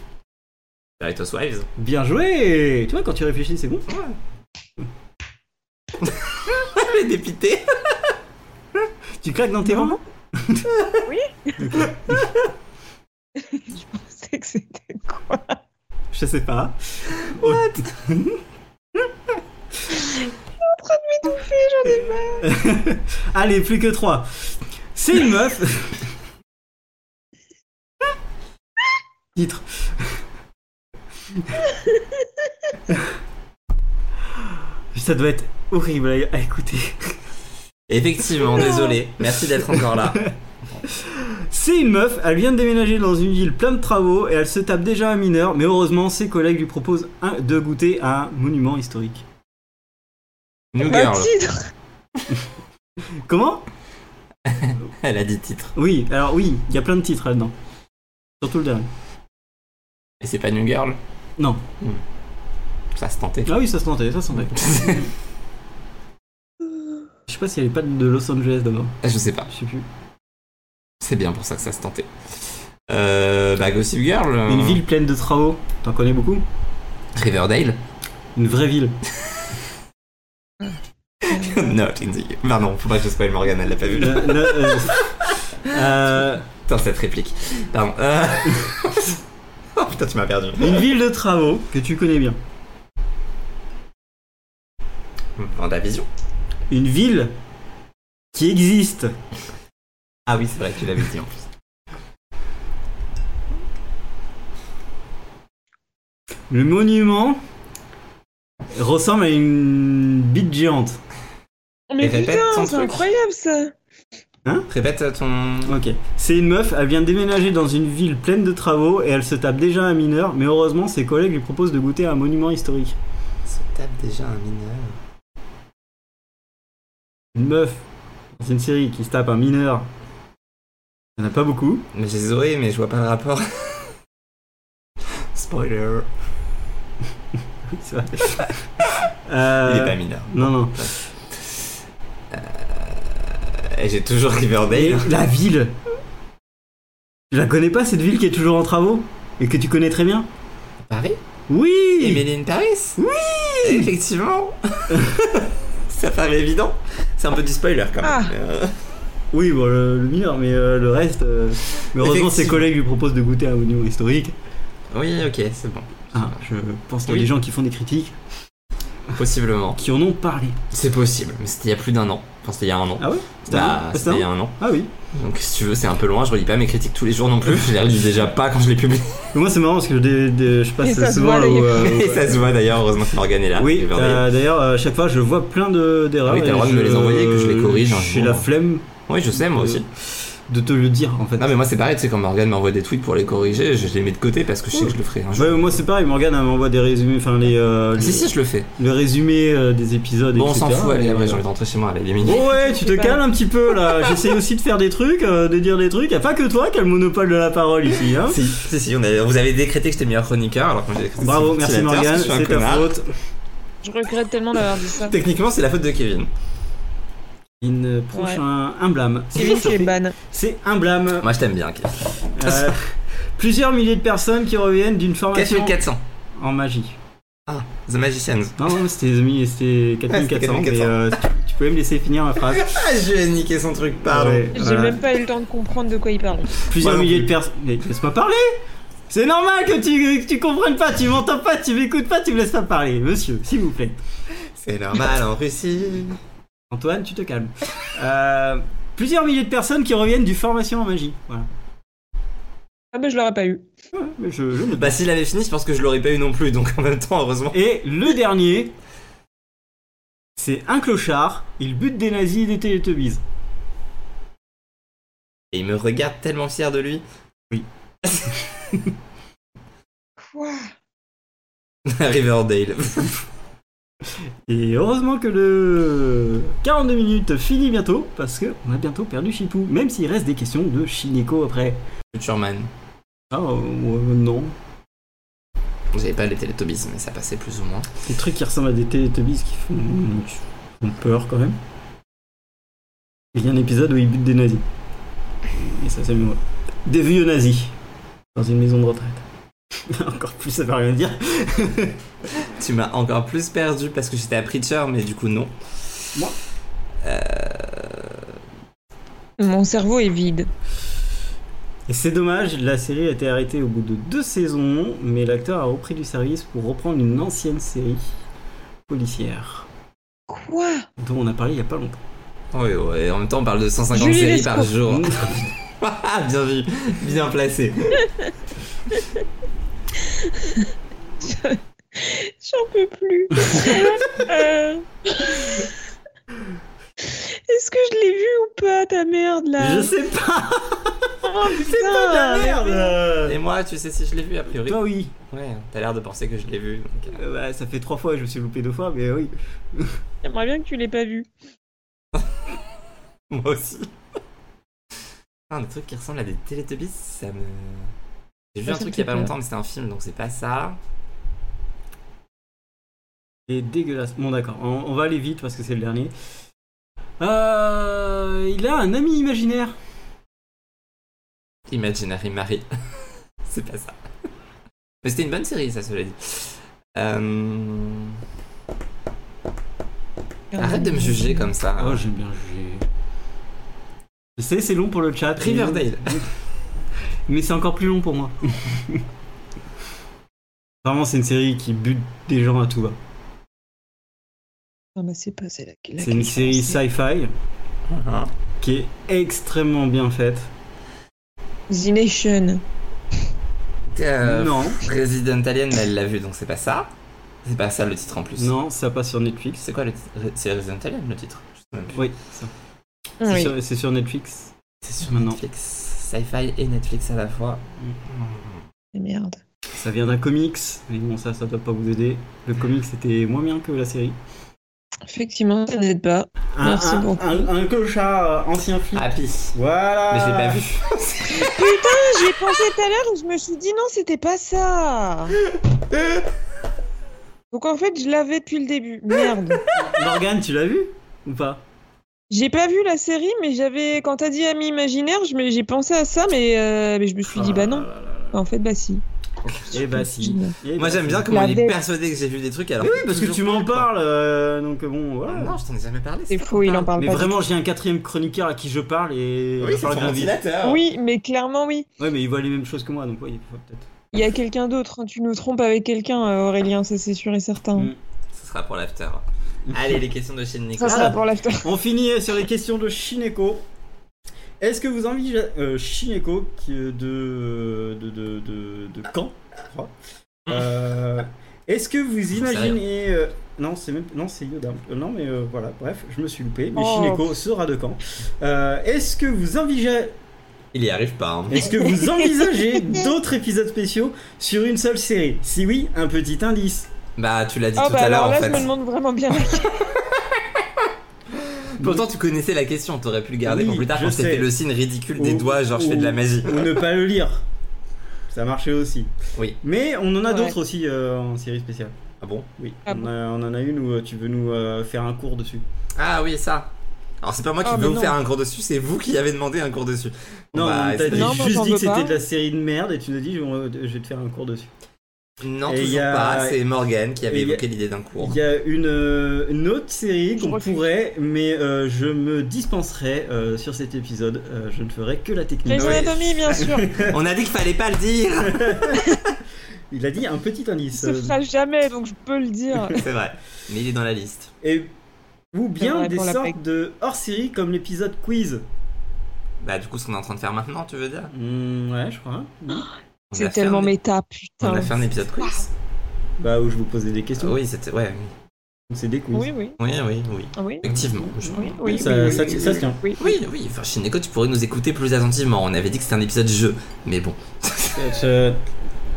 [SPEAKER 3] Paris Wives.
[SPEAKER 1] Bien joué Tu vois, quand tu réfléchis, c'est bon.
[SPEAKER 3] Elle est dépitée.
[SPEAKER 1] Tu claques dans tes rangs
[SPEAKER 2] Je pensais que c'était quoi
[SPEAKER 1] Je sais pas. Allez, plus que 3. C'est une meuf. Titre. Ça doit être horrible à à écouter.
[SPEAKER 3] Effectivement, désolé. Merci d'être encore là.
[SPEAKER 1] C'est une meuf, elle vient de déménager dans une ville pleine de travaux et elle se tape déjà un mineur, mais heureusement ses collègues lui proposent un- de goûter à un monument historique.
[SPEAKER 3] New
[SPEAKER 2] Un
[SPEAKER 3] Girl.
[SPEAKER 2] titre
[SPEAKER 1] Comment
[SPEAKER 3] Elle a dit titre.
[SPEAKER 1] Oui, alors oui, il y a plein de titres là-dedans. Surtout le dernier.
[SPEAKER 3] Et c'est pas New Girl
[SPEAKER 1] Non.
[SPEAKER 3] Hmm. Ça se tentait.
[SPEAKER 1] Ah oui, ça se tentait, ça se tentait. Je sais pas s'il y avait pas de Los Angeles d'abord.
[SPEAKER 3] je sais pas.
[SPEAKER 1] Je sais plus.
[SPEAKER 3] C'est bien pour ça que ça se tentait. Euh, bah, Gossip Girl. euh,
[SPEAKER 1] Une ville pleine de travaux. T'en connais beaucoup
[SPEAKER 3] Riverdale.
[SPEAKER 1] Une vraie ville.
[SPEAKER 3] Not in the. Bah non, faut pas que je spoil Morgan, elle l'a pas vu.
[SPEAKER 1] Ne- ne- euh, euh,
[SPEAKER 3] Putain, cette réplique. Pardon. Euh, oh putain, tu m'as perdu.
[SPEAKER 1] une ville de travaux que tu connais bien.
[SPEAKER 3] vision.
[SPEAKER 1] Une ville qui existe.
[SPEAKER 3] Ah oui, c'est vrai que tu l'avais dit en plus.
[SPEAKER 1] Le monument ressemble à une bite géante.
[SPEAKER 2] Mais
[SPEAKER 3] Et répète
[SPEAKER 2] putain,
[SPEAKER 3] ton
[SPEAKER 2] c'est
[SPEAKER 3] truc.
[SPEAKER 2] incroyable ça
[SPEAKER 3] Répète euh, ton.
[SPEAKER 1] Ok. C'est une meuf, elle vient de déménager dans une ville pleine de travaux et elle se tape déjà un mineur, mais heureusement ses collègues lui proposent de goûter à un monument historique.
[SPEAKER 3] Se tape déjà un mineur.
[SPEAKER 1] Une meuf dans une série qui se tape un mineur, il n'y en a pas beaucoup.
[SPEAKER 3] Mais j'ai Zoé, mais je vois pas le rapport. Spoiler.
[SPEAKER 1] Oui, c'est vrai. Euh,
[SPEAKER 3] Il est pas mineur.
[SPEAKER 1] Non, non.
[SPEAKER 3] Et j'ai toujours
[SPEAKER 1] Et
[SPEAKER 3] Riverdale.
[SPEAKER 1] la ville Je la connais pas cette ville qui est toujours en travaux Et que tu connais très bien
[SPEAKER 3] Paris
[SPEAKER 1] Oui
[SPEAKER 3] Emily in Paris Oui Effectivement Ça paraît évident. C'est un peu du spoiler quand même.
[SPEAKER 2] Ah.
[SPEAKER 3] Euh,
[SPEAKER 1] Oui, bon, le, le mineur, mais euh, le reste. euh, mais heureusement, ses
[SPEAKER 3] Effectivement.
[SPEAKER 1] collègues lui proposent de goûter à un monument historique.
[SPEAKER 3] Oui, ok, c'est bon.
[SPEAKER 1] Ah, je pense qu'il y a
[SPEAKER 3] Oui.
[SPEAKER 1] des gens qui font des critiques
[SPEAKER 3] Possiblement.
[SPEAKER 1] qui en ont parlé.
[SPEAKER 3] C'est possible, mais c'était il y a plus d'un an. Enfin, c'était il y a un an.
[SPEAKER 1] Ah ouais
[SPEAKER 3] C'était
[SPEAKER 1] Ah,
[SPEAKER 3] c'était il y a un an.
[SPEAKER 1] Ah oui.
[SPEAKER 3] Donc si tu veux, c'est un peu loin, je relis pas mes critiques tous les jours non plus, je les relis déjà pas quand je les publie.
[SPEAKER 1] Mais moi, c'est marrant parce que je, dé- dé- je
[SPEAKER 2] Et
[SPEAKER 1] passe
[SPEAKER 2] ça se
[SPEAKER 1] souvent
[SPEAKER 2] voit,
[SPEAKER 1] au.
[SPEAKER 2] d'ailleurs.
[SPEAKER 1] euh, au-
[SPEAKER 3] Et ça se voit d'ailleurs, heureusement que Morgan est là.
[SPEAKER 1] Oui,
[SPEAKER 3] Et Verdun.
[SPEAKER 1] euh, d'ailleurs, à chaque fois, je vois plein de- d'erreurs.
[SPEAKER 3] Ah oui, t'as
[SPEAKER 1] et
[SPEAKER 3] le droit de
[SPEAKER 1] je-
[SPEAKER 3] me les envoyer, que je les corrige hein, un
[SPEAKER 1] J'ai
[SPEAKER 3] jour.
[SPEAKER 1] la flemme
[SPEAKER 3] Oui, je sais, moi aussi.
[SPEAKER 1] de te le dire, en fait.
[SPEAKER 3] Non mais moi c'est pareil, tu sais, quand Morgan m'envoie des tweets pour les corriger, je les mets de côté parce que je sais que je le ferai un jour.
[SPEAKER 1] Ouais, moi c'est pareil, Morgane elle m'envoie des résumés, enfin les, euh,
[SPEAKER 3] Ah, Si
[SPEAKER 1] les-
[SPEAKER 3] si, je le fais.
[SPEAKER 1] le résumé euh, des épisodes.
[SPEAKER 3] Bon, on
[SPEAKER 1] etc.
[SPEAKER 3] s'en fout, allez,
[SPEAKER 1] Et,
[SPEAKER 3] après j'ai
[SPEAKER 1] euh,
[SPEAKER 3] envie de rentrer chez moi, allez, les minutes.
[SPEAKER 1] Bon ouais, tu te calmes un petit peu là. J'essaie aussi de faire des trucs, euh, de dire des trucs. Y a pas que toi qui a le monopole de la parole ici. Hein.
[SPEAKER 3] Si, si, si, on a- vous avez décrété que j'étais le meilleur chroniqueur, alors quand j'ai décrété
[SPEAKER 1] Bravo,
[SPEAKER 3] que
[SPEAKER 1] merci
[SPEAKER 3] c'était
[SPEAKER 1] Morgane,
[SPEAKER 3] parce que je suis
[SPEAKER 1] c'est
[SPEAKER 3] un
[SPEAKER 1] ta
[SPEAKER 3] connard.
[SPEAKER 1] faute.
[SPEAKER 2] Je regrette tellement d'avoir dit ça.
[SPEAKER 3] Techniquement, c'est la faute de Kevin.
[SPEAKER 1] Une prochaine, un blâme.
[SPEAKER 2] Kevin, tu es ban.
[SPEAKER 1] C'est un blâme.
[SPEAKER 3] Moi je t'aime bien, Kevin.
[SPEAKER 1] Euh, plusieurs milliers de personnes qui reviennent d'une formation
[SPEAKER 3] 4400.
[SPEAKER 1] en magie.
[SPEAKER 3] Ah, The Magicians.
[SPEAKER 1] Non, non, c'était The Mi- c'était 4400, mais
[SPEAKER 3] 4400.
[SPEAKER 1] euh, tu- tu pouvais me laisser finir ma phrase.
[SPEAKER 3] Ah, je vais niquer son truc, pardon.
[SPEAKER 1] Ouais,
[SPEAKER 2] J'ai
[SPEAKER 1] voilà.
[SPEAKER 2] même pas eu le temps de comprendre de quoi il parlait.
[SPEAKER 1] plusieurs
[SPEAKER 3] Moi non
[SPEAKER 1] milliers
[SPEAKER 3] plus.
[SPEAKER 1] de personnes. Mais laisse-moi parler C'est normal que tu, que tu comprennes pas, tu m'entends pas, tu m'écoutes pas, tu me laisses pas parler, monsieur, s'il vous plaît.
[SPEAKER 3] C'est normal en Russie.
[SPEAKER 1] Antoine, tu te calmes. Euh, plusieurs milliers de personnes qui reviennent du formation en magie. Voilà.
[SPEAKER 2] Ah ben je l'aurais pas eu.
[SPEAKER 1] Ouais, mais je- je note.
[SPEAKER 3] Bah s'il avait fini, je pense que je l'aurais pas eu non plus, donc en même temps, heureusement.
[SPEAKER 1] Et le dernier, c'est un clochard. Il bute des nazis et des télétubbies.
[SPEAKER 3] Et il me regarde tellement fier de lui.
[SPEAKER 2] Quoi
[SPEAKER 3] Riverdale.
[SPEAKER 1] Et heureusement que le 42 minutes finit bientôt parce que on a bientôt perdu Chipou. Même s'il reste des questions de Shineko après.
[SPEAKER 3] Futureman.
[SPEAKER 1] Ah euh, euh, non.
[SPEAKER 3] J'avais pas les Teletubbies, mais ça passait plus ou moins.
[SPEAKER 1] Des trucs qui ressemblent à des Teletubbies qui font, qui font peur quand même. Et Il y a un épisode où ils butent des nazis. Et ça, c'est moi. Des vieux nazis. Dans une maison de retraite. Encore plus, ça veut rien dire.
[SPEAKER 3] Tu m'as encore plus perdu parce que j'étais à Preacher, mais du coup, non.
[SPEAKER 1] Moi
[SPEAKER 3] Euh,
[SPEAKER 2] Mon cerveau est vide.
[SPEAKER 1] Et c'est dommage, la série a été arrêtée au bout de deux saisons, mais l'acteur a repris du service pour reprendre une ancienne série policière,
[SPEAKER 2] Quoi
[SPEAKER 1] dont on a parlé il y a pas longtemps.
[SPEAKER 3] Oui, ouais, en même temps, on parle de 150
[SPEAKER 2] Julie
[SPEAKER 3] séries
[SPEAKER 2] Lescaut.
[SPEAKER 3] par jour. bien vu, bien placé.
[SPEAKER 2] J'en peux plus. Euh, Est-ce que je l'ai vu ou pas ta merde là
[SPEAKER 1] Je sais pas,
[SPEAKER 2] Oh,
[SPEAKER 1] c'est
[SPEAKER 2] putain,
[SPEAKER 1] pas de la
[SPEAKER 2] mais
[SPEAKER 1] merde
[SPEAKER 3] Et moi, tu sais si je l'ai vu, a priori.
[SPEAKER 1] Toi oui,
[SPEAKER 3] Ouais, t'as l'air de penser que je l'ai vu. donc, euh,
[SPEAKER 1] Euh, bah, ça fait trois fois, je me suis loupé deux fois, mais oui.
[SPEAKER 2] J'aimerais bien que tu l'aies pas vu.
[SPEAKER 3] moi aussi. Ah, des trucs qui ressemblent à des Teletubbies, ça me. J'ai vu
[SPEAKER 2] Ça,
[SPEAKER 3] un
[SPEAKER 2] ça me
[SPEAKER 3] truc il
[SPEAKER 2] fait
[SPEAKER 3] y a pas
[SPEAKER 2] peur.
[SPEAKER 3] longtemps, mais c'était un film, donc c'est pas ça.
[SPEAKER 1] Et dégueulasse. Bon d'accord, on, on va aller vite parce que c'est le dernier. Euh, il a un ami imaginaire.
[SPEAKER 3] Imaginary Mary. c'est pas ça. Mais c'était une bonne série, ça, cela dit. Euh, Arrête de me juger comme ça.
[SPEAKER 1] Oh, j'aime bien juger. Je sais, c'est long pour le chat. mais-
[SPEAKER 3] Riverdale.
[SPEAKER 1] Mais c'est encore plus long pour moi. Vraiment, c'est une série qui bute des gens à tout va.
[SPEAKER 2] Non, mais c'est pas c'est la, la
[SPEAKER 1] C'est une
[SPEAKER 2] question,
[SPEAKER 1] série
[SPEAKER 2] c'est-
[SPEAKER 1] sci-fi Uh-huh.
[SPEAKER 3] Hein
[SPEAKER 1] qui est extrêmement bien faite.
[SPEAKER 2] The Nation.
[SPEAKER 3] Euh,
[SPEAKER 1] Non,
[SPEAKER 3] Resident Alien, bah, elle l'a vu, donc c'est pas ça. C'est pas ça le titre en plus.
[SPEAKER 1] non, ça passe sur Netflix.
[SPEAKER 3] C'est quoi le titre C'est Resident Alien le titre Je sais même plus.
[SPEAKER 1] Oui, ça. C'est
[SPEAKER 2] Ah Oui.
[SPEAKER 1] sur- c'est sur, Netflix.
[SPEAKER 3] C'est sur
[SPEAKER 1] Maintenant.
[SPEAKER 3] Netflix. Sci-fi et Netflix à la fois.
[SPEAKER 2] Mais Merde.
[SPEAKER 1] Ça vient d'un comics, mais bon, ça, ça doit pas vous aider. Le comics était moins bien que la série.
[SPEAKER 2] Effectivement, ça n'aide pas.
[SPEAKER 1] Un,
[SPEAKER 2] Merci
[SPEAKER 1] un,
[SPEAKER 2] beaucoup.
[SPEAKER 1] un- un cochard ancien flic.
[SPEAKER 3] Happy.
[SPEAKER 1] Voilà.
[SPEAKER 3] Mais je l'ai pas vu.
[SPEAKER 2] J'y ai Ah, pensé tout à l'heure, je me suis dit non, c'était pas ça. Donc en fait, je l'avais depuis le début. Merde.
[SPEAKER 1] Morgane, tu l'as vu ou pas
[SPEAKER 2] J'ai pas vu la série, mais j'avais quand t'as dit ami imaginaire, je me- j'ai pensé à ça, mais, euh, mais je me suis
[SPEAKER 1] Ah
[SPEAKER 2] dit bah non. En fait, bah si.
[SPEAKER 1] Et bah si. Eh
[SPEAKER 3] Moi
[SPEAKER 1] bah,
[SPEAKER 3] j'aime
[SPEAKER 1] si.
[SPEAKER 3] bien comment
[SPEAKER 2] La
[SPEAKER 3] il est
[SPEAKER 2] dé-
[SPEAKER 3] persuadé que j'ai vu des trucs alors.
[SPEAKER 1] Mais oui, parce que tu m'en parles, euh, donc bon, voilà.
[SPEAKER 3] Non, je t'en ai jamais parlé.
[SPEAKER 2] C'est
[SPEAKER 3] ça.
[SPEAKER 2] faux, il en parle
[SPEAKER 1] Mais
[SPEAKER 2] pas. du
[SPEAKER 1] vraiment, j'ai un quatrième chroniqueur à qui je parle et. il va
[SPEAKER 3] Oui, c'est
[SPEAKER 1] falloir
[SPEAKER 3] son
[SPEAKER 1] que j'invite.
[SPEAKER 3] ordinateur.
[SPEAKER 2] Oui, mais clairement, oui.
[SPEAKER 1] Ouais, mais il voit les mêmes choses que moi, donc ouais, il faut peut-être.
[SPEAKER 2] Il y a quelqu'un d'autre. hein. Tu nous trompes avec quelqu'un, euh, Aurélien, ça c'est sûr et certain.
[SPEAKER 1] Mm.
[SPEAKER 3] Ce sera pour l'after. Allez, les questions de chaîne Nico.
[SPEAKER 2] Ça sera pour l'after.
[SPEAKER 1] On finit sur les questions de Shineko. Est-ce que vous envisagez. euh, Shineko, qui est de. de. de. de, de Caen, je crois. Euh, Est-ce que vous
[SPEAKER 3] Hmm. sais
[SPEAKER 1] imaginez. euh, non, c'est même. Non, c'est Yoda. Euh, non, mais euh, voilà, bref, je me suis loupé. Mais
[SPEAKER 2] Oh.
[SPEAKER 1] Shineko sera de Caen. Euh, Est-ce que vous envisagez.
[SPEAKER 3] Il y arrive pas. hein.
[SPEAKER 1] Est-ce que vous envisagez d'autres épisodes spéciaux sur une seule série Si oui, un petit indice.
[SPEAKER 3] Bah, tu l'as dit
[SPEAKER 2] Ah
[SPEAKER 3] tout
[SPEAKER 2] bah
[SPEAKER 3] à l'heure
[SPEAKER 2] alors
[SPEAKER 3] en
[SPEAKER 2] là, je me
[SPEAKER 3] fait.
[SPEAKER 2] demande vraiment bien.
[SPEAKER 3] Pourtant, tu connaissais la question, t'aurais pu le garder
[SPEAKER 1] Oui,
[SPEAKER 3] pour plus tard
[SPEAKER 1] je
[SPEAKER 3] quand c'était
[SPEAKER 1] sais.
[SPEAKER 3] le signe ridicule des
[SPEAKER 1] Ou-
[SPEAKER 3] doigts, genre je fais de la
[SPEAKER 1] ou-
[SPEAKER 3] magie.
[SPEAKER 1] Ou ne pas le lire. Ça marchait aussi.
[SPEAKER 3] Oui.
[SPEAKER 1] Mais on en a
[SPEAKER 2] Ouais.
[SPEAKER 1] d'autres aussi euh, en série spéciale.
[SPEAKER 3] Ah bon
[SPEAKER 1] Oui.
[SPEAKER 2] Ah
[SPEAKER 1] on,
[SPEAKER 2] bon.
[SPEAKER 1] a- on en a une où euh, tu veux nous euh, faire un cours dessus.
[SPEAKER 3] Ah oui, ça. Alors c'est pas moi qui
[SPEAKER 2] Ah,
[SPEAKER 3] veux
[SPEAKER 2] mais
[SPEAKER 3] vous
[SPEAKER 2] non.
[SPEAKER 3] faire un cours dessus, c'est vous qui avez demandé un cours dessus.
[SPEAKER 1] Non,
[SPEAKER 3] Bah,
[SPEAKER 1] on t'a
[SPEAKER 3] c'est-
[SPEAKER 1] dit-
[SPEAKER 2] Non, moi,
[SPEAKER 1] juste
[SPEAKER 2] j'en
[SPEAKER 1] dit que
[SPEAKER 2] veux pas.
[SPEAKER 1] c'était de la série de merde et tu nous as dit je, euh, je vais te faire un cours dessus.
[SPEAKER 3] non,
[SPEAKER 1] Et y
[SPEAKER 3] toujours
[SPEAKER 1] a-
[SPEAKER 3] pas. C'est Morgan qui
[SPEAKER 1] et
[SPEAKER 3] avait
[SPEAKER 1] y a-
[SPEAKER 3] évoqué l'idée d'un cours.
[SPEAKER 1] Il y a une, euh, une autre série qu'on
[SPEAKER 2] refuse.
[SPEAKER 1] pourrait, mais euh, je me dispenserai euh, sur cet épisode. Euh, je ne ferai que la technique.
[SPEAKER 2] Grey's
[SPEAKER 3] Oui.
[SPEAKER 2] Anatomy, bien sûr.
[SPEAKER 3] On a dit qu'il fallait pas le dire.
[SPEAKER 1] Il a dit un petit indice. euh,
[SPEAKER 2] Ça se fera jamais, donc je peux le dire.
[SPEAKER 3] c'est vrai. Mais il est dans la liste.
[SPEAKER 1] Et, ou bien
[SPEAKER 2] vrai
[SPEAKER 1] des
[SPEAKER 2] pour la E
[SPEAKER 1] sortes
[SPEAKER 2] PEC.
[SPEAKER 1] de hors-série comme l'épisode quiz
[SPEAKER 3] Bah, du coup, ce qu'on est en train de faire maintenant, tu veux dire
[SPEAKER 1] Hmm, ouais, je crois.
[SPEAKER 3] On a
[SPEAKER 2] C'est
[SPEAKER 3] fait
[SPEAKER 2] tellement
[SPEAKER 3] un-
[SPEAKER 2] méta, hein.
[SPEAKER 3] On
[SPEAKER 2] putain.
[SPEAKER 3] a fait un épisode quiz.
[SPEAKER 1] Bah, où je vous posais des questions.
[SPEAKER 3] Oui, c'était. Ouais.
[SPEAKER 1] C'est des coups.
[SPEAKER 2] Oui, oui,
[SPEAKER 3] Oui, oui, oui.
[SPEAKER 2] Ah oui.
[SPEAKER 3] Effectivement. je-
[SPEAKER 2] Oui, oui,
[SPEAKER 1] ça-
[SPEAKER 2] oui,
[SPEAKER 1] ça
[SPEAKER 2] oui,
[SPEAKER 1] ti-
[SPEAKER 2] oui,
[SPEAKER 1] ça
[SPEAKER 2] oui,
[SPEAKER 1] tient.
[SPEAKER 2] oui.
[SPEAKER 3] Oui, oui, enfin, Shineko, tu pourrais nous écouter plus attentivement. On avait dit que c'était un épisode jeu, mais bon.
[SPEAKER 1] Je-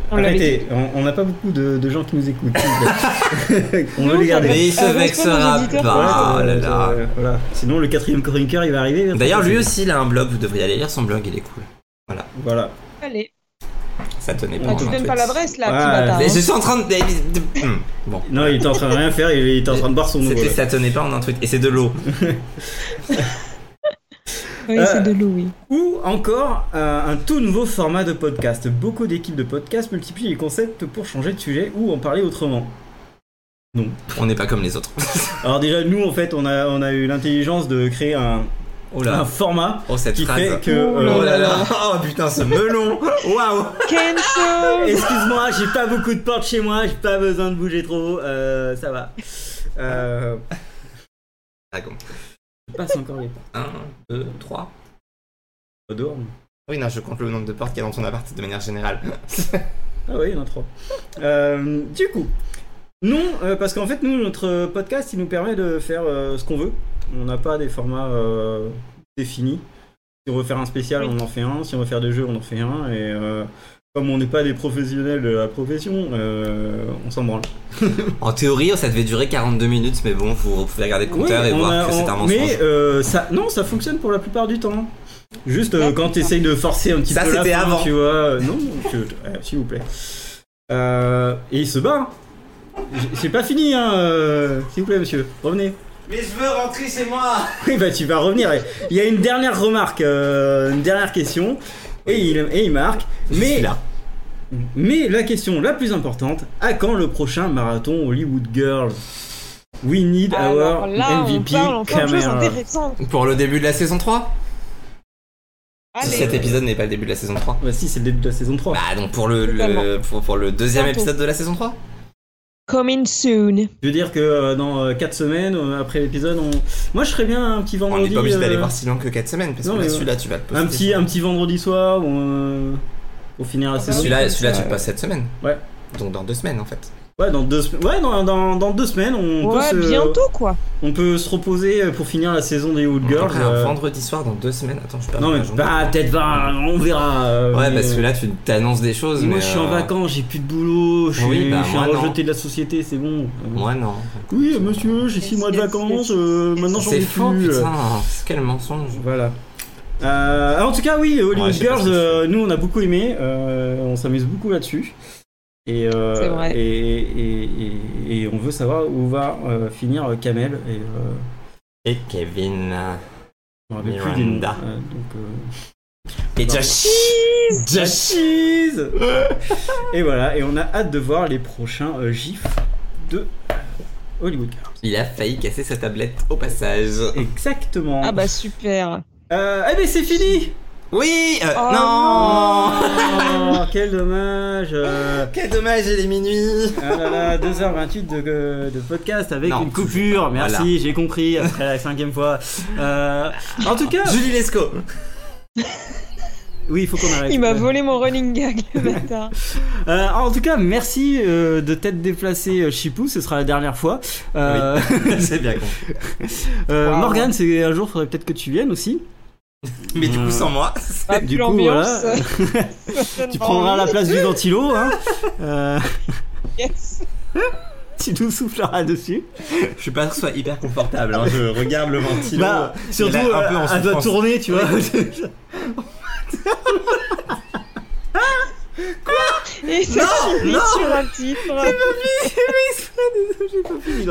[SPEAKER 2] On l'avait dit.
[SPEAKER 1] Arrêtez, on on n'a pas beaucoup de, de gens qui nous écoutent. on veut
[SPEAKER 2] Non,
[SPEAKER 1] les
[SPEAKER 2] ça
[SPEAKER 1] garder.
[SPEAKER 2] va.
[SPEAKER 3] Mais il se
[SPEAKER 2] Ah, bon,
[SPEAKER 3] vexera
[SPEAKER 2] nos auditeurs,
[SPEAKER 3] pas.
[SPEAKER 1] Voilà,
[SPEAKER 3] Oh là
[SPEAKER 1] euh,
[SPEAKER 3] là.
[SPEAKER 1] euh, voilà. Sinon, le quatrième chroniqueur, il va arriver.
[SPEAKER 3] D'ailleurs, lui aussi, il a un blog. Vous devriez aller lire son blog, il est cool.
[SPEAKER 1] Voilà.
[SPEAKER 2] Allez,
[SPEAKER 3] Ça tenait
[SPEAKER 1] Ah,
[SPEAKER 3] pas.
[SPEAKER 2] ah,
[SPEAKER 3] en
[SPEAKER 2] tu
[SPEAKER 3] un
[SPEAKER 2] donnes
[SPEAKER 3] tweet.
[SPEAKER 2] pas l'adresse là,
[SPEAKER 1] Ouais,
[SPEAKER 2] petit bâtard.
[SPEAKER 3] Mais
[SPEAKER 2] hein.
[SPEAKER 3] je suis en train de. Hmm, Bon.
[SPEAKER 1] Non, il était en train de rien faire, il était en train de boire son eau.
[SPEAKER 3] C'était
[SPEAKER 1] voilà.
[SPEAKER 3] ça tenait pas en un tweet. Et c'est de l'eau.
[SPEAKER 2] Oui,
[SPEAKER 3] euh,
[SPEAKER 2] c'est de l'eau, oui.
[SPEAKER 1] Ou encore euh, un tout nouveau format de podcast. Beaucoup d'équipes de podcasts multiplient les concepts pour changer de sujet ou en parler autrement.
[SPEAKER 3] On n'est pas comme les autres.
[SPEAKER 1] Alors déjà, nous, en fait, on a, on a eu l'intelligence de créer un,
[SPEAKER 3] Oh
[SPEAKER 1] un
[SPEAKER 3] là.
[SPEAKER 1] format
[SPEAKER 3] Oh, cette
[SPEAKER 1] Ah, qui fait
[SPEAKER 3] phrase.
[SPEAKER 1] que...
[SPEAKER 2] Oh là
[SPEAKER 3] Oh
[SPEAKER 1] euh,
[SPEAKER 3] là là. Oh putain, ce melon. Waouh.
[SPEAKER 2] Cancel
[SPEAKER 1] Excuse-moi, j'ai pas beaucoup de portes chez moi, j'ai pas besoin de bouger trop, euh, ça va. Euh,
[SPEAKER 3] Dragon.
[SPEAKER 1] je passe encore les portes.
[SPEAKER 3] 1, 2, 3.
[SPEAKER 1] Dehors.
[SPEAKER 3] Ah Oui, non, je compte le nombre de portes qu'il y a dans ton appart de manière générale.
[SPEAKER 1] Ah oui, il y en a trois. Euh, du coup, non, euh, parce qu'en fait, nous, notre podcast, il nous permet de faire euh, ce qu'on veut. On n'a pas des formats euh, définis. Si on veut faire un spécial,
[SPEAKER 2] Oui.
[SPEAKER 1] on en fait un. Si on veut faire des jeux, on en fait un. Et euh, comme on n'est pas des professionnels de la profession, euh, on s'en branle.
[SPEAKER 3] En théorie, oh, ça devait durer 42 minutes, mais bon, vous vous pouvez regarder le compteur
[SPEAKER 1] Oui,
[SPEAKER 3] et
[SPEAKER 1] on
[SPEAKER 3] voir
[SPEAKER 1] a-
[SPEAKER 3] que c'est
[SPEAKER 1] on-
[SPEAKER 3] un mensonge.
[SPEAKER 1] Mais euh, ça, non, ça fonctionne pour la plupart du temps. Juste euh,
[SPEAKER 2] Ouais,
[SPEAKER 1] quand
[SPEAKER 2] c'est
[SPEAKER 1] tu essayes de forcer un petit
[SPEAKER 3] Ça,
[SPEAKER 1] peu la
[SPEAKER 3] c'était
[SPEAKER 1] fin,
[SPEAKER 3] avant.
[SPEAKER 1] tu vois. euh, Non, je- euh, s'il vous plaît. Euh, et il se bat. J- C'est pas fini, hein. euh, s'il vous plaît, monsieur. Revenez.
[SPEAKER 6] Mais je veux rentrer chez moi
[SPEAKER 1] Oui, bah tu vas revenir. Il y a une dernière remarque, euh, une dernière question. Et il, et il marque.
[SPEAKER 3] Je suis
[SPEAKER 1] Mais,
[SPEAKER 3] là.
[SPEAKER 1] mais la question la plus importante à quand le prochain marathon Hollywood Girls We need
[SPEAKER 2] Alors
[SPEAKER 1] our
[SPEAKER 2] là, on
[SPEAKER 1] MVP
[SPEAKER 2] parle encore de choses
[SPEAKER 3] hein.
[SPEAKER 1] camera.
[SPEAKER 2] intéressantes.
[SPEAKER 3] Pour le début de la saison 3 Si
[SPEAKER 2] Allez,
[SPEAKER 3] Cet épisode n'est pas le début de la saison 3.
[SPEAKER 1] Bah si, c'est le début de la saison 3.
[SPEAKER 3] Bah donc pour le, le-
[SPEAKER 2] Totalement.
[SPEAKER 3] pour, pour le deuxième
[SPEAKER 2] Bientôt.
[SPEAKER 3] épisode de la saison 3
[SPEAKER 2] coming soon.
[SPEAKER 1] Je veux dire que euh, dans 4 semaines, euh, après l'épisode, on... moi je serais bien un petit
[SPEAKER 3] On
[SPEAKER 1] vendredi.
[SPEAKER 3] n'est pas obligé d'aller
[SPEAKER 1] euh,
[SPEAKER 3] voir si long que 4 semaines parce
[SPEAKER 1] non,
[SPEAKER 3] que
[SPEAKER 1] mais
[SPEAKER 3] là,
[SPEAKER 1] ouais.
[SPEAKER 3] celui-là tu vas le poster.
[SPEAKER 1] un petit, un petit vendredi soir où euh, on finira la
[SPEAKER 2] Ah
[SPEAKER 1] saison.
[SPEAKER 2] oui.
[SPEAKER 3] Celui-là celui tu
[SPEAKER 1] Ouais.
[SPEAKER 3] le passes cette semaine.
[SPEAKER 1] Ouais.
[SPEAKER 3] Donc dans deux semaines en fait.
[SPEAKER 1] Ouais, dans deux, sem- ouais, dans, dans, dans deux semaines, on,
[SPEAKER 2] ouais,
[SPEAKER 1] peut se,
[SPEAKER 2] bientôt quoi.
[SPEAKER 1] on peut se reposer euh, pour finir la saison des Old
[SPEAKER 3] Donc,
[SPEAKER 1] Girls.
[SPEAKER 3] après,
[SPEAKER 1] euh,
[SPEAKER 3] un vendredi soir dans deux semaines. Attends, je perds
[SPEAKER 1] Non,
[SPEAKER 3] ma
[SPEAKER 1] mais
[SPEAKER 3] journée.
[SPEAKER 1] bah, peut-être pas, on verra. euh,
[SPEAKER 3] Ouais,
[SPEAKER 1] mais,
[SPEAKER 3] parce que
[SPEAKER 1] euh,
[SPEAKER 3] là tu t'annonces des choses.
[SPEAKER 1] Moi
[SPEAKER 3] mais,
[SPEAKER 1] je suis en
[SPEAKER 3] euh,
[SPEAKER 1] vacances, j'ai plus de boulot, je suis,
[SPEAKER 3] Oui, bah,
[SPEAKER 1] je suis
[SPEAKER 3] moi,
[SPEAKER 1] un
[SPEAKER 3] non.
[SPEAKER 1] rejeté de la société, c'est bon. Euh,
[SPEAKER 3] Moi non.
[SPEAKER 1] Oui, monsieur, j'ai 6 mois de vacances, euh, maintenant j'en ai
[SPEAKER 3] C'est faux,
[SPEAKER 1] plus. euh.
[SPEAKER 3] putain. Quel mensonge.
[SPEAKER 1] Voilà. Euh, alors, en tout cas, oui, Hollywood
[SPEAKER 3] Ouais, je sais pas
[SPEAKER 1] Girls,
[SPEAKER 3] ce que c'est.
[SPEAKER 1] euh, nous on a beaucoup aimé, euh, on s'amuse beaucoup là-dessus. Et, euh,
[SPEAKER 2] C'est vrai.
[SPEAKER 1] Et, et, et- et on veut savoir où va euh, finir Kamel. Et, euh,
[SPEAKER 3] Et Kevin.
[SPEAKER 1] on ne rappelle plus des noms.
[SPEAKER 3] Miranda.
[SPEAKER 1] euh, donc, euh,
[SPEAKER 3] Et
[SPEAKER 1] Non.
[SPEAKER 3] Josh. Bah, Josh.
[SPEAKER 1] cheese Et voilà, et on a hâte de voir les prochains euh, gifs de Hollywood Girls.
[SPEAKER 3] Il a failli casser sa tablette au passage.
[SPEAKER 1] Exactement.
[SPEAKER 2] Ah bah super.
[SPEAKER 1] Euh, eh ben c'est fini
[SPEAKER 3] Oui euh,
[SPEAKER 2] Oh
[SPEAKER 3] Non
[SPEAKER 1] Oh, Quel dommage euh,
[SPEAKER 3] Quel dommage, il est minuit
[SPEAKER 1] Ah là là, 2h28 de, euh, de podcast avec
[SPEAKER 3] Non,
[SPEAKER 1] une coupure. Merci,
[SPEAKER 3] Voilà.
[SPEAKER 1] j'ai compris après la cinquième fois. Euh, en tout cas,
[SPEAKER 3] Julie Lescaut
[SPEAKER 1] oui, il faut qu'on arrête.
[SPEAKER 2] Il m'a volé mon running gag le matin.
[SPEAKER 1] Euh, en tout cas, merci euh, de t'être déplacé, euh, Chipou. Ce sera la dernière fois. Euh,
[SPEAKER 3] C'est bien compris.
[SPEAKER 1] euh,
[SPEAKER 2] Wow.
[SPEAKER 1] Morgane, c'est un jour, faudrait peut-être que tu viennes aussi.
[SPEAKER 3] Mais du
[SPEAKER 1] Euh,
[SPEAKER 3] coup, sans moi.
[SPEAKER 2] Ah,
[SPEAKER 1] Du
[SPEAKER 2] plus
[SPEAKER 1] coup,
[SPEAKER 2] l'ambiance.
[SPEAKER 1] voilà.
[SPEAKER 2] Ça
[SPEAKER 1] Tu
[SPEAKER 2] donne
[SPEAKER 1] prendras
[SPEAKER 2] envie.
[SPEAKER 1] la place du ventilo. Hein. Euh,
[SPEAKER 2] Yes.
[SPEAKER 1] tu nous souffleras dessus.
[SPEAKER 3] Je suis pas que ce soit hyper confortable, hein. je regarde le ventilo.
[SPEAKER 1] bah, surtout,
[SPEAKER 3] il a l'air un peu en
[SPEAKER 1] euh, elle doit
[SPEAKER 3] souffrance.
[SPEAKER 1] tourner, tu vois.
[SPEAKER 2] Et ça finit sur un titre.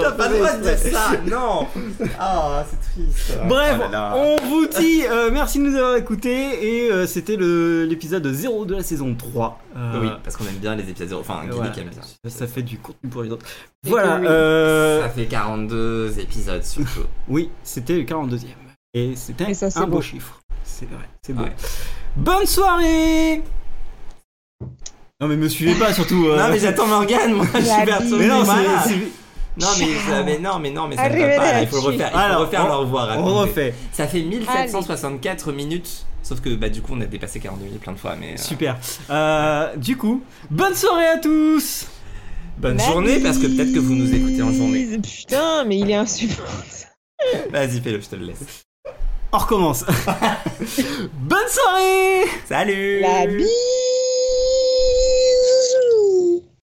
[SPEAKER 3] T'as pas le droit de dire ça, non Ah, c'est triste.
[SPEAKER 1] Bref,
[SPEAKER 3] Oh là là.
[SPEAKER 1] on vous dit euh, merci de nous avoir écoutés et euh, c'était le- l'épisode 0 de la saison 3. Euh,
[SPEAKER 3] Oui, parce qu'on aime bien les épisodes zéro. Enfin, Guinée
[SPEAKER 1] voilà.
[SPEAKER 3] qui aime bien.
[SPEAKER 1] Ça fait du contenu pour les autres.
[SPEAKER 2] Et
[SPEAKER 1] Voilà,
[SPEAKER 2] que oui.
[SPEAKER 1] euh,
[SPEAKER 3] Ça fait 42 épisodes surtout.
[SPEAKER 1] oui, c'était le 42e. Et c'était
[SPEAKER 2] Et ça, c'est
[SPEAKER 1] un beau
[SPEAKER 2] beau.
[SPEAKER 1] chiffre. C'est vrai, c'est beau.
[SPEAKER 3] Ouais.
[SPEAKER 1] Bonne soirée Non mais me suivez pas surtout. euh.
[SPEAKER 3] Euh, Non, mais j'attends Morgane, moi je
[SPEAKER 2] La
[SPEAKER 3] suis perso.
[SPEAKER 2] bise.
[SPEAKER 1] Mais non, c'est-
[SPEAKER 3] Voilà.
[SPEAKER 1] c'est-
[SPEAKER 3] Non, mais, ça- mais non, mais non, mais ça ne va pas.
[SPEAKER 2] Arrivederci.
[SPEAKER 3] Il faut le refaire, il faut
[SPEAKER 1] Alors,
[SPEAKER 3] refaire
[SPEAKER 1] on-
[SPEAKER 3] leur voix.
[SPEAKER 1] On
[SPEAKER 3] raconter.
[SPEAKER 1] refait.
[SPEAKER 3] Ça fait 1764 minutes. Sauf que bah, du coup, on a dépassé 42 minutes plein de fois. Mais, euh,
[SPEAKER 1] Super. Euh, du coup, bonne soirée à tous.
[SPEAKER 3] Bonne journée, parce que peut-être que vous nous écoutez en journée.
[SPEAKER 2] Putain, mais il est insupportable.
[SPEAKER 3] Vas-y, fais-le, je te le laisse.
[SPEAKER 1] On recommence. bonne soirée.
[SPEAKER 3] Salut
[SPEAKER 2] La bise